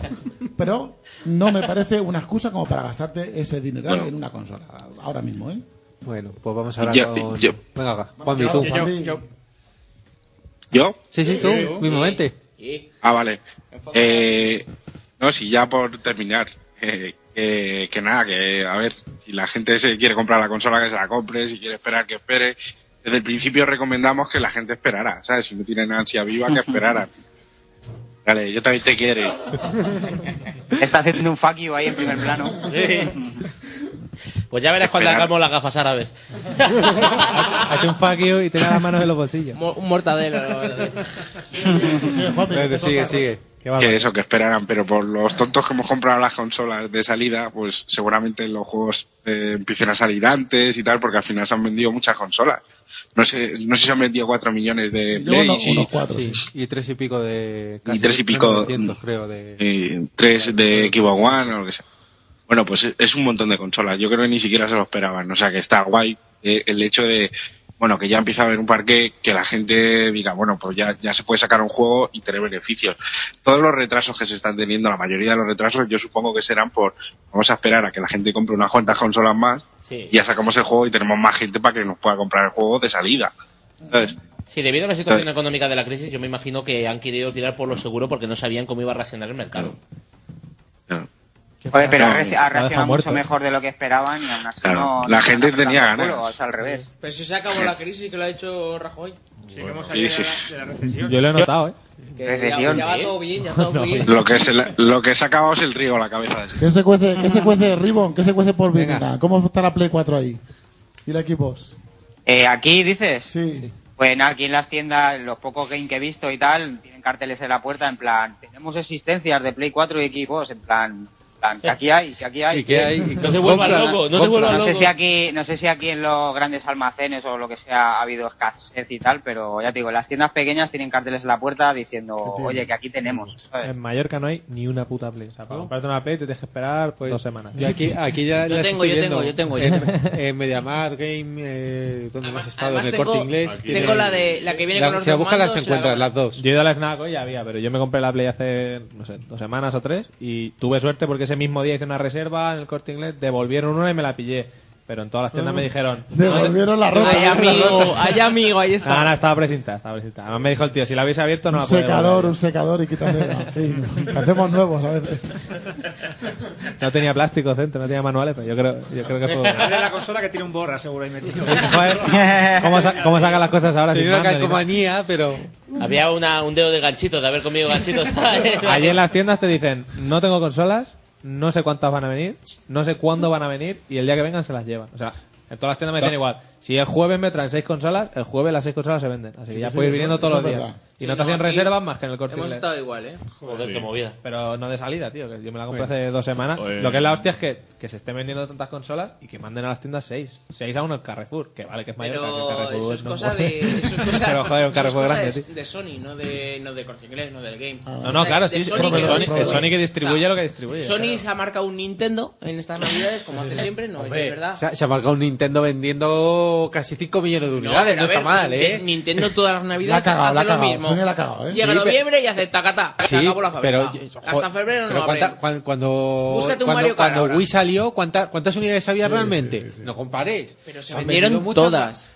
Pero no me parece una excusa como para gastarte ese dinero
Bueno.
en una consola. Ahora mismo, ¿eh?
Bueno, pues vamos ahora
Yo-
con...
yo-
Venga, va, Juanmi, tú.
Yo, yo.
¿Yo?
Sí, sí, tú,
Yo.
mismamente.
Ah, vale. Eh, no, si ya por terminar. (laughs) eh, eh, que nada, que a ver, si la gente se quiere comprar la consola, que se la compre, si quiere esperar, que espere. Desde el principio recomendamos que la gente esperara, ¿sabes? Si no tienen ansia viva, que esperaran. Dale, yo también te quiero.
Está haciendo un fuck you ahí en primer plano.
Pues ya verás cuando
Esperar.
hagamos las gafas árabes.
Ha hecho un fuck you y tenía las manos en los bolsillos.
Un mortadelo.
eh. Bueno, sigue, sigue.
que eso, que esperaran, pero por los tontos que hemos comprado las consolas de salida, pues seguramente los juegos eh, empiecen a salir antes y tal, porque al final se han vendido muchas consolas. No sé, no sé si han vendido 4 millones de Play y,
Sí, Y tres y pico de...
Y tres y pico- mm.
900, creo, de...
eh, tres de Xbox One o lo que sea. Bueno, pues es- es un montón de consolas. Yo creo que ni siquiera se lo esperaban. O sea, que está guay eh, el hecho de, bueno, que ya empieza a haber un parque que la gente diga, bueno, pues ya, ya se puede sacar un juego y tener beneficios. Todos los retrasos que se están teniendo, la mayoría de los retrasos, yo supongo que serán por, vamos a esperar a que la gente compre unas cuantas consolas más
Sí.
y ya sacamos el juego y tenemos más gente para que nos pueda comprar el juego de salida. ¿Sabes?
Sí, debido a la situación económica de la crisis, yo me imagino que han querido tirar por lo seguro porque no sabían cómo iba a reaccionar el mercado.
Joder, pero ha,
No,
reci-
lo ha
ha
dejado
reaccionado mucho
muerto.
mejor de lo que esperaban y aún así
Claro,
no.
la
no se
gente
han
tenía
sacado el
ganas.
culo, es al revés.
Pero si se acabó la crisis que lo ha hecho Rajoy. Sí, que hemos
salido sí, de la- sí.
de la
Yo lo he notado, ¿eh?
Recesión. Ya va todo bien, ya
(laughs)
todo bien.
Lo que, se le- lo que se ha acabado es el río a la cabeza de ese.
¿Qué se cuece, qué se cuece Ribbon? ¿Qué se cuece por Vinuna? ¿Cómo está la Play 4 ahí? ¿Y la Xbox?
Eh, aquí dices.
Sí.
Pues nada, aquí en las tiendas, los pocos game que he visto y tal, tienen carteles en la puerta en plan, tenemos existencias de Play 4 y Xbox, en plan, plan, que aquí hay, que aquí hay.
Sí,
(laughs)
que hay.
No te vuelvas Compra, loco, no te compra. vuelvas
No sé
loco.
si aquí, no sé si aquí en los grandes almacenes o lo que sea ha habido escasez y tal, pero ya te digo, las tiendas pequeñas tienen carteles en la puerta diciendo,
tiene?
oye, que aquí tenemos. ¿sabes?
En Mallorca no hay ni una puta Play. O sea, para comprarte una Play te tienes que esperar dos semanas.
Yo aquí, aquí ya
Yo
las
tengo,
estoy
yo
viendo.
tengo, yo tengo,
(laughs)
yo
En,
tengo.
en Mediamar, Game, eh, ¿dónde más has estado? En
además
el
tengo-
corte inglés.
tengo la de- la que viene con los
Si la
dos
buscas, las
mandos, se la
encuentras,
van
las dos.
Yo he ido a la FNAC hoy y había, pero yo me compré la Play hace, no sé, dos semanas o tres y tuve suerte porque ese mismo día hice una reserva en el corte inglés, devolvieron una y me la pillé. Pero en todas las tiendas
Ah.
me dijeron...
Devolvieron la ropa.
Ay, amigo, ay, amigo, ahí está.
Ah, no, estaba precinta, estaba precinta. Además me dijo el tío, si la habéis abierto no
Un
la puedo
secador, un secador y quítame. En fin, hacemos nuevos a veces.
No tenía plástico dentro, no tenía manuales, pero yo creo, yo
(laughs)
creo que fue... (laughs)
Abre la consola que tiene un borra, seguro, ahí metido.
Joder, ¿cómo, sa- cómo sacan las cosas ahora? sin mando ni nada?
pero...
Había una- un dedo de ganchito, de haber
(laughs)
comido ganchitos. ¿sabes?
Allí en las tiendas te dicen, no tengo consolas, no sé cuántas van a venir, no sé cuándo van a venir y el día que vengan se las llevan. O sea, en todas las tiendas me dicen igual. Si el jueves me traen seis consolas, el jueves las seis consolas se venden. Así que
Sí,
ya
sí,
puedes ir
eso-
viniendo todos
eso
los
es
días.
verdad.
Y
Sí,
no te
no,
hacían
aquí
reservas más que en el corte
Hemos
Inglés.
estado igual, ¿eh?
Joder, qué movida.
Pero no de salida, tío. Que yo me la compré
Joder.
hace dos semanas.
Joder.
Lo que es la hostia es que, que se estén vendiendo tantas consolas y que manden a las tiendas seis. Seis aún el Carrefour. Que vale, que es mayor
Pero
que el Carrefour.
eso es
no
cosa
puede.
de. Eso
(laughs)
es cosa,
Pero joder, un
eso es
Carrefour
cosa
grande,
de,
tío.
de Sony, no de, no de Corte Inglés, no del game.
Ah.
No, no, claro, sí, pero
que
Sony-
distribuye.
es Sony que distribuye lo que distribuye,
Sony
claro.
se ha marcado un Nintendo en estas navidades, como hace siempre, no,
Hombre,
es verdad.
Se, ha- se ha marcado un Nintendo vendiendo casi 5 millones de
No,
unidades,
pero
no,
a
está
ver,
mal,
Ninte-
¿eh?
Nintendo todas las
La
navidades
ha cagado,
hace
la ha
lo
cagado,
mismo.
Sony la ha cagado, ¿eh?
Llega
Sí,
noviembre y hace tacata, se acabó la fábrica.
yo-
Hasta
joder,
febrero
pero
no
cuánta-
abren.
cuan- cuando
Búscate un
cuando,
Mario Kart
cuando
ahora.
Wii salió, ¿cuánta- ¿cuántas unidades había realmente? No comparéis.
Pero se
han
vendieron
vendido muchas.
todas.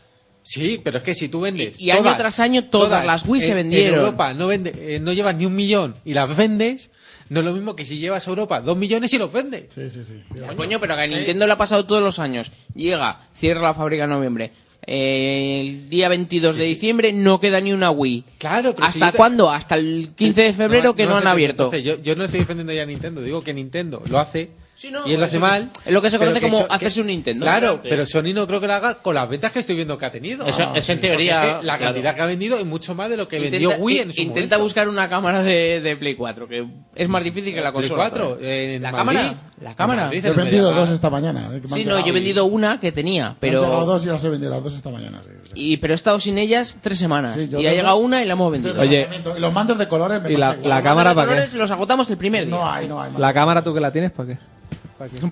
Sí, pero es que si tú vendes.
Y- y año tras año todas las Wii se
En-
vendieron.
En Europa no, vende, eh, no llevas ni un millón y las vendes, no es lo mismo que si llevas a Europa dos millones y los vendes. Eh,
Sí, sí, sí.
Coño, pero que a Nintendo le ha pasado todos los años. Llega, cierra la fábrica en noviembre. Eh, el día 22 de diciembre no queda ni una Wii.
Claro, pero si
¿Hasta
yo te-
cuándo? Hasta el 15 de febrero que no,
las
han
entiendo.
abierto.
Entonces, yo, yo no estoy defendiendo ya a Nintendo, digo que Nintendo lo hace.
no,
y él
eso
lo hace
que-
mal.
es lo que se
pero
conoce como
eso-
hacerse un Nintendo.
Claro,
Sí.
pero Sony no creo que lo haga con las ventas que estoy viendo que ha tenido.
Eso-
Ah,
eso en
porque
teoría,
es que la
claro.
cantidad que ha vendido es mucho más de lo que
Intenta,
vendió Wii
i-
en su
intenta
momento.
buscar una cámara de, de Play 4, que es más difícil que la
Play
consola.
4,
todavía.
en
la
Madrid,
cámara, la
en
cámara.
Madrid,
Yo he vendido dos esta mañana. eh, que me han
Sí, no,
llegado.
yo he vendido una que tenía,
Me han llegado
pero
dos y las he vendido las dos esta mañana. sí.
y pero he estado sin ellas tres semanas
Sí,
y
yo
ha
tengo-
llegado una y la hemos vendido.
Oye.
Y los mandos de colores me
Y la-
pasa igual.
la
Los
cámara
mandos
para
de
qué?
colores
los agotamos el primer
día. No hay, no hay.
¿La cámara tú que la tienes para qué?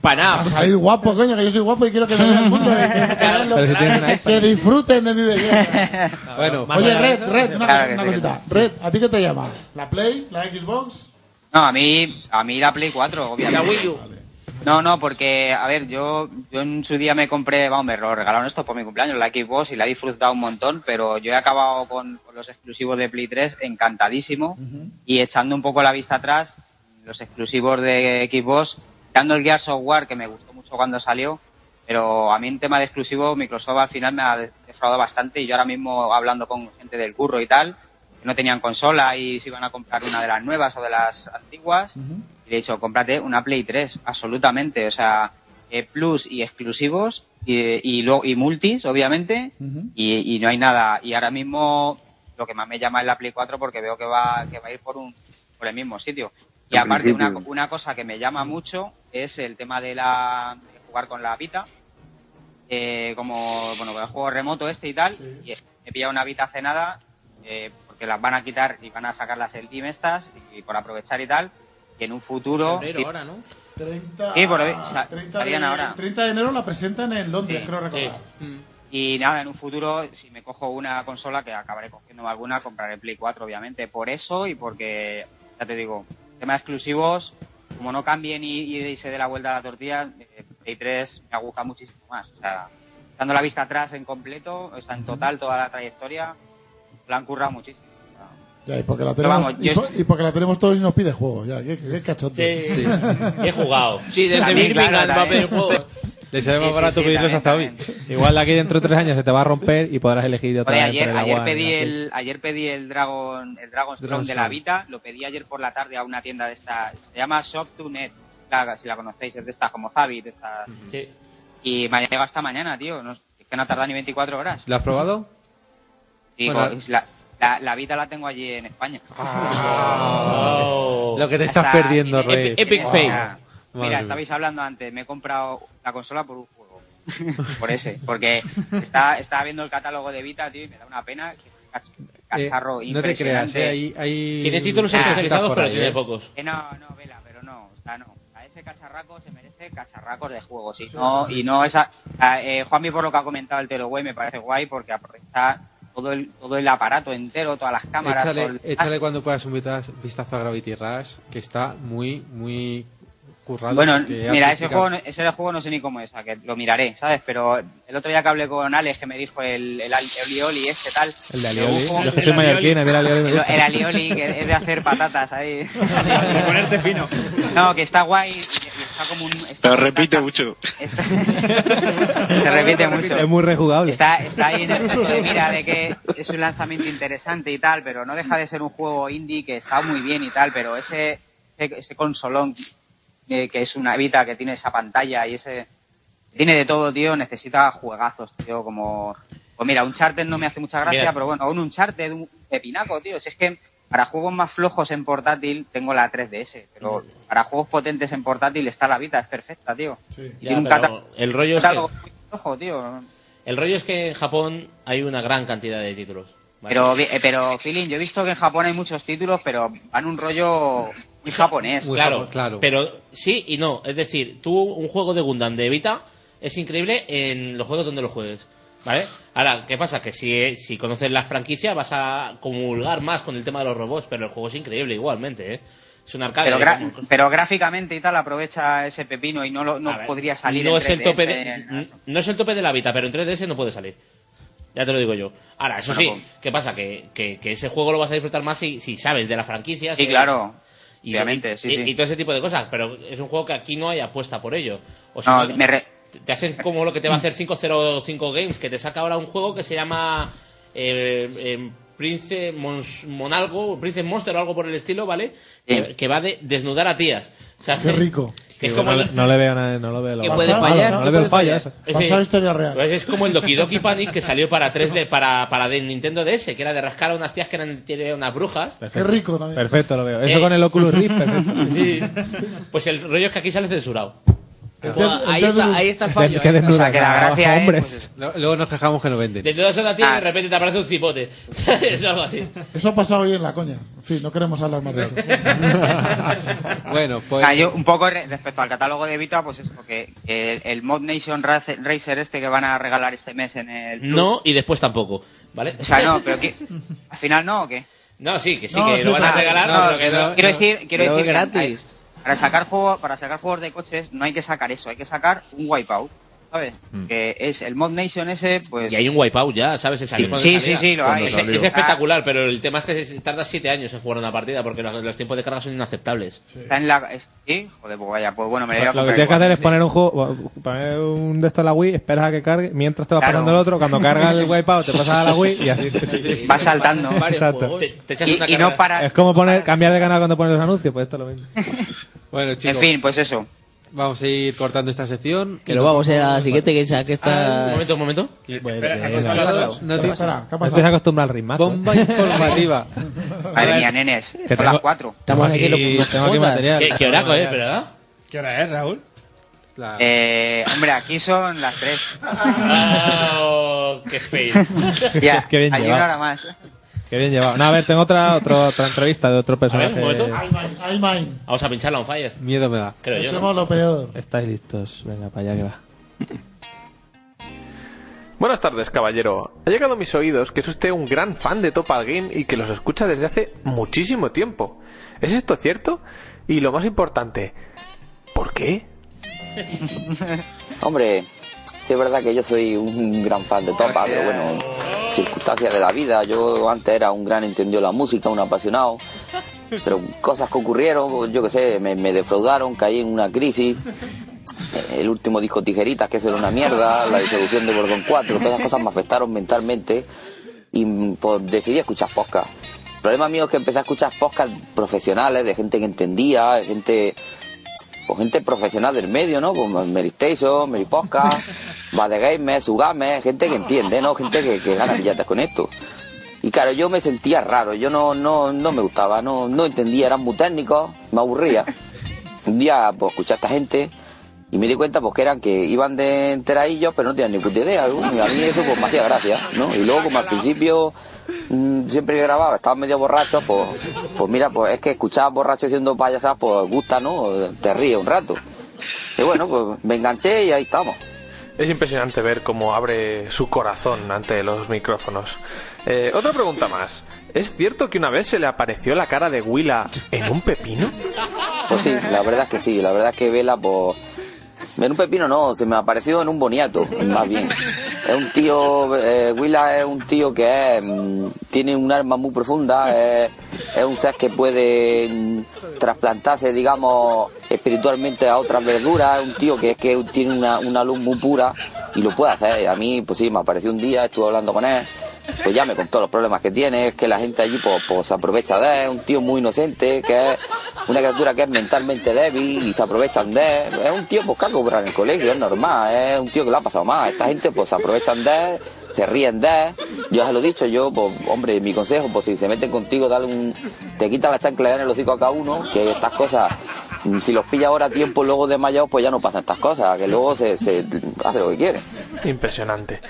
Para nada.
Para salir guapo, coño, que yo soy guapo y quiero que me vea el mundo. y que- que vean lo-
Pero si tienes una
que disfruten de mi belleza.
Bueno,
Oye, Red, Red, una,
Claro
cosa-
que
una
sí,
cosita.
que sí.
Red, ¿a ti qué te llama? ¿La Play? ¿La Xbox?
No, a mí, a mí la Play 4, obviamente. No, no, porque, a ver, yo, yo en su día me compré, vamos, me lo regalaron esto por mi cumpleaños, la Xbox, y la he disfrutado un montón, pero yo he acabado con, con los exclusivos de Play 3 encantadísimo y echando un poco la vista atrás, los exclusivos de Xbox, dando el Gear Software, que me gustó mucho cuando salió, pero a mí en tema de exclusivo, Microsoft al final me ha defraudado bastante y yo ahora mismo hablando con gente del curro y tal, que no tenían consola y se iban a comprar una de las nuevas o de las antiguas, y le he dicho, cómprate una Play 3, absolutamente, o sea, eh, plus y exclusivos y, y, luego- y multis, obviamente, y, y no hay nada. Y ahora mismo lo que más me llama es la Play 4 porque veo que va, que va a ir por, un, por el mismo sitio. Y
En
aparte, una,
principio.
una cosa que me llama mucho es el tema de, la, de jugar con la Vita. Eh, como, bueno, con el juego remoto este y tal. Y es- me he pillado una Vita hace nada eh, porque las van a quitar y van a sacar las Steam estas y, por aprovechar y tal. Y en un futuro...
Febrero
sí,
ahora, ¿no? Ah,
30,
Sí, por ahí, sa-
30
salían
de,
ahora.
30 de enero la presentan en Londres,
Sí,
creo recordar.
Y nada, en un futuro, si me cojo una consola, que acabaré cogiendo alguna, compraré Play 4, obviamente. Por eso y porque, ya te digo, tema de exclusivos, como no cambien y, y se dé la vuelta a la tortilla, eh, Play 3 me gusta muchísimo más. O sea, dando la vista atrás en completo, o sea, en total, toda la trayectoria, la han currado muchísimo.
Ya, y porque la
Pero
tenemos,
vamos,
y,
yo-
po- y porque la tenemos todos y nos pide juegos. Ya, qué, qué cachote.
Sí. He jugado.
Sí, desde
También,
Birmingham
claro,
va a haber
también.
juegos.
Le sale más
Sí, sí,
barato
sí,
pedirlos
también,
hasta hoy.
Igual de aquí dentro de tres años se te va a romper y podrás elegir otra
Joder,
vez
ayer,
entre el
ayer
agua y
pedí
la-
el ayer pedí el Dragon el Dragon's Throne
Dragon's
de la
Throne.
Vita, lo pedí ayer por la tarde a una tienda de esta, se llama Shop2Net, la- si la conocéis, es de estas como Zavi, de estas. Y me ha llegado hasta mañana, tío, no, es que no ha tardado ni 24 horas.
¿Lo has probado?
Y
Bueno,
con- la, la, la Vita la tengo allí en España.
Ah. Lo que te estás
Hasta-
perdiendo,
Epic-
Rey.
Epic fail. Mira, estabais hablando antes, me he comprado la consola por un juego. (laughs) por ese, porque Está, estaba viendo el catálogo de Vita, tío, y me da una pena. que es un cach- Cacharro
Eh, no te creas,
impresionante.
eh, hay- hay
Tiene títulos especializados,
por
pero
ahí,
tiene
eh.
pocos.
Que no, no, vela, pero no, o sea, no. A ese cacharraco se merece cacharracos de juegos, y
Sí,
no,
sí, sí.
y no esa. a- eh, Juanmi, por lo que ha comentado el Telo Guay, me parece guay porque aprovecha todo el, todo el aparato entero, todas las cámaras. todo
Échale,
el-
échale cuando puedas un vita- vistazo a Gravity Rush, que está muy, muy currado.
Bueno,
porque
mira,
ha
ese
aplicado-
juego, no- ese juego no sé ni cómo es, o sea, que lo miraré, ¿sabes? Pero el otro día que hablé con Alex, que me dijo el, el, Alioli, este tal.
El
que
de Alioli.
hubo-
Yo que soy mallorquín, a mí el Alioli me
El,
gusta.
el Alioli, que es de hacer patatas ahí. (laughs) De ponerte fino. No, que está guay. y Está como un, está-
Pero repite mucho.
está- se repite mucho.
(laughs) Es muy rejugable.
Está, está ahí en el punto de mira de que es un lanzamiento interesante y tal, pero no deja de ser un juego indie que está muy bien y tal, pero ese, ese, ese consolón eh, que es una Vita que tiene esa pantalla y ese tiene de todo, tío, necesita juegazos, tío, como pues mira, un charter no me hace mucha gracia,
Mira.
pero bueno, un charter un pepinaco, tío, si es que para juegos más flojos en portátil tengo la 3DS, pero para juegos potentes en portátil está la Vita, es perfecta, tío. Y
Ya,
tiene un
pero
cata-
el rollo es
catálogo
que-
muy flojo, tío.
El rollo es que en Japón hay una gran cantidad de títulos. ¿vale?
Pero, vi- eh, pero, Feeling, yo he visto que en Japón hay muchos títulos, pero van un rollo muy japonés.
claro, claro. Pero sí y no. Es decir, tú un juego de Gundam de Vita es increíble en los juegos donde lo juegues. ¿Vale? Ahora, ¿qué pasa? Que si, eh, si conoces la franquicia vas a comulgar más con el tema de los robots, pero el juego es increíble igualmente, ¿eh? Es un arcade.
pero, gra-
como-
pero gráficamente y tal aprovecha ese pepino y no, lo, no podría salir
no
en
es el
3DS,
tope de, n- no es el tope de la Vita, pero en 3DS no puede salir. Ya te lo digo yo. Ahora, eso
Bueno, pues-
sí, ¿qué pasa? Que, que- que ese juego lo vas a disfrutar más si, si sabes de la franquicia.
Sí,
si-
claro.
Y,
Obviamente, sí,
y-
sí.
(laughs) y todo ese tipo de cosas. Pero es un juego que aquí no hay apuesta por ello. O
No,
no,
me re-
te- Te hacen como lo que te va a hacer 505 Games, que te saca ahora un juego que se llama eh, eh, Prince Mons- Monalgo, Prince Monster o algo por el estilo, ¿vale? Que, que va de desnudar a tías. O sea,
Qué rico.
que es
Sí,
como
no,
el-
le- no le veo nada, no lo veo. lo
que
veo.
puede
Malo,
fallar.
No le veo el fallo eso.
Es decir,
Basado en historia real.
pues es como el Doki Doki Panic
(laughs)
que salió para 3D, para, para de Nintendo DS, que era de rascar a unas tías que eran tiene unas brujas.
Qué rico también.
Perfecto, lo veo. Eso
Eh.
con el Oculus Rift,
(laughs)
perfecto.
Sí. Pues el rollo es que aquí sale censurado.
ahí, está, ahí está el fallo.
¿eh?
Que
ahí está.
desnuda, abajo, hombres.
pues,
Luego nos quejamos que no venden.
De todas esas tías de repente te aparece un cipote. (laughs) es algo así.
(laughs) Eso ha pasado hoy en la coña. En fin, no queremos hablar más de (laughs) eso.
Bueno, pues.
Ah, yo un poco re- respecto al catálogo de Vita, pues es porque el, el Mod Nation Race- Racer este que van a regalar este mes en el... Plus.
No, y después tampoco. ¿Vale?
O sea,
(laughs)
no, pero que, al final no, ¿o qué?
No, sí, que sí, que lo van a regalar, pero que no.
quiero decir, quiero
No,
decir que
gratis.
hay- para sacar juego, para sacar juegos de coches no hay que sacar eso, hay que sacar un wipeout, ¿sabes? Que es el Mod Nation ese, pues
Mm. Y hay un wipeout ya, ¿sabes? Se salió
Sí,
cuando
sí,
salía.
sí, sí, lo hay.
Es,
Cuando
es
salió.
espectacular, pero el tema es que se- tarda siete años en jugar una partida porque los, los tiempos de carga son inaceptables.
está en la es- sí, joder, pues vaya, pues bueno, me lo voy a
Lo que
comprar
tienes que
igual.
hacer es poner un juego, poner un de estos a la Wii, esperas a que cargue, mientras te vas
Claro.
pasando el otro, cuando carga el wipeout te pasas a la Wii y así.
Va (laughs) saltando.
(laughs) Exacto.
Te, te echas
Y-
una
y no
carrera.
para-
Es como poner, cambiar de canal cuando pones los anuncios, pues esto es lo mismo.
Bueno, chicos.
En fin, pues eso.
Vamos a ir cortando esta sección.
Que lo vamos a ir a la siguiente, que esa que está.
Ah, un momento,
un momento.
Bueno,
Espera,
sí,
¿qué ha
no.
pasado? No te-
Espera, ¿qué ha pasado? Esto se acostumbra al ¿eh? ritmo.
Bomba
(laughs)
informativa.
(laughs) Madre mía, nenes, son
tengo-
las cuatro.
Estamos aquí, lo- tengo aquí material.
Qué- qué oraco, eh, ¿verdad?
¿Qué hora es, Raúl?
Eh, hombre, aquí son las tres.
Oh, qué feo.
(laughs) ya,
Qué bien
hay
llevado.
una hora más.
Qué bien llevado. No, a ver, tengo otra, otra otra entrevista de otro personaje.
Ay, mine.
Vamos a pincharla on fire.
Eh, Miedo me da.
Creo yo.
Metemos
¿no?
lo peor.
Estáis listos. Venga, para allá que va.
Buenas tardes, caballero. Ha llegado a mis oídos que es usted un gran fan de Topal Game y que los escucha desde hace muchísimo tiempo. ¿Es esto cierto? Y lo más importante, ¿por qué?
Hombre, sí es verdad que yo soy un gran fan de Topa, pero bueno, circunstancias de la vida. Yo antes era un gran entendido de la música, un apasionado, pero cosas que ocurrieron, yo qué sé, me, me defraudaron, caí en una crisis. El último disco Tijeritas, que eso era una mierda, la disolución de Bordón 4, todas esas cosas me afectaron mentalmente y mm, pues, decidí escuchar podcast. El problema mío es que empecé a escuchar podcast profesionales, de gente que entendía, de gente pues, gente profesional del medio, ¿no? Como Mary Station, Mary Podcast, Badegame, Sugame, gente que entiende, ¿no? Gente que, que gana billetes con esto. Y claro, yo me sentía raro, yo no, no, no me gustaba, no, no entendía, eran muy técnicos, me aburría. un día pues, escuché a esta gente y me di cuenta pues que eran que iban de enteradillos pero no tenían ni puta idea alguno, y a mí eso pues me hacía gracia ¿no? y luego como al principio mm, siempre que grababa estaban medio borrachos pues, pues mira pues es que escuchaba borrachos diciendo payasadas pues gusta ¿no? te ríes un rato y bueno pues me enganché y ahí estamos
Es impresionante ver cómo abre su corazón ante los micrófonos. Eh, otra pregunta más. ¿Es cierto que una vez se le apareció la cara de Willa en (laughs) un pepino?
Pues sí, la verdad es que sí, la verdad es que Vela, pues. En un pepino no, se me apareció en un boniato, más bien. Es un tío, eh, Willa es un tío que es, mm, tiene un arma muy profunda, es, es un ser que puede mm, trasplantarse, digamos, espiritualmente a otras verduras, es un tío que es que tiene una, una luz muy pura y lo puede hacer. A mí, pues sí, me apareció un día, estuve hablando con él, pues ya me contó los problemas que tiene, es que la gente allí pues, pues, se aprovecha de él, es un tío muy inocente, que es una criatura que es mentalmente débil y se aprovechan de él. Es un tío pues, que ha cobrado en el colegio, es normal, es un tío que lo ha pasado mal. Esta gente pues se aprovechan de él, se ríen de él. Yo ya lo he dicho, yo, pues, hombre, mi consejo, pues si se meten contigo, dale un... te quita la chancla y dale el hocico a cada uno, que estas cosas... mm, Si los pilla ahora a tiempo, luego de mayo, pues ya no pasan estas cosas, que luego se, se hace lo que quiere.
Impresionante.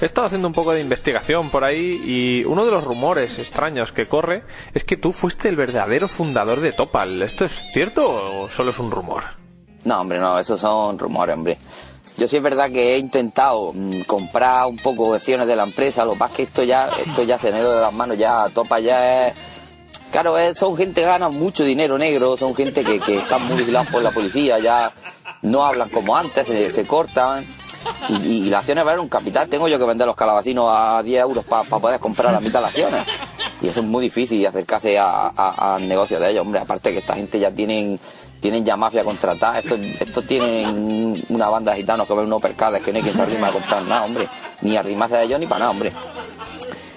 He estado haciendo un poco de investigación por ahí y uno de los rumores extraños que corre es que tú fuiste el verdadero fundador de Topal. ¿Esto es cierto o solo es un rumor?
No, hombre, no, esos son rumores, hombre. Yo sí es verdad que he intentado mm, comprar un poco acciones de la empresa, lo que pasa es que esto ya, esto ya se me ha ido de las manos, ya topa ya es... Claro, es- son gente que gana mucho dinero negro, son gente que, que están muy vigilados por la policía, ya no hablan como antes, se, se cortan. Y, y- y las acciones valen un capital, tengo yo que vender los calabacinos a 10 euros para poder comprar la mitad de las acciones. Y eso es muy difícil acercarse a- a- al negocio de ellos, hombre. Aparte que esta gente ya tienen tienen ya mafia contratada, estos, estos tienen una banda de gitanos que ven unos percades que no hay quien se arrima a comprar nada, hombre. Ni arrimarse a ellos ni para nada, hombre.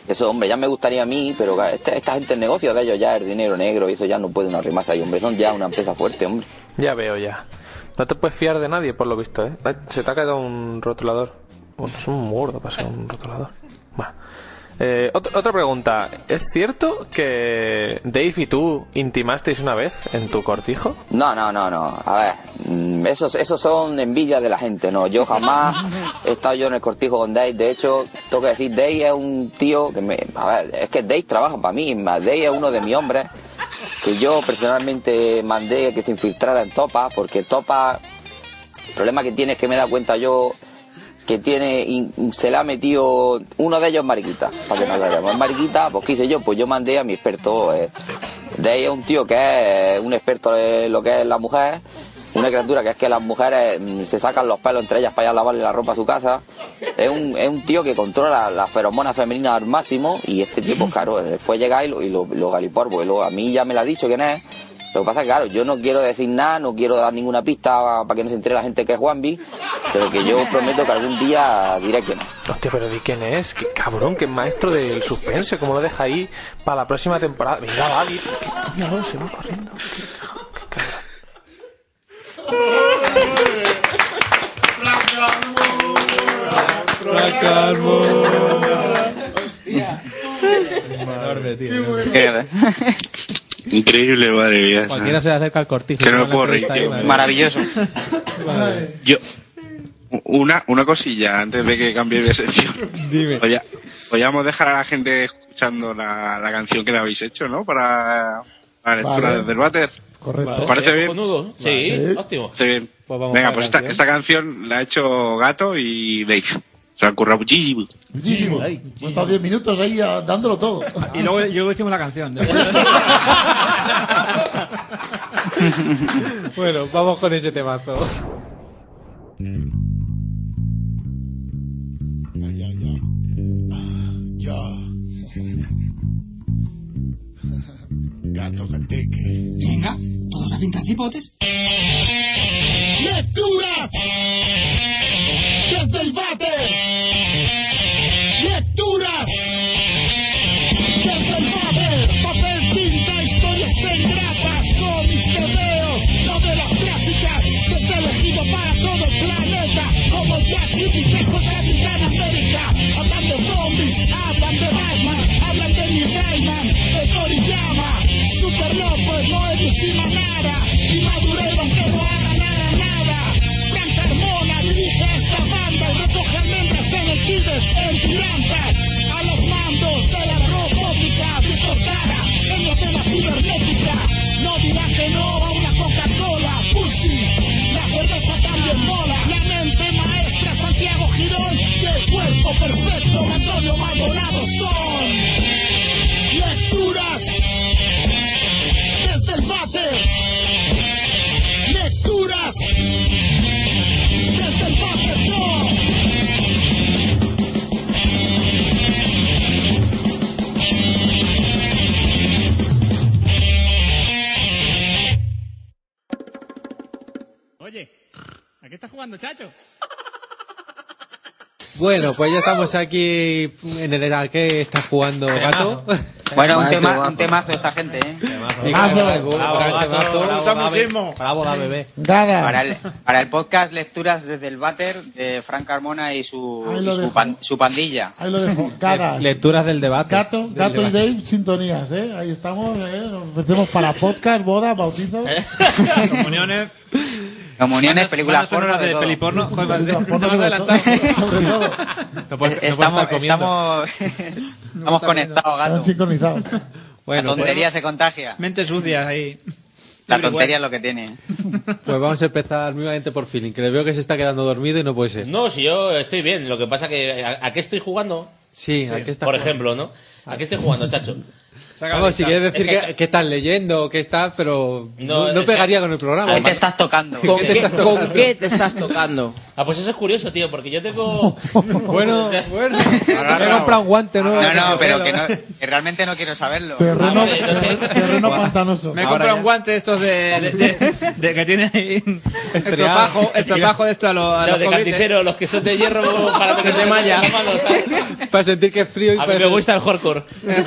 Eso, hombre, ya me gustaría a mí, pero claro, esta, esta gente, el negocio de ellos ya es dinero negro y eso ya no pueden arrimarse ahí, hombre. Son ya una empresa fuerte, hombre.
Ya veo ya. No te puedes fiar de nadie por lo visto, ¿eh? Ay, Se te ha quedado un rotulador. Bueno, es un gordo para ser un rotulador. Bueno. Eh, ot- otra pregunta. ¿Es cierto que Dave y tú intimasteis una vez en tu cortijo?
No, no, no, no. A ver, mm, esos, esos son envidias de la gente, no. Yo jamás he estado yo en el cortijo con Dave. De hecho, tengo que decir, Dave es un tío que me. A ver, es que Dave trabaja para mí. Dave es uno de mis hombres que yo personalmente mandé que se infiltrara en Topa, porque Topa. El problema que tiene es que me he dado cuenta yo que tiene in- se le ha metido uno de ellos es mariquita para que nos la veamos. Es mariquita pues qué hice yo pues yo mandé a mi experto eh, de ahí es un tío que es eh, un experto en lo que es la mujer una criatura que es que las mujeres mm, se sacan los pelos entre ellas para ir a lavarle la ropa a su casa es un, es un tío que controla las feromonas femeninas al máximo y este tipo claro eh, fue llegar y lo, y lo, lo galiporbo. y luego a mí ya me lo ha dicho quién es lo que pasa es que, claro, yo no quiero decir nada, no quiero dar ninguna pista para que no se entere la gente que es Juanvi, pero que yo prometo que algún día diré que no.
Hostia, pero ¿de quién es? Qué cabrón, qué maestro del suspense. ¿Cómo lo deja ahí para la próxima temporada? Venga, va, di- No, se va corriendo.
Enorme, tío.
Increíble, madre mía.
Cualquiera se le acerca al cortijo.
Que no me
Con la
puedo reír,
cresta
tío.
ahí, madre.
Yo, una, una cosilla antes de que cambie de sección.
(laughs) Dime.
Podríamos dejar a la gente escuchando la, la canción que le habéis hecho, ¿no? Para la lectura
Vale.
desde el váter.
Correcto.
¿Te parece
Vale.
bien?
Cojonudo. Sí, Vale. óptimo.
Está bien.
Pues vamos
Venga,
con la
pues esta,
canción.
esta canción la ha hecho Gato y Dave. Se la han currado muchísimo.
Muchísimo. Hemos estado 10 minutos ahí ah, dándolo todo.
Y luego, y luego hicimos la canción.
(laughs) bueno, vamos con ese temazo.
(laughs)
Yo. Gato Cateque. Venga, toda la pinta de cipotes. ¡Lecturas! ¡Desde el váter! ¡Lecturas! ¡Desde el váter! Papel, tinta, historias en grapas, cómics, tebeos, novelas gráficas, que está elegido para todo el planeta, como Jack y Pitejo de Capitán América. Hablan de zombies, hablan de Batman, hablan de mi Rayman, de Toriyama, super loco, no he encima nada. Y Madurero, aunque no haga nada, nada. Santa Carmona dirige a esta banda y recoge almendras de los pibes en tirantas. A los mandos de la robótica, distortada en lo de la cibernética. No dirá que no a una Coca-Cola, Pussy. La cerveza también mola. La mente maestra, Santiago Girón. Y el cuerpo perfecto, Antonio Maldonado son. Lecturas desde el váter. Lecturas desde el váter. No.
Oye, ¿a qué estás
(laughs)
jugando, chacho?
Bueno, pues ya estamos aquí en el edad que está jugando Gato.
Bueno, un, tema, un temazo esta gente, ¿eh?
Bravo, Bravo, bravo, temazo. bravo, bravo,
Samuchismo. bravo, da, bebé.
Nada.
Para el, para el podcast Lecturas desde el Váter de Frank Carmona y su,
Ahí lo
y su,
dejo.
pan- su pandilla.
Ahí lo (laughs) dejo. Gadas.
Lecturas del debate.
Gato, Gato y Dave, sintonías, ¿eh? Ahí estamos, ¿eh? Nos ofrecemos para podcast, bodas, bautizos.
Comuniones.
Comuniones, películas porno,
sonoras
de
de
todo.
peliporno. Joder, vas-
Películas
te
porno
vas
sobre
adelantado. (laughs)
Sobre todo.
No puedes- no puedes
estamos,
estar comiendo.
estamos, estamos conectados,
Están
gato.
sincronizados.
la tontería
pues,
se contagia.
Mente sucia ahí.
La tontería es lo que tiene.
pues vamos a empezar nuevamente por feeling, que le veo que se está quedando dormido y no puede ser.
No, si yo estoy bien. Lo que pasa que... ¿A, a qué estoy jugando?
Sí, ¿a qué estás
Por
jugando?
ejemplo, ¿no? ¿A qué estoy jugando, chacho?
Vamos, si quieres decir
Es
que, que estás leyendo, que estás, pero
No,
no, no
es
pegaría con el programa.
¿Con qué te
estás
tocando?
¿Con qué te estás tocando?
estás tocando? Ah, pues eso es curioso, tío, porque yo tengo...
(laughs)
(laughs)
bueno, bueno.
Me he comprado un guante, ¿no?
No, no, pero que, no, que realmente no quiero saberlo.
Ah,
Terreno-
(laughs)
Terreno pantanoso.
Me he comprado un guante de estos de, de, de- de que tiene ahí estropajo,
(laughs)
estropajo de esto a los a
Los
los
de
convites.
carnicero, los que son de hierro
(laughs)
para que
De
te
malla.
Para sentir que es frío y
A mí me gusta el hardcore.
Eh,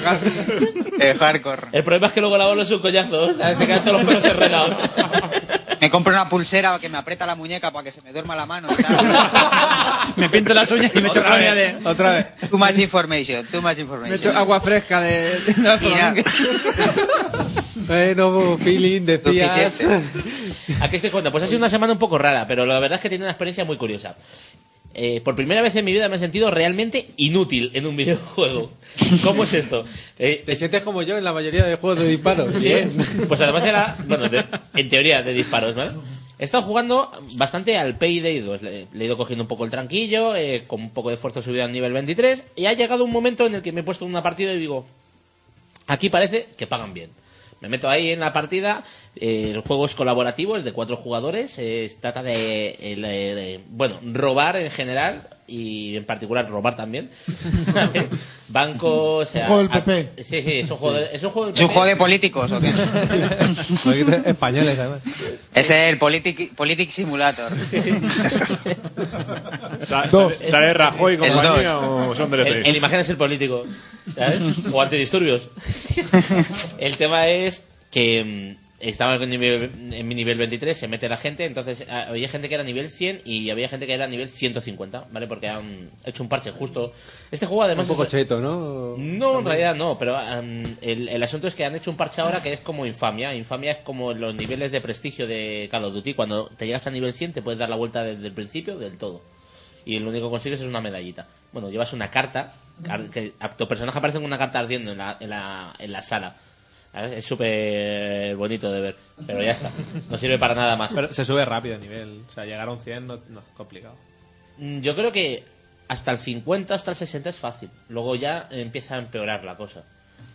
El hardcore.
El problema es que luego la bola es un collazo,
Ah,
¿sabes? Se quedan todos los pelos enredados.
(laughs) Me compro una pulsera que me aprieta la muñeca para que se me duerma la mano.
(laughs) Me pinto las uñas y me echo caña de...
Otra vez.
Too much information, too much information.
Me echo agua fresca de...
(laughs)
de la
Mira.
Bueno, feeling, decías.
¿A qué estoy jugando? Pues ha sido una semana un poco rara, pero la verdad es que tiene una experiencia muy curiosa. Eh, por primera vez en mi vida me he sentido realmente inútil en un videojuego. ¿Cómo es esto? Eh,
Te sientes como yo en la mayoría de juegos de disparos.
Sí, ¿eh? Pues además era, bueno, de- en teoría de disparos, ¿vale? He estado jugando bastante al Payday 2. Le, le he ido cogiendo un poco el tranquillo, eh, con un poco de esfuerzo subido al nivel 23. Y ha llegado un momento en el que me he puesto en una partida y digo, aquí parece que pagan bien. Me meto ahí en la partida. eh, el juego es colaborativo, es de cuatro jugadores. eh, trata de, el, el, eh, bueno, robar en general y en particular robar (laughs) también. Bancos. eh,
juego del
a-
PP.
Sí, sí, es un juego, de- es un juego del
¿Es un
PP.
juego de políticos
(laughs)
o qué?
Españoles, además.
Es el Politic, Politic Simulator. (laughs)
Sa- Dos. sale- sale Rajoy y compañía
dos.
o son E
el,
DLCs?
el imagen es el político.
(laughs)
¿sabes? O antidisturbios. el tema es que mm, estaba en, nivel- en mi nivel 23, se mete la gente, entonces ah, había gente que era nivel 100 y había gente que era nivel 150, ¿vale? Porque han hecho un parche justo. Este juego además...
un poco
es-
cheto, ¿no?
no, en realidad no, pero am, el, el asunto es que han hecho un parche ahora que es como infamia. Infamia es como los niveles de prestigio de Call of Duty. Cuando te llegas a nivel 100 te puedes dar la vuelta desde el principio del todo. Y lo único que consigues es una medallita. Bueno, llevas una carta, car- que a tu personaje aparece con una carta ardiendo en la, en la, en la sala. ¿Sabes? Es súper bonito de ver, pero ya está. No sirve para nada más.
Pero se sube rápido de nivel. O sea, llegar a un 100 no, no es complicado.
Mm, Yo creo que hasta el 50, hasta el 60 es fácil. Luego ya empieza a empeorar la cosa.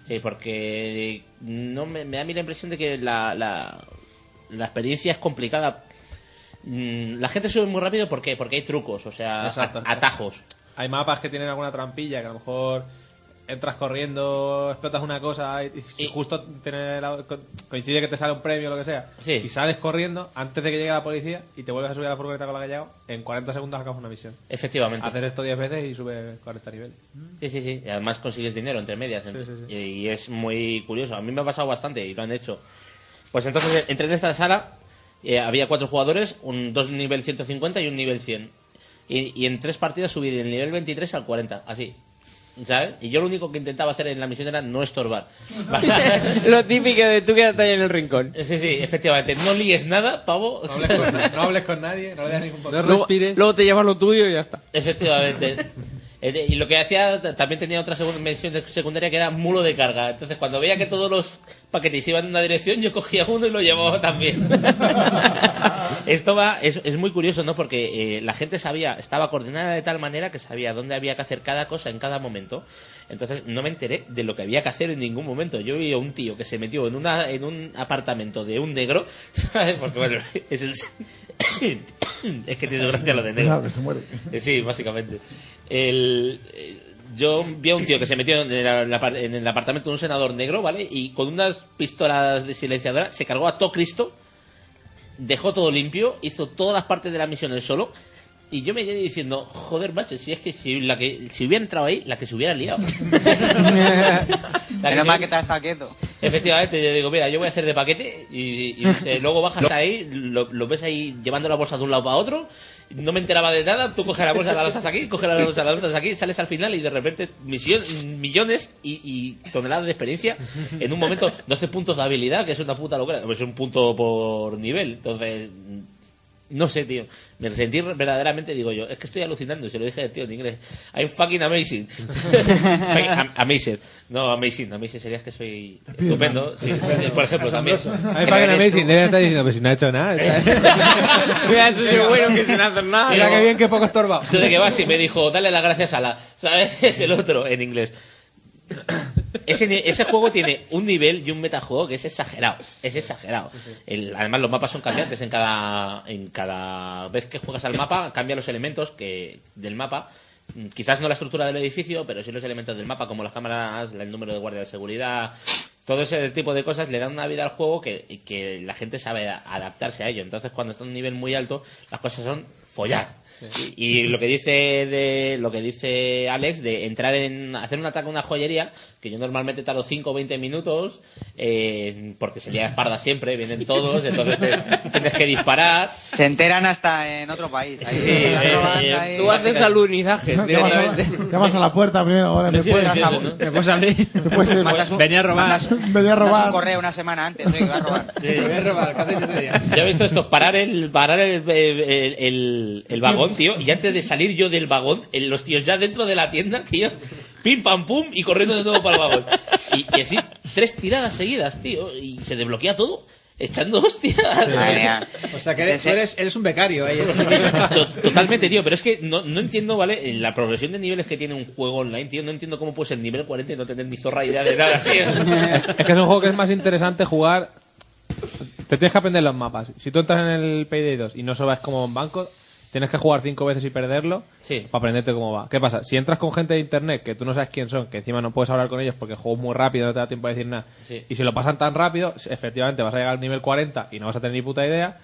Sí, porque mm, no me, me da a mí la impresión de que la, la, la experiencia es complicada. Mm, La gente sube muy rápido, ¿por qué? Porque hay trucos, o sea,
Exacto.
a- atajos.
Hay mapas que tienen alguna trampilla que a lo mejor entras corriendo, explotas una cosa y, y justo tiene la- co- coincide que te sale un premio o lo que sea. Y sales corriendo antes de que llegue la policía y te vuelves a subir a la furgoneta con la que has llegado. En 40 segundos acabas una misión.
Efectivamente.
Hacer esto 10 veces y sube 40 niveles.
Sí, sí, sí. Y además consigues dinero entre medias. ent- Y,
sí,
y es muy curioso. A mí me ha pasado bastante y lo han hecho. Pues entonces entré en esta sala. eh, había cuatro jugadores, un, dos nivel 150 y un nivel 100. Y, y en tres partidas subí del nivel 23 al 40, así. ¿Sabes? Y yo lo único que intentaba hacer en la misión era no estorbar. (laughs)
Lo típico de tú quédate ahí en el rincón.
Sí, sí, efectivamente. No líes nada, pavo. No hables
con, nadie, no le das ningún
Luego- Luego te llevas lo tuyo y ya está.
Efectivamente. (laughs) Eh, Y lo que hacía, t- también tenía otra segun- mención de- secundaria que era mulo de carga. Entonces, cuando veía que todos los paquetes iban en una dirección, yo cogía uno y lo llevaba también. (laughs) Esto va, es, es muy curioso, ¿no? Porque eh, la gente sabía, estaba coordinada de tal manera que sabía dónde había que hacer cada cosa en cada momento. Entonces, no me enteré de lo que había que hacer en ningún momento. Yo vi a un tío que se metió en, una, en un apartamento de un negro, (laughs) ¿sabes? Porque, bueno, (laughs) es, el, es que tiene gracia lo de negro.
Cuidado, que se muere.
Eh, Sí, básicamente. El, eh, yo vi a un tío que se metió en el, apar- en el apartamento de un senador negro, ¿vale? Y con unas pistolas de silenciadora se cargó a todo Cristo, dejó todo limpio, hizo todas las partes de la misión él solo. Y yo me quedé diciendo, joder, macho, si es que si, la que, si hubiera entrado ahí, la que se
(laughs)
hubiera liado.
Menos mal que
te
está quieto.
Efectivamente, yo digo, mira, yo voy a hacer de paquete y, y dice, luego bajas ahí, lo, lo ves ahí llevando la bolsa de un lado para otro, no me enteraba de nada, tú coges la bolsa, la lanzas aquí, coges la bolsa, la lanzas aquí, sales al final y de repente misión, millones y, y toneladas de experiencia, en un momento 12 puntos de habilidad, que es una puta locura, Pues es un punto por nivel, entonces... No sé, tío. Me sentí verdaderamente, digo yo, es que estoy alucinando. Se lo dije, tío, en inglés. I'm fucking
(laughs)
amazing. Fucking am- amazing. No, amazing. Amazing sería que soy estupendo. Sí, por ejemplo, también.
Ay, fucking amazing. Debe estar diciendo, pero si no ha hecho nada.
(laughs) Mira, eso es bueno que sin hacer nada.
Mira qué bien, que poco estorbado.
Entonces, que vas y me dijo, dale las gracias a la. ¿Sabes? (laughs) Es el otro en inglés. Ese, ni- ese juego tiene un nivel y un metajuego que es exagerado. Es exagerado. El- además, los mapas son cambiantes. En cada, en cada vez que juegas al mapa, cambian los elementos que, del mapa. Mm, Quizás no la estructura del edificio, pero sí los elementos del mapa, como las cámaras, el número de guardias de seguridad, todo ese tipo de cosas le dan una vida al juego que, que la gente sabe a- adaptarse a ello. Entonces, cuando está a un nivel muy alto, las cosas son follar. Pues Y, y lo que dice de lo que dice Alex de entrar en hacer un ataque a una joyería, que yo normalmente tardo 5 o 20 minutos, eh, porque se lía espalda siempre, vienen todos, entonces te- tienes que disparar.
Se enteran hasta en otro país. Ahí,
Sí, eh,
la roban
eh,
ahí.
Tú haces (laughs) alunizaje.
Llamas a, llamas a la puerta primero. Ahora, ¿me puedes-
¿Me puedes abrir?
¿Se puede ser?
Mandas un-
Venía a robar.
mandas-
Venía a robar.
mandas un correo una semana antes, oye, que va a robar.
voy a Yo he visto esto, parar el, parar el, el- el- el vagón, tío, y antes de salir yo del vagón, el- los tíos ya dentro de la tienda, tío, pim pam pum, y corriendo de nuevo para el vagón. Y, y así, tres tiradas seguidas, tío, y se desbloquea todo, echando hostias. (laughs)
O sea, que eres, tú eres, eres un becario ahí.
To- Totalmente, tío, pero es que no, no entiendo, ¿vale? La progresión de niveles que tiene un juego online, tío, no entiendo cómo puede ser nivel 40 y no tener ni zorra idea de nada,
(laughs)
tío.
(laughs) Es que es un juego que es más interesante jugar. Te tienes que aprender los mapas. Si tú entras en el Payday 2 y no sabes cómo va un banco, tienes que jugar cinco veces y perderlo
Sí.
para aprenderte cómo va. ¿Qué pasa? Si entras con gente de internet que tú no sabes quién son, que encima no puedes hablar con ellos porque el juego es muy rápido, no te da tiempo a decir nada,
Sí.
y si lo pasan tan rápido, efectivamente vas a llegar al nivel 40 y no vas a tener ni puta idea.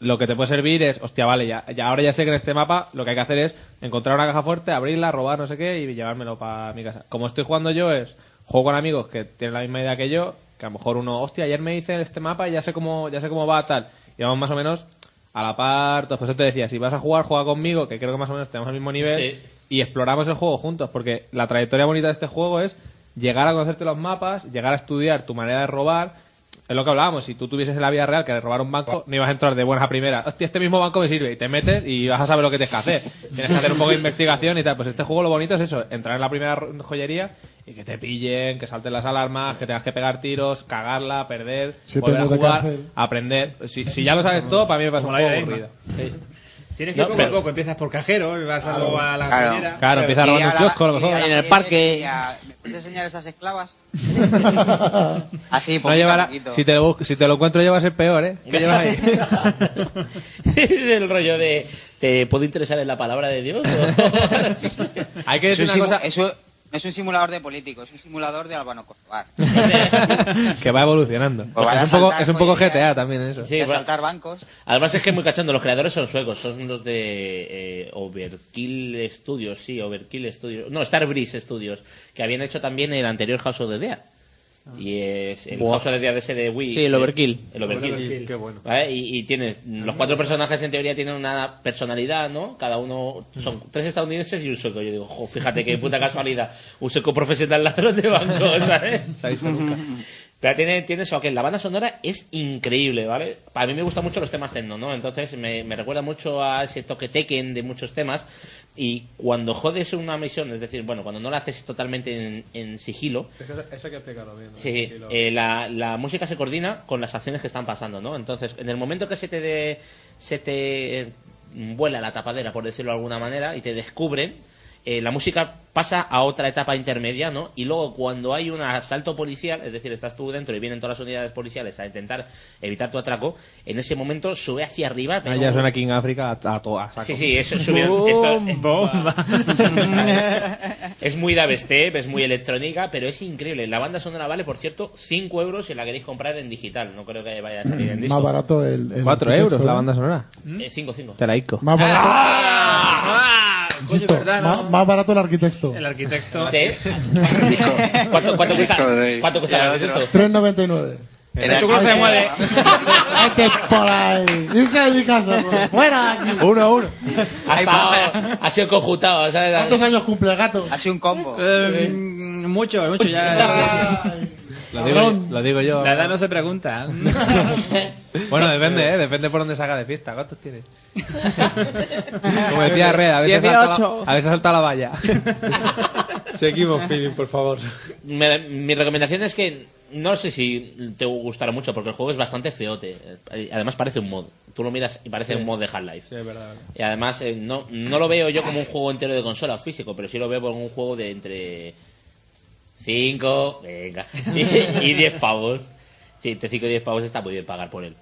Lo que te puede servir es, hostia, vale, ya, ya ahora ya sé que en este mapa lo que hay que hacer es encontrar una caja fuerte, abrirla, robar no sé qué y llevármelo para mi casa. Como estoy jugando yo es, juego con amigos que tienen la misma idea que yo, que a lo mejor uno, hostia, ayer me hice este mapa y ya sé cómo, ya sé cómo va tal. Y vamos más o menos a la par, pues eso te decía, si vas a jugar, juega conmigo, que creo que más o menos tenemos el mismo nivel
Sí.
y exploramos el juego juntos, porque la trayectoria bonita de este juego es llegar a conocerte los mapas, llegar a estudiar tu manera de robar. Es lo que hablábamos, si tú tuvieses en la vida real que robar un banco, no ibas a entrar de buenas a primeras. Hostia, este mismo banco me sirve. Y te metes y vas a saber lo que tienes que hacer. Tienes que hacer un poco de investigación y tal. Pues este juego lo bonito es eso, entrar en la primera ro- joyería y que te pillen, que salten las alarmas, que tengas que pegar tiros, cagarla, perder,
Siete
volver a
años de
jugar,
cárcel.
aprender. Si, si ya lo sabes todo, para mí me pasa un
la
juego
vida
aburrido.
Tienes que ir
No,
poco
pero-
a poco. Empiezas por cajero, vas a luego a la
Claro.
gasolinera.
Claro, empiezas
Iría
robando un
la-
kiosco, a lo
iría
mejor.
la-
En el
eh,
parque.
Ya, ¿Me puedes enseñar esas esclavas?
Así,
Ah, poquito a poquito.
si, te lo, bus- si te lo encuentro, llevas el peor, ¿eh? ¿Qué llevas ahí?
(laughs) el rollo de, ¿te puedo interesar en la palabra de Dios?
(laughs) Hay
que decir
Es un
una
simu-
cosa-
eso no es un simulador de político, es un simulador de Albano
(laughs)
Kosovar.
que va evolucionando.
(laughs) Pues
O sea,
vas
es,
a
un poco,
saltar ¿eh?
es un poco GTA también eso.
Sí,
de
va-
asaltar bancos.
Además es que es muy cachondo, los creadores son suecos, son los de eh, Overkill Studios, sí, Overkill Studios, no, Starbreeze Studios, que habían hecho también el anterior House of the Dead. Y es el
Buah.
House of the Dead ese de Wii. eh,
Sí, el Overkill.
El Overkill.
Overkill, qué bueno.
¿Vale? Y, y tienes. Los cuatro personajes en teoría tienen una personalidad, ¿no? Cada uno. Son tres estadounidenses y un sueco. Yo digo, jo, fíjate qué puta casualidad. Un sueco profesional ladrón de banco,
(laughs)
¿sabes? Pero tiene, tiene eso, que la banda sonora es increíble, ¿vale? Para mí me gustan mucho los temas techno, ¿no? Entonces me, me recuerda mucho a ese toque Tekken de muchos temas. Y cuando jodes una misión, es decir, bueno, cuando no la haces totalmente en, en sigilo,
Eso hay que explicarlo bien.
Sí, sí. Eh, la, la música se coordina con las acciones que están pasando, ¿no? Entonces, en el momento que se te, de- se te eh, vuela la tapadera, por decirlo de alguna manera, y te descubren, eh, la música pasa a otra etapa intermedia, ¿no? Y luego cuando hay un asalto policial, es decir, estás tú dentro y vienen todas las unidades policiales a intentar evitar tu atraco, en ese momento sube hacia arriba. pega
Ah, ya
un-
suena aquí en África a, a todas. Uh,
Sí, sí, eso es subir- esto- es muy dub step, es muy electrónica, pero es increíble. La banda sonora vale, por cierto, 5 euros si la queréis comprar en digital. No creo que vaya a salir en disco.
Más barato el. el
Cuatro
contexto,
euros
¿eh?
la banda sonora.
Eh, cinco, cinco.
Te la ico.
Más barato. Insisto,
verdad, ¿no?
más, más barato el arquitecto.
El arquitecto.
(laughs)
Sí. ¿Cuánto, cuánto cuesta, ¿Cuánto cuesta el arquitecto?
3.99.
El
chulo se mueve. Vete por ahí. Irse de mi casa. por- Fuera. de aquí.
Uno a uno.
Ha, estado- ha sido conjutado, ¿sabes?
¿Cuántos años cumple el gato?
Ha sido un combo.
Eh, mucho, mucho
(laughs)
ya.
Lo digo, lo digo yo.
La edad no se pregunta.
Bueno, depende, ¿eh? Depende por dónde salga de fiesta. ¿Cuántos tienes? Como decía Red, a veces salta la,
18.
a veces salta la valla. (laughs) Seguimos, Filip, por favor.
Me- mi recomendación es que no sé si te gustará mucho porque el juego es bastante feote. Eh, Además parece un mod. Tú lo miras y parece
Sí.
un mod de Half-Life.
Sí, es verdad.
Y además eh, no, no lo veo yo como un juego entero de consola físico, pero sí lo veo como un juego de entre 5 venga, (laughs) y 10 pavos. Sí, entre 5 y 10 pavos está muy bien pagar por él.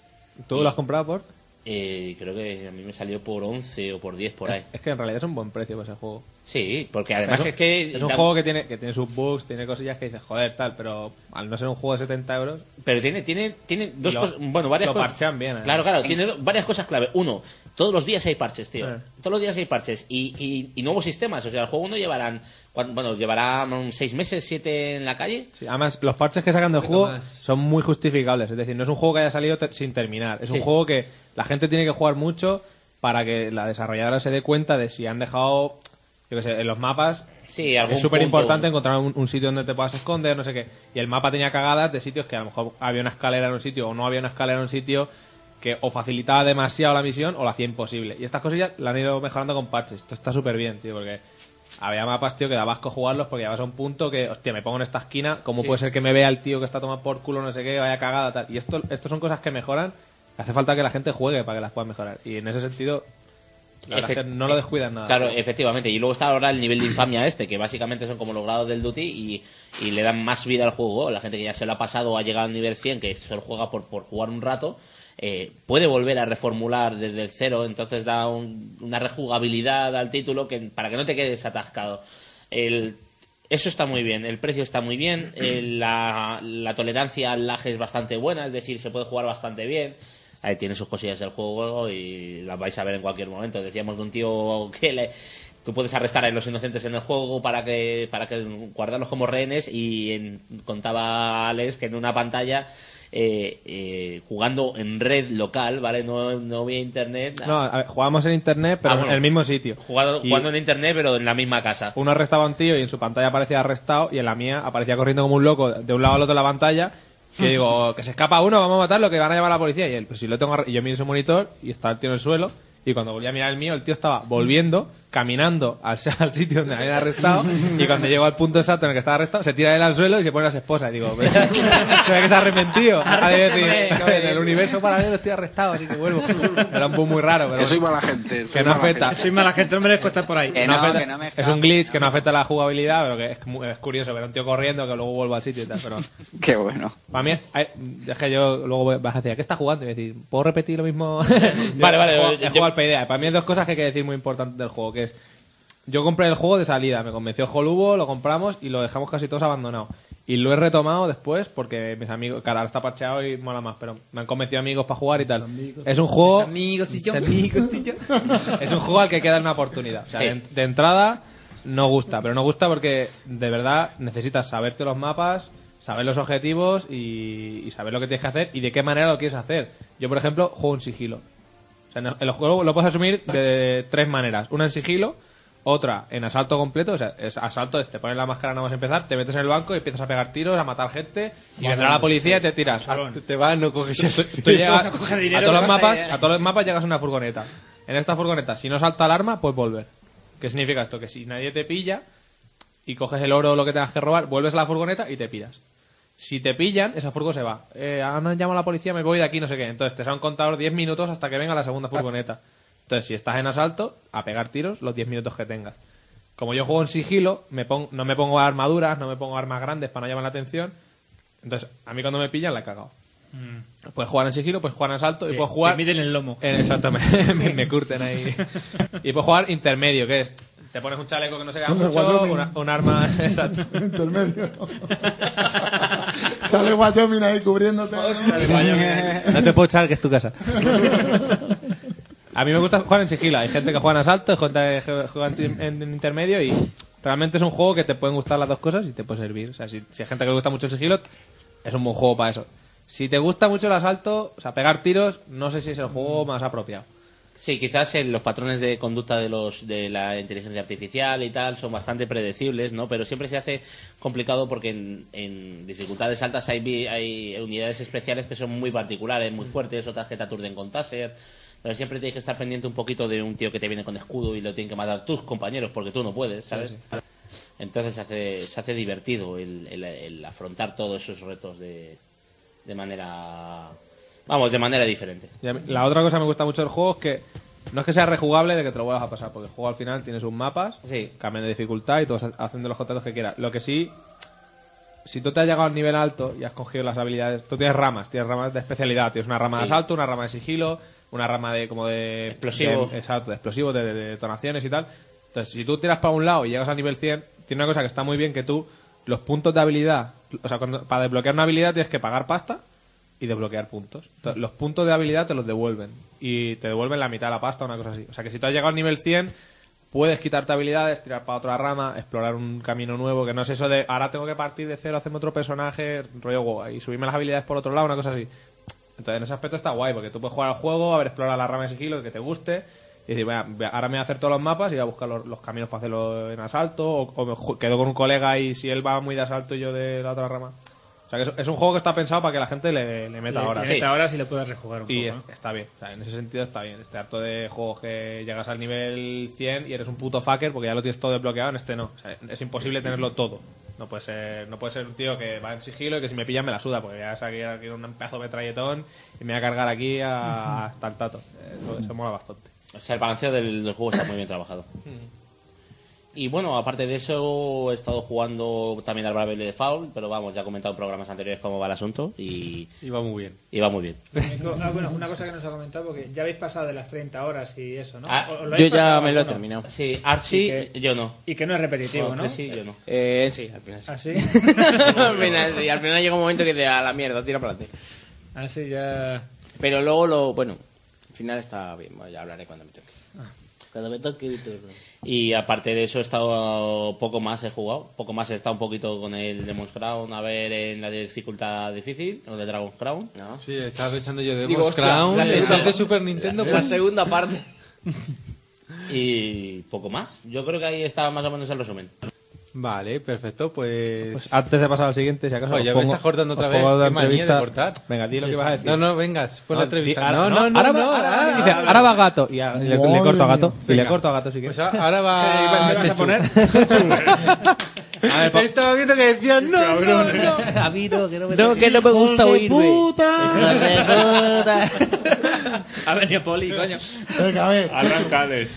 ¿Tú lo has comprado por?
Eh, creo que a mí me salió por 11 o por 10 por ahí.
Es que en realidad es un buen precio para ese juego.
Sí, porque además
¿Eh? Pero
es que...
Es un juego que tiene, que tiene sus bugs, tiene cosillas que dices, joder, tal, pero al no ser un juego de 70 euros.
Pero tiene, tiene, tiene dos
Lo-
cosas. Bueno, varias
lo
cosas.
parchean bien, ¿eh?
Claro, claro,
(laughs)
tiene do- varias cosas clave. Uno, todos los días hay parches, tío.
Eh.
Todos los días hay parches y, y- y nuevos sistemas. O sea, el juego no llevarán. cuan- Bueno, llevará mm, seis meses, siete en la calle.
Sí, Además, los parches que sacan del
Un poquito
juego
más.
son muy justificables. Es decir, no es un juego que haya salido te- sin terminar. Es
Sí.
un juego que la gente tiene que jugar mucho para que la desarrolladora se dé cuenta de si han dejado, yo qué sé, en los mapas.
Sí, algún
es súper
punto.
importante encontrar un, un sitio donde te puedas esconder, no sé qué. Y el mapa tenía cagadas de sitios que a lo mejor había una escalera en un sitio o no había una escalera en un sitio que o facilitaba demasiado la misión o la hacía imposible. Y estas cosillas la han ido mejorando con parches. Esto está súper bien, tío, porque había mapas, tío, que daba asco jugarlos porque llegabas a un punto que, hostia, me pongo en esta esquina, ¿cómo
Sí.
puede ser que me vea el tío que está tomando por culo, no sé qué, vaya cagada, tal? Y esto, esto son cosas que mejoran, que hace falta que la gente juegue para que las puedan mejorar. Y en ese sentido, la verdad es
Efect-
que no lo descuidan nada.
Claro, efectivamente. Y luego está ahora el nivel de infamia este, que básicamente son como los grados del Duty y, y le dan más vida al juego. La gente que ya se lo ha pasado o ha llegado al nivel 100, que solo juega por, por jugar un rato, eh, puede volver a reformular desde el cero. Entonces da un- una rejugabilidad al título que, para que no te quedes atascado. El, eso está muy bien, el precio está muy bien, eh, la, la tolerancia al laje es bastante buena, es decir, se puede jugar bastante bien. Ahí tiene sus cosillas el juego y las vais a ver en cualquier momento. Decíamos de un tío que le- tú puedes arrestar a los inocentes en el juego para que para que guardarlos como rehenes y en- contaba Alex que en una pantalla eh, eh, jugando en red local, ¿vale? No, no vía internet.
No, a ver, jugábamos en internet, pero
eh, Ah, bueno.
en el mismo sitio.
Jugado-
Y-
jugando en internet pero en la misma casa.
Uno arrestaba a un tío y en su pantalla aparecía arrestado y en la mía aparecía corriendo como un loco de un lado al otro de la pantalla. Que digo, que se escapa uno, vamos a matarlo, que van a llamar a la policía. Y él, pues si lo tengo arre- y yo miro su monitor y está el tío en el suelo. Y cuando volví a mirar el mío, el tío estaba volviendo, caminando al, s- (laughs) al sitio donde le habían arrestado. Y cuando llegó al punto exacto en el que estaba arrestado, se tira él al suelo y se pone a su esposa. Y digo, "Pero- (laughs) se ve que se ha arrepentido. Ha de decir, "Joder, en el universo paralelo estoy arrestado, así que vuelvo. Era un boom muy raro. Pero
Que soy
bueno.
mala gente.
Que no afecta.
gente.
gente, no merezco estar por ahí.
Que no, que no me
es un glitch que no afecta la jugabilidad, pero que es, mu- es curioso ver a un tío corriendo que luego vuelva al sitio y tal.
(laughs)
Pero
Qué bueno.
para mí es, ay, es que yo luego voy- vas a decir, ¿qué estás jugando? Y voy a decir, ¿puedo repetir lo mismo? (laughs)
Vale, vale,
Juego-
yo- yo-
he jugado al Paideia. Para mí hay dos cosas que hay que decir muy importantes del juego, que es yo compré el juego de salida, me convenció Jolubo, lo compramos y lo dejamos casi todos abandonado. Y lo he retomado después porque mis amigos, claro, ahora está parcheado y mola más, pero me han convencido amigos para jugar y tal. es un juego...
Mis amigos y yo.
Mis amigos y yo. es un juego al que hay que dar una oportunidad. O sea,
Sí.
de, de entrada no gusta, pero no gusta porque de verdad necesitas saberte los mapas, saber los objetivos y, y saber lo que tienes que hacer y de qué manera lo quieres hacer. Yo, por ejemplo, juego en sigilo. O sea, en el, el juego lo puedes asumir de tres maneras. Una en sigilo, otra en asalto completo, o sea, es asalto, es te pones la máscara nada más empezar, te metes en el banco y empiezas a pegar tiros, a matar gente, y
Vale,
vendrá la policía y
sí.
te tiras.
Salón.
Te- Te vas, no coges (laughs) Tú, tú
No
llegas
coges
a,
dinero,
todos
te
los
vas a
mapas,
ir.
a todos los mapas llegas a una furgoneta. En esta furgoneta, si no salta alarma, puedes volver. ¿Qué significa esto? Que si nadie te pilla y coges el oro o lo que tengas que robar, vuelves a la furgoneta y te piras. Si te pillan, esa furgo se va. Eh, ah, me han llamado a la policía, me voy de aquí, no sé qué. Entonces te sale un contador 10 minutos hasta que venga la segunda furgoneta. Entonces, si estás en asalto, a pegar tiros los 10 minutos que tengas. Como yo juego en sigilo, me pon- no me pongo armaduras, no me pongo armas grandes para no llamar la atención. Entonces, a mí cuando me pillan la he cagado. Mm. Puedes jugar en sigilo, puedes jugar en asalto
Sí,
y puedes jugar.
te miden el lomo.
Eh, exactamente, (laughs) me, me curten ahí. Y puedes jugar intermedio, que es. Te pones un chaleco que no se vea
Con el
mucho,
Wyoming.
una- un arma. (laughs) Exacto.
Intermedio. Sale Wyoming ahí cubriéndote.
Oh,
No te puedo echar, que es tu casa. A mí me gusta jugar en sigilo. Hay gente que juega en asalto, hay gente que juega en, en- en intermedio y realmente es un juego que te pueden gustar las dos cosas y te puede servir. O sea, si, si hay gente que le gusta mucho el sigilo, es un buen juego para eso. Si te gusta mucho el asalto, o sea, pegar tiros, no sé si es el juego más apropiado.
Sí, quizás en los patrones de conducta de los de la inteligencia artificial y tal son bastante predecibles, ¿no? Pero siempre se hace complicado porque en, en dificultades altas hay, vi- hay unidades especiales que son muy particulares,
Mm.
muy fuertes, otras que te aturden con taser. Entonces siempre tienes que estar pendiente un poquito de un tío que te viene con escudo y lo tienen que matar tus compañeros porque tú no puedes, ¿sabes?
Sí,
Entonces se hace, se hace divertido el, el- el afrontar todos esos retos de, de manera... Vamos, de manera diferente.
Y a mí- La otra cosa que me gusta mucho del juego es que no es que sea rejugable de que te lo vuelvas a pasar, porque el juego al final tiene sus mapas, cambian de dificultad y todos hacen de los contactos que quieras. Lo que sí, si tú te has llegado al nivel alto y has cogido las habilidades, tú tienes ramas, tienes ramas de especialidad, tienes una rama de
Sí.
asalto, una rama de sigilo, una rama de como de
Explosivos.
de- exacto, de explosivos, de, de- de detonaciones y tal. Entonces, si tú tiras para un lado y llegas al nivel 100, tiene una cosa que está muy bien que tú los puntos de habilidad, o sea, cuando- para desbloquear una habilidad tienes que pagar pasta y desbloquear puntos. Entonces, los puntos de habilidad te los devuelven. Y te devuelven la mitad de la pasta, una cosa así. O sea que si tú has llegado al nivel 100, puedes quitarte habilidades, tirar para otra rama, explorar un camino nuevo, que no es eso de ahora tengo que partir de cero, hacerme otro personaje, rollo guay, y subirme las habilidades por otro lado, una cosa así. Entonces en ese aspecto está guay, porque tú puedes jugar al juego, haber explorado la rama de sigilo que te guste, y decir, "Venga, ve- ahora me voy a hacer todos los mapas y voy a buscar los, los caminos para hacerlo en asalto, o, o me ju- quedo con un colega y si él va muy de asalto y yo de la otra rama. O sea que es, es un juego que está pensado para que la gente le, le meta
Le-
horas.
le meta horas y le puedas rejugar un
Y
poco,
es- está bien, o sea, en ese sentido está bien. Este harto de juegos que llegas al nivel 100 y eres un puto fucker porque ya lo tienes todo desbloqueado, en este no. O sea, es imposible tenerlo todo. No puede ser, no puede ser un tío que va en sigilo y que si me pillan me la suda, porque ya saqué aquí un pedazo de metralletón y me voy a cargar aquí a- hasta el tato. Eh, Eso, Pues eso mola bastante.
O sea, el balanceo del, del juego está muy bien trabajado. Y bueno, aparte de eso, he estado jugando también al Bravely Default, pero vamos, ya he comentado en programas anteriores cómo va el asunto y...
Y va muy bien.
Y va muy bien.
No, ah, bueno, una cosa que nos ha comentado, porque ya habéis pasado de las 30 horas y eso, ¿no?
Ah,
¿O- o habéis pasado alguno?
Sí, Archie, yo no.
Y que no es repetitivo, ¿no?
Sí, yo no.
Eh, sí, al final sí.
¿Ah, sí?
(laughs) al final sí, al final llega un momento que te da la mierda, tira para adelante.
Ah, sí, ya...
Pero luego lo, bueno, al final está bien, bueno, ya hablaré cuando me toque. Cuando me toque mi turno.
Y aparte de eso, he estado poco más, he jugado. Poco más he estado un poquito con el Demon's Crown, a ver en la dificultad difícil, o de Dragon's Crown.
Sí, estaba pensando yo de
Digo,
Boss
hostia,
Crown.
la
el
segunda-
de Super Nintendo.
la-
pues-
la segunda parte. (laughs) Y poco más. Yo creo que ahí está más o menos el resumen.
Vale, perfecto, pues...
Antes de pasar al siguiente, si acaso.
Joder,
os
ya me
pongo-
estás cortando
os
otra vez.
pongo la
Qué manía de
entrevista.
cortar.
Venga, di lo que vas a decir.
No, no, vengas, fue
No,
la
di-
entrevista.
ahora-
No, no, no,
ahora
no,
va- ahora
ahora-
dice, ahora va gato. Y a- le, le
Madre
corto a gato.
mía.
Y le
Venga.
corto a gato si quieres.
Pues a- ahora va...
(laughs) Sí,
Chechu.
¿vas
(laughs)
Estaba viendo que decías, no, no,
eh.
no.
A mí no, que no me
No, que no me gusta
¡Hijos de
oírme.
puta!
Ha venido Poli, coño.
Venga, a ver.
Arrancales.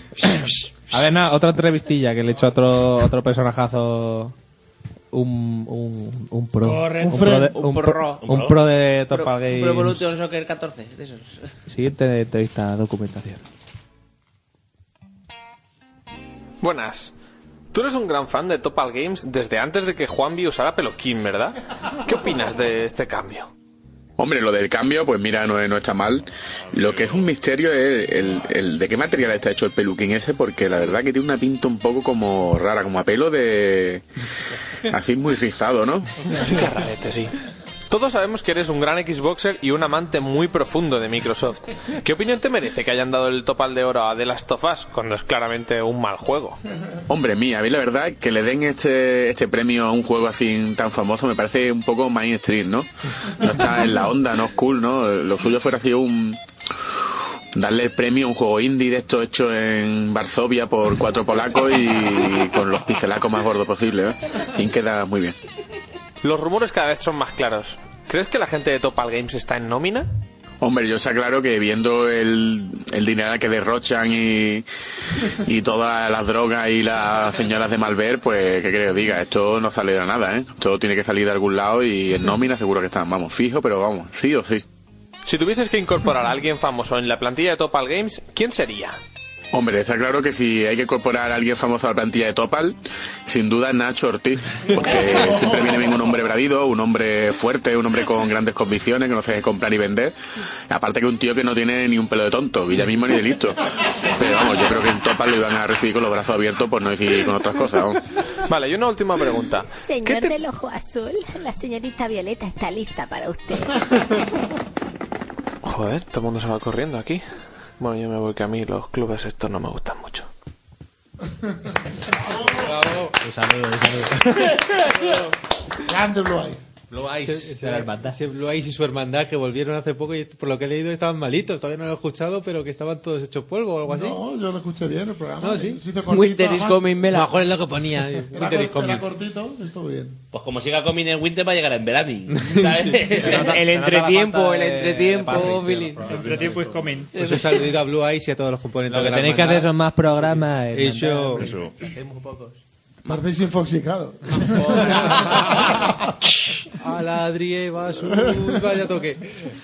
A ver, nada, otra entrevistilla que le he hecho a otro, otro personajazo. Un, un, un pro.
Corre.
un,
Un
pro de,
friend.
un,
Un
pro,
pro.
un pro de
Pro-
Topal Games.
Pro Evolution Soccer 14, de esos.
Siguiente entrevista, documentación.
Buenas. Tú eres un gran fan de Topal Games desde antes de que Juanvi usara peloquín, ¿verdad? ¿Qué opinas de este cambio?
Hombre, lo del cambio, pues mira, no, no está mal. Lo que es un misterio es el, el de qué material está hecho el peluquín ese, porque la verdad que tiene una pinta un poco como rara, como a pelo de... Así muy rizado, ¿no?
Qué rarete, sí. Todos sabemos que eres un gran Xboxer y un amante muy profundo de Microsoft. ¿Qué opinión te merece que hayan dado el topal de oro a The Last of Us cuando es claramente un mal juego?
Hombre, mía, a mí la verdad que le den este, este premio a un juego así tan famoso me parece un poco mainstream, ¿no? No está en la onda, no es cool, ¿no? Lo suyo fuera sido un... Darle el premio a un juego indie de esto hecho en Varsovia por cuatro polacos y con los pincelacos más gordos posible, ¿eh? Sin queda muy bien.
Los rumores cada vez son más claros. ¿Crees que la gente de Topal Games está en nómina?
Hombre, yo sé claro que viendo el, el dinero que derrochan y, y todas las drogas y las señoras de Malver, pues, ¿qué creo diga? Esto no sale de nada, ¿eh? Esto tiene que salir de algún lado y en nómina seguro que están, vamos, fijo, pero vamos, sí o sí.
Si tuvieses que incorporar a alguien famoso en la plantilla de Topal Games, ¿quién sería?
Hombre, está claro que si hay que incorporar a alguien famoso a la plantilla de Topal, sin duda Nacho Ortiz, porque siempre viene bien un hombre bravido, un hombre fuerte, un hombre con grandes convicciones, que no sabe comprar y vender. Aparte que un tío que no tiene ni un pelo de tonto, Villa mismo ni de listo. Pero vamos, yo creo que en Topal lo iban a recibir con los brazos abiertos, por no decir con otras cosas. vamos.
Vale, y una última pregunta.
Señor del ojo azul, la señorita Violeta está lista para
(laughs)
usted.
Joder, todo el mundo se va corriendo aquí. Bueno, yo me voy que a mí los clubes estos no me gustan mucho.
Un saludo, un saludo.
(laughs) Grande Blue Eyes.
Blue
Eyes. la hermandad, sí, Blue Eyes y su hermandad que volvieron hace poco y por lo que he leído estaban malitos, todavía no lo he escuchado, pero que estaban todos hechos polvo o algo así.
No, yo lo escuché bien el programa.
No, sí.
Se hizo cortito, además.
A lo mejor es lo que ponía. eh,
Era,
Winter is
cor-
coming.
era cortito, estuvo bien.
Pues como siga con el Winter va a llegar
(laughs)
en verano.
El
entretiempo, el entretiempo, Billy.
Entretiempo
es coming.
Pues un saludito a Blue Eyes y a todos los componentes
Lo
de
que
la
tenéis que hacer
hermandad.
son más programas. eh,
Y yo-
Eso.
Parecéis infoxicados.
(laughs) A la Adrie Basur, vaya toque.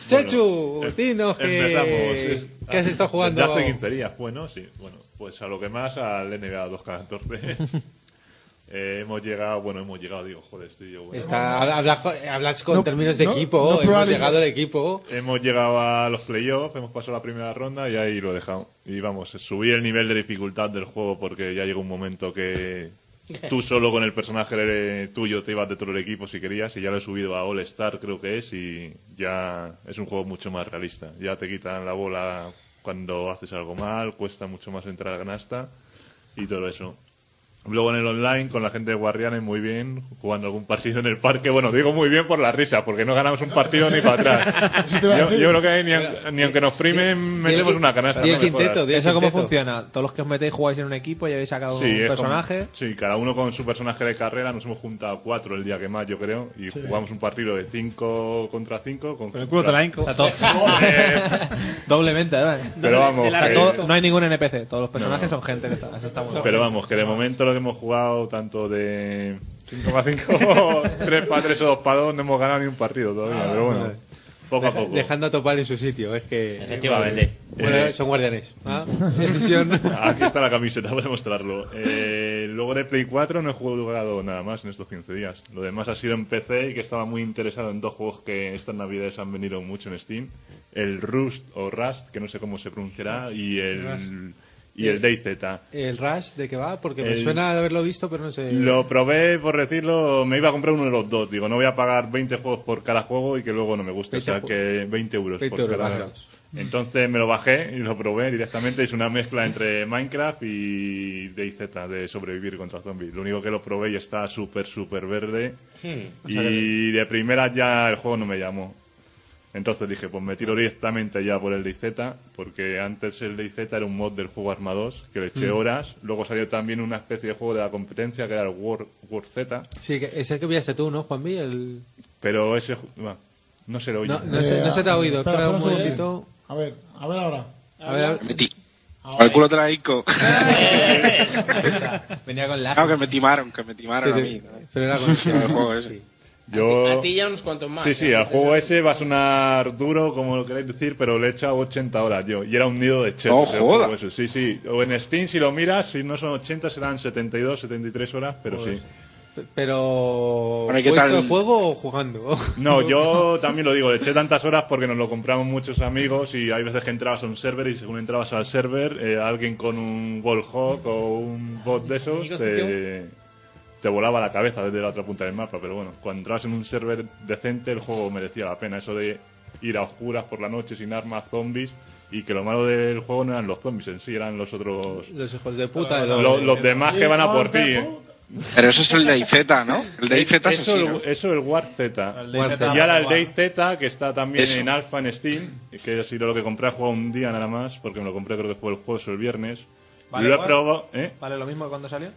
Chachu,
(laughs)
dinos que,
em- Empezamos. Ah,
que has estado jugando.
Desde hace 15 días. Bueno, sí. Bueno, pues a lo que más, al NBA
(laughs)
2K14. Eh, hemos llegado, bueno, hemos llegado, digo, joder, estoy yo. bueno.
Está- habla- habla- hablas con
No,
términos de
no, no
equipo, hemos
probable.
llegado al equipo.
Hemos llegado a los playoffs, hemos pasado la primera ronda y ahí lo he dejado. Y vamos, subí el nivel de dificultad del juego porque ya llegó un momento
(laughs)
que tú solo con el personaje eh, tuyo te ibas de todo el equipo si querías y ya lo he subido a All Star creo que es y ya es un juego mucho más realista. Ya te quitan la bola cuando haces algo mal, cuesta mucho más entrar a canasta y todo eso. Luego en el online con la gente de Guardianes muy bien, jugando algún partido en el parque. Bueno, digo muy bien por la risa, porque no ganamos un partido ni para atrás.
te iba a
Yo,
decir.
yo creo que ahí ni, aunque- ni aunque nos primen, metemos una canasta.
Y el
no me jodas.
quinteto. ¿Eso cómo funciona? Todos los que os metéis jugáis en un equipo y habéis sacado
Sí,
un
es
personaje.
como- sí, cada uno con su personaje de carrera. Nos hemos juntado cuatro el día que más, yo creo. Y jugamos un partido de cinco contra cinco. Con, Eh,
el culo te la hinco. O sea,
(laughs)
todo- (laughs) Doblemente, además.
Pero vamos,
O sea,
que-
todo- no hay ningún NPC. Todos los personajes
No.
son gente que está. Eso está muy bien.
Pero vamos, que de momento lo que hemos jugado, tanto de
(laughs)
5x5, 3x3 o 2x2, no hemos ganado ni un partido todavía.
Ah,
pero bueno,
vale.
poco a
Deja-
poco.
Dejando a topar en su sitio, es que.
Efectivamente.
Bueno,
Eh,
son guardianes.
(laughs)
¿ah? Decisión.
Aquí está la camiseta para mostrarlo. Eh, luego de Play 4 no he jugado nada más en estos 15 días. Lo demás ha sido en PC y que estaba muy interesado en dos juegos que estas navidades han venido mucho en Steam. El Rust o Rust, que no sé cómo se pronunciará, y
Rust. Eh,
el, y el DayZ.
¿El Rush de qué va? Porque me
El-
suena de haberlo visto, pero no sé.
Lo probé, por decirlo, me iba a comprar uno de los dos. Digo, no voy a pagar 20 juegos por cada juego y que luego no me guste. O sea, que 20 euros
20
por
euros,
cada
bajaos.
Entonces me lo bajé y lo probé directamente. Es una mezcla entre Minecraft y DayZ, de sobrevivir contra zombies. Lo único que lo probé y está súper, súper verde.
Hmm. O sea
Y de primera ya el juego no me llamó. Entonces dije, pues me tiro directamente ya por el DayZ, porque antes el DayZ era un mod del juego Arma 2, que le eché
Mm.
horas. Luego salió también una especie de juego de la competencia, que era el War, War Z,
Sí, que- ese que pillaste tú, ¿no, Juanvi? El...
pero ese... ju- bueno, no se lo oye.
No, no se- no se te ha oído. Espera, un
segundo.
momentito.
A ver, a ver ahora.
A ver, a ver.
Metí. Al culo te la disco.
Venía con
No, que me timaron, que me timaron a mí.
Pero
(laughs)
era
con el juego ese.
Yo...
A ti ya unos cuantos más.
Sí, sí, al juego ese va a sonar duro, como lo queréis decir, pero le he echado 80 horas yo. Y era un nido de chetos.
No
el
joda.
juego ese. Sí, sí. O en Steam, si lo miras, si no son 80, serán 72, 73 horas, pero sí.
Pero.
Bueno, ¿y qué
¿puesto
tal?
el juego o jugando?
No, yo también lo digo, le eché tantas horas porque nos lo compramos muchos amigos y hay veces que entrabas a un server y según entrabas al server, eh, alguien con un wallhawk o un bot de esos
amigos
te, te volaba la cabeza desde la otra punta del mapa. Pero bueno, cuando entrabas en un server decente, el juego merecía la pena. Eso de ir a oscuras por la noche sin armas, zombies. Y que lo malo del juego no eran los zombies en sí, eran los otros.
Los hijos de puta de
Lo- los, demás que van a por ti. Eh,
Pero eso es el DayZ, ¿no? El DayZ
Eso,
asesino.
el- eso el War Z.
El War Z.
Y ahora el DayZ, que está también
Eso.
en Alpha en Steam, que ha sido lo que compré, he jugado un día nada más, porque me lo compré creo que fue el jueves o el viernes.
Vale,
lo he
igual.
probado, ¿eh?
¿Vale lo mismo que cuando salió?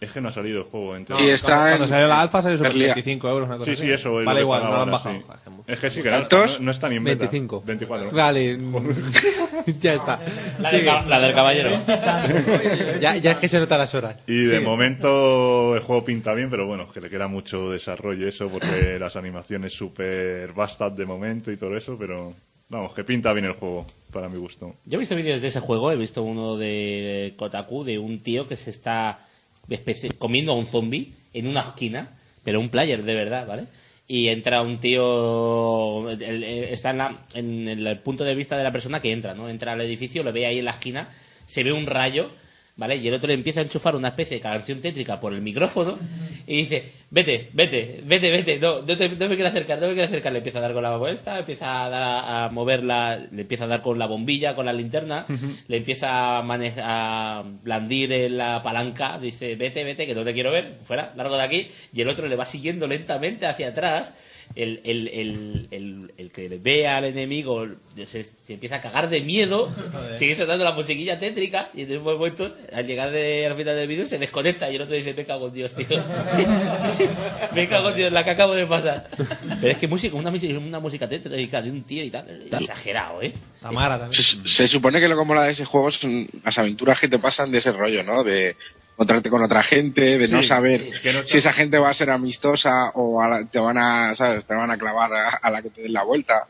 Es que no ha salido el juego entero.
Sí, No, está cuando- cuando en- salió la alfa salió sobre
Early-
25 euros, una cosa
Sí,
así.
sí, eso. es
Vale,
que
igual,
paga
no lo han
ahora,
bajado.
sí. Es que sí, que el
¿Cuántos?
alfa no, no está ni en beta.
25.
24.
Vale. (laughs)
(laughs)
ya está.
eh.
La del
Sigue.
ca- la del caballero.
(laughs) ya, ya es que se notan las horas.
Y de
Sí.
momento el juego pinta bien, pero bueno, que le queda mucho desarrollo eso, porque las animaciones súper bastas de momento y todo eso, pero vamos, que pinta bien el juego, para mi gusto.
Yo he visto vídeos de ese juego, he visto uno de Kotaku, de un tío que se está especi- comiendo a un zombie en una esquina, pero un player de verdad, ¿vale? Y entra un tío, el- el- está en, la- en el punto de vista de la persona que entra, ¿no? Entra al edificio, lo ve ahí en la esquina, se ve un rayo, ¿vale? Y el otro le empieza a enchufar una especie de canción tétrica por el micrófono y dice, vete, vete, vete, vete, no, no, te- no me quiero acercar, no me quiero acercar. Le empieza a dar con la vuelta, empieza a, dar a, a mover la, le empieza a dar con la bombilla, con la linterna, le empieza a, mane- a blandir en la palanca, dice, vete, vete, que no te quiero ver, fuera, largo de aquí, y el otro le va siguiendo lentamente hacia atrás. El, el, el, el, el que le ve al enemigo se, se empieza a cagar de miedo,
Joder.
sigue sonando la musiquilla tétrica, y en un momento, al llegar de, al final del vídeo, se desconecta y el otro dice, me cago en Dios, tío. (laughs) me cago en Dios, la que acabo de pasar. Pero es que música, una, música- una música tétrica de un tío y tal, exagerado, ¿eh?
Se, se supone que lo que mola de ese juego son las aventuras que te pasan de ese rollo, ¿no? De encontrarte con otra gente, de no
Sí,
saber
sí, que no está-
si esa gente va a ser amistosa o a la- te van a, ¿sabes? Te van a clavar a, a la que te den la vuelta.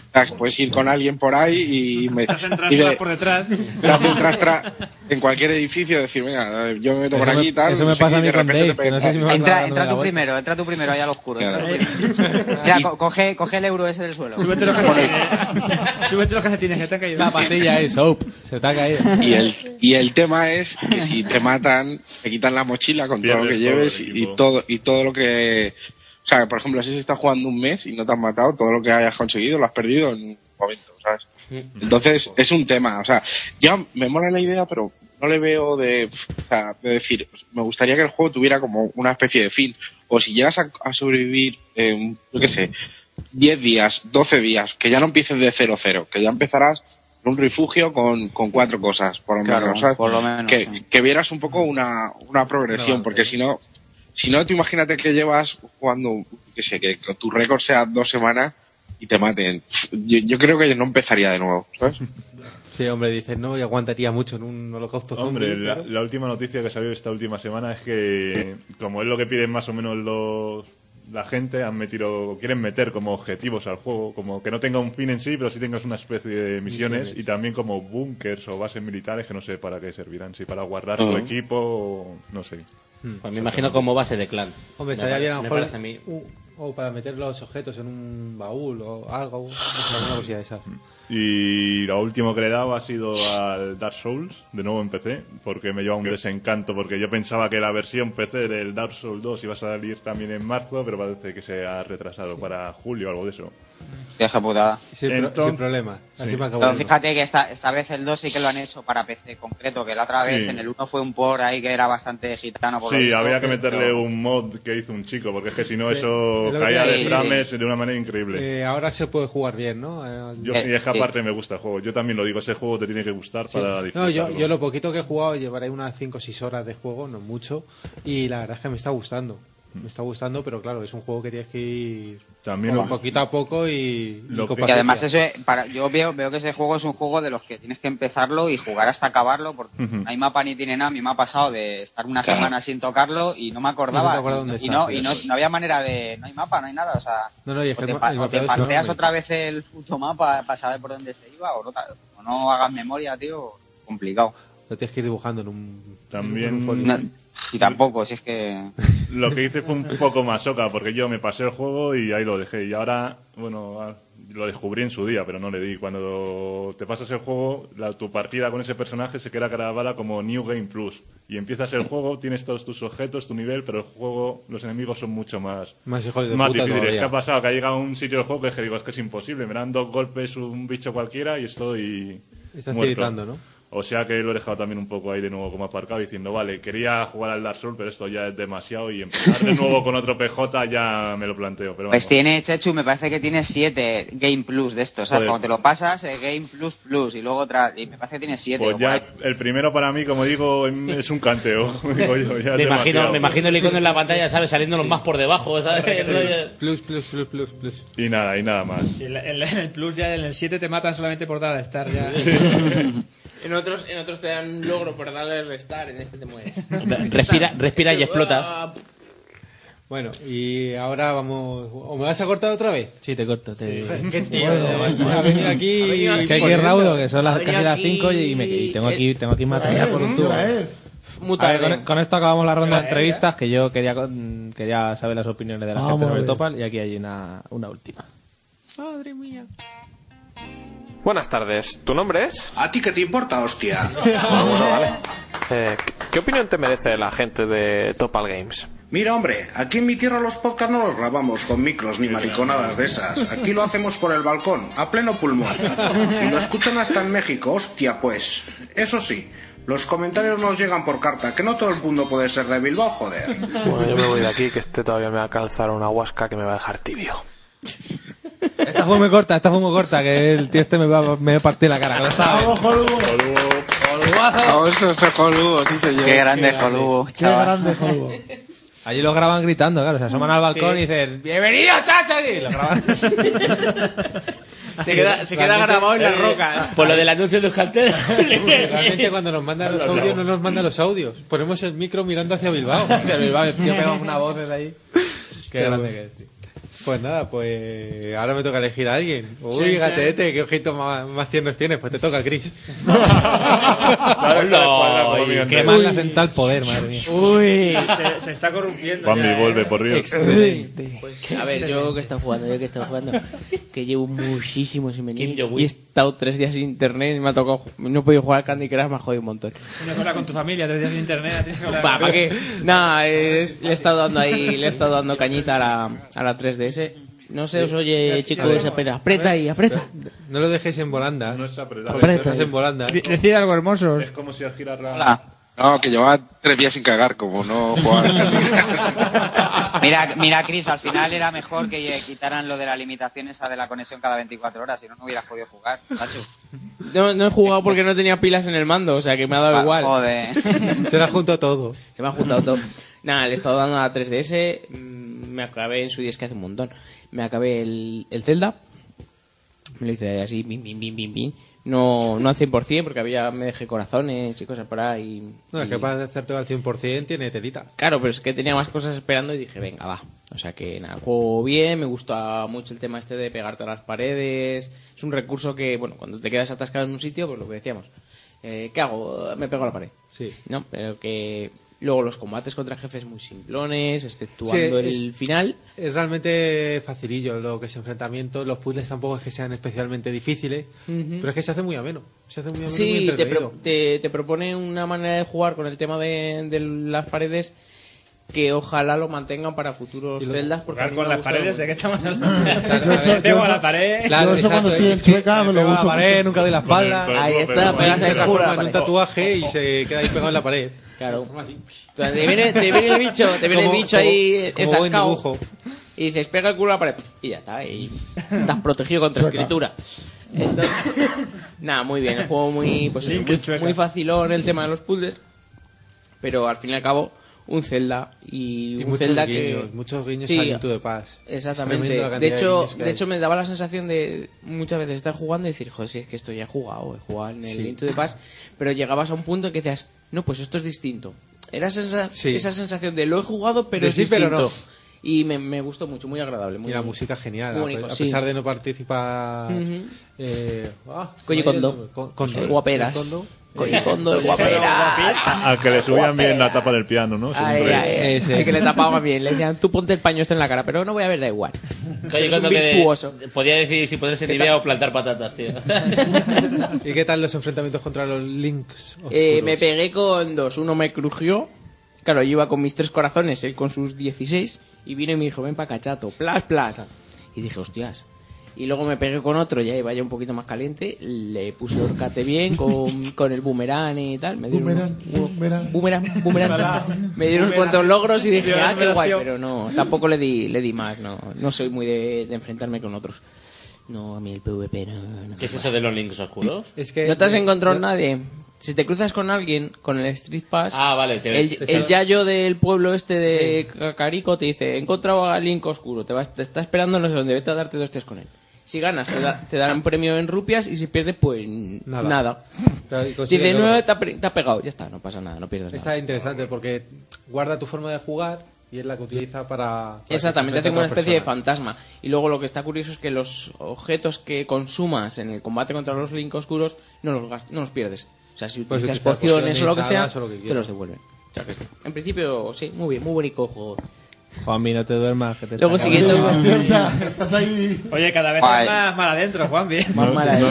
O sea, Puedes ir con alguien por ahí y me
Te hacen tras,
y le-
tras por detrás.
te hacen tras, tras en cualquier edificio, decir, venga, eh, yo me meto por
Eso me-
aquí y tal.
eso me
no sé qué,
pasa a mí
y de
con
repente
Dave,
te
que no sé si me
pegan.
Entra, entra tú primero, entra tú primero, allá al oscuro. entra
Claro.
tú primero. Mira, co- coge, coge el euro ese del suelo.
Súbete los calcetines. Súbete los calcetines, que te han caído.
La pastilla es soap. Se te ha caído.
Y el, y el tema es que si te matan, te quitan la mochila con todo lo que
Pierdes todo
lleves
el
y todo, y todo lo que. O sea, por ejemplo, si se está jugando un mes y no te han matado, todo lo que hayas conseguido lo has perdido en un momento, ¿sabes? Entonces, es un tema. O sea, ya me mola la idea, pero no le veo de, o sea, de decir, me gustaría que el juego tuviera como una especie de fin. O si llegas a, a sobrevivir, eh, yo qué sé, 10 días, 12 días, que ya no empieces de cero cero, que ya empezarás en un refugio con, con cuatro cosas, por lo
Claro,
menos. ¿sabes?
por lo menos,
que,
sí.
que vieras un poco una, una progresión, porque si no, si no, tú imagínate que llevas jugando, que sé, que tu récord sea dos semanas y te maten. Yo, yo creo que no empezaría de nuevo, ¿sabes?
Sí, hombre, dices, no, y aguantaría mucho en un holocausto zombie.
Hombre, la,
pero-
la última noticia que salió esta última semana es que, como es lo que piden más o menos los, la gente, han metido, quieren meter como objetivos al juego, como que no tenga un fin en sí, pero sí tengas una especie de misiones,
Misiones.
y también como bunkers o bases militares que no sé para qué servirán, si para guardar tu
Ujú.
equipo o no sé.
Pues me imagino como base de clan.
Hmm. Hombre,
Me
estaría
pare-
bien a
me
lo mejor.
parece a mí.
u- o para meter los objetos en un baúl o algo. no sé, alguna cosilla de esas.
Y lo último que le he dado ha sido al Dark Souls, de nuevo en PC, porque me lleva un desencanto, porque yo pensaba que la versión PC del Dark Souls 2 iba a salir también en marzo, pero parece que se ha retrasado para julio o algo de eso.
Deja putada.
Sin, pro-
Entonces-
sin problema. Así
Sí.
me acabo
Pero
yo.
fíjate que esta, esta vez el 2 sí que lo han hecho para PC concreto, que la otra vez
Sí.
en el 1 fue un por ahí que era bastante gitano. Por lo
Sí,
visto,
había que meterle
pero-
un mod que hizo un chico, porque es que si no
Sí.
eso
Es lo que
caía
te-
de
sí,
frames de una manera increíble.
Eh, ahora se puede jugar bien, ¿no? Eh, Al-
Yo Eh, sí, es que aparte me gusta el juego. Yo también lo digo, ese juego te tiene que gustar
Sí.
para
No,
disfrutarlo.
yo, yo lo poquito que he jugado llevaré unas 5 o 6 horas de juego, no mucho, y la verdad es que me está gustando. Me está gustando, pero claro, es un juego que tienes que ir
Mm. También
con
lo-
poquito a poco y, y con
Y además
paciencia.
eso es- para, yo veo, veo que ese juego es un juego de los que tienes que empezarlo y jugar hasta acabarlo, porque
Ujú.
no hay mapa ni tiene nada. A mí me ha pasado de estar una
Claro.
semana sin tocarlo y no me
Y no
acordaba.
te acuerdas dónde
y
está,
no,
sí,
y no,
eso es.
no había manera de... No hay mapa, no hay nada. O sea,
No, no, y es
o
que
te,
el ma-
pa-
el
o te
mapeado es
parteas
enorme.
otra vez el puto mapa para saber por dónde se iba o no, ta- o no hagas memoria, tío. Complicado.
Lo tienes que ir dibujando en un...
También
en un folio.
Y tampoco, si es que...
Lo que hice fue un poco masoca, porque yo me pasé el juego y ahí lo dejé. Y ahora, bueno, a- ah, lo descubrí en su día, pero no le di. Cuando te pasas el juego, la- tu partida con ese personaje se queda grabada como New Game Plus. Y empiezas el juego, tienes todos tus objetos, tu nivel, pero el juego, los enemigos son mucho más...
Más hijos de puta
difíciles.
todavía.
¿Qué ha pasado? Que ha llegado a un sitio del juego que es que digo, es que es imposible. Me dan dos golpes un bicho cualquiera y estoy...
Estás
muerto.
tiritando, ¿no?
O sea que lo he dejado también un poco ahí de nuevo como aparcado diciendo, vale, quería jugar al Dark Souls, pero esto ya es demasiado y empezar de nuevo con otro PJ ya me lo planteo. Pero
Pues
vamos.
tiene, Chechu, me parece que tiene siete Game Plus de estos. ¿sabes?
Joder.
Cuando te lo pasas, eh, Game Plus Plus, y luego otra... Y me parece que tiene siete.
Pues
o
ya
por ahí.
el primero para mí, como digo, em- es un
(laughs)
canteo. Digo yo, ya es demasiado.
me, imagino, me imagino el icono en la pantalla, ¿sabes? Saliendo los más por debajo, ¿sabes?
Plus, plus, plus, plus, plus.
Y nada, y nada más.
En el, en el Plus ya en el 7 te matan solamente por dar a estar ya.
(laughs) En otros, en otros te dan un logro por darle el restar, en este te mueres. Este,
Respira, respira y explotas.
Bueno, y ahora vamos. ¿O me vas a cortar otra vez?
Sí, te corto. Te...
Qué tío.
Bueno,
Ha venido aquí.
Ha venido aquí. Que hay que ir
poniendo-
raudo, que son las-
Ha venido
casi las
aquí-
5 y, me- y tengo aquí, tengo aquí material por un tubo.
Muy
A ver,
tarde.
con, con esto acabamos la ronda de entrevistas que yo quería, con- quería saber las opiniones de la
Vamos
gente
a
sobre
ver.
Topal y aquí hay una, una última.
Madre mía.
Buenas tardes, ¿tu nombre es? Ah,
¿A ti qué te importa, hostia?
Eh, ¿qué- ¿Qué opinión te merece la gente de Topal Games?
Mira, hombre, aquí en mi tierra los podcasts no los grabamos con micros ni mariconadas de esas. Aquí lo hacemos por el balcón, a pleno pulmón. Y lo escuchan hasta en México, hostia, pues. Eso sí, los comentarios nos llegan por carta, que no todo el mundo puede ser de Bilbao, joder.
Bueno, yo me voy de aquí, que este todavía me va a calzar una huasca que me va a dejar tibio.
Esta fue muy corta, esta fue muy corta, que el tío este me va, me va a partir la cara. con esta.
Oh, Eso es Jolugo, sí señor.
Qué grande Jolugo.
Qué grande juego. Allí lo graban gritando, claro, se asoman al balcón y dicen, ¡Bienvenido, chacho! Y
(laughs)
lo graban.
Se queda, se queda
Realmente,
grabado en la
eh,
roca.
Por lo del anuncio de
(laughs)
Euskaltel.
Realmente cuando nos mandan los audios no nos mandan los audios. Ponemos el micro mirando hacia Bilbao.
Hacia Bilbao, el tío pega una voz desde ahí. Qué
Pero
grande que
bueno.
es, tío.
Pues nada, pues ahora me toca elegir a alguien. Uy,
Sí, sí.
gatete, qué ojitos más, más tiernos tienes. Pues te toca, Chris.
Hola, y qué mal la senta el poder, madre mía.
Uy.
se, se está corrompiendo.
Bambi,
ya, ¿eh?
vuelve, por Dios.
Excelente.
Pues, a ver, yo que he estado jugando, yo que he estado jugando. Que llevo muchísimo sin venir.
Kim Jong-un.
Y he estado tres días sin internet y me ha tocado. No he podido jugar al Candy Crush, me ha jodido un montón.
Una cosa con tu familia, tres días de internet. la tienes que hablar.
Va,
(laughs)
¿para qué? Nada, eh, le he estado dando ahí, le he estado dando cañita a la, a la 3DS. No se os oye, chicos, apenas. Aprieta y aprieta.
No lo dejéis en volandas. No es
apretar.
Aprieta.
eh.
en volandas.
Di- decid
algo hermoso.
Es como si al girar la...
No, que llevaba tres días sin cagar, como no jugaba (laughs) al Candy Crush.
Mira, mira, Chris, al final era mejor que eh, quitaran lo de la limitación esa de la conexión cada 24 horas, si no, no hubieras podido jugar,
(laughs)
Tacho.
No, no he jugado porque no tenía pilas en el mando, o sea que me ha dado
Ah,
igual.
joder.
(laughs) Se me ha juntado todo. Se me ha juntado todo. Nada, le he estado dando a la 3DS. mm, Me acabé en su 10 que hace un montón. Me acabé el, el Zelda. Me lo hice así, bim, bim, bim, bim, bim. No, no al 100% porque había, me dejé corazones y cosas por ahí.
No, es
y-
que para hacerte al 100% tiene telita.
Claro, pero es que tenía más cosas esperando y dije, venga, va. O sea que nada, el juego bien, me gusta mucho el tema este de pegarte a las paredes. Es un recurso que, bueno, cuando te quedas atascado en un sitio, pues lo que decíamos. eh, ¿Qué hago? Me pego a la pared.
Sí.
No, pero que luego los combates contra jefes muy simplones, exceptuando
Sí, es-
el final.
Es realmente facilillo lo que es enfrentamiento. Los puzzles tampoco es que sean especialmente difíciles,
Ujú.
pero es que se hace muy ameno. Se hace muy ameno. y muy
Sí, te,
entretenido.
pro- te- te propone una manera de jugar con el tema de, de las paredes que ojalá lo mantengan para futuros celdas. Porque
Jugar
a mí
con
me ha
las
gustado
paredes,
mucho.
¿de qué
(laughs)
estamos hablando?
Claro, a
Yo
ver,
eso-
pego
yo
a la
eso-
pared.
Claro,
Yo eso
exacto,
cuando estoy en
es que
Chueca me
me
lo
pego a la
uso.
pared, nunca doy la espalda.
Con el- con el
Ahí
golpe,
está,
¿no?
pegas
Ahí
el
se
golpe
la-
en
Un tatuaje y se queda ahí pegado en la pared.
Claro. Entonces, te viene, te viene el bicho, te viene
Como-
el bicho ahí
como-
eh,
como buen
enfrascado.
dibujo.
Y dices, pega el culo a la pared. Y ya está, y estás protegido contra
Chueca.
escritura. Entonces, (laughs) nada, muy bien. El juego muy, pues eso,
Link
muy,
chueca.
muy facilón el tema de los puzzles. Pero al fin y al cabo, un Zelda. Y,
Y
un
muchos
Zelda
guiños,
que.
muchos guiños
Sí,
a Link to the Past. Es tremendo la
Exactamente. De
cantidad
hecho,
guiños que
de
hay.
hecho, me daba la sensación de muchas veces estar jugando y decir, joder, si es que esto ya he jugado, he jugado en el
Sí.
Link to the Past", pero llegabas a un punto en que decías, no, pues esto es distinto. Era sensa-
Sí.
esa sensación de lo he jugado, pero
De
es
sí, pero
distinto.
no.
y me, me gustó mucho, muy agradable. Muy
Y la música genial,
muy
a,
bonito,
pe- a
sí.
pesar de no participar...
Ujú.
eh, ah, se
Koji
me ha ido
Kondo.
el nombre. Ko- Kondo.
El guaperas.
Kondo.
Koji
Eh,
Kondo, el guaperas.
Al que le subían bien la tapa del piano, ¿no?
Ay,
Siempre.
ay, ay, sí, que le tapaba bien. Le decían, tú ponte el paño este en la cara, pero no voy a ver, da igual.
Oye,
¿eh? Es un
cuando
virtuoso.
que podía decir si ponerse
¿Qué
nivea
tal?
o plantar patatas,
(laughs)
tío.
¿Y qué tal los enfrentamientos contra los Links?
Eh,
oscuros?
me pegué con dos. Uno me crujió. Claro, yo iba con mis tres corazones, él con sus 16. Y vino y me dijo, ven pa' cachato. Plas, plas. Y dije, hostias. Y luego me pegué con otro, ya iba ya un poquito más caliente. Le puse el horcate
(laughs)
bien con, con el boomerang y tal. Me dieron
Boomerang,
boomerang. Boomerang, boomerang. Me dieron unos cuantos logros y dije, ah, qué guay. Pero no, tampoco le di, le di más. No, no soy muy de, de enfrentarme con otros. No, a mí el PvP no, no
¿Qué es
me
eso de los links oscuros?
Es
no te has encontrado nadie. Si te cruzas con alguien con el Street Pass,
Ah, vale, te ves.
el,
Te
el
ves.
yayo del pueblo este de Cacarico te dice, he encontrado a Link Oscuro, te, vas, te está esperando no sé dónde, vete a darte dos tres con él. Si ganas, te, da- te darán premio en rupias y si pierdes, pues nada.
Claro, y
Si
consigue
de nuevo
logros.
te ha, pre- te ha pegado, ya está, no pasa nada, no pierdes nada.
Está interesante porque guarda tu forma de jugar y es la que utiliza para... para que
Exactamente,
se
hace como una especie
enfrente
de fantasma. Y luego lo que está curioso es que los objetos que consumas en el combate contra los Link Oscuros no los, gast- no los pierdes. O sea, si
Pues
utilizas
utilizas
pociones o lo que
pociones,
sea,
armas o lo que
te
quieras.
los devuelven. O sea que sí. En principio, sí, muy bien, muy bonito juego.
Juanmi, no te duermas. Que te
Luego
está
siguiendo-
acabando.
(laughs)
Oye, cada vez
Guay.
es más mal adentro, Juan. Bien.
(laughs) Más mala es.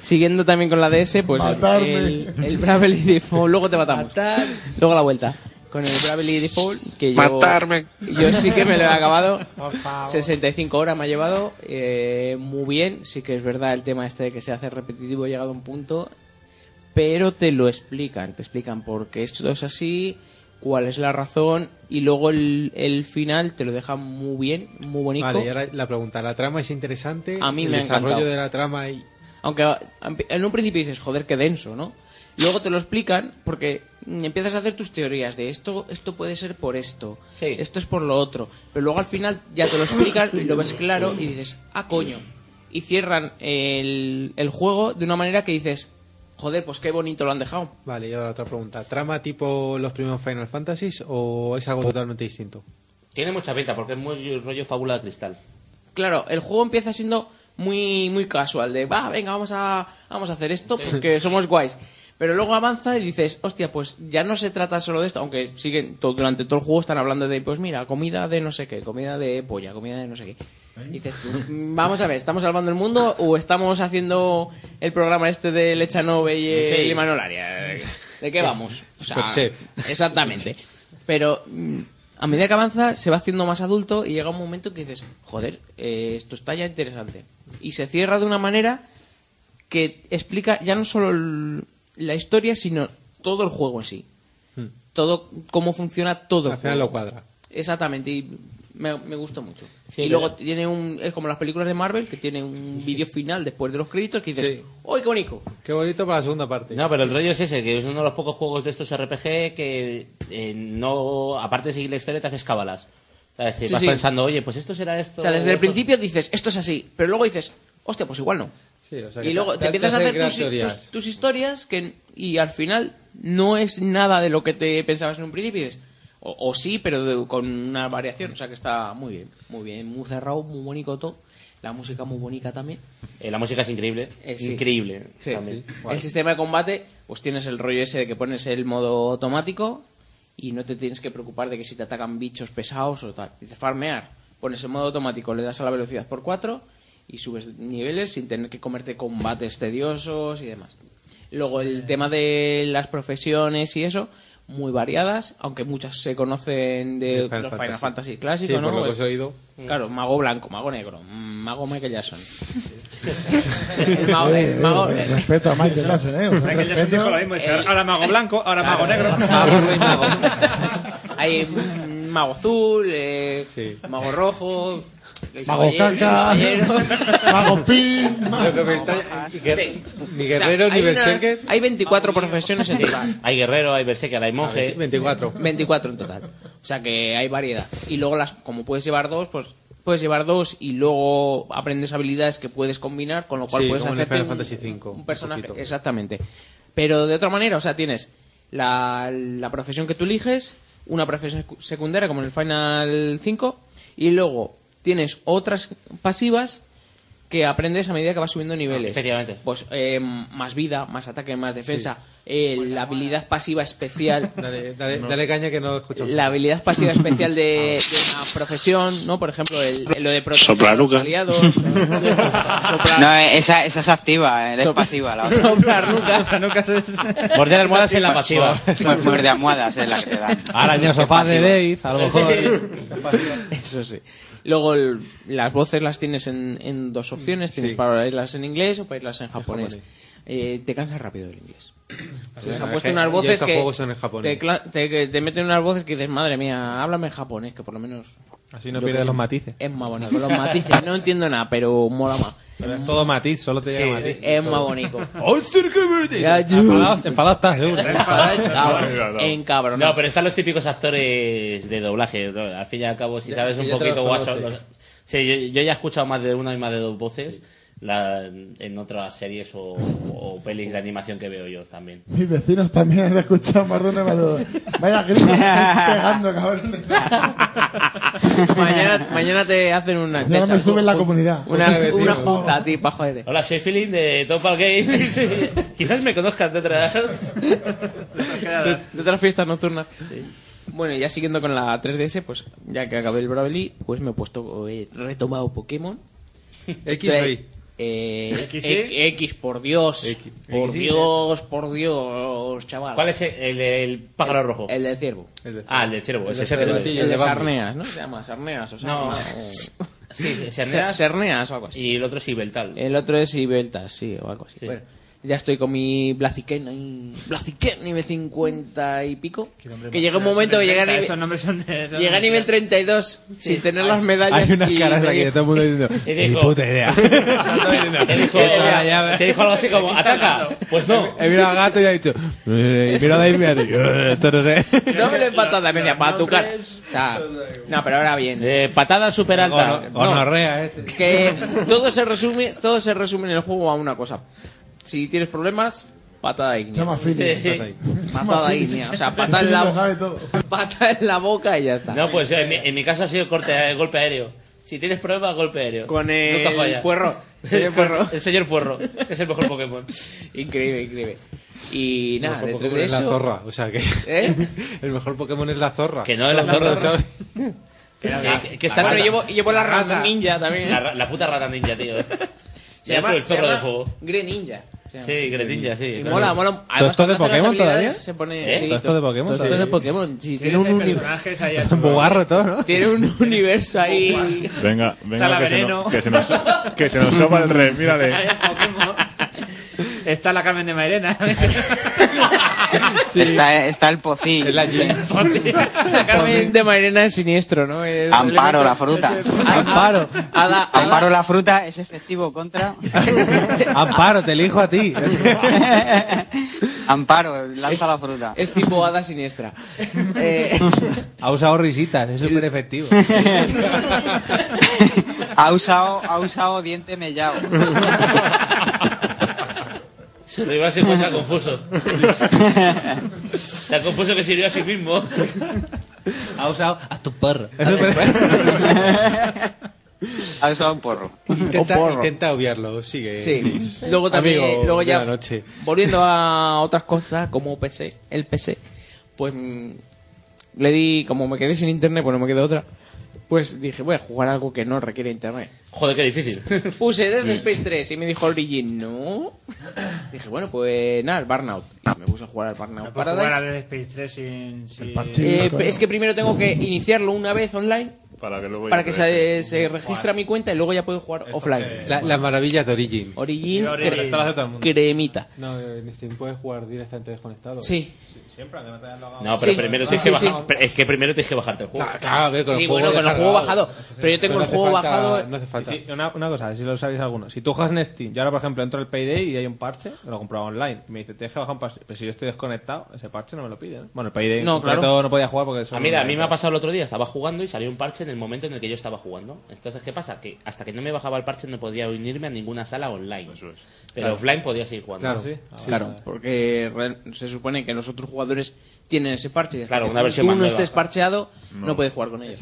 Siguiendo también con la DS, pues
Matarme.
el, el Bravely Default, luego te matamos. Luego la vuelta. Con el Bravely Default, que yo,
Matarme.
yo sí que me lo he (laughs) acabado. 65 horas me ha llevado, eh, muy bien. Sí que es verdad el tema este de que se hace repetitivo, he llegado a un punto pero te lo explican, te explican por qué esto es así, cuál es la razón y luego el, el final te lo dejan muy bien, muy bonito.
Vale, y ahora la pregunta, ¿la trama es interesante?
A mí
¿El
me ha
desarrollo
encantado.
de la trama y...
Aunque a- en un principio dices, joder, qué denso, ¿no? Luego te lo explican porque mm, empiezas a hacer tus teorías de esto, esto puede ser por esto, esto es por lo otro. Pero luego al final ya te lo explican y lo ves claro y dices, ah, coño. Y cierran el, el juego de una manera que dices, joder, pues qué bonito lo han dejado.
Vale, y ahora otra pregunta. ¿Trama tipo los primeros Final Fantasies o es
Pues-
algo totalmente distinto?
Tiene mucha pinta porque es muy rollo fábula de cristal.
Claro, el juego empieza siendo muy, muy casual, de, va, venga, vamos a, vamos a hacer esto porque somos guays. Pero luego avanza y dices, hostia, pues ya no se trata solo de esto, aunque siguen, todo, durante todo el juego están hablando de, pues mira, comida de no sé qué, comida de polla, comida de no sé qué. Y dices tú, mm, vamos a ver, ¿estamos salvando el mundo o estamos haciendo el programa este de Lechanove y el
Sí.
Imanol Arias? ¿De qué vamos? O sea,
Pues,
Superchef.
Exactamente. Pero mm, a medida que avanza, se va haciendo más adulto y llega un momento que dices, joder, eh, esto está ya interesante. Y se cierra de una manera que explica ya no solo el- la historia, sino todo el juego en sí.
Hmm.
Todo, cómo funciona todo. el
Al final
juego.
lo cuadra.
Exactamente, y me, me gustó mucho.
Sí,
y
pero-
luego tiene un. Es como las películas de Marvel, que tiene un vídeo final después de los créditos que dices,
Sí.
¡Uy, qué bonito!
Qué bonito para la segunda parte.
No, pero el rollo es ese, que es uno de los pocos juegos de estos RPG que eh, no, aparte de seguir la historia, te haces cábalas. ¿Sabes? Si
Sí,
vas
sí.
pensando, oye, pues esto será esto.
O sea, desde el
esto-
principio dices, esto es así, pero luego dices, hostia, pues igual no.
sea,
y
que
luego
te-
te,
te
empiezas a
hace
hacer
crear
tus,
teorías.
tus- tus historias que, y al final no es nada de lo que te pensabas en un principio. y dices, o, o sí, pero de- con una variación. O sea que está muy bien, muy bien, muy cerrado, muy bonito todo. La música muy bonita también.
Eh, la música es increíble.
Eh, sí.
Increíble.
Sí.
también.
El sistema de combate, pues tienes el rollo ese de que pones el modo automático y no te tienes que preocupar de que si te atacan bichos pesados o tal. Dices farmear, pones el modo automático, le das a la velocidad por 4 y subes niveles sin tener que comerte combates tediosos y demás. Luego
Eh.
el tema de las profesiones y eso, muy variadas, aunque muchas se conocen de,
De Final
los Final
Fantasy.
Fantasy clásicos,
Sí,
¿no?
por lo que
Pues,
os he oído.
Claro, mago blanco, mago negro, mago Michael Jackson. el mago, el mago-
Eh, eh, respeto a Michael Jackson, eh. os
Michael Jackson
respeto.
dijo lo mismo. dice, ahora mago blanco, ahora mago negro.
Hay mm, mago azul, eh, mago rojo, el
Mago
caballero,
caca,
el caballero.
(laughs) mago pin,
Lo que me está-
Sí.
ni guerrero, ni
hay unas-
berserker.
Hay 24 profesiones en total.
Hay guerrero, hay berserker, hay monje.
24.
24 en total. O sea que hay variedad. Y luego, las, como puedes llevar dos, pues puedes llevar dos y luego aprendes habilidades que puedes combinar, con lo cual
Sí,
puedes
como en el
hacerte
Final
un,
Fantasy V,
un
un
personaje.
poquito.
exactamente. Pero de otra manera, o sea, tienes la, la profesión que tú eliges, una profesión secu- secundaria como en el Final 5 y luego tienes otras pasivas que aprendes a medida que vas subiendo niveles.
Efectivamente.
Pues eh, más vida, más ataque, más defensa, eh, la habilidad pasiva especial.
(laughs) Dale, dale- dale caña que no escuchamos.
La habilidad pasiva especial de, de una profesión, ¿no? Por ejemplo, el, el- lo de proteger a los
Soplaruca.
(laughs) aliados. soplar-
No, eh, esa, esa es activa, eh, es
Sop-
pasiva. La otra.
soplar nucas.
Morder almohadas en la pasiva.
(laughs)
Muerde almohadas es la que te dan.
Araña sofá de Dave, a lo mejor.
(laughs)
Eso sí. Luego el- las voces las tienes en, en dos opciones, tienes
Sí.
para irlas en inglés o para irlas en japonés.
japonés.
Eh, te cansas rápido del inglés.
Ah,
Se
bueno,
han
es
puesto
que
unas
ya
voces
esos
que
juegos son en japonés.
Te, cla- te- que te meten unas voces que dices, madre mía, háblame en japonés, que por lo menos...
Así
yo
no
qué
pierdes
sé,
los matices.
Es más bonito, los matices. No entiendo nada, pero mola más.
(laughs) Pero es todo matiz, solo te llega
Sí,
matiz.
Es más
(laughs)
bonito. Ya, yo-
Enfadado- Enfadado estás, seguro. (laughs)
cabrón.
No, pero están los típicos actores de doblaje. ¿no? Al fin y al cabo, si
Ya-
sabes
que
un
ya te
poquito
los
guaso.
conoces.
los- Sí, yo, yo ya he escuchado más de una y más de dos voces la- en otras series o, o pelis de animación que veo yo también.
Mis vecinos también han escuchado más de una vez. Vaya gripe me estoy pegando, cabrones.
mañana, mañana te hacen una... te
Mañana
echan
me suben
un-
la comunidad.
Una, una junta a ti, pa' joderte.
Hola, soy Feeling de Topal Game.
(laughs)
Sí, Quizás me conozcas de otras.
de, de otras fiestas nocturnas. Bueno, ya siguiendo con la 3DS, pues ya que acabé el Bravely, pues me he puesto, he retomado Pokémon.
¿X o Y?
(laughs)
Eh,
¿X,
X,
sí?
por Dios.
X.
Por
X, sí.
Dios, por Dios, chaval.
¿Cuál es el, el- el pájaro rojo?
El del ciervo.
Ah, el del ciervo. ese
Pues de-
es el-
el de Sarneas, ¿no? Se llama Sarneas. O
No.
Sarneas, o- (laughs)
Sí,
Ser-
Serneas.
Serneas o algo así.
Y el otro es Ibeltal.
El otro es Ibeltas, sí, o algo así.
Sí.
Bueno, ya estoy con mi Blaziken, ahí, Blaziken nivel 50 y pico. Que llega un momento que llega a nivel,
Esos nombres son de... son
Llega
de-
a (laughs) nivel 32 sin tener las medallas.
Hay unas
y
caras aquí
venir-
de todo el mundo diciendo,
Y
ni
dijo-
puta
(laughs)
idea.
Te dijo, te dijo algo así como, ataca. Pues
(laughs)
no.
He mirado al gato y ha dicho, "Eh", y miro a Dave y me ha dicho, "Eh, esto no sé.
No me le patada media para tu cara. O sea, no, pero ahora bien.
patada super alta.
Gono- gonorrea
eh.
este.
Que todo se resume, todo se resume en el juego a una cosa. Si tienes problemas, patada ignia.
Llama a Philip.
Sí.
Llama
(laughs) Patada
Philip.
ignia. O sea, patada
Philip
(laughs)
en
lo
la,
sabe todo.
patada en la boca y ya está.
No, pues en mi, en mi caso ha sido corte, eh, golpe aéreo. Si tienes problemas, golpe aéreo.
Con el
Nunca falla.
puerro.
(laughs)
Señor puerro.
El señor puerro, que es el mejor Pokémon.
Increíble, increíble. Y nada,
el mejor
dentro
Pokémon
de
es la
eso...
zorra, o sea que...
¿Eh?
(laughs) El mejor Pokémon es la zorra.
Que no es la zorra.
¿sabes?
Que- que está-
bueno, llevo, llevo la,
rata.
rata ninja también.
La, ra- la puta rata ninja, tío. Se
llama-
llama el
se
zorro de
llama
fuego.
Greninja. se llama.
Sí, Greninja, sí.
Y
claro.
mola, mola.
¿Todo esto de
cuando hace las
Pokémon
habilidades
todavía?
Se pone,
¿Eh?
sí,
¿Todo esto de Pokémon
Todo esto
todavía?
de Pokémon. Sí,
ese
tiene, un uni-
personajes ahí
(laughs)
hecho-
Bugarro todo, ¿no?
tiene un universo ahí.
Venga, venga, que se,
Talavereno.
nos, que, se nos, que se nos sopa el rey, mírale.
Está la Carmen de Mairena. (laughs)
Está, está el pocillo.
La Carmen de Mairena es siniestro, ¿no? Es-
Amparo, la fruta.
Amparo.
Ada-
Amparo la fruta es efectivo contra
Amparo, te elijo
(laughs)
a ti.
Amparo, lanza la fruta.
Es tipo hada siniestra. Eh,
Ha usado risitas, es súper efectivo.
ha usado, ha usado diente mellado.
Su rival se encuentra confuso. Está confuso que sirvió a sí mismo.
Ha usado a tu perro. (laughs)
Ha usado un porro.
Intenta,
O porro.
intenta obviarlo, sigue.
Sí.
Chris.
Luego también, eh,
Amigo
luego ya,
de la noche.
volviendo a otras cosas como PC, el PC, pues mm, le di, como me quedé sin internet, pues no me quedó otra, pues dije, voy a jugar algo que no requiere internet. (coughs)
Joder, qué difícil.
Puse Dead Space 3 y me dijo Origin, no. Dije, bueno, pues nada, el Burnout. Y me puse a jugar al Burnout
Para jugar a
Paradise.
Dead Space 3 sin... sin...
Eh, es que primero tengo que iniciarlo una vez online
Para que luego
para que se,
entre.
se registre a mi cuenta y luego ya puedo jugar offline.
La, la maravilla de Origin.
Origin,
Pero
cre-
esto lo hace todo el mundo.
cremita.
No, en Steam puedes jugar directamente desconectado.
Sí.
Siempre, aunque no te hayan logado.
No, pero
Sí.
primero
Ah,
tienes que
sí,
bajar. Es que primero tienes que bajarte el juego.
Claro, claro, a ver, con
Sí,
el juego
bueno, Ah, con el
dejarlo.
juego bajado. Pero yo tengo
no
el
hace
juego
falta-
bajado. eh.
No hace falta.
Sí, una, una cosa, si lo sabéis alguno. Si tú juegas en Steam, yo ahora, por ejemplo, entro al Payday y hay un parche, me lo compraba online. Y me dice, tienes que bajar un parche. Pero si yo estoy desconectado, ese parche no me lo pide. ¿no? Bueno, el Payday
No,
en concreto
claro.
no podía jugar porque... eso
Ah,
no
mira, a
me-
mí me ha pasado el otro día, estaba jugando y salió un parche en en el momento en el que yo estaba jugando. Entonces, ¿qué pasa? Que hasta que no me bajaba el parche no podía unirme a ninguna sala online. Pero
Claro.
offline podía seguir jugando. Ah,
Claro, claro porque re- se supone que los otros jugadores tienen ese parche. y hasta
Claro,
que
una versión
tú
más
no
nueva.
estés parcheado, no,
No.
puedes jugar con ellos.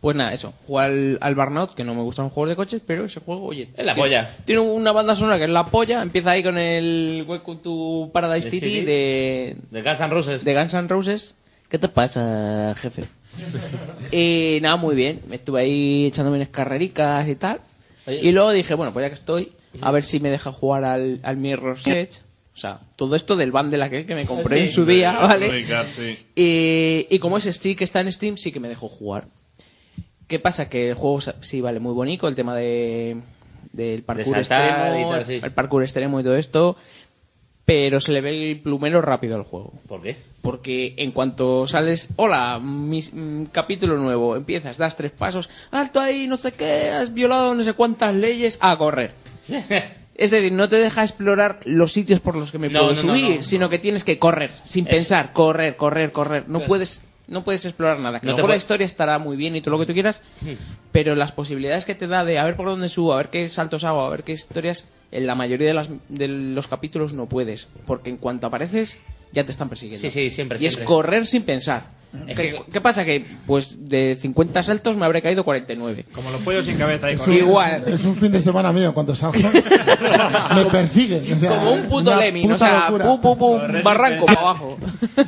Pues nada, eso. Jugar al, al Burnout, que no me gustan los juegos de coches, pero ese juego, oye.
Es la
tiene-
polla.
Tiene una banda sonora que es la polla. Empieza ahí con el Welcome to
De
Paradise City,
City.
de.
De Guns N' Roses.
De Guns N' Roses. ¿Qué te pasa, jefe? y Eh, nada, muy bien. Me estuve ahí echándome unas carrericas y tal.
Oye.
Y luego dije, bueno, pues ya que estoy, a ver si me deja jugar al, al Mirror's Edge. O sea, todo esto del van de la que me compré en su día, ¿vale? Y, y como es Steam, que está en Steam, sí que me dejó jugar. ¿Qué pasa? Que el juego sa- sí vale muy bonito, el tema de del parkour
saltar
extremo,
y tal, sí.
el parkour extremo y todo esto, pero se le ve el plumero rápido al juego.
¿Por qué?
Porque en cuanto sales, hola, mis- mm, capítulo nuevo, empiezas, das tres pasos, alto ahí, no sé qué, has violado no sé cuántas leyes, a
(laughs)
correr. Es decir, no te deja explorar los sitios por los que me
No,
puedo
no, no,
subir,
no,
sino que tienes que correr, sin
Es-
pensar, correr, correr, correr. No
Claro.
puedes, no puedes explorar nada. Que
No
a lo
te
mejor la
puede-
historia estará muy bien y todo lo que tú quieras, pero las posibilidades que te da de a ver por dónde subo, a ver qué saltos hago, a ver qué historias, en la mayoría de, las, de los capítulos no puedes, porque en cuanto apareces ya te están persiguiendo.
Sí, sí, siempre,
Y es
siempre.
correr sin pensar.
Es
¿Qué,
que-
qué pasa? Que pues de 50 saltos me habré caído 49.
Como los pollos sin cabeza
Es un-
Igual.
Es un fin de semana mío cuando salgo. me persiguen. o sea,
Como un puto
una
lemming, o
puta
sea,
locura.
pum, pum, pum,
Correr sin
barranco
pensar.
para abajo.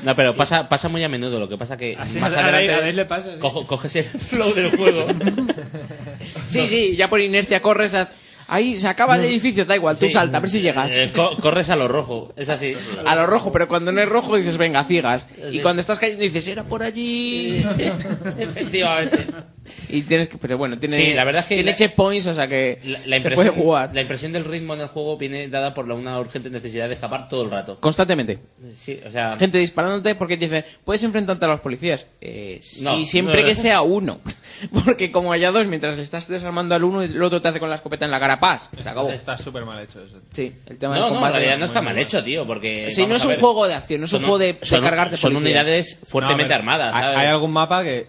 No, pero pasa, pasa muy a menudo. Lo que pasa que
Así,
más
a Dave-
adelante
a Dave le pasa, sí.
cojo- coges el (laughs) flow del juego.
Sí, sí, ya por inercia corres. a- Ahí se acaba el edificio, da igual, tú
Sí.
salta, a ver si llegas.
Eh, co- corres a lo rojo. Es así.
A lo rojo, pero cuando no es rojo dices, venga, ciegas. Y
Sí.
cuando estás cayendo dices, era por allí.
(laughs) Efectivamente.
Y tienes que, pero bueno, tiene,
Sí, la verdad es que
tiene
la-
checkpoints, o sea que
La
se
impresión,
puede jugar
la impresión del ritmo en el juego viene dada por la, una urgente necesidad de escapar todo el rato.
constantemente.
Sí, o sea,
Gente disparándote porque te dice, puedes enfrentarte a los policías. Eh,
No.
sí,
(laughs)
siempre que sea uno. (laughs) Porque como haya dos, mientras le estás desarmando al uno, el otro te hace con la escopeta en la cara, paz. Se acabó.
Está súper mal hecho eso.
Sí, el tema del
no, no, en
combate
realidad
es
no está
muy
mal hecho,
(laughs)
tío, porque...
Sí,
vamos
no es
a
un
ver,
juego de acción, no es un
son
juego de- de
son,
cargarte
Son
policías.
unidades fuertemente armadas,
hay-
¿sabes?
Hay algún mapa que,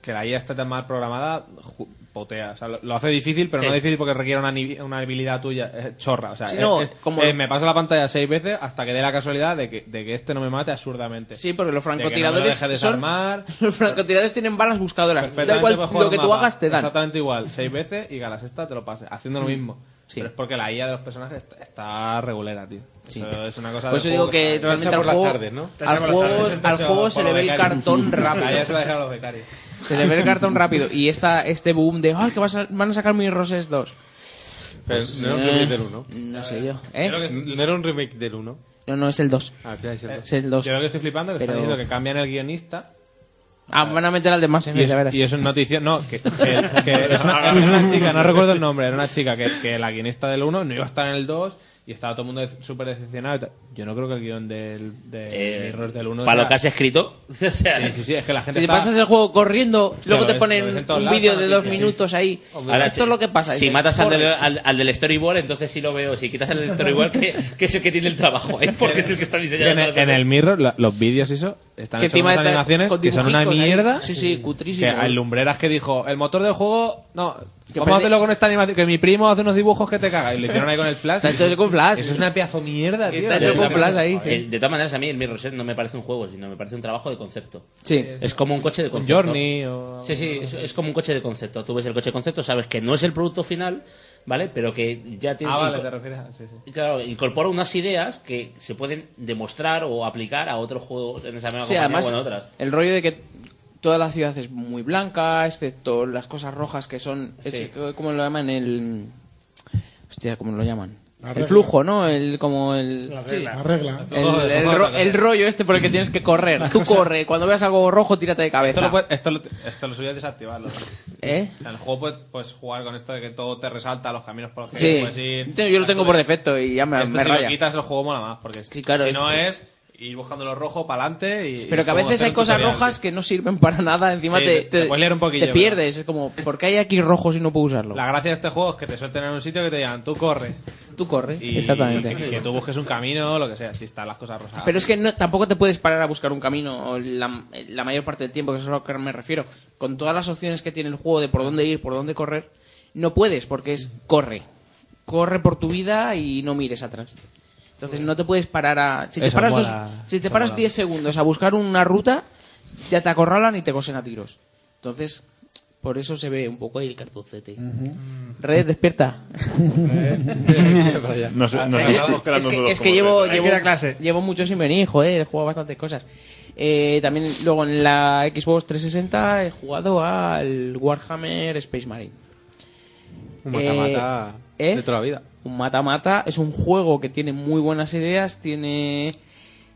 que la IA está tan mal programada, ju- potea. O sea, lo, lo hace difícil, pero
Sí.
no difícil porque requiere una, ni- una habilidad tuya eh, chorra. O sea,
Sí,
es-
no,
es-
como-
eh, me paso la pantalla seis veces hasta que dé la casualidad de que, de que este no me mate absurdamente.
Sí, porque los
De que no me lo
francotiradores
deje
son- (laughs)
desarmar.
Los francotiradores tienen balas buscadoras. Da
Perfectamente
igual
puedes jugar
lo que
un
tú
mapa
hagas, te dan.
Exactamente igual, seis veces y a la sexta te lo pases, haciendo lo
Mm.
mismo. Pero es porque la IA de los personajes está, está regulera, tío. Eso es una cosa
Por eso
del
digo
juego
que
está-
realmente al juego, al juego, al juego se le ve el
(laughs)
cartón rápido.
La IA Ah, se la deja a los becarios.
Se le ve el cartón rápido. Y esta, este boom de, ay, que vas a- van a sacar mi Roses 2.
Pero
Pues,
no era un
eh,
remake del 1.
No sé yo. ¿Eh?
No era un remake del 1.
No, no, es el 2.
Ah, claro, es el
Eh,
Es el 2.
Yo lo que estoy flipando es que están
Pero-
diciendo que cambian el guionista.
Ah, van a meter al de más
Y es, y es una noticia. No,
(laughs)
que, que- que es, una, es una chica, no recuerdo el nombre, era una chica que, que la guionista del 1 no iba a estar en el 2 y estaba todo el mundo de- súper decepcionado. y tal. Yo no creo que el guión del,
Eh,
de Mirror del 1.
para lo
sea-
que has escrito. (laughs) O sea,
Sí, sí, sí, es que la gente
Si te
está-
pasas el juego corriendo, luego te
lo- lo ves
ponen
en todos
un
lados,
vídeo
está
de
la
dos
noticia,
minutos ahí.
Ahora,
Esto es lo que pasa.
Si
dices,
matas al,
corre.
del- al- al del storyboard, entonces sí lo veo. Si quitas al del storyboard, (laughs) que, que es el que tiene el trabajo
(laughs)
ahí, porque es el que está diseñando.
En el, en el Mirror, la- los vídeos y eso, están
Que
hechos
encima
unas
está
animaciones
con
que son una
dibujitos ahí.
mierda.
Sí, sí,
Que
cutrísimo.
hay lumbreras que dijo, el motor del juego, no, vamos a
pende-
hacerlo con esta animación, que mi primo hace unos dibujos que te caga. Y le hicieron ahí con el flash.
Está hecho con flash.
Eso es una pedazo de mierda, tío.
Está hecho con flash ahí.
Eh, De todas maneras, a mí el Mirror Set no me parece un juego, sino me parece un trabajo de concepto.
Sí.
Es como un coche de
Un
concepto.
Journey o-
Sí, sí, es, es como un coche de concepto. Tú ves el coche de concepto, sabes que no es el producto final, ¿vale? Pero que ya tiene...
Ah, vale, te refieres a... Sí, sí.
Y Claro, incorpora unas ideas que se pueden demostrar o aplicar a otros juegos en esa misma
Sí,
compañía
además,
o en otras.
el rollo de que toda la ciudad es muy blanca, excepto las cosas rojas que son. es-
Sí.
¿Cómo lo llaman? El. Hostia, ¿cómo lo llaman?
La
El
regla.
flujo, ¿no? El, como el.
La
sí.
regla. La regla.
El, el ro- el rollo este por el que tienes que correr. (laughs) Tú corre, cuando veas algo rojo, tírate de cabeza.
Esto lo, puede- esto, lo, esto lo suyo es desactivarlo.
¿Eh?
En el juego puedes, puedes jugar con esto de que todo te resalta, los caminos por los que
Sí.
puedes ir.
Yo lo tengo por defecto y ya me,
Esto
me
si lo
raya.
quitas el juego mola más, porque
claro,
si
es-
no es
Ir buscando lo rojo para adelante y.
Pero que a
como
veces
hacer
hay
un
cosas
tutorial.
rojas que no sirven para nada, encima
Sí,
te,
te- te spoilea un poquillo,
te pierdes. Es como, ¿por qué hay aquí rojo si no puedo usarlo?
La gracia de este juego es que te suelten en un sitio que te digan, tú corre.
Tú corre,
Y
exactamente.
(laughs) Que tú busques un camino o lo que sea, si están las cosas rosadas.
Ah,
Pero es que no- tampoco te puedes parar a buscar un camino o la, la mayor parte del tiempo, que eso es a lo que me refiero. Con todas las opciones que tiene el juego de por dónde ir, por dónde correr, no puedes porque es corre. Corre por tu vida y no mires atrás. Entonces no te puedes parar a... Si te
Eso
paras, dos-
mola,
si te
eso
paras
mola.
10 segundos a buscar una ruta, ya te acorralan y te cosen a tiros. Entonces, por eso se ve un poco ahí el cartucete. Red, despierta.
(laughs) Nos- nos
Ah,
estamos
es que-
quedando
es que,
todos
es que
como
llevo,
Red. Hay
llevo,
que ir a
llevo mucho sin venir, joder, he jugado bastantes cosas. Eh, también luego en la Xbox 360 he jugado al Warhammer Space Marine. Eh,
Un mata-mata de toda la vida.
Un mata-mata es un juego que tiene muy buenas ideas, tiene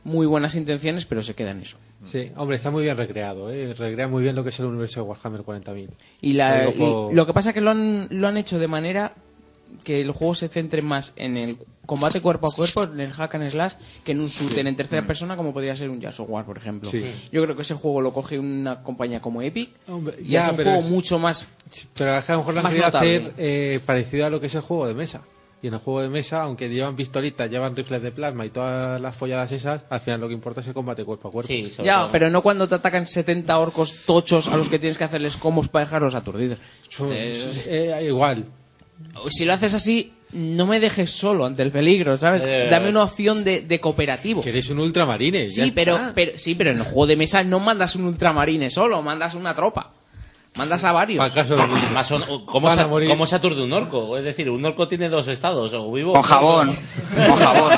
muy buenas intenciones, pero se queda en eso.
Sí, hombre, está muy bien recreado, ¿eh? Recrea muy bien lo que es el universo de Warhammer 40.000.
Y, la,
Lo digo
y
por-
lo que pasa es que lo han, lo han hecho de manera que el juego se centre más en el combate cuerpo a cuerpo, en el hack and slash, que en un shooter en tercera persona como podría ser un Gears of War, por ejemplo.
Mm. Sí.
Yo creo que ese juego lo coge una compañía como Epic
Hombre,
y
ya,
hace un
pero
juego
es-
mucho más
Pero es que a lo mejor lo han
más
querido
notable.
hacer eh, parecido a lo que es el juego de mesa. Y en el juego de mesa, aunque llevan pistolitas, llevan rifles de plasma y todas las folladas esas, al final lo que importa es el combate cuerpo a cuerpo.
Ya, pero no cuando te atacan 70 orcos tochos a los que tienes que hacerles combos para dejarlos aturdidos. Entonces,
Eh, igual.
Si lo haces así, no me dejes solo ante el peligro, ¿sabes?
Eh,
Dame una opción de, de cooperativo.
Que eres un ultramarine. ya
Sí, pero,
está.
pero, sí, pero en el juego de mesa no mandas un ultramarine solo, mandas una tropa. Mandas a varios.
(laughs) Más o- o- ¿cómo,
Van a
sa-
morir.
¿Cómo se aturde un orco? Es decir, un orco tiene dos estados, o vivo...
Con
(laughs)
jabón. Con jabón.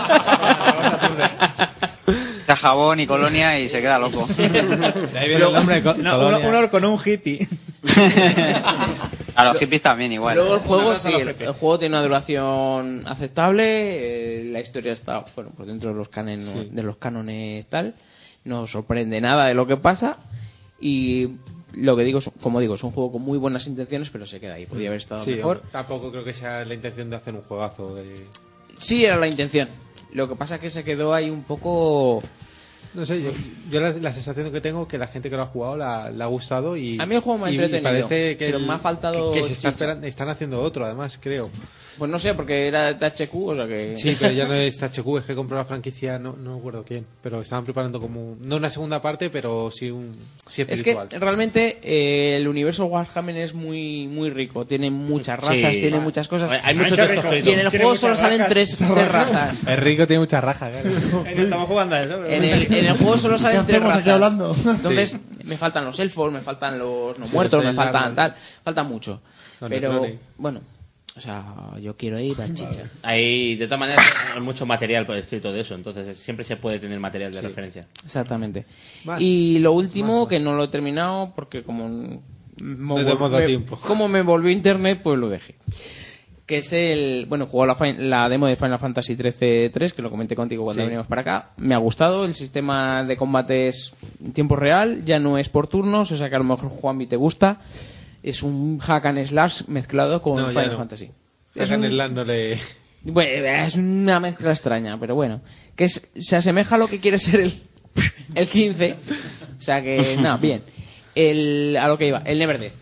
Está jabón y colonia y se queda loco.
Luego-
No, uno- un
orco, no un hippie.
A los hippies también igual.
Luego el juego, sí, el, el juego tiene una duración aceptable, eh, la historia está, bueno, pues dentro de los, canen-
Sí.
de los cánones tal, no sorprende nada de lo que pasa y lo que digo, es- como digo, es un juego con muy buenas intenciones, pero se queda ahí, podría haber estado
Sí,
mejor.
Tampoco creo que sea la intención de hacer un juegazo. de-
Sí, era la intención. Lo que pasa es que se quedó ahí un poco...
No sé, yo, yo la, la sensación que tengo es que la gente que lo ha jugado la, la ha gustado y.
A mí el juego me ha
y- y
entretenido,
parece que
pero
el-
me ha faltado
Que, que se está
chicha.
esperan- están haciendo otro, además, creo.
Pues no sé, porque era THQ, o sea que...
Sí, pero ya no es THQ, es que compró la franquicia, no, no recuerdo quién. Pero estaban preparando como. un- No una segunda parte, pero sí un. Sí
Es que
espiritual.
realmente eh, el universo Warhammer es muy muy rico. Tiene muchas razas,
Sí.
tiene muchas cosas.
Hay- hay mucho Ay, qué texto rico. escrito.
Y en el
Tiene
juego
muchas
solo salen
rajas.
(laughs) tres,
Muchas
tres
rajas.
razas.
Es rico, tiene mucha raja, claro.
(laughs) Estamos jugando a eso. pero-
En el, en el
(laughs)
juego solo salen
¿Qué
tres
hacemos
razas.
aquí hablando?
(laughs) Entonces me faltan los elfos, me faltan los no
Sí,
muertos,
los
me faltan
Eldarn.
tal. Falta mucho.
Los
Pero
Necrones.
bueno, o sea, yo quiero ir
(laughs)
para chicha.
Hay, de todas maneras, hay mucho material por escrito de eso, entonces eh, siempre se puede tener material de referencia.
Exactamente.
Más,
y lo último, que no lo he terminado porque como... n- me
te
vol-
hemos dado
me-
tiempo.
(laughs) Como me volvió internet, pues lo dejé. Que es el... Bueno, jugó la, fin- la demo de Final Fantasy XIII 3, que lo comenté contigo cuando
Sí.
venimos para acá. Me ha gustado, el sistema de combate es en tiempo real, ya no es por turnos, o sea que a lo mejor Juanmi te gusta. Es un hack and slash mezclado con
No, ya
Final
no.
Fantasy.
Hack
Es
and
un-
slash no le-
bueno, es una mezcla extraña, pero bueno. Que es- se asemeja a lo que quiere ser el, el 15. O sea
(laughs)
que, nada, bien. El, a lo que iba, el Neverdeath.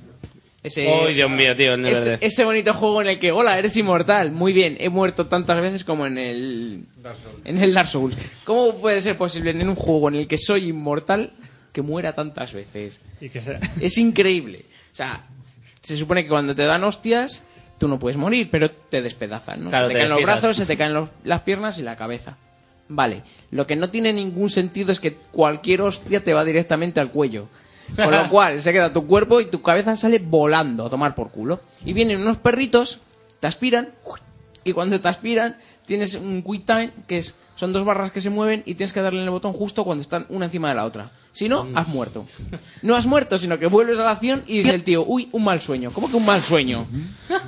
Ese,
Ay, Dios mío, tío, el
ese,
Neverdeath.
ese bonito juego en el que, hola, eres inmortal. Muy bien, he muerto tantas veces como en el en el Dark Souls. ¿Cómo puede ser posible en un juego en el que soy inmortal que muera tantas veces? (laughs) Es increíble. O sea, se supone que cuando te dan hostias, tú no puedes morir, pero te despedazan, ¿no?
Claro,
se te,
te
caen los
despiezas.
brazos, se te caen los- las piernas y la cabeza. Vale. Lo que no tiene ningún sentido es que cualquier hostia te va directamente al cuello. Con lo cual, se queda tu cuerpo y tu cabeza sale volando a tomar por culo. Y vienen unos perritos, te aspiran, y cuando te aspiran, tienes un quick time, que es, son dos barras que se mueven y tienes que darle en el botón justo cuando están una encima de la otra. Si no, has muerto. No has muerto, sino que vuelves a la acción y dice el tío, uy, un mal sueño. ¿Cómo que un mal sueño?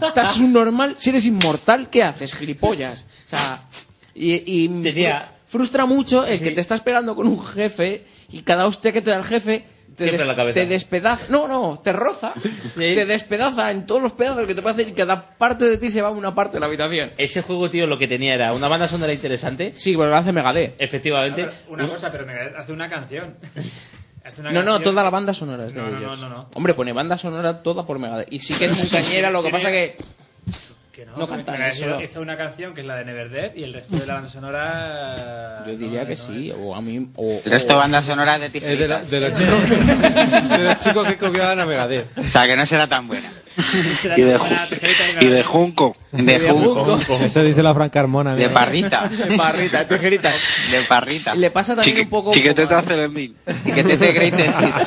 ¿Estás un normal? Si eres inmortal, ¿qué haces, gilipollas? O sea, y, y fru- frustra mucho el que te estás pegando con un jefe y cada hostia que te da el jefe te
Siempre
des-
en la cabeza.
Te despedaza. No, no, te roza. Te despedaza en todos los pedazos que te puede hacer y cada parte de ti se va una parte de la habitación.
Ese juego, tío, lo que tenía era una banda sonora interesante.
Sí, pero lo hace Megadeth.
Efectivamente.
Una
Un-
cosa, pero me hace una canción. Hace una
No, no,
canción.
toda la banda sonora es de
No, no,
ellos.
no, no, no.
Hombre, pone banda sonora toda por Megadeth. Y sí que es muy cañera, lo que
Tiene-
pasa que.
Que
no
que
cantan,
Megadeth
eso.
Hizo una canción que es la de Neverdead y el resto de la banda
(laughs)
sonora.
Yo diría que sí, o a mí. O,
El resto de bandas sonoras de
tijeritas.
de la-
de, los chicos, que copiaban a Megadeth.
O sea, que no será tan buena.
Y de,
Ah,
Ju- y de Junco.
(laughs)
De Junco.
(laughs)
Eso dice la Fran Carmona.
De
mira.
parrita.
(laughs)
(laughs)
De parrita, tijerita.
De parrita.
Le pasa también un poco.
Chiquetete
como (laughs)
hace el ending.
al- Chiquetete Great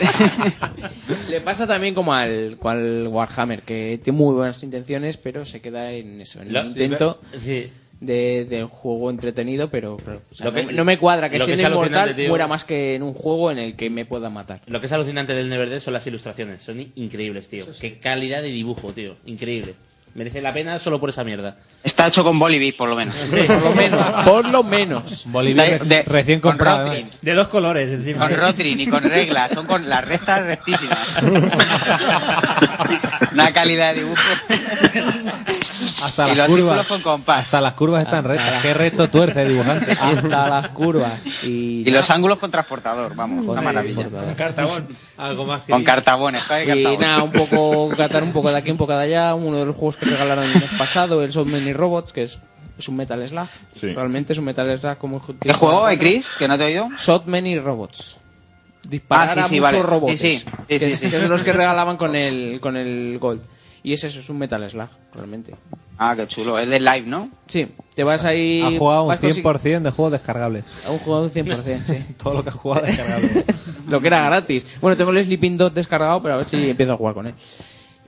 Escape. (laughs) Le pasa también como al, cual Warhammer, que tiene muy buenas intenciones, pero se queda en eso, en
Lo-
el intento.
Sí.
De, del juego entretenido, pero, pero, o sea,
Lo que-
no, no me cuadra que
lo que
siendo
es alucinante,
inmortal
tío.
muera más que en un juego en el que me pueda matar.
Lo que es alucinante del Neverdead son las ilustraciones. Son i- increíbles, tío. Qué calidad de dibujo, tío. Increíble. Merece la pena solo por esa mierda.
Está hecho con Bolivic, por lo menos.
Por lo menos. (laughs) Por lo menos.
Bolivia De- de- recién con comprado, eh. Rotring.
De dos colores, encima.
Con Rotring y con reglas. Son con las rectas
(laughs)
rectísimas. Una calidad de dibujo.
Hasta
Y
las
los
curvas.
círculos con compás.
Hasta las curvas
Ah,
están rectas. Qué recto tuerce, dibujante.
Hasta las curvas.
Y los ángulos con transportador, vamos, una maravilla.
Con
cartabón.
Algo más que
Con cartabón, está de
Y
cartabón.
nada,
(laughs)
un poco catar un poco de aquí, un poco de allá. Uno de los juegos que regalaron el mes pasado, el Soul Mini Robots, que es, es un Metal Slug. Realmente es un Metal Slug como el
¿Qué juego, eh, Chris? Que no te he oído.
Shot Many Robots. Disparar
Ah, sí, sí,
a muchos
vale.
robots.
Sí, sí. Sí,
que,
sí,
es-
sí.
que son los que regalaban con el, con el Gold. Y es eso, es un Metal Slug, realmente.
Ah, qué chulo. Es de live, ¿no?
Sí, te vas ahí.
Ha jugado un
vas consi-
100% de juegos descargables.
Ha jugado un 100%, sí.
(laughs) Todo lo que ha jugado descargable.
lo que era gratis. Bueno, tengo el Sleeping Dot descargado, pero a ver si empiezo a jugar con él.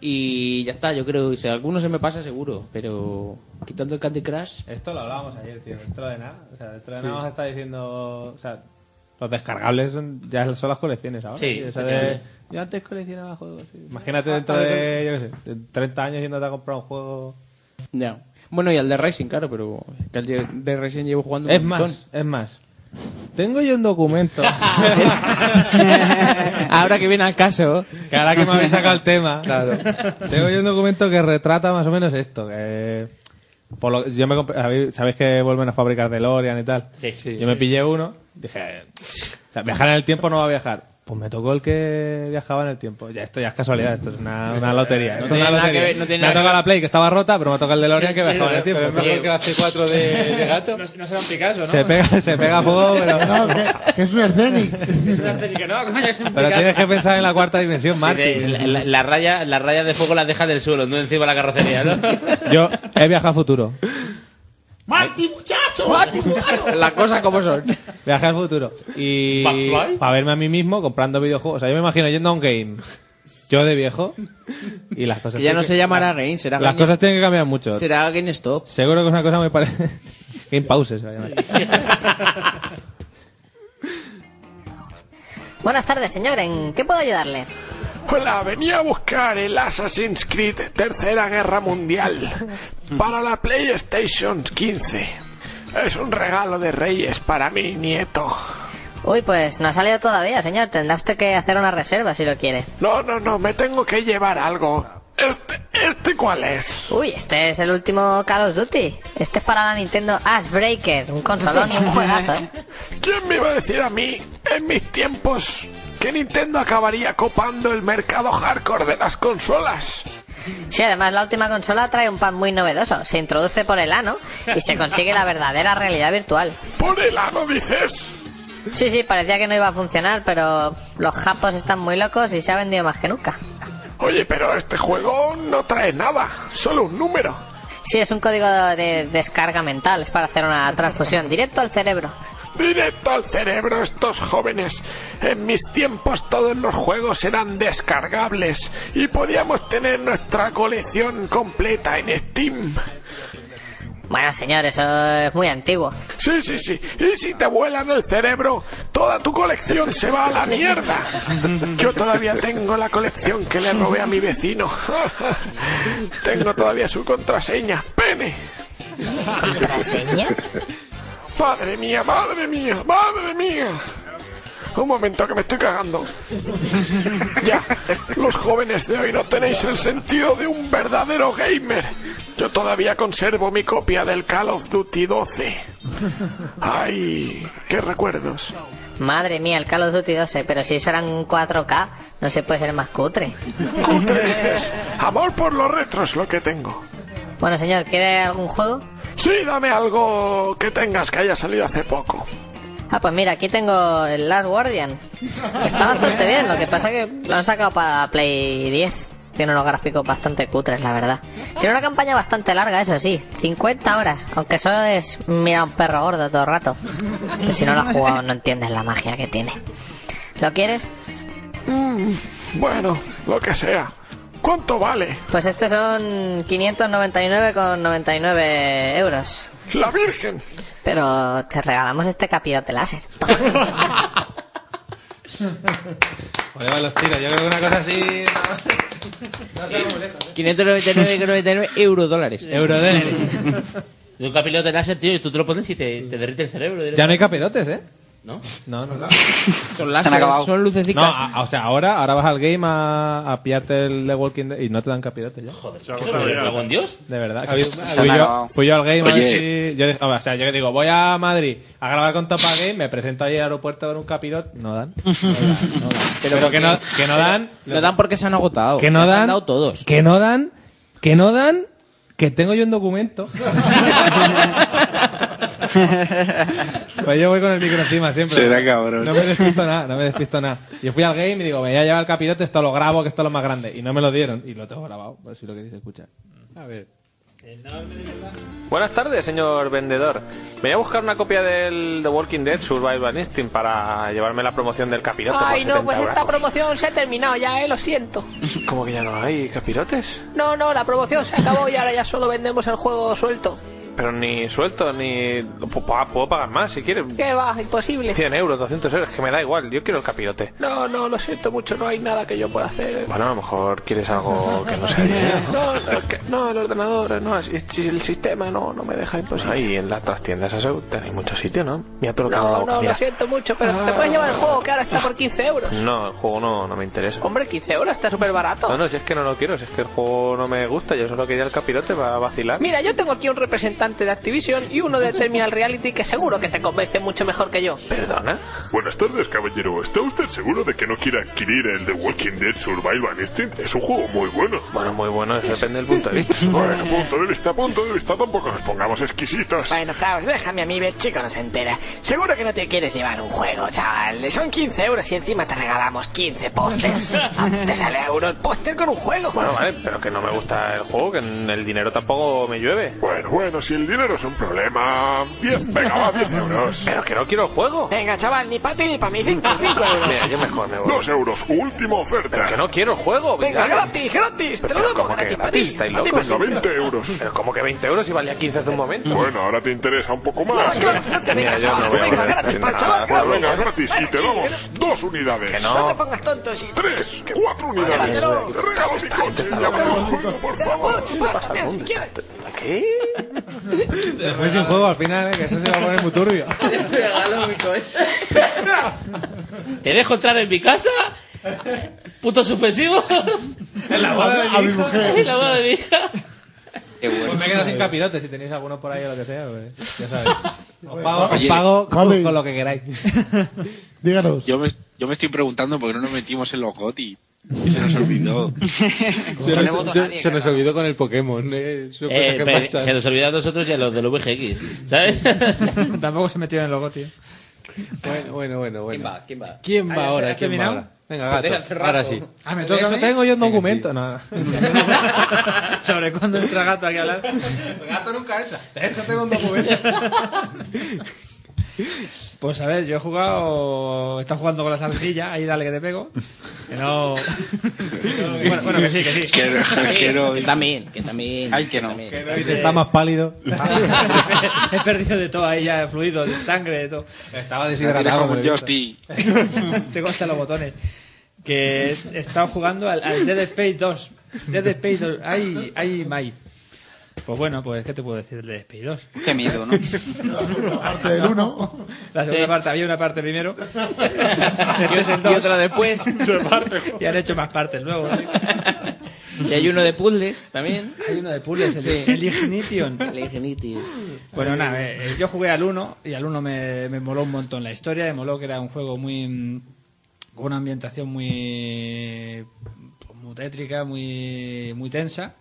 Y ya está, yo creo. Si alguno se me pasa, seguro. Pero quitando el Candy Crush.
Esto lo hablábamos ayer, tío. Dentro de nada. O sea, dentro de
Sí.
nada vamos a estar diciendo. O sea,
Los descargables son- ya son las colecciones
(laughs)
ahora.
Sí,
O sea, de-
efectivamente.
yo antes coleccionaba juegos. sí. Imagínate
Ah,
dentro
ah,
de, yo qué sé, de 30 años yéndote a comprar un juego.
Ya. Bueno, y al de Racing, claro, pero. Que al de- de Racing llevo jugando un
Es
montón.
más, es más. Tengo yo un (laughs) documento.
(laughs) ahora que viene al caso.
Que ahora que me
(laughs)
habéis sacado el tema. Tengo yo un documento que retrata más o menos esto. que por lo- yo me compré- sabéis- Sabéis que vuelven a fabricar DeLorean y tal. yo me pillé uno. Dije, o sea, viajar en el tiempo no va a viajar. Pues me tocó el que viajaba en el tiempo. Ya, esto ya es casualidad, esto es una, una lotería.
No
Esto es
tiene
una
nada que
lotería.
ver, no tiene
me ha
nada
tocado
que
la Play, que estaba rota, pero me ha tocado el DeLorean que viajaba en el tiempo.
Pero es mejor que la C4 de, de gato. No,
será un Picasso,
(laughs)
Se pega, (laughs) se pega a fuego, pero...
(laughs)
No, que, que es un Ercenic.
Pero tienes que pensar en la cuarta dimensión, Marty.
De- la, la- la raya, la raya de fuego la deja del suelo, no encima de la carrocería,
(laughs)
¿no?
Yo he viajado a futuro.
¡Marty, muchacho! ¡Marty, muchacho!
Las cosas como son.
Viaje al futuro. Y
Backfly.
para verme a mí mismo comprando videojuegos. O sea, yo me imagino yendo a un game. Yo de viejo. Y las cosas.
Que ya no
tienen
se llamará Game, será
Las
Game-
cosas tienen que cambiar mucho.
Será GameStop.
Seguro que es una cosa muy parecida. (laughs) Game Pause se va a llamar.
Buenas tardes, señor. ¿En qué puedo ayudarle?
Hola, venía a buscar el Assassin's Creed Tercera Guerra Mundial para la PlayStation 15. Es un regalo de Reyes para mi nieto.
Uy, pues no ha salido todavía, señor. Tendrá usted que hacer una reserva si lo quiere.
No, no, no, me tengo que llevar algo. ¿Este, este cuál es?
Uy, este es el último Call of Duty. Este es para la Nintendo Ash Breakers, un consolón
(laughs)
y un (laughs) juegazo. ¿eh?
¿Quién me iba a decir a mí, en mis tiempos, que Nintendo acabaría copando el mercado hardcore de las consolas?
Sí, además la última consola trae un pan muy novedoso. Se introduce por el ano y se consigue la verdadera realidad virtual.
¿Por el ano dices?
Sí, sí, parecía que no iba a funcionar, pero los japos están muy locos y se ha vendido más que nunca.
Oye, pero este juego no trae nada, solo un número.
Sí, es un código de descarga mental, es para hacer una transfusión directo al cerebro.
Directo al cerebro estos jóvenes. En mis tiempos todos los juegos eran descargables y podíamos tener nuestra colección completa en Steam.
Bueno, señor, eso es muy antiguo.
Sí, sí, sí. Y si te vuelan el cerebro, toda tu colección se va a la mierda. Yo todavía tengo la colección que le robé a mi vecino. (laughs) tengo todavía su contraseña. Pene.
¿Contraseña?
Madre mía, madre mía, madre mía. Un momento, que me estoy cagando. Ya, los jóvenes de hoy no tenéis el sentido de un verdadero gamer. Yo todavía conservo mi copia del Call of Duty 12. Ay, qué recuerdos.
Madre mía, el Call of Duty 12, pero si eso eran 4K, no se puede ser más cutre.
Cutre dices, amor por los retros lo que tengo.
Bueno, señor, ¿quiere algún juego?
Sí, dame algo que tengas que haya salido hace poco.
Ah, pues mira, aquí tengo el Last Guardian. Está bastante bien, lo que pasa que lo han sacado para Play 10. Tiene unos gráficos bastante cutres, la verdad. Tiene una campaña bastante larga, eso sí, 50 horas, aunque solo es mira un perro gordo todo el rato. Que si no lo has jugado no entiendes la magia que tiene. ¿Lo quieres?
Mm, bueno, lo que sea. ¿Cuánto vale?
Pues este son 599,99 euros.
La Virgen.
Pero te regalamos este capirote láser.
Joder, van los tiros. Yo creo que una cosa así. No, no salgo muy lejos.
599,99 euro dólares.
De un capilote láser, tío, y tú te lo pones y te, te derrite el cerebro.
Ya no hay capirotes, ¿eh?
¿No?
(laughs)
No, no.
Son láser, Se han acabado. son lucecitas.
No, a- a- o sea, ahora, ahora vas al game a, a pillarte el The Walking Dead y no te dan capirotes ya. Joder,
¿Con Dios?
De verdad.
Ha habido-
que-
ha habido-
fui, yo,
acabado.
fui yo al game a ver
Oye.
si- yo dije- o sea, yo que digo, voy a Madrid a grabar con Topa Game, me presento ahí al aeropuerto a ver un capirote. No dan. No dan, no dan. Pero, que, no, que no dan.
Lo dan porque se han agotado.
Que no
Se Oh, han
dan.
dado todos.
Que no dan. Que no dan. Que tengo yo
(laughs)
un documento. pues yo voy con el micro encima siempre.
Será cabrón.
No me despisto nada, no me despisto nada. Yo fui al game y digo, me voy a llevar el capirote, esto lo grabo, que esto es lo más grande. Y no me lo dieron. Y lo tengo grabado,
pues
por si lo
(laughs)
queréis escuchar.
A ver.
Buenas tardes, (laughs) señor vendedor. Me voy a buscar una copia del The Walking Dead Survival Instinct para llevarme la promoción del capirote por
Ay,
70
no, pues
euros.
esta promoción se ha terminado ya, eh, lo siento.
¿Cómo que ya no hay capirotes?
No, no, la promoción se acabó y ahora ya solo vendemos el juego suelto.
Pero ni suelto, ni... Puedo puedo pagar más si quieres.
¿Qué va? Imposible.
100 euros, 200 euros, que me da igual. Yo quiero el capirote.
No, no, lo siento mucho, no hay nada que yo pueda hacer.
Bueno, a lo mejor quieres algo que no sea dinero.
No, no, que- no, el ordenador, no, es- es- el sistema no, no me deja imposible.
Ahí en la- las tiendas esas tenéis mucho sitio, ¿no? Mira todo lo que hago en la
No,
boca.
no,
mira.
lo siento mucho, pero te puedes llevar el juego que ahora está por 15 euros.
No, el juego no, no me interesa.
Hombre, 15 euros está súper barato.
No, no, si es que no lo quiero, si es que el juego no me gusta, yo solo quería el capirote para vacilar.
Mira, yo tengo aquí un representante de Activision y uno de Terminal Reality que seguro que te convence mucho mejor que yo.
¿Perdona?
Buenas tardes, caballero. ¿Está usted seguro de que no quiere adquirir el The Walking Dead Survival Instinct? Es un juego muy bueno.
Bueno, muy bueno, eso depende del punto de vista.
Bueno, punto de vista, punto de vista, tampoco nos pongamos exquisitos.
Bueno, Klaus, déjame a mí ver, chico, no se entera. Seguro que no te quieres llevar un juego, chaval. Son 15 euros y encima te regalamos 15 pósters. te sale a uno el póster con un juego.
Bueno, vale, pero que no me gusta el juego, que n- el dinero tampoco me llueve.
Bueno, bueno, si el dinero es un problema... 10, venga, va, 10 euros.
Pero que no quiero el juego.
Venga, chaval, ni para ti ni para mí, 5 euros.
Mira, yo mejor me voy.
2 euros, última oferta.
Pero que no quiero el juego.
Venga,
venga.
gratis, gratis, te lo
Pero
damos
¿cómo que
gratis para
gratis?
ti.
¿Estáis
pa' ti,
locos?
pa' ti.
20 euros.
Pero como que 20 euros y valía (laughs) 15 hace un momento.
Bueno, ahora te interesa un poco más.
No, no, no te
Mira, yo no voy a poner esta tienda.
Pues venga, gratis, y te damos dos unidades.
Que no. No te
pongas tonto, si...
Tres, cuatro unidades.
Llévatelo.
Regalo mi coche, llévatelo, por favor.
¿Qué?
Después sin Pues juego al final, ¿eh? que eso se va a poner muy turbio.
Te regalo mi coche.
¿Te dejo entrar en mi casa? ¿Putos
(laughs)
suspensivos? En la
boda de mi A mi hija. mujer.
En la boda de mi (laughs) hija.
Pues me quedo sin capirotes si tenéis alguno por ahí o lo que sea, pues, ya sabéis. Os pago, os
Oye,
pago con, con lo que queráis.
Díganos.
Yo me, yo me estoy preguntando por qué no nos metimos en los GOTI. Y se nos olvidó.
(laughs)
Se, nos- se- se nos olvidó con el Pokémon. eh, Es una cosa
Eh,
que
pero
pasa.
se nos olvida a nosotros y a los del VGX, ¿sabes?
Tampoco se metió en el logo, tío.
Bueno, bueno, bueno, bueno.
¿Quién va? ¿Quién
¿Quién
va?
Ah,
va
¿ya
ahora?
has
¿Quién va
terminado?
ahora? Venga,
Joder,
gato.
hace rato.
Ahora sí.
Ah, me
De
toca.
hecho, tengo yo un documento. (laughs) No.
Sobre cuándo entra gato aquí a hablar.
Pues Gato nunca entra. De hecho, tengo un documento.
(laughs)
Pues a ver, yo he jugado. Está jugando con la salsilla, ahí dale que te pego. Que
(laughs)
no. bueno, bueno, que sí, que sí.
Que también, que también. Ay, que no.
(laughs) Está más pálido.
(laughs) He perdido de todo ahí ya, fluido, de sangre, de todo.
Estaba
Era
deshidratado.
como
me
un
he visto.
Justy.
(laughs) Tengo hasta los botones. Que he estado jugando al, al Dead Space 2. Dead Space 2. Ay, ay, Mai. Pues bueno, pues ¿qué te puedo decir de despedidos?
Qué miedo, ¿no?
(laughs) La
segunda parte del uno.
La segunda
Sí.
parte, había una parte
(laughs)
primero.
Y otra después.
(laughs) y han hecho más partes luego. ¿eh? sí.
(laughs)
Y hay uno de puzzles también.
(laughs) Hay uno de puzzles, el, el Ignition.
El Ignition.
Bueno, nada, eh, eh, yo jugué al 1 y al 1 me, me moló un montón la historia, me moló que era un juego muy... mm, con una ambientación muy... pues, muy tétrica, muy, muy tensa.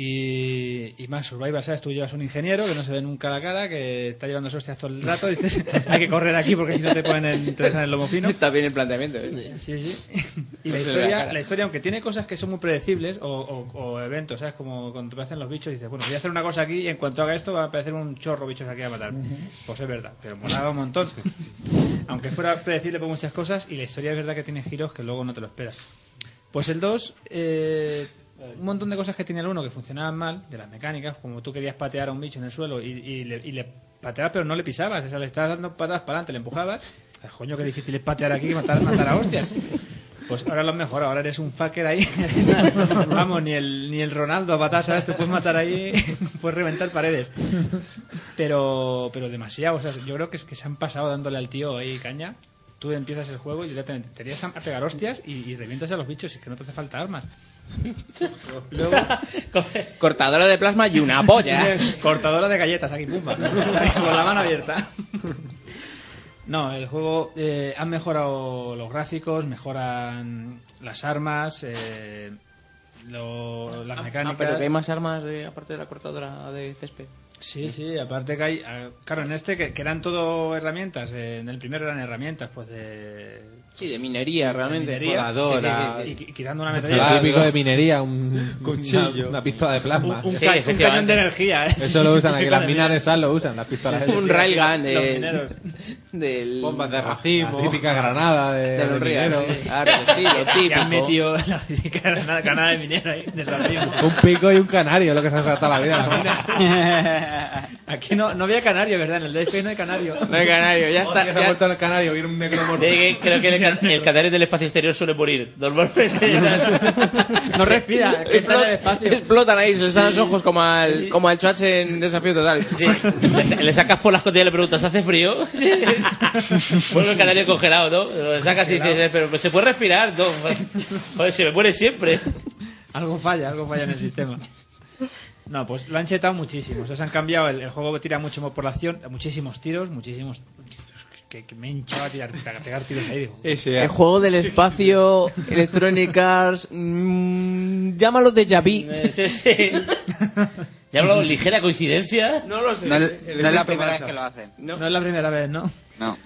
Y, y más Survivor, ¿sabes? Tú llevas un ingeniero que no se ve nunca la cara, que está llevando hostias todo el rato y dices, (laughs) hay que correr aquí porque si no te ponen el, te dejan el lomo fino.
(laughs) Está bien el planteamiento, ¿eh?
Sí,
(laughs)
sí. Y
No
la
se le ve la
historia,
cara.
la historia, aunque tiene cosas que son muy predecibles o, o- o eventos, ¿sabes? Como cuando te hacen los bichos y dices, bueno, voy a hacer una cosa aquí y en cuanto haga esto va a aparecer un chorro de bichos aquí a matar. Pues es verdad, pero molaba un
(laughs)
montón. aunque fuera predecible por muchas cosas y la historia es verdad que tiene giros que luego no te lo esperas. Pues el 2, eh, un montón de cosas que tenía el 1 que funcionaban mal, de las mecánicas, como tú querías patear a un bicho en el suelo y, y le, y le pateabas pero no le pisabas, o sea, le estabas dando patadas para adelante, le empujabas. Ah, Coño, qué difícil es patear aquí y matar, matar a hostias. Pues ahora lo mejor, ahora eres un fucker ahí. (laughs) Vamos, ni el, ni el Ronaldo a patar, ¿sabes? Te puedes matar ahí, (laughs) puedes reventar paredes. Pero, pero demasiado, o sea, yo creo que, es que se han pasado dándole al tío ahí caña. Tú empiezas el juego y directamente te irías a pegar hostias y, y revientas a los bichos, es que no te hace falta
(laughs)
armas. Luego,
Cortadora de plasma y una polla.
(laughs) Cortadora de galletas aquí, pumba. (laughs) Con la mano abierta. No, el juego eh, han mejorado los gráficos, mejoran las armas, eh, lo- las mecánicas.
Ah, pero que hay más armas de- aparte de la cortadora de césped.
Sí, sí, aparte que hay... ah, Claro, en este que, que eran todo herramientas, eh, en el primero eran herramientas, pues de...
Sí, de minería, realmente.
Exploradora.
Sí, sí, sí, Y, y quitando una
Lo
metralla.
típico de minería, un
Cuchillo.
Una, una pistola de plasma.
Un- un Sí, ca- un efectivamente. cañón de energía, ¿eh?
Eso
(laughs)
(laughs)
lo usan aquí,
Cañón
las
de
minas de
energía.
sal lo usan, las pistolas.
Sí, sí,
esas.
sí, los mineros.
del...
Bombas de
racimo. (laughs)
La típica granada de,
De los ríos,
minero.
sí. (laughs) Claro (laughs) que sí, lo Que han típico. metido (laughs) la (laughs) típica granada de minero ahí, de racimo.
Un pico y un canario, lo que se han saltado la vida. la mina.
(laughs) Aquí no, no había canario, ¿verdad? En el DSP no hay canario.
No hay canario, ya está,
Hostia, se ha vuelto el canario, viene un negro morto.
De Eh, que creo que el, can- el canario del espacio exterior suele morir. Normalmente. (laughs)
No (laughs) respira,
que está en el
Explotan ahí, se les dan los ojos como al, como al Choach en
(laughs)
Desafío Total.
Le sa- Le sacas por las costillas y le preguntas, ¿hace frío? Vuelve el canario congelado, ¿no? Lo sacas y dices, pero se puede respirar, ¿no? Joder, se me muere siempre.
Algo falla, algo falla en el sistema. No, pues lo han chetado muchísimo. O sea, se han cambiado. El, el juego tira mucho más por la acción, muchísimos tiros, muchísimos. Que, que me hinchaba tirar, a pegar tiros ahí. digo.
El juego del espacio, Electronic Arts, mm, llámalo de Javi.
(laughs)
(laughs)
Sí, sí. Ya hablo ligera coincidencia.
No lo sé.
No, es- no es la primera vez que lo hacen.
No. es la primera vez, ¿no?
No.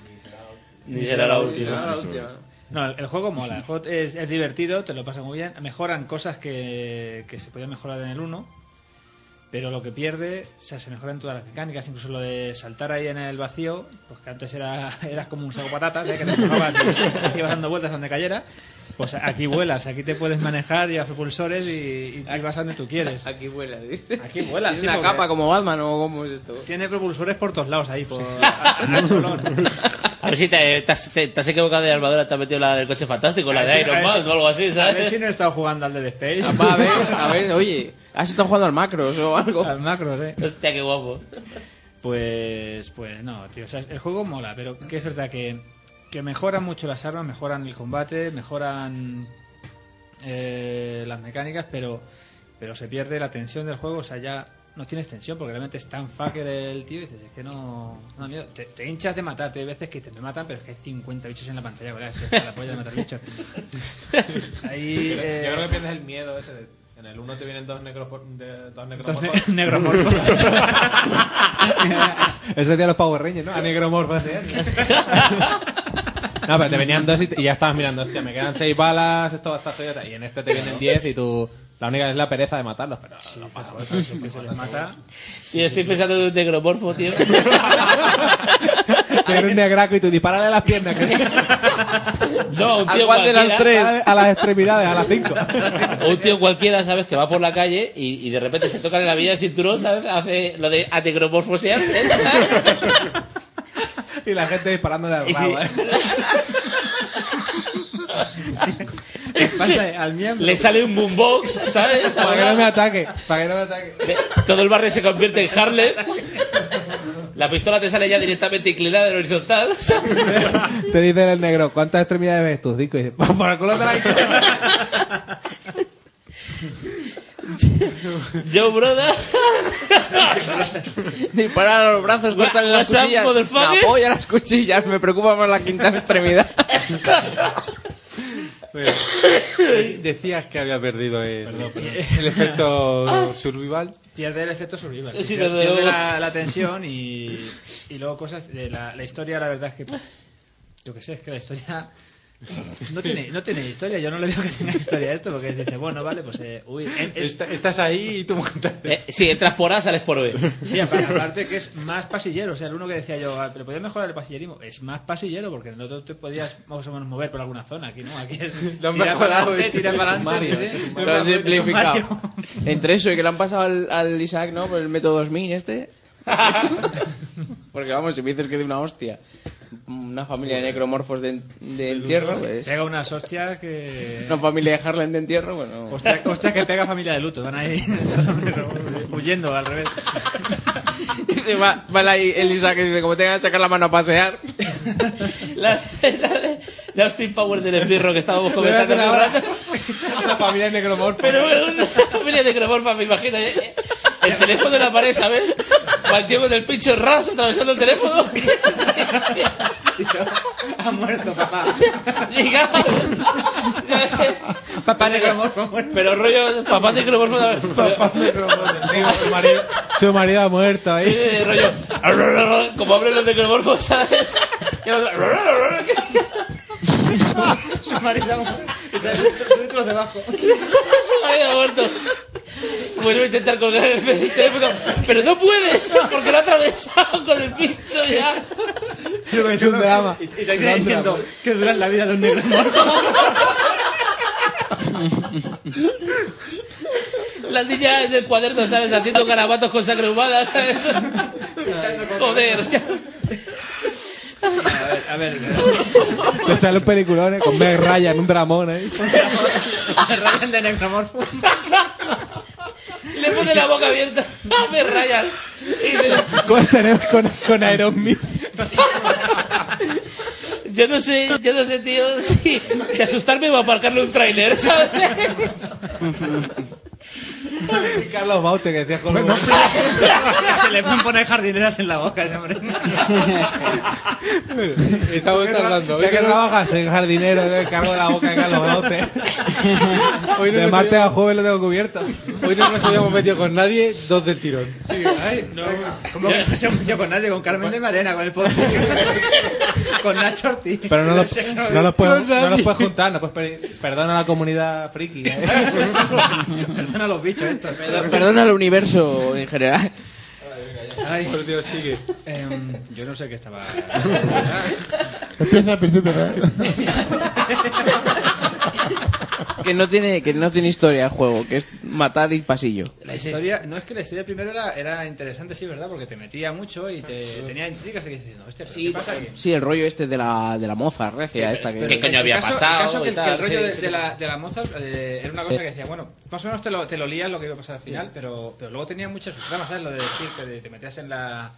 Ni será la última.
Ni será la última.
No, el, el juego mola. El juego es, es divertido, te lo pasa muy bien. Mejoran cosas que, que se podían mejorar en el 1. Pero lo que pierde, o sea, se mejoran todas las mecánicas, incluso lo de saltar ahí en el vacío, porque antes era, (laughs) eras como un saco patatas, ¿eh? que te empujabas y ibas dando vueltas donde cayera. Pues aquí vuelas, aquí te puedes manejar, llevas propulsores y, y- y vas a donde tú quieres.
Aquí vuela, dice.
Aquí vuela,
Tiene
sí,
una
porque-
capa como Batman o cómo es esto.
Tiene propulsores por todos lados ahí, por a- a- (laughs) al solón.
A ver si te, te has, te- te has equivocado de armadura, te has metido la del coche fantástico, la
A ver
de
si- a
Iron
ver
Man
si-
o algo así,
A ver
¿sabes?
si no he estado jugando al Dead Space.
Ah,
(laughs)
A ver, a ver, oye, has estado jugando al Macros o algo.
Al Macros, eh.
Hostia,
(laughs)
qué guapo.
Pues, pues no, tío. O sea, el juego mola, pero que es verdad que, que mejoran mucho las armas, mejoran el combate, mejoran eh, las mecánicas, pero, pero se pierde la tensión del juego. O sea, ya no tienes tensión porque realmente es tan fucker el tío y dices, es que no, no da miedo. Te, te hinchas de matarte. Hay veces que te, matan, pero es que hay 50 bichos en la pantalla, ¿verdad? Es que está la polla de
(laughs)
matar bichos. (laughs) Ahí,
Yo creo-
eh,
Yo creo que pierdes el miedo ese. de- en el 1 te vienen dos, necrofor- de- dos
Dos
necromorfos.
ne- (laughs) negromorfos.
(laughs) Ese día los Power Rangers, ¿no? A Negromorfo ese. No, pero te venían dos y, te- y ya estabas mirando, hostia, me quedan seis balas, esto va a estar feo, Y en este te vienen diez y tú... La única es la pereza de matarlos, pero... los matas,
joder, sí, que se les mata.
Tío, estoy pensando en un negromorfo, tío.
(laughs) Te viene un negraco y tú dispárale a las piernas.
(laughs)
que-
No, un tío cualquiera.
A las extremidades, a las
(laughs)
cinco.
O un tío cualquiera, ¿sabes? Que va por la calle y, y de repente se toca de la villa del cinturón, ¿sabes? Hace lo de ategromorfosearse.
¿eh? Y la gente disparándole al
Y
rabo,
sí.
¿eh?
al miembro.
Le sale un boombox, ¿sabes?
(laughs) Para que no me ataque. Para que no me ataque.
Todo el barrio se convierte en Harlem. La pistola te sale ya directamente inclinada en horizontal.
Te dice el negro, ¿cuántas extremidades ves tú? Cinco. Y dice, "Pues por el culo te la
Joe (laughs) Broda.
Disparar a los brazos,
Wha-
cortarle las
what's up,
cuchillas.
motherfucker?
La polla, las cuchillas. Me preocupa más la
(laughs)
quinta extremidad.
(coughs) Decías que había perdido el, el
(laughs) Ah.
efecto survival.
Pierde el efecto survival.
Sí,
sí,
desde
pierde
luego.
la, la tensión y, y luego cosas. de la, la historia, la verdad es que. Yo qué sé, es que la historia. No tiene, no tiene historia, yo no le veo que tenga historia a esto, porque dice, bueno, vale, pues. eh, uy, eh, es-
estás ahí y tú montas.
Eh, si entras por A, sales por B.
Sí, aparte aparte que es más pasillero. O sea, el uno que decía yo, ah, pero podías mejorar el pasillerismo. Es más pasillero porque no te- te podías más o menos mover por alguna zona. Aquí no, aquí es.
Lo han
tira para
mejorado,
adelante,
es-
tira
es
para
un
adelante,
Mario,
sí, sí.
Lo
Es un
han
Mario.
simplificado.
(laughs)
(laughs) Entre eso y que le han pasado al, al Isaac, ¿no? Por el método 2000
(laughs)
este. Porque vamos, si me dices que de una hostia, una familia de necromorfos de, de entierro, pues,
Pega unas hostias que.
una familia de Harlem de entierro, bueno.
Hostia, hostia que pega familia de luto, van
(laughs)
ahí huyendo al revés.
Dice, Va, va la- el Isaac y dice, como tenga que sacar la mano a pasear.
(laughs) la, la Austin Power del esbirro que
(laughs)
estábamos comentando hace un rato.
La familia necromorfa.
Pero bueno, una familia necromorfa, me imagino. eh, eh, El teléfono en la pared, ¿sabes? Partiendo del pincho ras atravesando el teléfono.
Ha muerto, papá.
Llegaba.
Papá necromorfo muerto.
Pero rollo, papá necromorfo. a ver,
Su marido, su marido ha muerto ahí.
eh, rollo. Como abren los necromorfos, ¿sabes? Y otro,
Su marido ha muerto. Y sale sus títulos debajo.
Se me había muerto. Vuelvo a intentar colgar el fe- el teléfono, pero no puede, porque lo ha atravesado con el pincho ya.
es un drama.
Y te viene diciendo que dura la vida de un negro
La niña en el cuaderno, ¿sabes? Haciendo garabatos con sangre humana, ¿sabes? Joder, ya.
A ver,
Te sale un peliculón eh, con Meg Ryan, un dramón ¿eh?". ahí.
(laughs) Ryan de necromorfo.
Y le pone la boca abierta. Me rayan. Y dice,
Con, con, con Aerosmith.
yo no sé, yo no sé, tío, si, si asustarme va a aparcarle un trailer, ¿sabes?
Y Carlos Baute que decía con
Se le pueden poner jardineras en la boca ese hombre.
Estamos hablando.
¿De qué trabajas? Soy jardinero, me cargo la boca de Carlos Baute.
Hoy no
de
nos
martes a jueves lo tengo cubierto.
Hoy no nos habíamos metido con nadie, dos del tirón.
Sí, ay, no. ¿Cómo que no se metió con nadie? Con Carmen de Marena, con el pobre. con Nacho Ortiz.
Pero (laughs) no los, no los puedes, no los puedes
juntar.
juntar, no puedes pedir- Perdona a la comunidad friki.
(laughs)
¿eh?
Perdona a los bichos estos.
Perdona al universo en general.
Ay, Em,
por Dios, sigue.
yo no sé qué (laughs) estaba.
Empieza al principio, ¿verdad?
Que no tiene, que no tiene historia el juego, que es matar y pasillo.
La historia, no es que la historia primero era, era interesante, sí, ¿verdad? Porque te metía mucho y te tenía intrigas y que dices, no, este, ¿pero ¿qué pasa aquí?
Sí, el rollo este de la, de la moza recia
Sí,
esta
pero-
que... este
pero el caso- El caso que, que el rollo de, de la, de la moza eh, era una cosa que decía, bueno, más o menos te lo, te lo lías lo que iba a pasar al final, pero, pero luego tenía muchas tramas, ¿sabes? Lo de decir que te- te metías en la,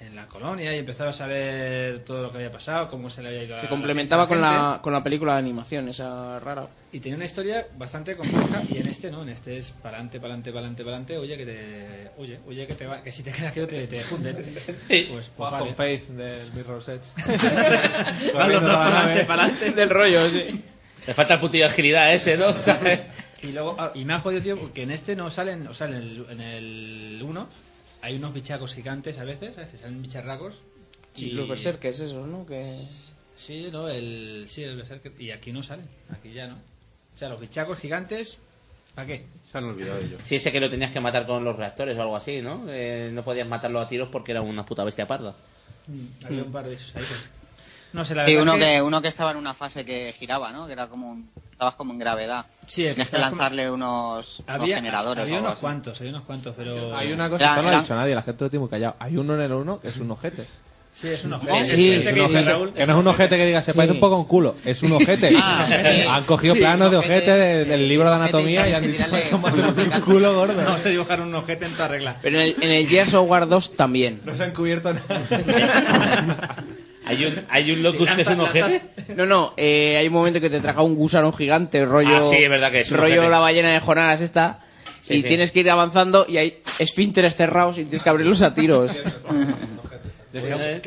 en la colonia y empezabas a ver todo lo que había pasado, cómo se le había ido a
Se
la
complementaba
gente.
con la, con la película de animación, esa rara.
Y tenía una historia bastante compleja y en este no, en este es pa'lante, pa'lante, pa'lante, pa'lante, oye que te... Oye, oye que te va... Que si te queda que te, te (laughs) funden. Pues, pues
Bajo
vale.
Faith del Mirror
(laughs)
Edge.
Van los dos pa'lante,
adelante,
pa'lante.
Del rollo, sí.
Le falta el putillo de agilidad a ese, ¿no? ¿Sabes?
Y luego, ah, y me ha jodido, tío, porque en este no salen, o sea, en el, en el 1 hay unos bichacos gigantes a veces, a veces salen bicharracos.
Y los berserkers, esos, ¿no? Que...
Sí, no, el, sí, el berserker. Y aquí no salen, aquí ya no. O sea, los bichacos gigantes, ¿para qué?
Se han olvidado ellos.
Sí, ese que lo tenías que matar con los reactores o algo así, ¿no? Eh, no podías matarlo a tiros porque era una puta bestia parda.
Mm, Había un par de esos ahí. pero- No sé, la
Sí,
verdad
uno
es que-
que, uno que estaba en una fase que giraba, ¿no? Que era como un- estabas como en gravedad.
Sí, el que
Tienes que
estabas como-
lanzarle unos, unos
Había,
generadores.
había
o algo
unos
así.
cuantos, había unos cuantos, pero...
Hay una cosa
Era-
que esto no lo ha
era-
dicho nadie, la gente lo tiene muy callado. Hay uno en el uno que es un ojete.
Sí, es un
Sí, es un ojete. Que no es un ojete que diga, se parece un poco a un culo. Es un ojete.
Ah, sí.
Han cogido
Sí,
planos de
ojete,
ojete de- del libro de anatomía y han dicho, un culo gordo.
No se dibujaron un ojete en toda regla.
Pero en el, en el Gears of War 2 también.
No se han cubierto nada.
(laughs)
¿Hay un, hay un locus que es un ojete?
No, no, eh, hay un momento que te traga un gusano gigante, rollo.
Ah, sí, es verdad que es un
Rollo
ojete.
la ballena de Jonás esta.
Sí,
y
sí.
tienes que ir avanzando y hay esfínteres cerrados y tienes que abrirlos a (laughs) tiros.
no sé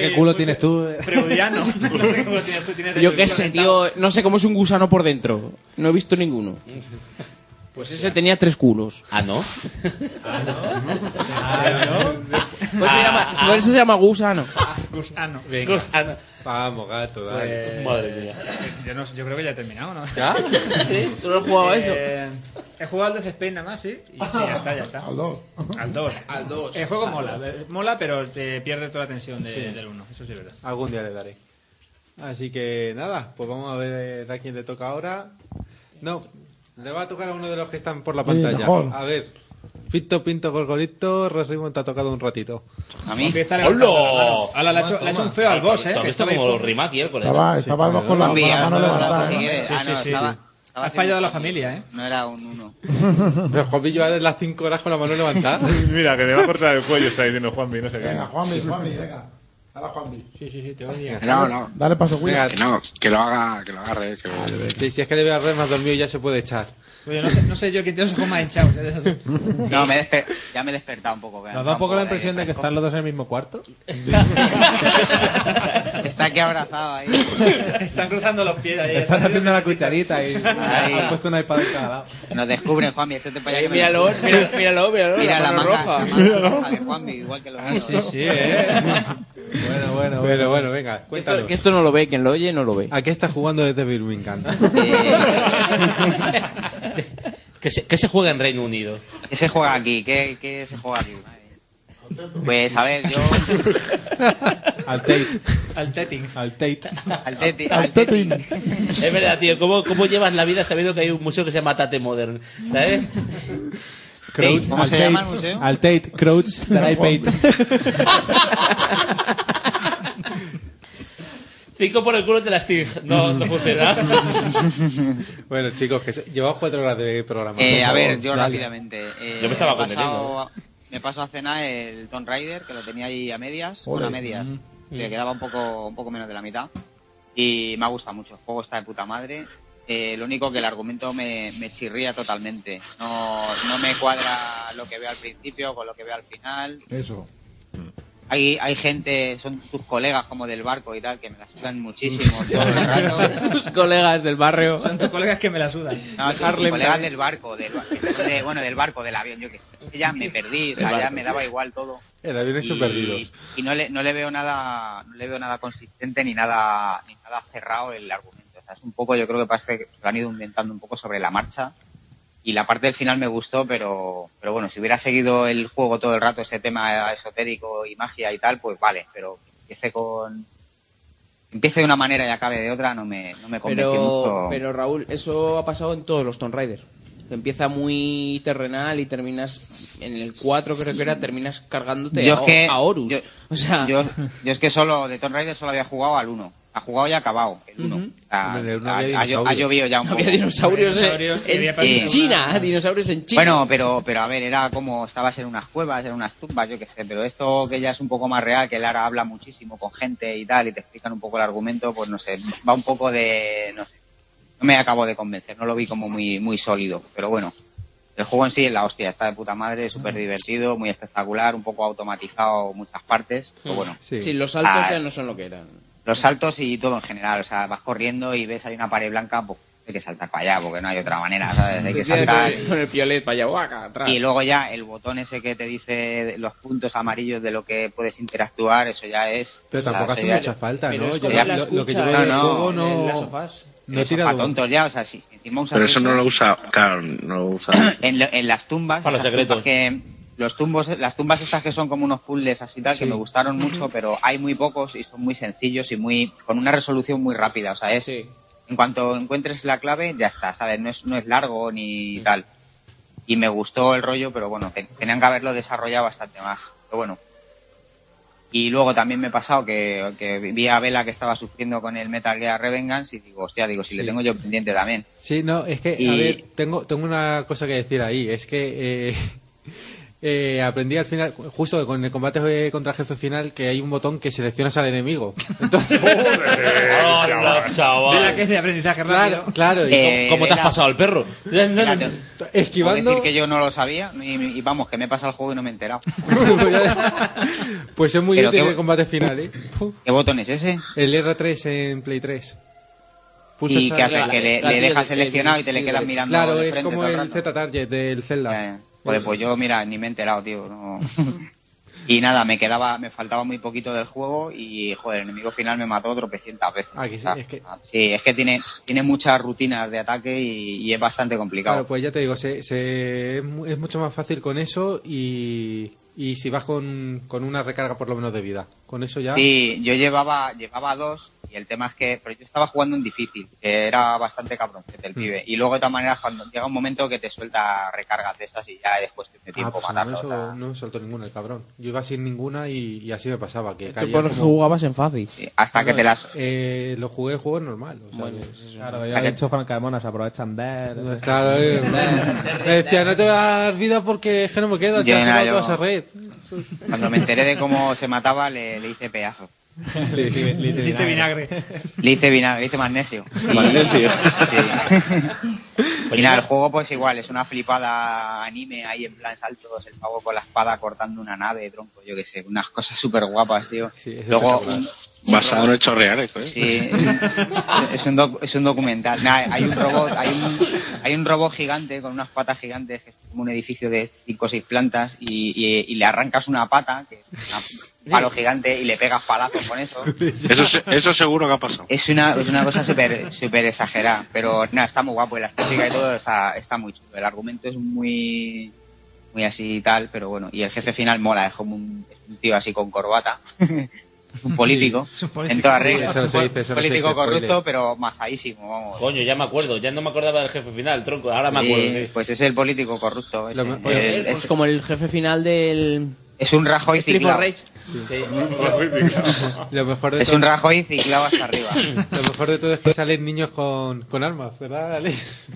qué culo tienes tú.
(laughs)
(laughs)
Freudiano. No sé cómo tienes tú. Tienes de
Yo qué
culo
sé,
reventado.
tío, no sé cómo es un gusano por dentro. No he visto ninguno. Pues ese tenía tres culos.
Ah, ¿no?
Pues se llama, por eso se llama gusano.
Gusano.
Venga.
Vamos, gato,
dale. Madre mía.
Yo, no- yo creo que ya he terminado, ¿no? (laughs)
¿Ya? Sí, solo he jugado a eso.
Eh, He jugado al Death Space nada más, sí. Y sí, ya está, ya está.
Al 2.
Al 2.
Al dos.
El juego
Al
mola.
dos.
eh, Mola, pero te pierde toda la tensión de-
Sí.
del 1. Eso sí es verdad.
Algún día le daré. Así que nada, pues vamos a ver a quién le toca ahora. No, le va a tocar a uno de los que están por la
Sí,
pantalla.
mejor.
a ver. Pinto, pinto, gorgorito, Resrimon te ha tocado un ratito.
A mí.
Está
¡Hola!
levantando la mano. Ahora le ha hecho- le ha hecho un feo al boss, eh,
Todo
que
esto
estaba ahí
como
por-
Rimaki,
eh,
el colega.
Estaba- estaba
Sí,
con la- con la
Mira,
mano
no, no,
levantada. ¿eh?
no, no,
Sí,
Ah,
sí, sí, sí.
Ha fallado la familia, ¿eh?
No era un
(laughs)
uno.
Pero Juanpi lleva las 5 horas con la mano levantada.
(laughs) Mira, que me va a cortar el cuello, está diciendo Juanmi, no sé qué.
Venga, Juanmi, Juanmi, venga. Ahora Juanmi.
Sí, sí, sí, te odia.
No, no.
Dale paso, Will.
Que no, que lo haga, que lo haga Red, que lo haga Red.
Sí, si es que le veo a Red más dormido ya se puede echar.
Oye, no sé, no sé yo quién tiene los ojos más hinchados. ¿eh? Eso sí.
Sí, me he desper- ya me he despertado un poco.
Nos da un poco la impresión de que están los dos en el mismo cuarto.
Está aquí abrazado ahí.
Están cruzando los pies
(laughs)
ahí.
Están haciendo la cucharita y
Ahí.
han puesto una espada en cada lado.
Nos descubren, Juanmi, échate para allá. que me
Eh, Míralo,
descubren.
míralo, míralo, míralo.
Mira la
mano
manga,
roja.
la manga roja de Juanmi, igual que los
Ah,
pues míos.
eh.
(laughs)
bueno, bueno, bueno, bueno, venga, cuéntanos.
Que esto no lo ve, quien lo oye no lo ve.
¿A qué está jugando desde Birmingham? (laughs)
(laughs) ¿Qué se, qué se juega en Reino Unido?
¿Qué se juega aquí? ¿Qué, qué se juega aquí? Pues a ver, yo.
(laughs) Al Tate.
Al Teting.
Al Tate.
Al Teting.
Al Teting. Es verdad, tío. ¿Cómo, ¿Cómo llevas la vida sabiendo que hay un museo que se llama Tate Modern? ¿Sabes?
Crouch,
¿Cómo
al
se llama
Tate,
el museo?
Al Tate, Crouch, (laughs) Dry Pate.
Cinco por el culo de las Stig. No, no
(laughs)
funciona.
(laughs)
bueno, chicos, que se- llevamos cuatro horas de programa.
Eh,
por
a
favor,
ver, yo
pues dale.
rápidamente. eh, he pasado- Me paso a cenar el Tomb Raider, que lo tenía ahí a medias.
Ole. Mm.
Bueno, a medias. Le quedaba un poco, un poco menos de la mitad. Y me ha gustado mucho. El juego está de puta madre. Eh, lo único que el argumento me, me chirría totalmente. No, no me cuadra lo que veo al principio con lo que veo al final.
Eso.
Hay, hay gente, son tus colegas como del barco y tal, que me la sudan muchísimo todo el rato.
Tus colegas del barrio.
Son tus colegas que me la sudan.
No, sí,
Harlem
colegas
Night.
del barco, del, ba- de- bueno, del barco, del avión, yo qué sé. Ya me perdí, o
El
sea, ya
barco.
me daba igual todo.
El avión Eh, es
Y-
perdidos.
Y no le, no le veo nada, no le veo nada consistente ni nada, ni nada cerrado el argumento. O sea, es un poco, yo creo que parece que se lo han ido inventando un poco sobre la marcha. Y la parte del final me gustó, pero, pero bueno, si hubiera seguido el juego todo el rato ese tema esotérico y magia y tal, pues vale, pero que empiece con, que empiece de una manera y acabe de otra, no me, no me convenció
Pero,
mucho.
pero Raúl, eso ha pasado en todos los Tomb Raider. Empieza muy terrenal y terminas en el 4 creo que era, terminas cargándote
Yo
a,
es que-
a Horus.
yo-
o sea,
yo, yo es que solo de Tomb Raider solo había jugado al 1. Ha jugado y ha acabado el 1.
Hombre, el uno
Ah, ha,
había
ha- ha
dinosaurios.
llovido ya un poco.
(laughs) Había dinosaurios, eh,
Dinosaurios,
en,
había
en
una-
China, dinosaurios en China.
Bueno, pero, pero a ver, era como estabas en unas cuevas, en unas tumbas, yo qué sé. Pero esto que ya es un poco más real, que Lara habla muchísimo con gente y tal, y te explican un poco el argumento, pues no sé, va un poco de. No sé. No me acabo de convencer, no lo vi como muy, muy sólido. Pero bueno, el juego en sí es la hostia, está de puta madre, súper divertido, muy espectacular, un poco automatizado muchas partes. Pero bueno,
sí. los saltos
Ah,
ya no son lo que eran.
los saltos y todo en general. O sea, vas corriendo y ves hay una pared blanca, pues hay que saltar para allá, porque no hay otra manera, ¿sabes? Hay que
Te tienes
saltar.
con el piolet para allá, guaca, atrás.
Y luego ya el botón ese que te dice los puntos amarillos de lo que puedes interactuar, eso ya es.
Pero
o sea,
tampoco
eso
hace
ya-
mucha falta,
Pero
¿no?
es
Yo-
como
lo-
la
lo que yo
escucha
veo del
en-
juego
en
no-
las sofás.
no
Eso
tira
pa'
de-
tontos ya, o sea, si encima usas
Pero eso no
eso-
lo usa, claro, no lo usa.
(clears throat) en, lo- en las tumbas.
Para los
esas
secretos.
tumbas Que, los tumbos, las tumbas estas que son como unos puzzles así tal, que me gustaron mucho, pero hay muy pocos y son muy sencillos y muy con una resolución muy rápida. O sea, es en cuanto encuentres la clave, ya está, ¿sabes? No es, no es largo ni tal. Y me gustó el rollo, pero bueno, te- tenían que haberlo desarrollado bastante más. Pero bueno. Y luego también me he pasado que, que vi a Vela que estaba sufriendo con el Metal Gear Revengeance y digo, hostia, digo, si le
Sí.
tengo yo pendiente también.
Sí, no, es que, a
Y-
ver, tengo, tengo una cosa que decir ahí. Es que eh, (laughs) eh, aprendí al final, justo con el combate contra el jefe final, que hay un botón que seleccionas
(laughs)
al enemigo.
Hola, chaval.
Mira que es de aprendizaje
Claro,
rápido.
claro.
Eh, Vela-
al perro?
Esquivando-
Puedo decir que yo no lo sabía y, y vamos, que me he pasado el juego y no me he enterado.
Pues es muy
Pero
útil
qué-
el combate final, ¿eh?
¿Qué botón es ese?
El R3 en Play 3.
¿Y qué haces? ¿Que le- le dejas seleccionado y te le quedas mirando
Claro,
de
es
frente
como
todo el
el
rato?
Z-Target del Zelda.
Joder, pues yo, mira, ni me he enterado, tío. no. y nada, me quedaba, me faltaba muy poquito del juego y, joder, el enemigo final me mató tropecientas veces.
Ah, que sí,
O sea,
es que-
sí, es que tiene, tiene muchas rutinas de ataque y, y es bastante complicado.
Claro, pues ya te digo, se, se- es mu- es mucho más fácil con eso y, y si vas con, con una recarga por lo menos de vida. Con eso ya...
Sí, yo llevaba, llevaba dos y el tema es que, pero yo estaba jugando en difícil, que era bastante
Mm.
cabroncete el pibe. Y luego de todas maneras cuando llega un momento que te suelta recargas de estas y ya es cuestión de
Ah,
tiempo
pues a mí
matarlo.
eso
o sea,
no me soltó ninguna el cabrón. Yo iba sin ninguna y, y así me pasaba. Que
Tú
caía
por que
como-
jugabas en fácil.
hasta
No, eh, lo jugué en juego normal. O sea,
Claro, ya he hecho Francamonas, aprovechan ver.
Claro, eh, me decía, no te voy a dar vida porque es que no me queda,
Yo
ya se
nada,
va
yo-
toda esa red.
Cuando me enteré de cómo se mataba le, le hice pedazo.
Le hice- le hice Le hiciste vinagre.
Le hice vinagre, le hice magnesio. Y-
Magnesio.
Sí. Y nada, el juego pues igual, es una flipada anime ahí en plan saltos, el pavo con la espada cortando una nave, tronco, yo qué sé, unas cosas súper guapas, tío. Luego,
Basado en hechos reales, ¿eh? (laughs)
Sí, (laughs) es un, doc- es un documental. Nah, hay un robot, hay un, hay un robot gigante con unas patas gigantes, que es como un edificio de cinco o seis plantas, y, y- y le arrancas una pata, que es un palo gigante, y le pegas palazos con eso.
Eso, se- eso seguro que ha pasado.
Es una, es una cosa súper super exagerada, pero nada, está muy guapo, y la estética y todo está, está muy chulo. El argumento es muy muy así y tal, pero bueno, y el jefe final mola, es como un, es un tío así con corbata,
(laughs)
un político,
es un político.
en toda
Sí,
regla,
eso no se
un
dice, eso no se
político
dice,
corrupto,
spoiler.
pero mazadísimo, vamos.
Coño, ya me acuerdo, ya no me acordaba del jefe final, tronco, ahora me acuerdo.
Eh,
sí.
Pues es el político corrupto. ese. El-
eh,
es
es,
pues como el jefe final del.
Es un Rajoy
Street for
ciclado.
Rage.
Lo mejor de
Es
todo-
un Rajoy ciclado hasta
(laughs)
arriba.
Lo mejor de todo es que salen niños con, con armas, ¿verdad, Alex?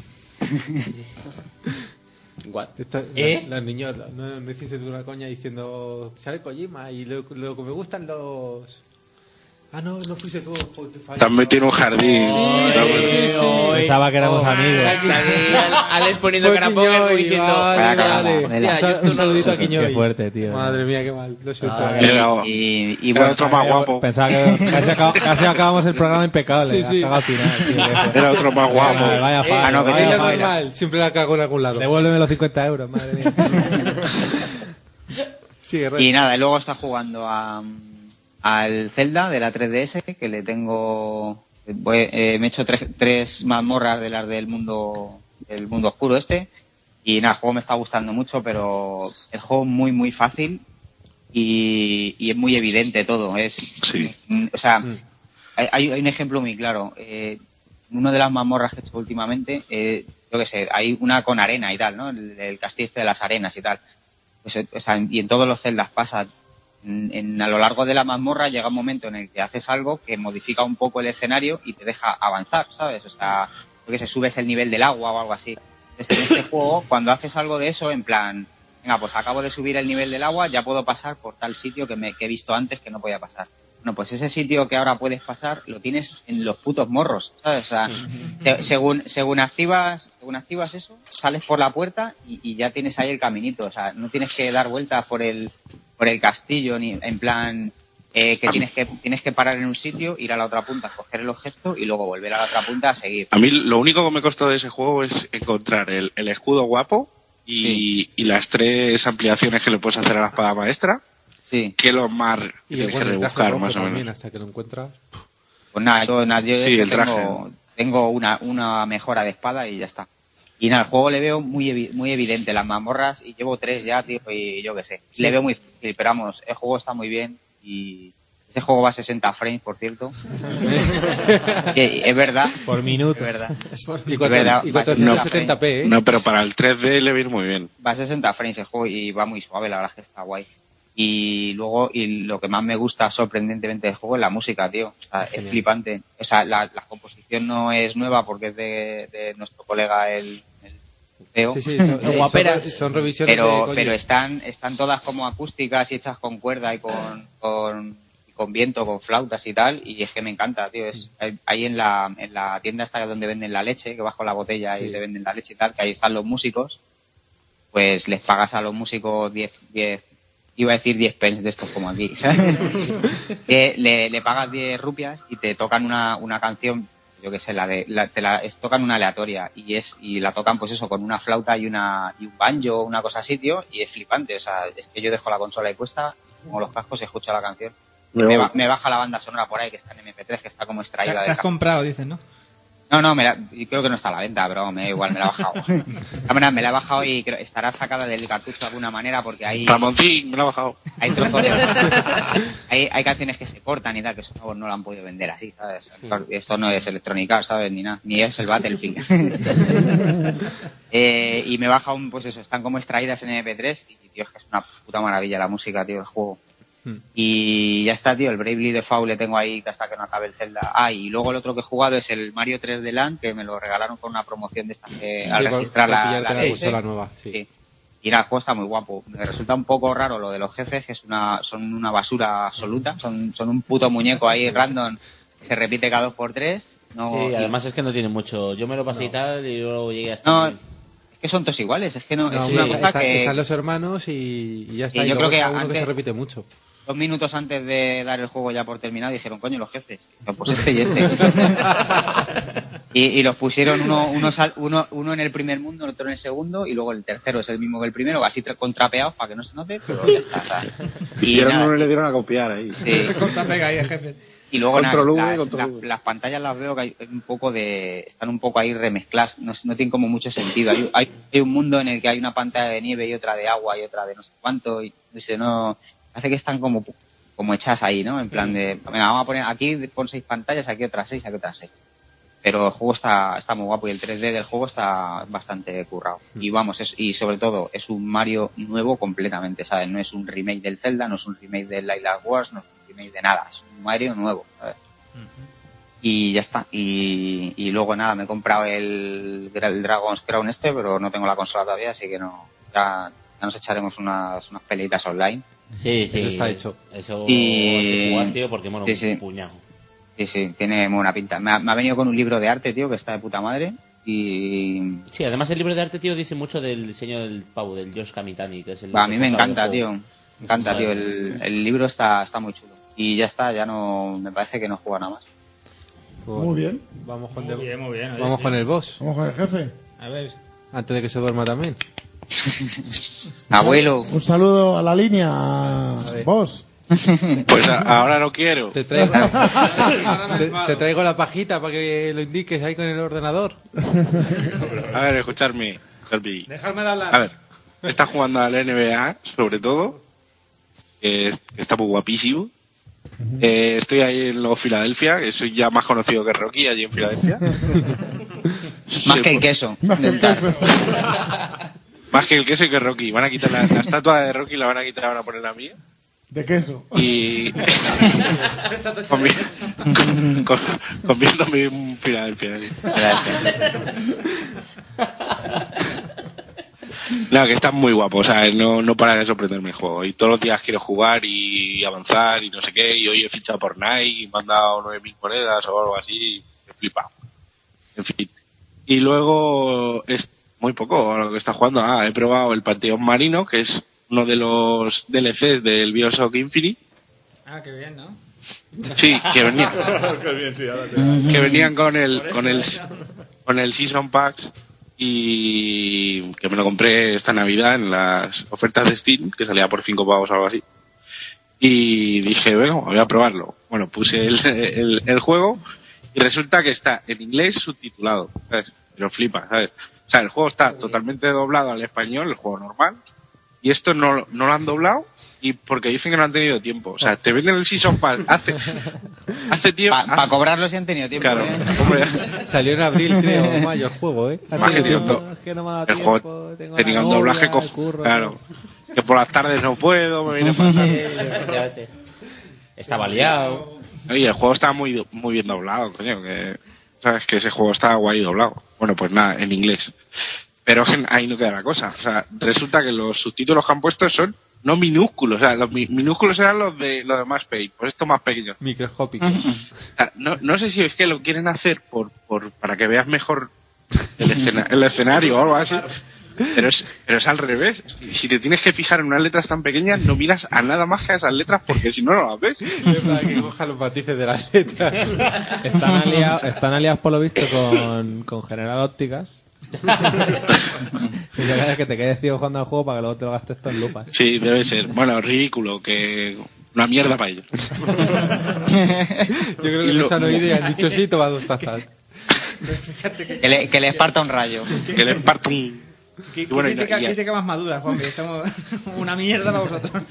Esto-
¿Eh?
Los niños, no, no hiciste tú una coña diciendo, sale Kojima y lo, lo que me gustan los... Ah, no, no fuiste tú. joder, qué fallo.
Te has metido en un jardín.
Sí,
Te has
sí,
metido-
sí, sí.
Pensaba que éramos
Ah,
amigos.
(laughs)
Alex poniendo
Ah, Fue
cara póker
Quiñoy,
diciendo.
vale,
"Vaya cara,
vale.
hostia, yo
Un
esto no-
saludito a Quiñoy.
Qué fuerte, tío.
Madre mía, qué mal. Lo siento.
Ah, Era-
y,
Era otro más guapo.
Pensaba que casi, acaba- casi acabamos el programa impecable.
Sí, sí.
hasta el
(laughs)
final, tío, qué fuerte.
Era otro más guapo.
Vaya, vaya fallo,
Ah, no, que
vaya
es lo
fallo.
normal. Siempre la cago en algún lado.
Devuélveme los 50 euros, madre mía.
y nada, y luego está jugando a, al Zelda de la 3DS, que le tengo... voy- eh, me he hecho tres, tres mazmorras de las del mundo, del mundo oscuro este. Y nada, el juego me está gustando mucho, pero el juego es muy, muy fácil y, y es muy evidente todo. Es, Mm, O sea, hay, hay- hay un ejemplo muy claro. Eh, en una de las mazmorras que he hecho últimamente, eh, yo qué sé, hay una con arena y tal, ¿no? El, el castillo este de las arenas y tal. Pues, eh, o sea, y en todos los celdas pasa. En- en- a lo largo de la mazmorra llega un momento en el que haces algo que modifica un poco el escenario y te deja avanzar, ¿sabes? O sea, yo que se subes el nivel del agua o algo así. Entonces, en este juego, cuando haces algo de eso, en plan, venga, pues acabo de subir el nivel del agua, ya puedo pasar por tal sitio que, me, que he visto antes que no podía pasar. Bueno, pues ese sitio que ahora puedes pasar lo tienes en los putos morros, ¿sabes? O sea, se- según, según, activas, según activas eso, sales por la puerta y, y ya tienes ahí el caminito. O sea, no tienes que dar vueltas por el, por el castillo, ni en plan eh,
Ah.
que, tienes que tienes que parar en un sitio, ir a la otra punta, coger el objeto y luego volver a la otra punta a seguir.
A mí lo único que me costó de ese juego es encontrar el, el escudo guapo y, y las tres ampliaciones que le puedes hacer a la espada maestra.
Que
es lo más que
Y
tienes que
bueno, el traje
rebuscar,
rojo
más o
también,
menos.
Hasta que lo encuentras.
Pues nada, yo, nada, yo
Sí,
yo
el traje.
tengo, tengo una, una mejora de espada y ya está. Y nada, el juego le veo muy, evi- muy evidente las mazmorras y llevo tres ya, tío, y yo qué sé.
Sí.
Le veo muy difícil, pero vamos, el juego está muy bien y este juego va a 60 frames, por
(laughs)
cierto. Y- y es verdad.
Por minuto.
Es verdad.
Y
Es verdad, va a 60
no,
¿eh?
frames.
no, pero para el 3D le va a ir muy bien.
Va a 60 frames el juego y va muy suave, la verdad es que está guay. Y luego, y lo que más me gusta sorprendentemente del juego es la música, tío. O sea, es flipante. O sea, la, la composición no es nueva porque es de, de nuestro colega el, el feo.
Sí,
(laughs)
sí, son- son-
Guaperas.
son- son revisiones de
Pero,
Koji.
pero están, están todas como acústicas y hechas con cuerda y con, con, y con viento, con flautas y tal. Y es que me encanta, tío. Es, ahí en la, en la tienda está donde venden la leche, que bajo la botella
Sí.
y le venden la leche y tal, que ahí están los músicos. Pues les pagas a los músicos 10, 10 iba a decir 10 pence de estos como aquí, (laughs) ¿sabes? Que le, le pagas 10 rupias y te tocan una, una canción, yo qué sé, la de, la- te la es- tocan una aleatoria y es y la tocan pues eso con una flauta y una y un banjo, una cosa así, tío, y es flipante, o sea, es que yo dejo la consola ahí puesta, pongo los cascos y escucho la canción.
Pero-
Me, ba- me baja la banda sonora por ahí que está en MP3, que está como
Te,
extraída
te
de
has
ca-
comprado, dicen, ¿no?
No, no, me la- y creo que no está a la venta, pero me da igual, me la he bajado. De todas maneras, me la he bajado y creo- estará sacada del cartucho de alguna manera porque ahí
Ramoncín, me lo ha bajado.
hay trozos
(laughs)
de- hay, hay canciones que se cortan y tal, que eso no, no lo han podido vender así, ¿sabes? Esto no es electrónica, ¿sabes? Ni nada, ni es el Battlefield. Eh, y me baja un, pues eso, están como extraídas en MP3 y, Dios, que es una puta maravilla la música, tío, el juego. Y ya está, tío, el Bravely Default le tengo ahí hasta que no acabe el Zelda. Ah, y luego el otro que he jugado es el Mario 3D Land, que me lo regalaron con una promoción de estas que al
Sí, por-
registrar
por
la,
pillarte
la
la
leche.
consola nueva, sí.
Y nada, el juego está muy guapo. Me resulta un poco raro lo de los jefes, que es una, son una basura absoluta. Son, son un puto muñeco ahí random. Se repite cada dos por tres. No,
sí,
y-
además es que no tiene mucho. Yo me lo pasé y tal y luego llegué hasta.
no, es que son todos iguales. Es que no, es
No,
una
sí,
cosa
está-
que
Están los hermanos y, y ya está.
Y
Y
yo
luego
creo que
está uno
antes-
que se repite mucho.
dos minutos antes de dar el juego ya por terminado dijeron, coño, los jefes. Yo, pues este y
(laughs)
este. (laughs) y, y los pusieron uno,
(laughs)
uno, sal- uno, uno en el primer mundo, el otro en el segundo, y luego el tercero es el mismo que el primero, así tra- contrapeados para que no se note, pero ya está. o sea. Y,
Hicieron
nada,
uno y le dieron a copiar ahí.
(laughs)
Sí.
Corta, pega ahí, jefe.
y luego nada,
Control V,
las,
control
las- las pantallas las veo que hay un poco de. están un poco ahí remezcladas, no, sé- no tienen como mucho sentido. Hay, hay- hay un mundo en el que hay una pantalla de nieve y otra de agua y otra de no sé cuánto, y no sé, no. Hace que están como como hechas ahí, ¿no? En plan de, venga, vamos a poner aquí pon seis pantallas, aquí otras seis, aquí otras seis. Pero el juego está, está muy guapo y el 3D del juego está bastante currado. Y vamos, es- y sobre todo, es un Mario nuevo completamente, ¿sabes? No es un remake del Zelda, no es un remake del Lilac Wars, no es un remake de nada, es un Mario nuevo, ¿sabes? Y ya está. Y, y luego nada, me he comprado el, el Dragon's Crown este, pero no tengo la consola todavía, así que no. Ya, ya nos echaremos unas, unas peleitas online.
Sí, sí.
Eso está hecho.
Eso
Y-
hay que jugar, tío, porque bueno,
Sí, sí.
un puñado.
Sí, sí, tiene muy buena pinta. Me ha, me ha venido con un libro de arte, tío, que está de puta madre. Y.
Sí, además el libro de arte, tío, dice mucho del diseño del pavo, del Josh Kamitani, que es el...
bah, a mí me
responsable
encanta,
del
tío.
juego.
Me encanta, tío. El, el libro está, está muy chulo. Y ya está, ya no. Me parece que no juega nada más.
Muy bien.
Vamos
con, muy bien, muy bien, oye,
Vamos
sí.
con el boss.
Vamos con el jefe.
A ver,
Antes de que se duerma también.
(laughs) Abuelo.
Un saludo a la línea. Vos.
Pues a- ahora no quiero.
(laughs)
(laughs)
Te traigo, te, te traigo la pajita para que lo indiques ahí con el ordenador.
A ver, escucharme. escucharme.
Dejadme hablar.
A ver, está jugando al NBA, sobre todo. que es- que está muy guapísimo. Eh, estoy ahí en los Filadelfia, que soy ya más conocido que Rocky allí en Filadelfia.
Más que el queso.
Más que el queso y que Rocky. Van a quitar la, la estatua de Rocky, la van a quitar, la van a poner la mía.
De queso.
Y. Convi- con- Conviéndome en un Filadelfia. tío. No, que está muy guapo, o sea, no, no para de sorprenderme el juego. Y todos los días quiero jugar y avanzar y no sé qué. Y hoy he fichado por Nike y me han dado 9.000 monedas o algo así. Me he flipado. En fin. Y luego es muy poco lo que está jugando. Ah, he probado el Panteón Marino, que es uno de los DLCs del Bioshock Infinite.
Ah, qué bien, ¿no?
Sí, que venía.
(laughs) Qué bien, sí, ahora te-
que venían con el con el con el season pack y que me lo compré esta navidad en las ofertas de Steam que salía por cinco pavos o algo así y dije bueno voy a probarlo bueno puse el, el- el juego y resulta que está en inglés subtitulado ¿sabes? pero flipa sabes o sea el juego está totalmente doblado al español el juego normal y esto no, lo- no lo han doblado y porque dicen que no han tenido tiempo o sea te venden el season pack hace hace tiempo
Para cobrarlo si han tenido tiempo.
Claro,
¿eh?
(laughs) hombre,
Salió
(laughs)
en abril,
(laughs)
creo, o mayo el juego, ¿eh?
Más que tiempo. el juego tenía un doblaje co- claro. Que que por las tardes no puedo, me
(laughs)
viene fatal.
(laughs) Estaba liado.
Oye, el juego está muy, muy bien doblado, coño. Que, Sabes que ese juego está guay doblado. Bueno, pues nada, en inglés. Pero ahí no queda la cosa. O sea, resulta que los subtítulos que han puesto son no minúsculos. O sea, los mi- minúsculos eran los de, los de más pequeños. Pues esto más pequeño.
Microscópico.
O sea, no, no sé si es que lo quieren hacer por, por para que veas mejor el, escena- el escenario o algo así. Pero es, pero es al revés. Si, si te tienes que fijar en unas letras tan pequeñas, no miras a nada más que a esas letras porque si no, no las ves.
Para que coja los matices (laughs) de las letras.
Están aliados, están aliados por lo visto con, con General Ópticas. y la verdad es que te quedes ciego jugando al juego para que luego te lo gastes todo en lupas.
Sí, debe ser. Bueno, ridículo, que una mierda para ellos.
Yo creo que los han oído y han dicho sí, toma dos tazas.
Que, le, que les parta un rayo.
Que les parta un...
¿Qué, qué
bueno, y no-
crítica,
y-
crítica más madura, Juanpi? Estamos (laughs) una mierda para vosotros.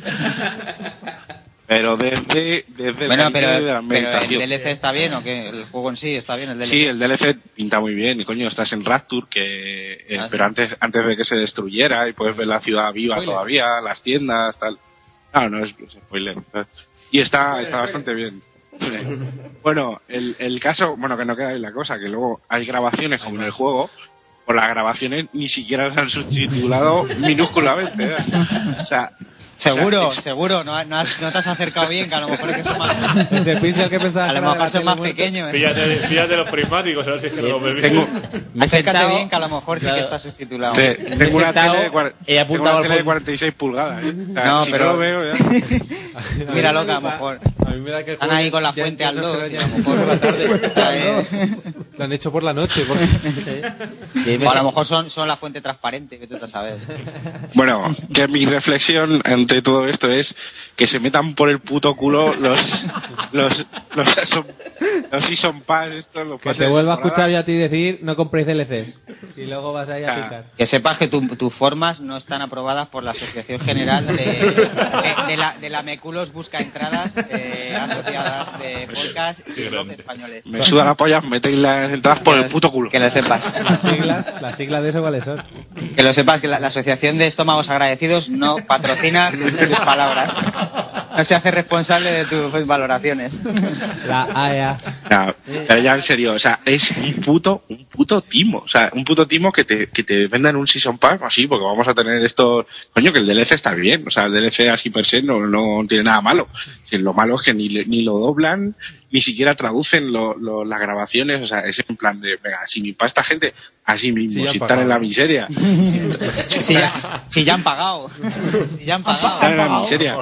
Pero desde, desde
Bueno,
el
pero,
de la
pero el
ambientación.
DLC está bien o qué? El juego en sí está bien. El DLC.
Sí, el DLC pinta muy bien. Y coño, estás en Rapture, que, eh,
Ah, sí.
pero antes, antes de que se destruyera y puedes ver la ciudad viva
Spoiler.
todavía, las tiendas, tal. Claro, no es, es spoiler. Y está, está bastante bien. Bueno, el, el caso, bueno, que no queda ahí la cosa, que luego hay grabaciones como en el juego, por las grabaciones ni siquiera las
(laughs)
han subtitulado minúsculamente. ¿eh? O sea,
Seguro,
o sea, es-
seguro. No, no has- no te has acercado bien, que a lo mejor es que son más...
Ese pixel que pensaba
A lo
que era de la
mejor son
tele
más
muerta.
pequeños. ¿eh?
Píllate, píllate los prismáticos, a ver si es que no los bebí. (laughs)
Me he Acércate
sentado-
bien, que a lo mejor sí que está subtitulado.
Te- tengo una tele de, cuar-
he
tengo
apuntado
una
al
tele de
fondo.
46 pulgadas. ¿eh? O sea,
No,
si
pero-
no lo veo
(laughs)
ya.
Míralo, que a lo mejor.
A mí me da que el
Están
juego
ahí con la
ya
fuente al
entiendo que
2.
lo hayan hecho
(laughs)
por la
¿eh?
tarde. Lo han hecho por la noche. Porque...
O a lo mejor son, son la fuente transparente, que tú te
(laughs)
sabes.
Bueno, que mi reflexión ante todo esto es que se metan por el puto culo los los los, season- los season pass estos, los
Que
pases
te
de
vuelva a
temporada.
escuchar yo a ti decir no compréis DLCs. Y luego vas ahí a picar.
Que sepas que tu- tus formas no están aprobadas por la Asociación General de, de- de la, de la Meculos Busca Entradas eh, Asociadas de Podcast y Blog Españoles.
Me suda la polla, metéis las entradas por el puto culo.
Que lo sepas.
Las siglas, las siglas de eso cuáles son.
Que lo sepas que la, la Asociación de Estómagos Agradecidos no patrocina tus palabras. No se hace responsable de tus valoraciones.
La E AEA.
Ya, pero ya en serio, o sea, es un puto, un puto timo, o sea, un puto timo que te, que te vendan un season pass así, porque vamos a tener estos, coño, que el DLC está bien, o sea, el DLC así per se no, no tiene nada malo, Si lo malo es que ni, le- ni lo doblan, ni siquiera traducen lo- lo- las grabaciones, o sea, es en plan de, venga, si mi pa esta gente, así mismo,
Sí, ya
si están
pagado.
en la miseria,
(laughs) Si ya, si ya han pagado. Si ya han
Ah,
pagado.
están en la miseria.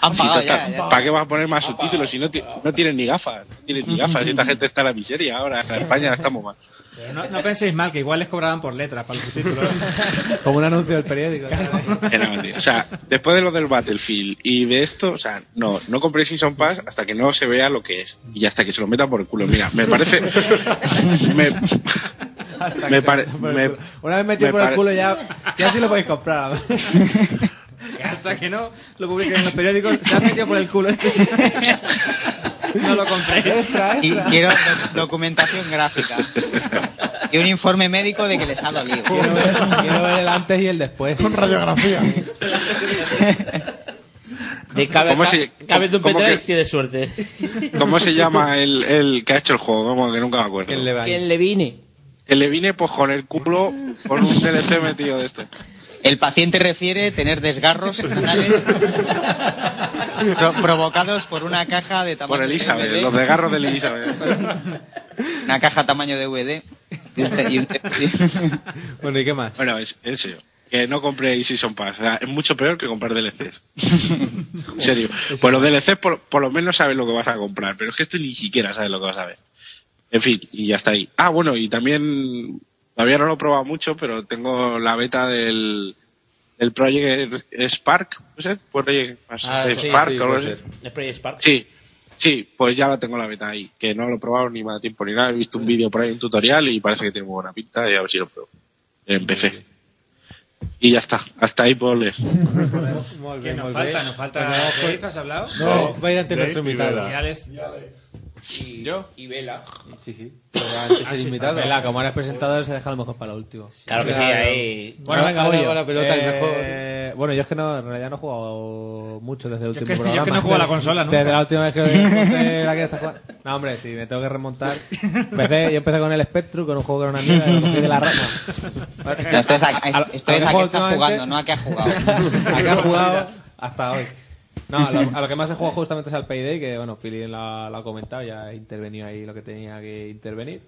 Han pagado ya, ya.
¿Para qué vas a poner más subtítulos si no, ti- no tienen ni gafas? No tienen ni gafas, esta gente está en la miseria ahora, en España estamos mal.
No, no penséis mal, que igual les cobraban por letras para los (laughs) subtítulos.
(laughs) Como un anuncio
(laughs)
del periódico.
Que no, tío. O sea, después de lo del Battlefield y de esto, o sea, no, no compré Season Pass hasta que no se vea lo que es y hasta que se lo metan por el culo. Mira, me parece. me, me
Hasta que se
pare-
meta por el
me-
culo. Una vez metido
me
por
pare-
el culo ya, ya sí lo podéis (laughs) comprar.
Hasta que no lo publiquen en los periódicos, se han metido por el culo. (laughs) Este sí. No lo compréis.
Y quiero doc- documentación gráfica. Y un informe médico de que les ha dolido.
Quiero ver el antes y el después.
Con radiografía.
De cabe,
¿Cómo
ca-
se-
cabe de un
cómo
pendrive
que-
tienes suerte.
¿Cómo se llama el, el que ha hecho el juego? Como que nunca me acuerdo. Que
¿Quién le vine?
le vine pues con el culo con un DLC metido de esto.
El paciente refiere tener desgarros
(laughs)
anales pro- provocados por una caja de tamaño
Por Elizabeth,
DVD,
los desgarros de Elizabeth.
Una caja tamaño DVD. Y un te- y un te-
Bueno, ¿y qué más? Bueno, es, en serio. Que no compréis Season Pass. O sea, es mucho peor que comprar (laughs) DLCs. en serio. Pues los DLCs por, por lo menos sabes lo que vas a comprar. Pero es que este ni siquiera sabes lo que vas a ver. En fin, y ya está ahí. Ah, bueno, y también... Todavía no lo he probado mucho, pero tengo la beta del... del Project Spark, ¿puede ser? Project Spark, o algo así.
¿Es Project Spark?
Sí, sí, pues ya la tengo la beta ahí, que no lo he probado ni me da tiempo ni nada. He visto un vídeo por ahí, un tutorial y parece que tiene muy buena pinta y a ver si lo pruebo. Empecé. Y ya está, hasta ahí puedo leer.
Que nos falta, nos falta.
Bueno,
Pues
¿Qué has hablado?
No, va a ir ante nuestro invitado.
Y Alex.
Y, ¿Yo? Y Vela.
Sí, sí.
Ah,
antes el invitado.
Vela, como ahora es presentador, se deja a lo mejor para lo último.
Claro que sí, Claro. ahí-
Bueno,
Ahora-
venga,
ahora
voy yo.
va la pelota, el
Eh, Bueno, yo es que no, en realidad no he jugado mucho desde el último
que- yo es que
programa.
no he jugado a la
Desde-
consola nunca.
(laughs) Desde la última vez que
(laughs)
monté la que está jugando. No, hombre, sí, me tengo que remontar. (laughs) Empecé, yo empecé con el Spectrum, con un juego que era una mierda, y lo cogí de
(laughs)
la rama.
Pero esto es a-
lo
esto es a
juego
qué estás
últimamente-
jugando, no a qué
(laughs)
has jugado. (laughs)
a qué has jugado hasta hoy. No, a lo, a lo que más he jugado justamente es al Payday, que bueno, Philly lo, ha- lo ha comentado, ya he intervenido ahí lo que tenía que intervenir.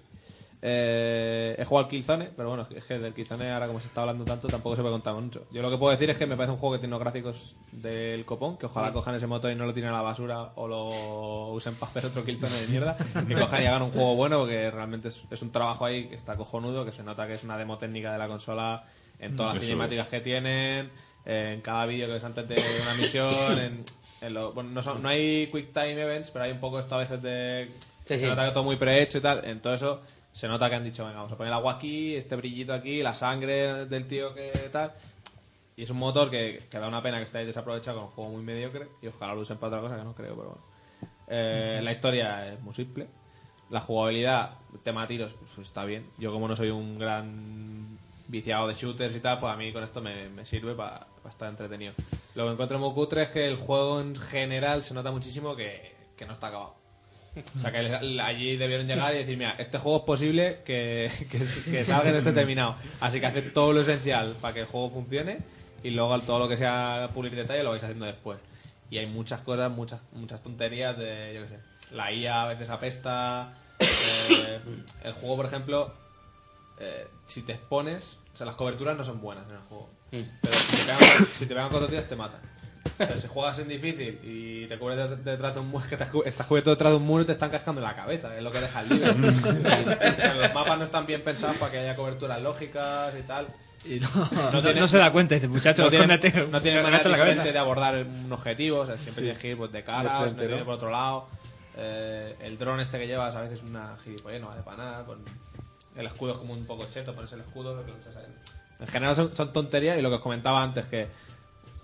Eh, he jugado al Killzone, pero bueno, es que del Killzone ahora como se está hablando tanto tampoco se puede contar mucho. Yo lo que puedo decir es que me parece un juego que tiene unos gráficos del copón, que
Mm.
ojalá cojan ese motor y no lo tiren a la basura o lo usen para hacer otro Killzone de mierda, que cojan y hagan un juego bueno, porque realmente es, es un trabajo ahí que está cojonudo, que se nota que es una demo técnica de la consola en todas las
Eso es.
cinemáticas que tienen, eh, en cada vídeo que ves antes de una misión, en, en lo- bueno, no, son- no hay quick time events, pero hay un poco esto a veces de... se
sí.
nota que todo muy prehecho y tal, en todo eso se nota que han dicho, venga, vamos a poner el agua aquí, este brillito aquí, la sangre del tío que tal... Y es un motor que, que da una pena que estáis desaprovechado con un juego muy mediocre y ojalá lo usen para otra cosa que no creo, pero bueno. Eh, la historia es muy simple. La jugabilidad, tema tiros, pues está bien. Yo como no soy un gran viciado de shooters y tal, pues a mí con esto me, me sirve para estar entretenido. Lo que encuentro muy cutre es que el juego en general se nota muchísimo que, que no está acabado. O sea, que el- allí debieron llegar y decir, mira, este juego es posible que, que, que salga y no esté terminado. Así que haced todo lo esencial para que el juego funcione y luego todo lo que sea pulir detalle lo vais haciendo después. Y hay muchas cosas, muchas, muchas tonterías de, yo qué sé, la IA a veces apesta. eh, el juego, por ejemplo, eh, si te expones, o sea, las coberturas no son buenas en el juego.
Mm.
Pero si te pegan, si te pegan cuatro tiros, te matan. Pero si juegas en difícil y te cubres de- detrás de un muro, que te cu- estás cubierto detrás de un muro y te están cascando en la cabeza, es lo que deja
(laughs)
el libre. Y los mapas no están bien pensados para que haya coberturas lógicas y tal. Y no,
no-
tiene-
no se da cuenta, dice, "Muchacho,
no tiene,
escóndete".
no tiene
Me
manera
agacho la
diferente
cabeza.
de abordar un objetivo, o sea,
Sí.
siempre tienes que ir pues, de
De
cara,
frente,
siempre tienes que ir
¿no?
por otro lado. Eh, el dron este que llevas a veces es una gilipollez, no vale para nada. con- El escudo es como un poco cheto, pones el escudo, lo que lanzas a él. En general son, son tonterías y lo que os comentaba antes, que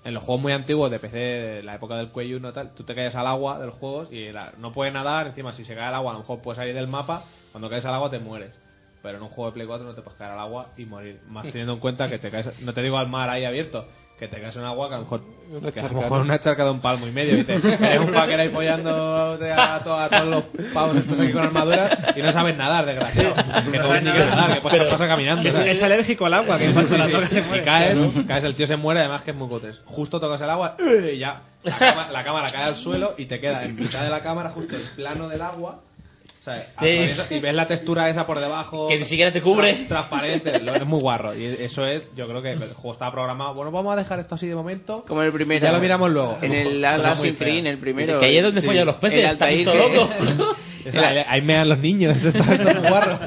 en los juegos muy antiguos de PC, de la época del cuello y tal, tú te caes al agua de los juegos y la- no puedes nadar, encima si se cae al agua a lo mejor puedes salir del mapa, cuando caes al agua te mueres. Pero en un juego de Play 4 no te puedes caer al agua y morir.
(laughs)
Más teniendo en cuenta que te caes, no te digo al mar ahí abierto, que te caes en agua que a lo mejor,
Una
que a lo
charca,
mejor
¿no?
una charca de un palmo y medio. Y te, eres un fucker ahí follando a, to- a todos los pavos estos aquí con armaduras y no sabes nadar, desgraciado. Que no sabes ni que nadar, que puedes
Pero-
pasar caminando.
que es-
¿sabes?
es alérgico al agua, que en cuanto la toca se muere.
Y caes, caes, el tío se muere, además que es muy cutre. Justo tocas el agua ¡eh! y ya. La, cama- la cámara cae al suelo y te queda en mitad de la cámara justo el plano del agua. ¿sabes?
Sí.
Atraviesa- Y ves la textura esa por debajo.
Que ni siquiera te cubre.
Tra- Transparente. Lo- Es muy guarro. Y eso es, yo creo que el juego estaba programado. Bueno, vamos a dejar esto así de momento.
Como el primero.
Ya lo miramos luego.
En el
Cosa Pues muy
Assassin's
fea.
Creed, en el primero.
Que ahí es donde
Sí.
follan los peces,
El
está
Altair,
todo
que-
(laughs) loco. Eso, ahí, ahí mean los niños. Eso está, esto es muy guarro.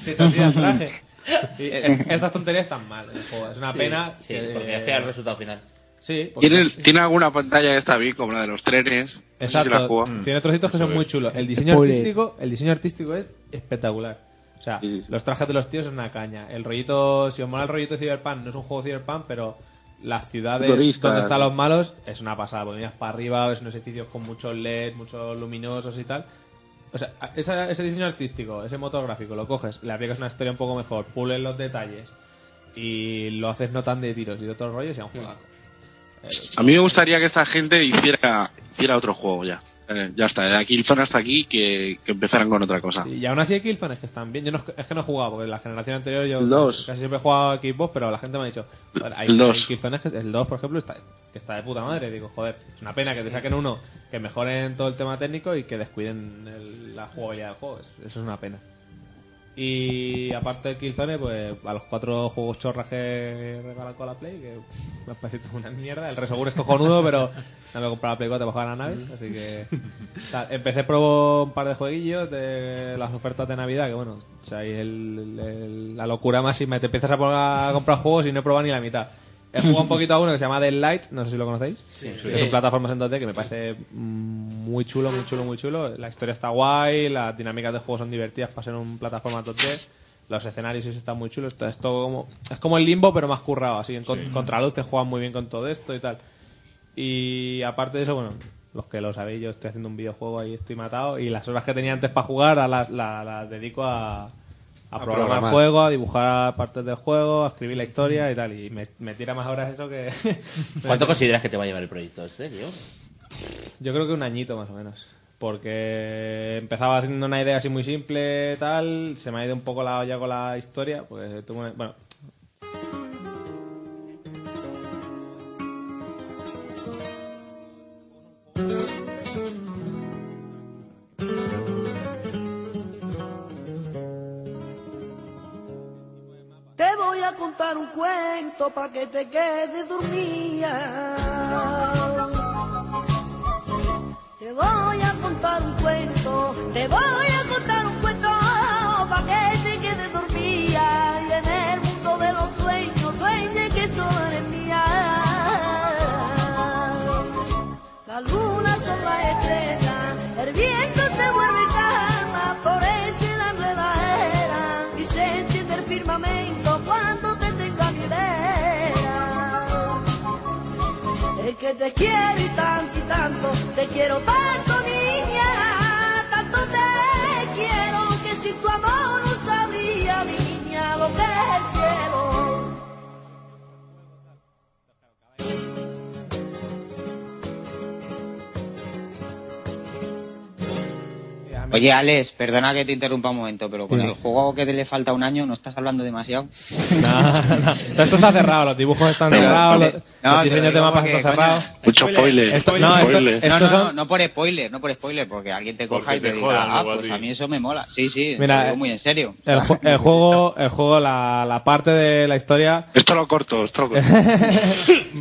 Se te olvida el traje. (laughs) Y, eh, estas tonterías están mal. en el juego. Es una
Sí,
pena.
sí,
que-
porque fea el resultado final.
Sí, porque-
¿Tiene, tiene alguna pantalla que está bien, como la de los trenes. No sé si la
Exacto. Mm.
juego.
Tiene trocitos que
Mm. Eso
son
es.
muy chulos. El diseño
Spoiler.
artístico, el diseño artístico es espectacular. O sea, los trajes de los tíos es una caña. El rollito, si os mola el rollito Cyberpunk, no es un juego Cyberpunk, pero las ciudades
Futurista.
donde están los malos es una pasada. Porque miras para arriba, ves unos edificios con muchos LEDs, muchos luminosos y tal. O sea, a- esa- ese diseño artístico, ese motor gráfico, lo coges, le aplicas una historia un poco mejor, pules los detalles y lo haces no tan de tiros y de otros rollos y
Mm.
a un juego.
A mí me gustaría que esta gente hiciera, hiciera otro juego ya. Eh, ya está, de aquí Killzone hasta aquí, que, que empezaran con otra cosa.
Y aún así hay Killzone es que están bien. Yo no, es que no he jugado, porque la generación anterior yo
El dos.
casi siempre he jugado a Xbox, pero la gente me ha dicho, "Joder, hay,
El dos.
hay Killzone que el 2, por ejemplo, está, que está de puta madre. Digo, joder, es una pena que te saquen uno que mejoren todo el tema técnico y que descuiden el- la jugabilidad del juego. Eso es una pena. Y aparte de Killzone, pues a los cuatro juegos chorras que regalan con la Play, que me ha parecido una mierda. El Reseguro es cojonudo, pero no me he comprado la Play 4 para jugar a la naves, así que... tal. Empecé, probó un par de jueguillos de las ofertas de Navidad, que bueno, o sea, ahí el- el- la locura máxima. Te empiezas a, poner a comprar juegos y no he probado ni la mitad. He jugado un poquito a uno que se llama Dead Light, no sé si lo conocéis.
Sí.
que
Sí.
Es un plataforma en 2D que me parece mm, muy chulo, muy chulo, muy chulo. La historia está guay, las dinámicas de juego son divertidas para ser un plataforma 2D. Los escenarios eso están muy chulos. Está- Es, todo como, es como el limbo, pero más currado. Así, en con-
Sí.
contraluces juegan muy bien con todo esto y tal. Y aparte de eso, bueno, Los que lo sabéis, yo estoy haciendo un videojuego ahí, estoy matado. Y las horas que tenía antes para jugar a las, la- las dedico a, a programar,
programar.
el juego, a dibujar partes del juego, a escribir la historia y tal. Y me, me tira más horas eso que. (laughs)
¿Cuánto consideras que te va a llevar el proyecto este, tío?
Yo creo que un añito más o menos. Porque empezaba haciendo una idea así muy simple, tal. Se me ha ido un poco la olla con la historia. Pues tuve- bueno,
Te voy a contar un cuento para que te quedes dormida. Te voy a contar un cuento, te voy a contar un cuento para que te quedes dormida. Y en el mundo de los sueños, sueñe que solo eres mía. La luna son las estrellas, el viento se vuelve calma, florece la nueva era y se enciende el firmamento cuando te tenga que ver. Es que te quiero y tanto y tanto, te quiero tanto niña, tanto te quiero que sin tu amor no sabría mi niña lo que es el cielo.
Oye, Alex, perdona que te interrumpa un momento, pero con
Sí.
el juego que te le falta un año, ¿no estás hablando
(laughs)
demasiado?
No, no. Esto está cerrado, los dibujos están
Pero,
cerrados,
vale.
los,
No,
los
te lo
diseños de
digo
mapas
porque,
están cerrados.
coño,
Mucho spoiler.
Esto- no, esto-
spoiler.
estos
No, no, no,
son-
no por spoiler, no por spoiler, porque alguien te coja
Porque
y te,
te
diga,
jodan,
ah,
luego a
pues
ti".
a mí eso me mola. Sí, sí,
Mira,
te lo digo muy en serio.
El, ju- el juego, el juego la, la parte de la historia.
Esto lo corto, esto lo
(laughs)
corto.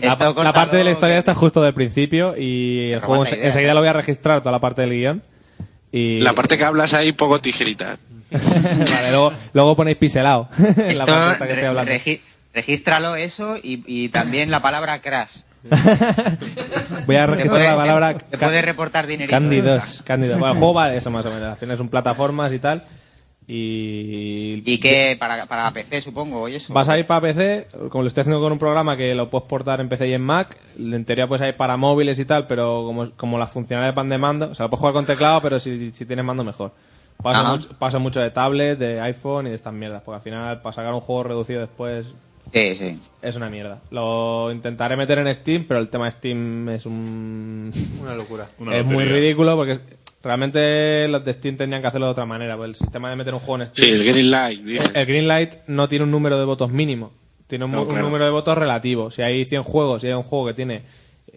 La, pa- la parte de la historia está justo del principio y el juego
la
ense-
idea,
enseguida lo voy a registrar, toda la parte
(laughs)
del guión. Y
La parte que hablas ahí, poco tijerita.
vale, luego, luego ponéis piselado. (laughs) en la
Esto,
parte esta que estoy
re-
hablando.
regi- regístralo eso y, y también la palabra crash.
Voy a
Te
registrar
puede-
la palabra
Te puedes reportar dinerito.
Cándidos, cándidos. Bueno, el juego va de eso más o menos. Al final son plataformas y tal. Y.
¿Y qué? Para, para PC, supongo, y eso.
Vas a ir para PC, como lo estoy haciendo con un programa que lo puedes portar en PC y en Mac. En teoría puedes ir para móviles y tal, pero como, como las funcionalidades van de mando, o sea, lo puedes jugar con teclado, pero si, si tienes mando mejor. Paso
Ajá.
mucho, paso mucho de tablet, de iPhone y de estas mierdas, porque al final para sacar un juego reducido después
Sí, sí.
es una mierda. Lo intentaré meter en Steam, pero el tema de Steam es un...
(laughs) Una locura.
Una
(laughs) es muy
lotería.
ridículo porque es- realmente los de Steam tendrían que hacerlo de otra manera. Pues el sistema de meter un juego en Steam...
Sí, el green light, dije.
El, el green light no tiene un número de votos mínimo. Tiene un,
No,
un
claro.
número de votos relativo. Si hay 100 juegos y hay un juego que tiene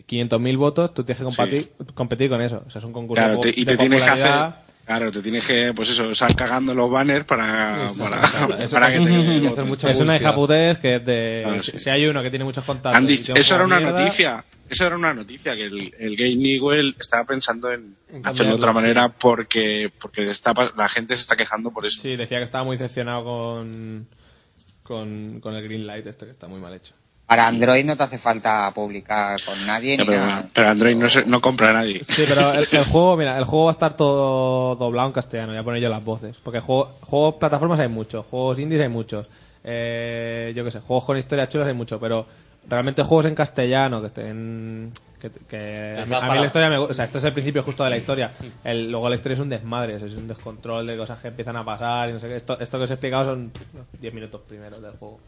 500.000 votos, tú tienes que competir, competir con eso. O sea, es un concurso
Claro,
de
te- y
de
te tienes que
popularidad.
hacer. Claro, te tienes que, pues eso, estar cagando los banners para,
Exacto.
para, (laughs)
Eso-
para que te
eso- es una hija putez que es de.
Claro,
si-
sí.
Si hay uno que tiene muchos contactos.
Han
y
dicho-
tiene un
eso era
juego
una
de mierda,
noticia. Eso era una noticia que el, el Gay Newell estaba pensando en,
En
hacerlo de otra
cambiarlo,
manera
sí.
porque porque está, pa- la gente se está quejando por eso.
Sí, decía que estaba muy decepcionado con, con, con el green light, este que está muy mal hecho.
Para Android no te hace falta publicar con nadie
Ya,
ni
pero,
nada.
pero Android no, se- no compra a nadie.
Sí, pero el, el juego, mira, el juego va a estar todo doblado en castellano, voy a poner yo las voces. Porque juego- juegos plataformas hay muchos, juegos indies hay muchos, eh, yo qué sé, juegos con historias chulas hay muchos, pero realmente juegos en castellano que estén... Que, que a, mí,
Está
a mí
para-
la historia me gu- O sea, esto es el principio justo de la historia. El- luego la historia es un desmadre, es un descontrol de cosas que empiezan a pasar y no sé qué. Esto, esto que os he explicado son pff, 10 minutos primeros del juego.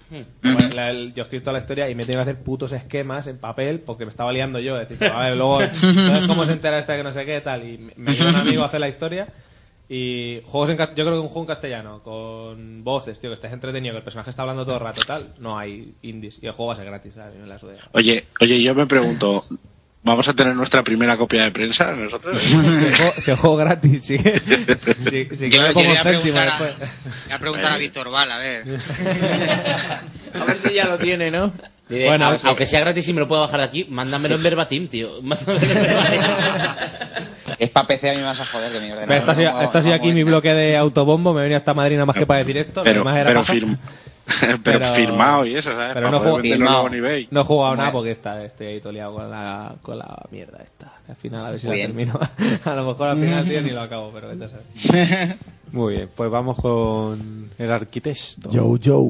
Bueno, la- el- yo he escrito la historia y me he tenido que hacer putos esquemas en papel porque me estaba liando yo. Es decir, pero, a ver, luego, entonces, ¿cómo se entera esta que no sé qué tal? Y me, me ayudó un amigo a hacer la historia. Y juegos en cas- yo creo que un juego en castellano, con voces, tío, que estés entretenido, que el personaje está hablando todo el rato, tal. No hay indies. Y el juego va a ser gratis, ¿sabes? A mí me la suda.
(laughs) Oye, oye, yo me pregunto, ¿vamos a tener nuestra primera copia de prensa
(laughs)
nosotros?
si, el juego, si el juego
(laughs)
gratis, sí. que- sí, sí que
Yo-
me
yo
pongo
le voy a
céntimo
preguntar a-
después.
Voy a preguntar a Víctor Val, a
(laughs)
ver.
A ver si ya lo tiene, ¿no?
Bueno,
bueno,
sí.
aunque sea gratis y me lo pueda bajar de aquí, mándamelo en verbatim, tío. (laughs) Mándamelo en
Es para PC, a mí me vas a joder que mi ordenador.
Pero esto ha sido,
no-
esto ha
no-
sido aquí mi bloque de autobombo, me he venido hasta Madrid nada más que para decir esto. lo
Pero,
demás era
pero,
paja. (laughs)
firm- (laughs) pero firmado y eso, ¿sabes?
Pero
Para
no,
poder
juego-
venderlo luego en eBay.
no he jugado
Bueno.
nada porque está, estoy ahí toleado con la, con la mierda esta. Al final, a ver si
Muy
la
bien.
termino. (laughs) a lo mejor al final, tío, ni lo acabo, pero vete a saber.
Muy bien, pues vamos con el arquitecto.
Yo, yo.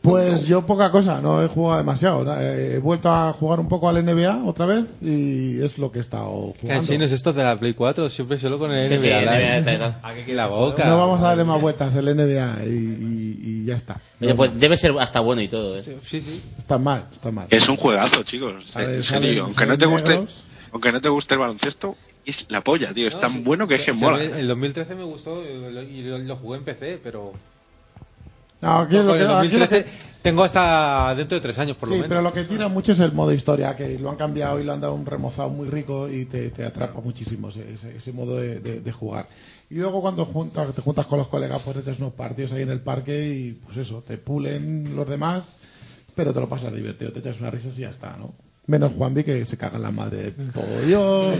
Pues yo poca cosa, no he jugado demasiado. Eh, He vuelto a jugar un poco al NBA otra vez y es lo que he estado jugando.
Cansinos estos de la Play 4, siempre solo con el
Sí, sí,
NBA
NBA
Live.
está, está.
Aquí que la boca.
No vamos a darle más vueltas el NBA y, y- y ya está.
Oye, pues debe ser hasta bueno y todo, ¿eh?
Sí, sí.
Está mal, está mal.
Es un juegazo, chicos.
Sale-
en
sale-
serio, aunque
sale
no te guste,
negros.
aunque no te guste el baloncesto, es la polla, tío. Es
No,
tan
sí,
bueno que es
se-
que
se
mola.
ve- El 2013 me gustó eh, lo- y lo, lo jugué en PC, pero.
No, aquí es lo
Ojo,
que-
el
aquí es lo que-
2013 tengo hasta dentro de tres años, por
sí,
lo menos.
pero lo que tira mucho es el modo historia, que lo han cambiado y le han dado un remozado muy rico y te, te atrapa muchísimo ese, ese- ese modo de, de- de jugar. Y luego cuando juntas, te juntas con los colegas, pues te echas unos partidos ahí en el parque y pues eso, te pulen los demás, pero te lo pasas divertido, te echas unas risas y ya está, ¿no? Menos Juanvi que se caga en la madre de todo Dios.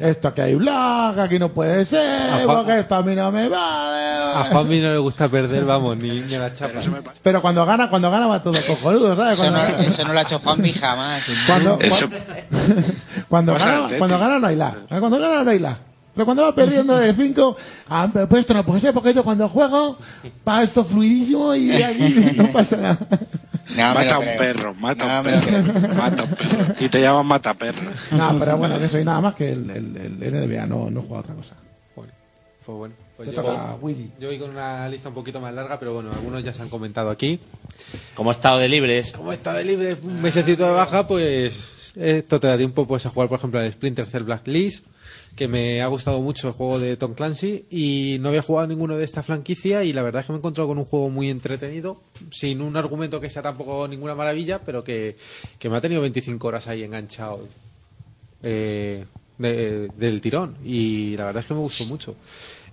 Esto aquí hay black, aquí no puede ser,
Juan-
porque esto a mí no me vale.
A Juanmi no le gusta perder, vamos, ni, ni a la chapa.
Pero cuando gana, cuando gana va todo cojonudo, ¿sabes?
Eso
Cuando-
(laughs)
no, eso no lo ha hecho Juanpi jamás.
Cuando,
Eso-
Pues
cuando,
Pasa
gana,
el Celtic.
cuando gana no hay lag. ¿eh? Cuando gana no hay lag. Pero cuando va perdiendo de 5, ah, pero pues esto no puede ser, porque yo cuando juego va esto fluidísimo y aquí no pasa nada.
mata
me lo
a un
creo.
perro, mata a un perro, (laughs) mata a un perro. Y te llaman mata perro.
No, pero bueno, que soy nada más que el, el, el NBA, no, no juega otra cosa.
Pues bueno, pues
Te
yo,
toca, Willy.
yo voy con una lista un poquito más larga, pero bueno, algunos ya se han comentado aquí.
Como ha estado de libres.
Como he estado de libres un mesecito de baja, pues esto te da tiempo pues, a jugar, por ejemplo, al Splinter Cell Blacklist, que me ha gustado mucho el juego de Tom Clancy, y no había jugado ninguno de esta franquicia, y la verdad es que me he encontrado con un juego muy entretenido, sin un argumento que sea tampoco ninguna maravilla, pero que, que me ha tenido 25 horas ahí enganchado eh, de- del tirón, y la verdad es que me gustó mucho.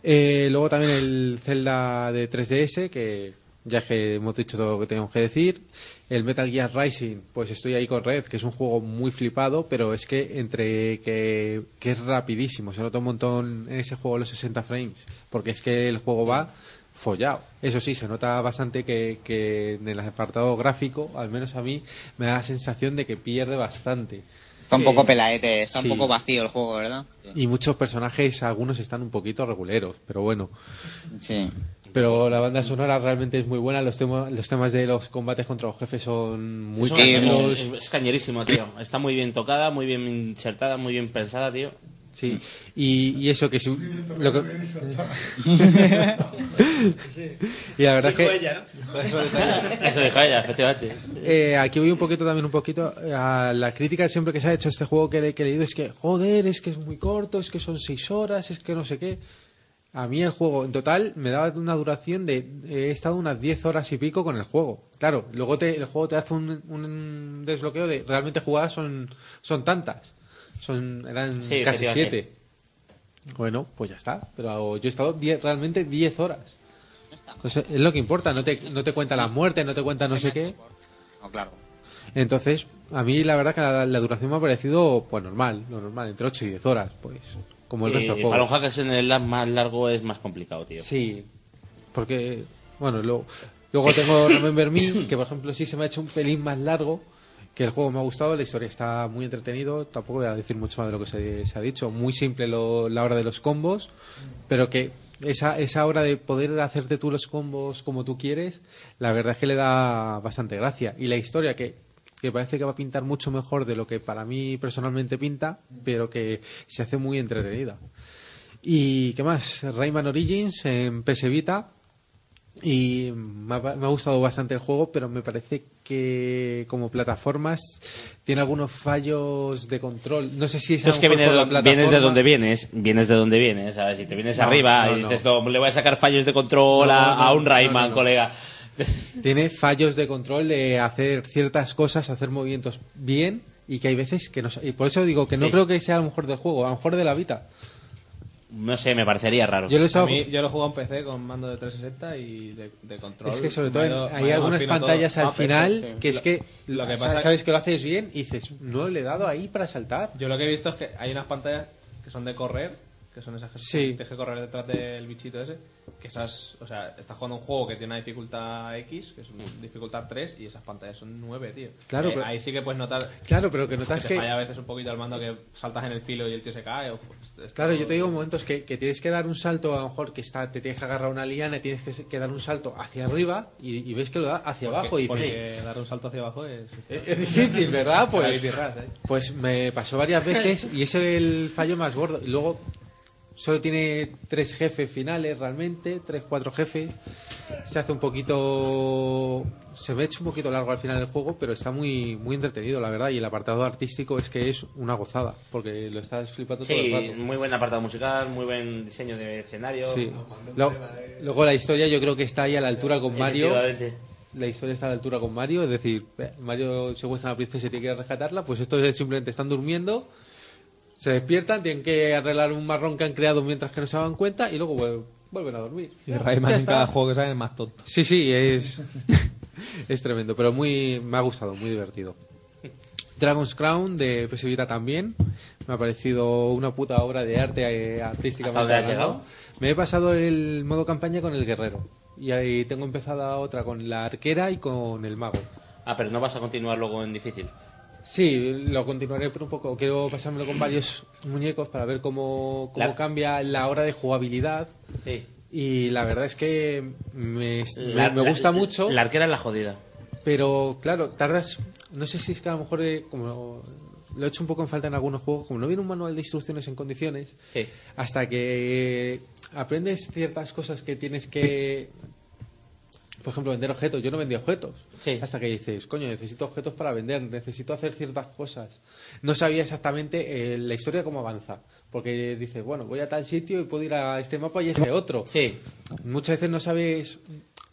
Eh, luego también el Zelda de 3DS, que ya que hemos dicho todo lo que tenemos que decir. El Metal Gear Rising, pues estoy ahí con Red, que es un juego muy flipado, pero es que entre que, que es rapidísimo, se nota un montón en ese juego los 60 frames, porque es que el juego va follado. Eso sí, se nota bastante que, que en el apartado gráfico, al menos a mí, me da la sensación de que pierde bastante.
Está un poco
Eh,
pelaete, está
sí.
un poco vacío el juego, ¿verdad?
Y muchos personajes, algunos están un poquito reguleros, pero bueno.
Sí.
Pero la banda sonora realmente es muy buena. Los, temas los temas de los combates contra los jefes son muy
es, una-
cañeros.
es- es- es cañerísimo, tío. Está muy bien tocada, muy bien insertada, muy bien pensada, tío.
Sí. Y, y eso que si- lo
(laughs)
que- (laughs) y la verdad es que
Eso dijo ella. Eso dijo ella, efectivamente.
Eh, aquí voy un poquito también un poquito eh, a la crítica siempre que se ha hecho a este juego que, le- que he leído es que joder es que es muy corto es que son seis horas es que no sé qué a mí el juego en total me daba una duración de he estado unas 10 horas y pico con el juego claro luego te, el juego te hace un, un desbloqueo de realmente jugadas son son tantas son eran
Sí,
casi
efectivamente.
siete bueno pues ya está pero yo he estado diez- realmente 10 horas Entonces, es lo que importa no te no te cuenta las muertes no te cuenta no sé qué
No, claro.
entonces, a mí la verdad que la, la duración me ha parecido pues normal, lo normal, entre 8 y 10 horas, pues como el
Y
resto del
Para un
juego.
hackers en el lab más largo es más complicado, tío.
Sí, porque bueno, luego, luego tengo (coughs) Remember Me, que por ejemplo sí se me ha hecho un pelín más largo, que el juego me ha gustado, la historia está muy entretenido, tampoco voy a decir mucho más de lo que se, se ha dicho, muy simple lo- la hora de los combos, pero que esa, esa hora de poder hacerte tú los combos como tú quieres, la verdad es que le da bastante gracia. Y la historia que, que parece que va a pintar mucho mejor de lo que para mí personalmente pinta, pero que se hace muy entretenida. ¿Y qué más? Rayman Origins en PS Vita. Y me ha, me ha gustado bastante el juego, pero me parece que como plataformas tiene algunos fallos de control. No sé si es
Tú es que
a lo
vienes,
mejor
de donde-
por la
vienes de
plataforma.
donde vienes, vienes de donde vienes, ¿sabes? Si te vienes
No,
arriba
no,
y
no.
dices, no, le voy a sacar fallos de control
No,
a,
no,
a un
no,
Rayman,
no, no.
colega.
Tiene fallos de control de hacer ciertas cosas, hacer movimientos bien y que hay veces que no... sa- Y por eso digo que no
Sí.
creo que sea a lo mejor del juego, a lo mejor de la Vita.
No sé, me parecería raro.
Yo lo he
A
estado-
mí, yo lo juego en PC con mando de 360 y de, de control.
Es que sobre
Me
todo
ha
en-
ido- me
hay
ha ido
algunas
fino todo.
pantallas al
Ah, perfecto,
final
sí.
que es
Lo-
que,
lo que
sa-
pasa
sabes que lo haces bien y dices, no le he dado ahí para saltar.
Yo lo que he visto es que hay unas pantallas que son de correr, que son esas que
Sí.
tienes que correr detrás del bichito ese, que esas, o sea, estás jugando un juego que tiene una dificultad X, que es una
Mm.
dificultad 3, y esas pantallas son 9, tío.
Claro,
Eh,
pero-
ahí sí que puedes notar.
Claro, pero que
uf,
notas
Pues te
que-
falla a veces un poquito el mando que saltas en el filo y el tío se cae. uf, esto- esto-
Claro, yo te digo momentos que, que tienes que dar un salto, a lo mejor que está, te tienes que agarrar una liana y tienes que, que dar un salto hacia arriba y, y ves que lo da hacia
Porque-
abajo y dices,
Porque dar un salto hacia abajo es. este,
Es, es difícil, ¿verdad?
(laughs) Ahí
Pues,
tierras, ¿eh?
pues me pasó varias veces y ese es el fallo más gordo. Y Luego solo tiene tres jefes finales realmente, tres, cuatro jefes. Se hace un poquito... Se me ha hecho un poquito largo al final el juego, pero está muy, muy entretenido, la verdad. Y el apartado artístico es que es una gozada, porque lo estás flipando todo el
Sí,
rato.
muy buen apartado musical, muy buen diseño de escenario.
Sí. Lo- luego la historia yo creo que está ahí a la altura con Mario.
Efectivamente.
La historia está a la altura con Mario, es decir, eh, Mario secuestra a la princesa y tiene que rescatarla, pues esto es simplemente están durmiendo, se despiertan, tienen que arreglar un marrón que han creado mientras que no se daban cuenta y luego vuel- vuelven a dormir.
Y
Ya,
Rayman
ya
en
está.
cada juego que sale es más tonto.
Sí, sí, es, (laughs) es tremendo, pero muy me ha gustado, muy divertido. Dragon's Crown de PS Vita también. Me ha parecido una puta obra de arte eh, artísticamente.
¿Hasta dónde has
hablando.
llegado?
Me he pasado el modo campaña con el guerrero. Y ahí tengo empezada otra con la arquera y con el mago.
Ah, pero no vas a continuar luego en difícil.
Sí, lo continuaré por un poco. Quiero pasármelo con varios muñecos para ver cómo, cómo
La-
cambia la hora de jugabilidad.
Sí.
Y la verdad es que me,
La-
me- me gusta
la-
mucho.
la arquera es la jodida.
Pero claro, tardas. No sé si es que a lo mejor eh, como lo he hecho un poco en falta en algunos juegos, como no viene un manual de instrucciones en condiciones,
Sí.
hasta que aprendes ciertas cosas que tienes que. Por ejemplo, vender objetos. Yo no vendía objetos. Hasta que dices, coño, necesito objetos para vender, necesito hacer ciertas cosas. No sabía exactamente eh, la historia cómo avanza. Porque dices, bueno, voy a tal sitio y puedo ir a este mapa y a este otro.
Sí.
Muchas veces no sabes,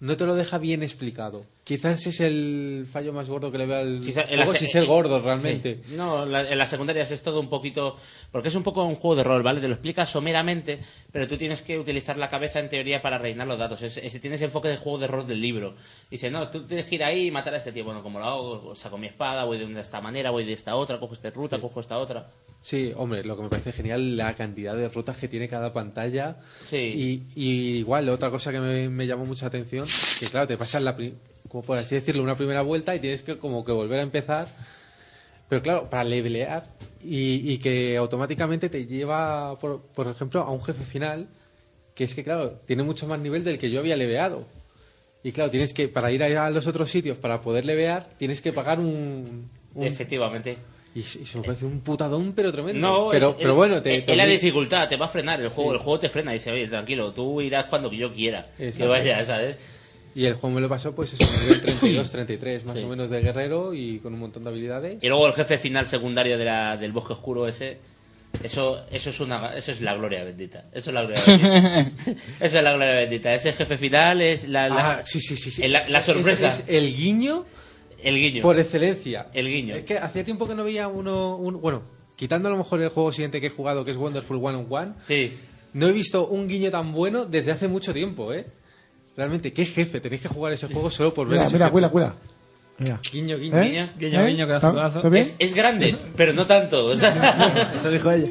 no te lo deja bien explicado. Quizás es el fallo más gordo que le veo al
Quizá en la
juego,
se-
si es el
eh,
gordo realmente.
sí. No, la- en las secundarias es todo un poquito. Porque es un poco un juego de rol, ¿vale? Te lo explicas someramente, pero tú tienes que utilizar la cabeza en teoría para reinar los datos. Es, es- tienes enfoque de juego de rol del libro. Dice, no, tú tienes que ir ahí y matar a este tío. Bueno, como lo hago, saco mi espada, voy de una- de esta manera, voy de esta otra, cojo esta ruta, cojo esta otra.
Sí, hombre, lo que me parece genial la cantidad de rutas que tiene cada pantalla.
Sí.
Y, y igual, otra cosa que me, me llamó mucha atención, que claro, te pasas la, pri- como por así decirlo, una primera vuelta y tienes que como que volver a empezar. Pero claro, para levelear y, y que automáticamente te lleva, por, por ejemplo, a un jefe final, que es que claro, tiene mucho más nivel del que yo había leveado. Y claro, tienes que, para ir a a los otros sitios, para poder levear, tienes que pagar un... un-
Efectivamente.
y, se- y se me parece un putadón, pero tremendo.
No,
pero,
es,
pero bueno, te,
es,
te
es la
obli-
dificultad, te va a frenar el juego,
Sí.
el juego te frena, dice, oye, tranquilo, tú irás cuando yo quiera, que
Exacto.
vayas, ¿sabes?
Y el juego me lo pasó, pues, es un
(laughs)
nivel 32, 33, más
Sí.
o menos de guerrero y con un montón de habilidades.
Y luego el jefe final secundario de la- del bosque oscuro ese, eso, eso es una, eso es la gloria bendita, eso es la gloria bendita,
(laughs)
eso es la gloria bendita, ese jefe final es la, la-
Ah, sí, sí, sí, sí.
es la, la
Es-
sorpresa,
es el guiño,
el guiño,
por excelencia.
el guiño,
Es que hacía tiempo que no veía uno, un- bueno, quitando a lo mejor el juego siguiente que he jugado, que es Wonderful One on One,
sí,
no he visto un guiño tan bueno desde hace mucho tiempo, ¿eh? Realmente, qué jefe, tenéis que jugar ese juego solo por ver
Mira,
ese
mira,
jefe.
cuida, cuida. Mira.
Guiño, guiño.
¿Eh? ¿Eh? ¿Ah? ¿Está bien?
es, es grande, pero no tanto, o sea,
¿Eh? (laughs) Eso
(laughs)
dijo ella.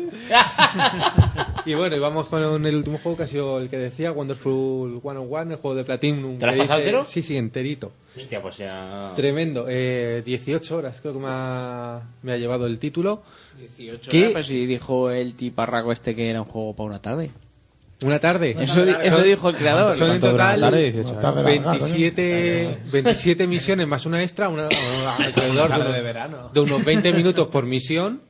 y bueno, y vamos con el último juego que ha sido el que decía, Wonderful 101, el juego de Platinum.
¿Te lo has
que
pasado
dice-
entero?
Sí, sí, enterito.
hostia, pues ya,
Tremendo. Eh, 18 horas creo que me ha, me ha llevado el título.
18
¿Qué?
horas,
pues
pero si dijo el tiparraco este que era un juego para una tarde.
Una tarde.
Eso di- eso dijo el creador.
Son en
¿Cuánto dura
total
una tarde? 18 horas. Una tarde larga,
27, 27 misiones más una extra, una,
(laughs)
alrededor de,
tarde
unos-
de verano.
de unos 20 minutos por misión.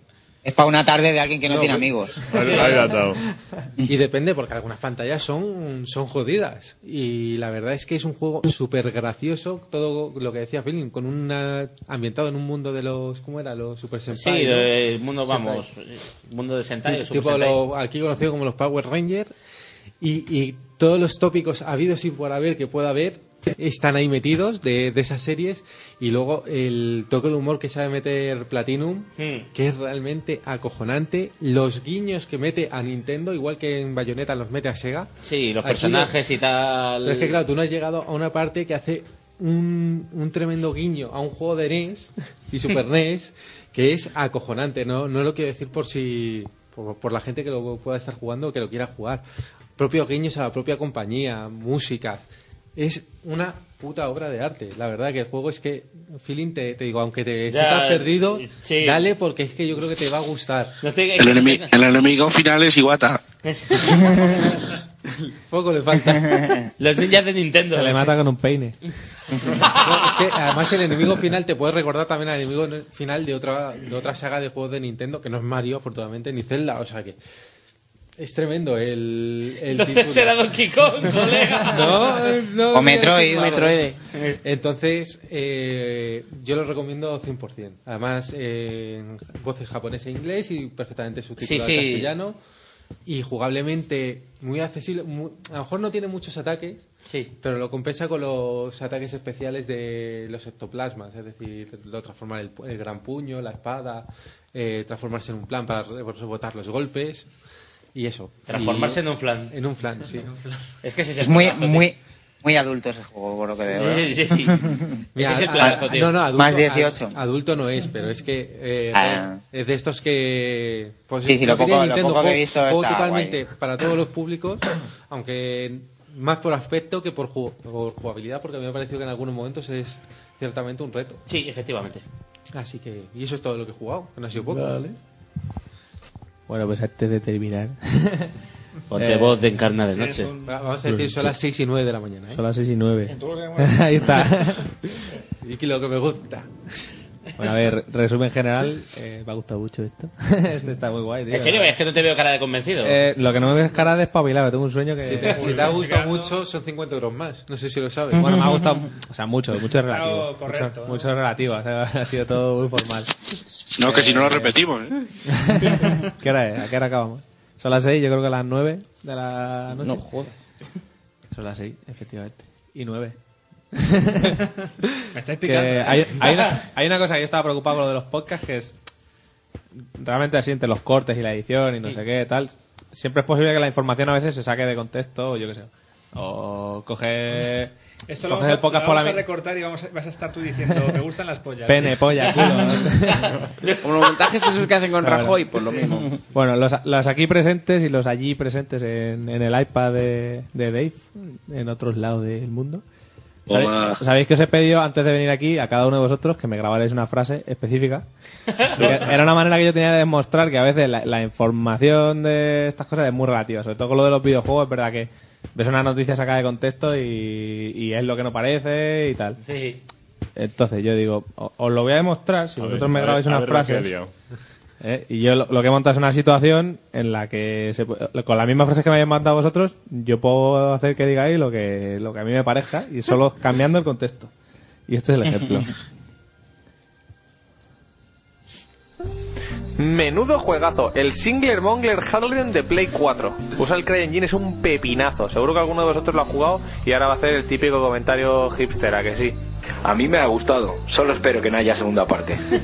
Es para una tarde de alguien que no,
No,
tiene
pues-
amigos.
(laughs) Y depende, porque algunas pantallas son, son jodidas. Y la verdad es que es un juego súper gracioso, todo lo que decía Philip, con una ambientado en un mundo de los, ¿cómo era? Los super
sí, eh,
senpai. ¿no?
el mundo,
Senpai.
vamos, eh, mundo de Sentai,
Ti-
Super
tipo
Sentai.
(laughs) lo- aquí conocido como los Power Rangers y, y todos los tópicos habidos y por haber que pueda haber están ahí metidos de, de esas series y luego el toque de humor que sabe meter Platinum
Hmm.
que es realmente acojonante los guiños que mete a Nintendo igual que en Bayonetta los mete a Sega
sí, los
Aquí
personajes y tal,
pero es que claro, tú no has llegado a una parte que hace un, un tremendo guiño a un juego de NES (laughs) y Super NES que es acojonante. No, no lo quiero decir por si por, por la gente que lo pueda estar jugando o que lo quiera jugar. propios guiños a la propia compañía, músicas. Es una puta obra de arte. La verdad que el juego es que, feeling, te, te digo, aunque te
Ya,
sientas perdido,
sí.
dale porque es que yo creo que te va a gustar.
(laughs) El, enemi- el enemigo final es Iwata.
Poco le
(laughs)
falta.
(laughs) Los ninjas de Nintendo.
Se le mata con un
(laughs)
peine.
No, es que además el enemigo final te puede recordar también al enemigo final de otra, de otra saga de juegos de Nintendo, que no es Mario, afortunadamente, ni Zelda. O sea que. Es tremendo el.
(laughs)
el
Entonces
título.
será Donkey
(laughs)
Kong, colega.
No, eh, no.
O Metroid.
no, no.
Metroid.
Entonces, eh, yo lo recomiendo 100%. Además, eh, en voces japonés e inglés y perfectamente subtitulado
Sí,
al
sí.
castellano. Y jugablemente muy accesible. mu- a lo mejor no tiene muchos ataques, pero lo compensa con los ataques especiales de los ectoplasmas. Es decir, lo transformar el, pu- el gran puño, la espada, eh, transformarse en un plan para re- rebotar los golpes. Y eso.
Transformarse
Y-
en un flan.
En un flan, sí.
Es que ese es el
Es muy,
planazo, tío.
muy, muy adulto ese juego, por lo que veo. ¿eh? (laughs)
Sí, sí, sí.
Mira,
Ese es el
a-
planazo,
a-
tío.
No, no, adulto,
Más 18.
a- adulto no es, pero es que eh,
Ah.
es de estos que. Pues,
Sí, sí, lo
que
poco-
tiene
lo
Nintendo,
poco que he
juego-
visto
juego
está
totalmente para todos los públicos, (coughs) aunque más por aspecto que por, ju- por jugabilidad, porque a mí me ha parecido que en algunos momentos es ciertamente un reto.
Sí, efectivamente.
Así que, y eso es todo lo que he jugado, que no ha sido poco.
Bueno, pues antes
(laughs)
de terminar. Eh,
Ponte voz de Encarna de Sí, Noche.
Va- Vamos a decir, son las 6 y 9 de la mañana. ¿eh?
Son las 6 y 9.
En todo lo que mueve.
(laughs) Ahí está.
(laughs) y que lo que me gusta.
Bueno, a ver, resumen general. eh, me ha gustado mucho esto. (laughs) Este está muy guay, tío.
En serio, es que no te veo cara de convencido.
Eh, lo que no me ves cara de despabilado, tengo un sueño que...
Si te, si te ha gustado mucho, son 50 euros más. No sé si lo sabes.
Bueno, me ha gustado, o sea, mucho, mucho es relativo.
Claro, correcto,
mucho, mucho es relativo, o sea, (laughs) ha sido todo muy formal.
No, que si no lo
Eh,
repetimos. ¿eh?
(laughs) ¿Qué hora es? ¿A qué hora acabamos? Son las 6, yo creo que a las 9 de la noche.
No jodas.
Son las 6, efectivamente. Y 9.
Me estáis picando, ¿eh?
Hay,
(laughs)
hay una, hay una cosa que yo estaba preocupado con lo de los podcasts, que es... Realmente así entre los cortes y la edición y no
Sí.
sé qué, tal... Siempre es posible que la información a veces se saque de contexto o yo qué sé. O coge...
Eh, Esto lo vamos,
coges
a,
el podcast
lo
por la
vamos a
mi-
recortar y vamos a- vas a estar tú diciendo, me gustan las pollas.
Pene,
(laughs)
polla, culo, no sé.
Como los montajes esos que hacen con
La verdad.
Rajoy, pues lo mismo.
(laughs) Bueno, los, los aquí presentes y los allí presentes en, en el iPad de, de Dave, en otros lados del mundo. ¿Sabéis,
Toma.
sabéis que os he pedido antes de venir aquí a cada uno de vosotros que me grabarais una frase específica? Porque Era una manera que yo tenía de demostrar que a veces la, la información de estas cosas es muy relativa, sobre todo con lo de los videojuegos, es verdad que ves una noticia sacada de contexto y, y es lo que no parece y tal.
Sí.
Entonces yo digo, o- os lo voy a demostrar si
A
vosotros
ver,
me
a
grabáis
ver, a
unas
ver la que he
frases.
liado.
¿eh? Y yo lo, lo que he montado es una situación en la que se pu- con las mismas frases que me habéis mandado vosotros, yo puedo hacer que digáis lo que, lo que a mí me parezca y solo cambiando el contexto. Y este es el ejemplo.
Menudo juegazo, el Singler Mongler Harlem de Play 4. Usa el CryEngine es un pepinazo. Seguro que alguno de vosotros lo ha jugado y ahora va a hacer el típico comentario hipster, ¿a que sí? A mí me ha gustado, solo espero que no haya segunda parte. (laughs)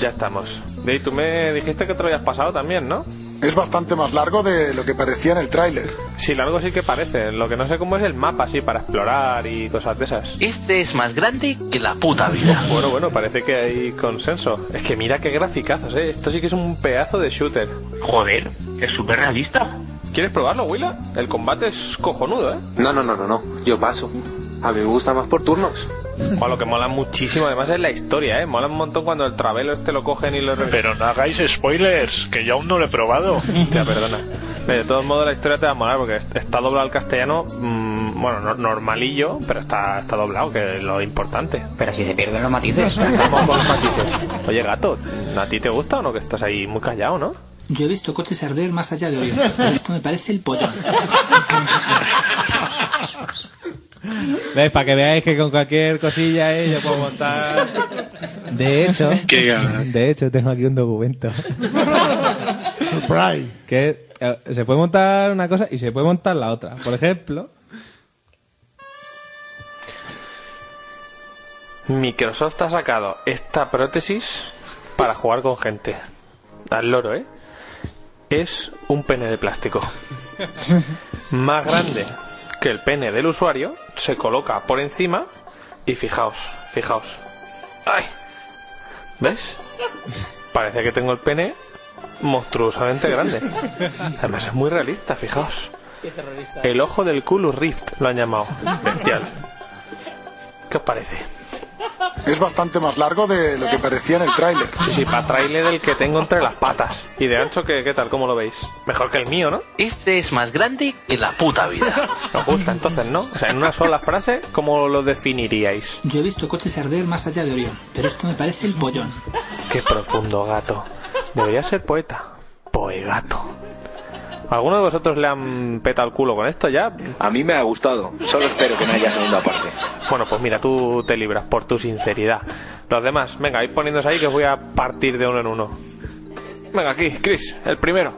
ya estamos. Dey, tú me dijiste que te lo habías pasado también, ¿no?
Es bastante más largo de lo que parecía en el tráiler.
Sí, largo sí que parece. Lo que no sé cómo es el mapa así para explorar y cosas de esas.
Este es más grande que la puta vida.
Bueno, bueno, parece que hay consenso. Es que mira qué graficazos, ¿eh? Esto sí que es un pedazo de shooter. Joder, es súper realista. ¿Quieres probarlo, Willa? El combate es cojonudo, ¿eh?
No, no, no, no, no. Yo paso. A mí me gusta más por turnos.
Buah, lo que mola muchísimo además es la historia, ¿eh? Mola un montón cuando el travelo este lo cogen y lo... Pero no hagáis spoilers, que yo aún no lo he probado. (laughs) Ya, perdona. De todos modos la historia te va a molar porque est- está doblado al castellano, mm, bueno, no- normalillo, pero está, está doblado, que es lo importante. Pero si se pierden los matices. (laughs) Estamos con los matices. Oye, gato, ¿a ti te gusta o no que estás ahí muy callado, no?
Yo he visto coches arder más allá de hoy. (laughs) Pero esto me parece el pollón.
¿Veis? Para que veáis que con cualquier cosilla eh, yo puedo montar. De hecho,
(laughs) Qué gana.
de hecho tengo aquí un documento. Surprise. Que eh, se puede montar una cosa y se puede montar la otra. Por ejemplo,
Microsoft ha sacado esta prótesis para jugar con gente. Al loro, ¿eh? Es un pene de plástico. Más
(laughs)
grande que el pene del usuario, se coloca por encima y fijaos, fijaos. ¡Ay! ¿Ves? Parece que tengo el pene monstruosamente grande. Además es muy realista, fijaos.
Qué terrorista.
El ojo del Culus Rift lo han llamado. Bestial. ¿Qué os parece?
Es bastante más largo de lo que parecía en el tráiler.
Sí, sí, para trailer el que tengo entre las patas. Y de ancho, ¿qué, qué tal? ¿Cómo lo veis? Mejor que el mío, ¿no?
Este es más grande que la puta vida.
Nos gusta entonces, ¿no? O sea, en una sola frase, ¿cómo lo definiríais?
Yo he visto coches arder más allá de Orión, pero esto me parece el pollón.
Qué profundo gato. Debería ser poeta. Poegato. ¿Alguno de vosotros le han petado el culo con esto ya?
A mí me ha gustado. Solo espero que no haya segunda parte.
Bueno, pues mira, tú te libras por tu sinceridad. Los demás, venga, ir poniéndose ahí que os voy a partir de uno en uno. Venga, aquí, Chris, el primero.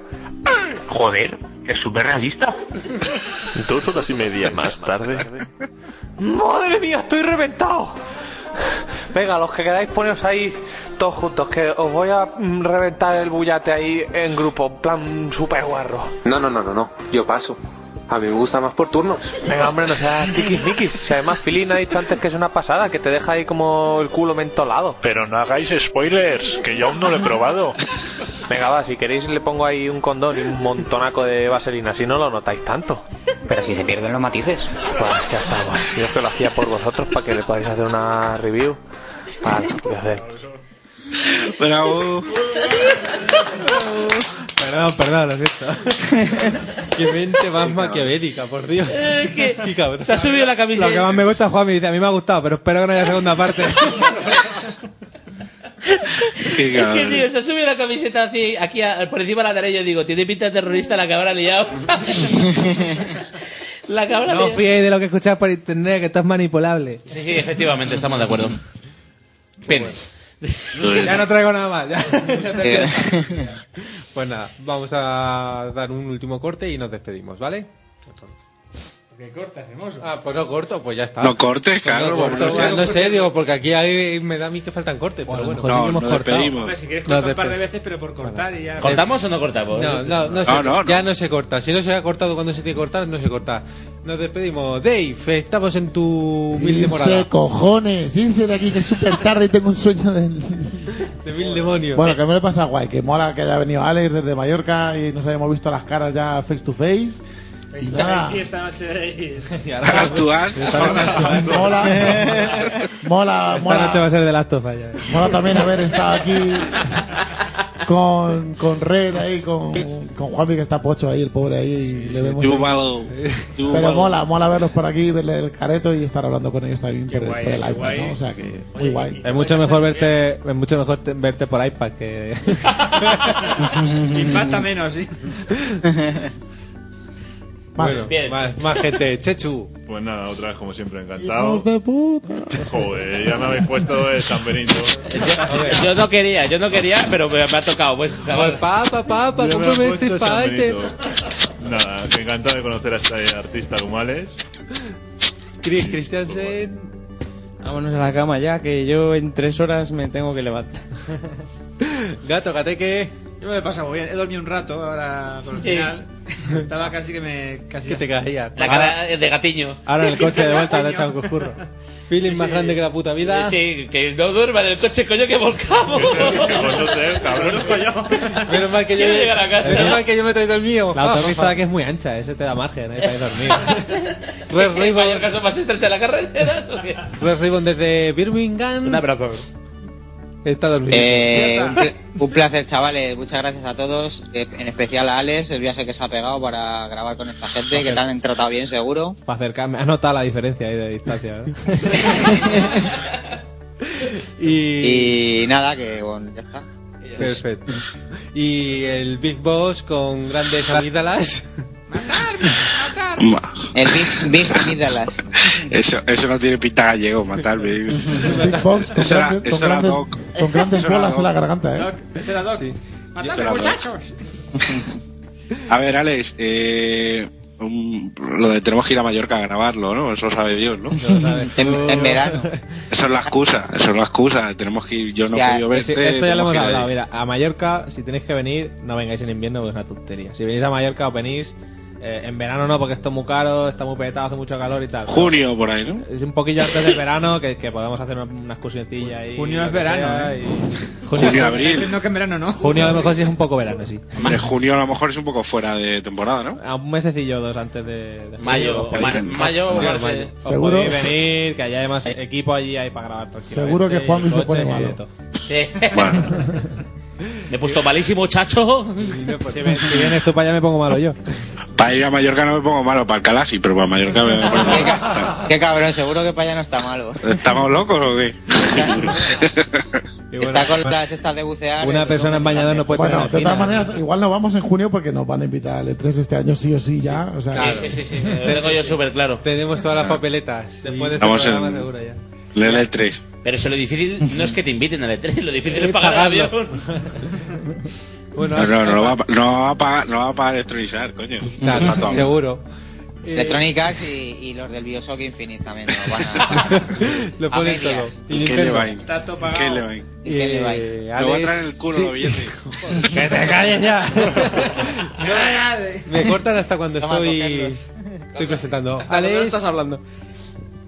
Joder, es súper realista.
Dos horas y media más tarde.
(laughs)
¡Madre mía, estoy reventado! Venga, los que quedáis, poneos ahí todos juntos, que os voy a mm, reventar el bullate ahí en grupo, en plan super guarro.
No, no, no, no, no. Yo paso. A mí me gusta más por turnos.
Venga, hombre, no seas chiquismiquis. Si además Filín ha dicho antes que es una pasada, que te deja ahí como el culo mentolado.
Pero no hagáis spoilers, que yo aún no lo he probado.
Venga, va, si queréis le pongo ahí un condón y un montonaco de vaselina, si no lo notáis tanto.
Pero si se pierden los matices.
Pues ya estamos. Yo es que lo hacía por vosotros para que le podáis hacer una review. Para que hacer.
Bravo.
Perdón, perdón, lo siento. (laughs) Qué mente más maquiavélica, por (laughs) Dios.
Es que
Qué cabrón.
se ha subido la camiseta.
Lo que (laughs) más me gusta es Juan me dice, a mí me ha gustado, pero espero que no haya segunda parte.
Qué
Es que, tío, se sube la camiseta así, aquí a- por encima de la derecha y digo, tiene pinta de terrorista la que habrá
(laughs)
liado. (laughs) la que habrá
No os
liado.
fiéis de lo que escucháis por internet, que esto es manipulable.
Sí, sí, efectivamente, estamos de acuerdo. Pene.
Ya no traigo nada más. (laughs) ya- ya te
Eh.
quedas. pues nada, vamos a dar un último corte y nos despedimos, ¿vale?
(laughs) Que cortas, hermoso.
Ah, pues no corto, pues ya está.
No cortes,
Pues
claro,
No, corto,
bueno,
pues
sí.
no sé, digo, porque aquí hay- me da a mí que faltan cortes, pero
mejor
bueno.
sí que No, hemos nos cortado. despedimos.
Hombre, si quieres
Nos
cortar un par de
despedimos.
veces, pero por cortar y ya.
¿Cortamos o no cortamos?
No, no, no, se-
No, no, no.
ya no se corta. Si no se ha cortado cuando se tiene que cortar, no se corta. Nos despedimos. Dave, estamos en tu humilde morada.
Irse, cojones, irse de aquí que es súper tarde y tengo un sueño del...
De mil demonios.
Bueno, que me lo pasa guay, que mola que haya venido Alex desde Mallorca y nos hayamos visto las caras ya face to face. Y nada,
(laughs) Y esta noche.
(laughs)
¿eh?
(laughs)
mola, mola,
Esta
mola,
noche va a ser de las tofas ya.
mola también haber estado aquí con, con Red ahí, con, con Juanmi que está pocho ahí, el pobre ahí. y le vemos ahí.
(laughs)
Túbalo.
Pero mola, mola verlos por aquí, verle el careto y estar hablando con ellos también por, el-
guay,
por el
qué
iPad,
guay.
¿no? O sea que muy guay.
Es mucho mejor verte, es mucho mejor te- verte por iPad que.
(laughs)
Impacta menos, sí.
Bueno, más, más gente. Chechu.
Pues nada, otra vez como siempre, encantado.
Hijos de puta.
Joder, ya me habéis puesto el San Benito.
Yo no quería, yo no quería, pero me, me ha tocado. Pues, chaval. Eh,
Papá, papá,
Yo me he
cómprame este
puesto San
paquete.
Benito. Nada, que encantado de conocer a este artista como Alex.
Chris Christiansen.
Vámonos a la cama ya, que yo en tres horas me tengo que levantar.
(laughs) Gato, cateque.
Yo me lo he pasado muy bien. He dormido un rato ahora por el
Sí.
final. Estaba casi que me. Casi
Que te caía.
La cara de gatiño.
Ahora en el coche de
(laughs)
vuelta le he echado un curro. Feeling más grande que la puta vida.
Sí, que no duerma en el coche, coño, que volcamos. (laughs)
Menos mal que yo,
Quiero llegar a casa.
menos mal que yo me
(laughs)
he traído el mío.
La autopista
Ah,
de aquí es muy ancha, ese te da margen, ahí para ir dormido.
Red
¿En
Ribbon,
mayor caso más estrecha la carretera? ¿o qué?
Red Ribbon desde Birmingham. Un abrazo. Está dormido.
Eh, un, pl- un placer, chavales. Muchas gracias a todos. eh, En especial a Alex, el viaje que se ha pegado para grabar con esta gente, que te han tratado bien, seguro.
(laughs) Para acercarme, has notado la diferencia ahí de distancia, ¿eh? ¿verdad?
Y, nada, que bueno, ya está.
Perfecto. Y el Big Boss con grandes amígdalas.
El Big, big Amígdalas.
(laughs) Eso, eso no tiene pinta gallego,
(laughs)
matarme.
Big Box con,
Eso era-
grandes-
eso
con
era
grandes,
Doc.
con grandes
Eso era
bolas en la
Doc.
garganta, ¿eh?
Ese era Doc. Matadme,
Yo se la
muchachos.
A ver, Alex, eh, un- lo de tenemos que ir a Mallorca a grabarlo, ¿no? Eso lo sabe Dios, ¿no?
(laughs) En, en verano.
Eso es la excusa, eso es la excusa. Tenemos que ir, yo no he podido
Sí,
verte.
esto ya lo hemos
tenemos que ir
hablado.
ahí.
Mira, a Mallorca, si tenéis que venir, no vengáis en invierno porque es una tontería. Si venís a Mallorca, os venís
Eh, en verano no, porque esto es muy caro, está muy petado, hace mucho calor y tal.
Junio, por ahí, ¿no?
Es un poquillo antes del verano que, que podemos hacer una, una excursioncilla ahí.
Junio
lo
es
que
verano,
sea,
¿eh?
y-
Junio, abril.
No, que en verano no.
Junio a lo mejor sí es un poco verano, sí.
Hombre, junio a lo mejor es un poco fuera de temporada, ¿no?
A un mesecillo o dos antes de... de
Mayo,
junio,
ma- mayo, marzo.
Os
Seguro-
podéis venir, que allá además equipo allí hay para grabar tranquilamente,
Seguro que Juanmi
y
se pone
coches y
malo.
de todo.
Sí. (laughs) Me he puesto malísimo, chacho.
Si, ven- si vienes tú para allá me pongo malo yo.
(laughs) Para ir a Mallorca no me pongo malo, para Alcalá sí, pero para Mallorca me pongo malo.
Qué cabrón, seguro que para allá no está malo.
¿Estamos locos o qué?
está con las estas de bucear.
Una persona en bañador no puede
Bueno,
tener
de todas
vagina.
maneras, igual no vamos en junio porque nos van a invitar al E3 este año sí o sí ya. O sea,
Sí, sí, sí, sí. Lo tengo yo súper claro.
Tenemos todas las papeletas. Después
de este Vamos programa, en- seguro
ya.
Lele el 3.
Pero si lo difícil no es que te inviten al E3, lo difícil es
Es
pagar el
pagarlo.
avión.
No, no,
eh,
no lo va, a pa- no va a pagar, no va a pagar electronizar, coño. Tanto amor.
seguro. eh,
Electronic Arts eh, y, y los del Bioshock Infinite también.
(laughs)
lo van a- A
Lo ponen todo.
medias.
Y
¿Qué
Nintendo.
le va ahí?
Tanto
¿Qué le va ahí?
Y,
¿Qué le va ahí?
Me
eh,
voy a
Alex,
traer el culo
sí.
los billetes.
(laughs) que te
(laughs)
calles ya. Me cortan hasta cuando
Toma,
estoy,
cogerlos.
estoy presentando.
Hasta cuando
Alex,
no estás hablando.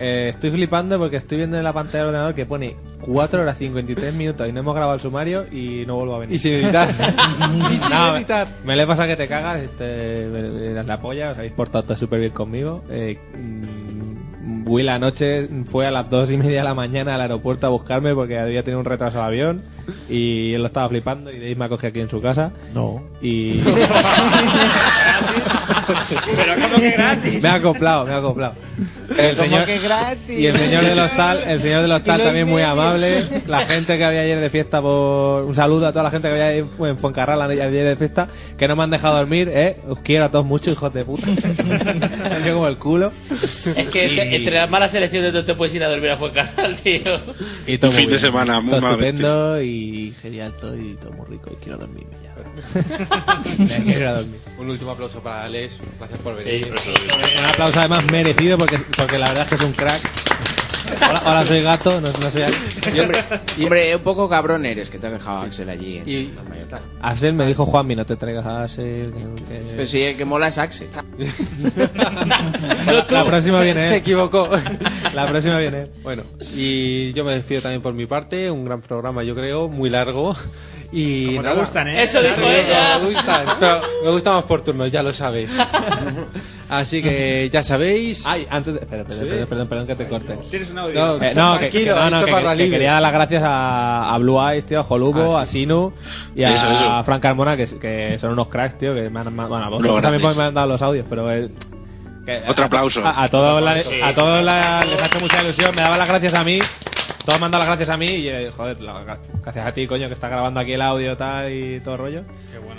Eh, estoy flipando porque estoy viendo en la pantalla del ordenador que pone 4 horas 53 minutos y no hemos grabado el sumario y no vuelvo a venir.
Y sin
(laughs)
editar. Y sin
No,
editar.
Me le pasa que te cagas, este, me- me- la polla, os habéis portado todos súper bien conmigo. Eh, mm, Will anoche fue a las 2 y media de la mañana al aeropuerto a buscarme porque había tenido un retraso al avión y él lo estaba flipando y de ahí me acogió aquí en su casa.
No.
Y... (laughs)
Pero como que gratis.
Me ha acoplado, me ha acoplado. El
como
señor,
que gratis.
y el señor del
(laughs)
hostal, el señor del hostal
Y lo
también muy
envidia.
amable. La gente que había ayer de fiesta por un saludo a toda la gente que había ayer en Fuencarral ayer de fiesta, que no me han dejado dormir, eh. Os quiero a todos mucho, hijos de puta. Yo como el culo.
Es que entre, entre las malas elecciones no te puedes ir a dormir a Fuencarral, tío.
Y todo
Un
muy
fin de semana muy
todo
mal
estupendo y genial todo y todo muy rico y quiero dormirme ya.
(laughs)
Me quiero ir a dormir.
Un último aplauso para Alex. Gracias por
Sí,
venir.
Un aplauso además merecido porque, porque la verdad es que es un crack. Hola, hola, soy gato, no, no soy
(laughs) Y hombre, y- hombre, un poco cabrón eres que te has dejado a Axel allí. En
Y-
Mallorca.
Axel me dijo Juanmi, no te traigas a Axel. que- que-
Pero Pues sí, el que mola es Axel.
La- la próxima viene él.
Se equivocó.
La próxima viene él.
Bueno, y yo me despido también por mi parte. Un gran programa, yo creo, muy largo. Y
Como te
nada.
gustan, ¿eh? Eso dijo ella.
Me gustan, pero me gusta más por turnos, ya lo sabéis. Así que ya sabéis.
Ay, antes de- Espera, espera,
Sí.
espera, perdón, perdón que te corte.
Tienes un audio.
No,
Eh, no, que, que
tranquilo,
no, no,
esto
que-
para
que
libre. Ah,
quería dar las gracias a, a Blue Eyes, tío, a Jolubo, a Sinu y a,
Eso, eso.
Frank Carmona, que, que son unos cracks, tío, que me han mandado. Bueno, a vosotros
Unos
también
grandes.
me han dado los audios, pero eh, que-
Otro aplauso.
A, a todos, la-
Sí,
a
sí.
todos la- les ha hecho mucha ilusión, me daban las gracias a mí. Todos me han dado las gracias a mí y, eh, joder, la- gracias a ti, coño, que estás grabando aquí el audio tal y todo el rollo.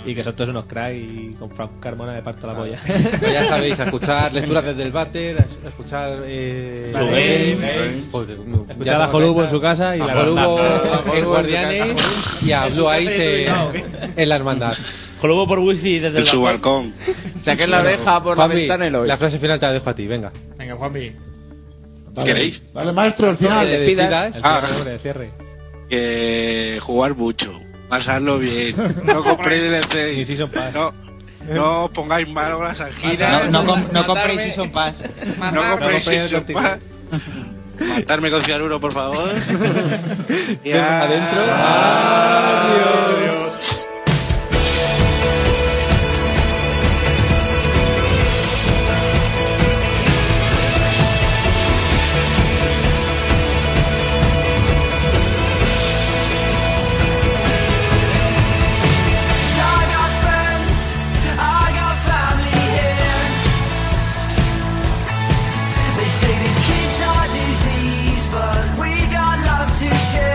y que son todos unos cracks y con Frank Carmona me parto la polla.
Pues ya sabéis, a escuchar lecturas desde el váter, a escuchar. Eh,
Su game.
Joder,
Escuchad
ya
a
tengo
Jolubo
cuenta.
en su casa y
a
la
Jolubo
hermandad.
en Guardianes y a
En su
Blue
casa y
Eyes
tú
eh,
no.
en la hermandad.
Jolobo por wifi desde el
balcón.
Saqué la oreja por la
Juanmi,
ventana y lo vi.
La frase final te la dejo a ti, venga.
Venga, Juanpi.
Dale, Dale, maestro, el final.
Que despidas.
Ah.
De cierre.
Que jugar mucho, pasarlo bien, no compréis
(laughs)
DLC, no, no pongáis mal horas al gira,
No, no, com- no compréis Season Pass.
no
Matarme. No compréis
compréis Season
el
Pass. matarme con cianuro por favor, y
Venga, adentro.
adiós.
I got friends, I got family here. They say these kids are diseased, but we got love to share.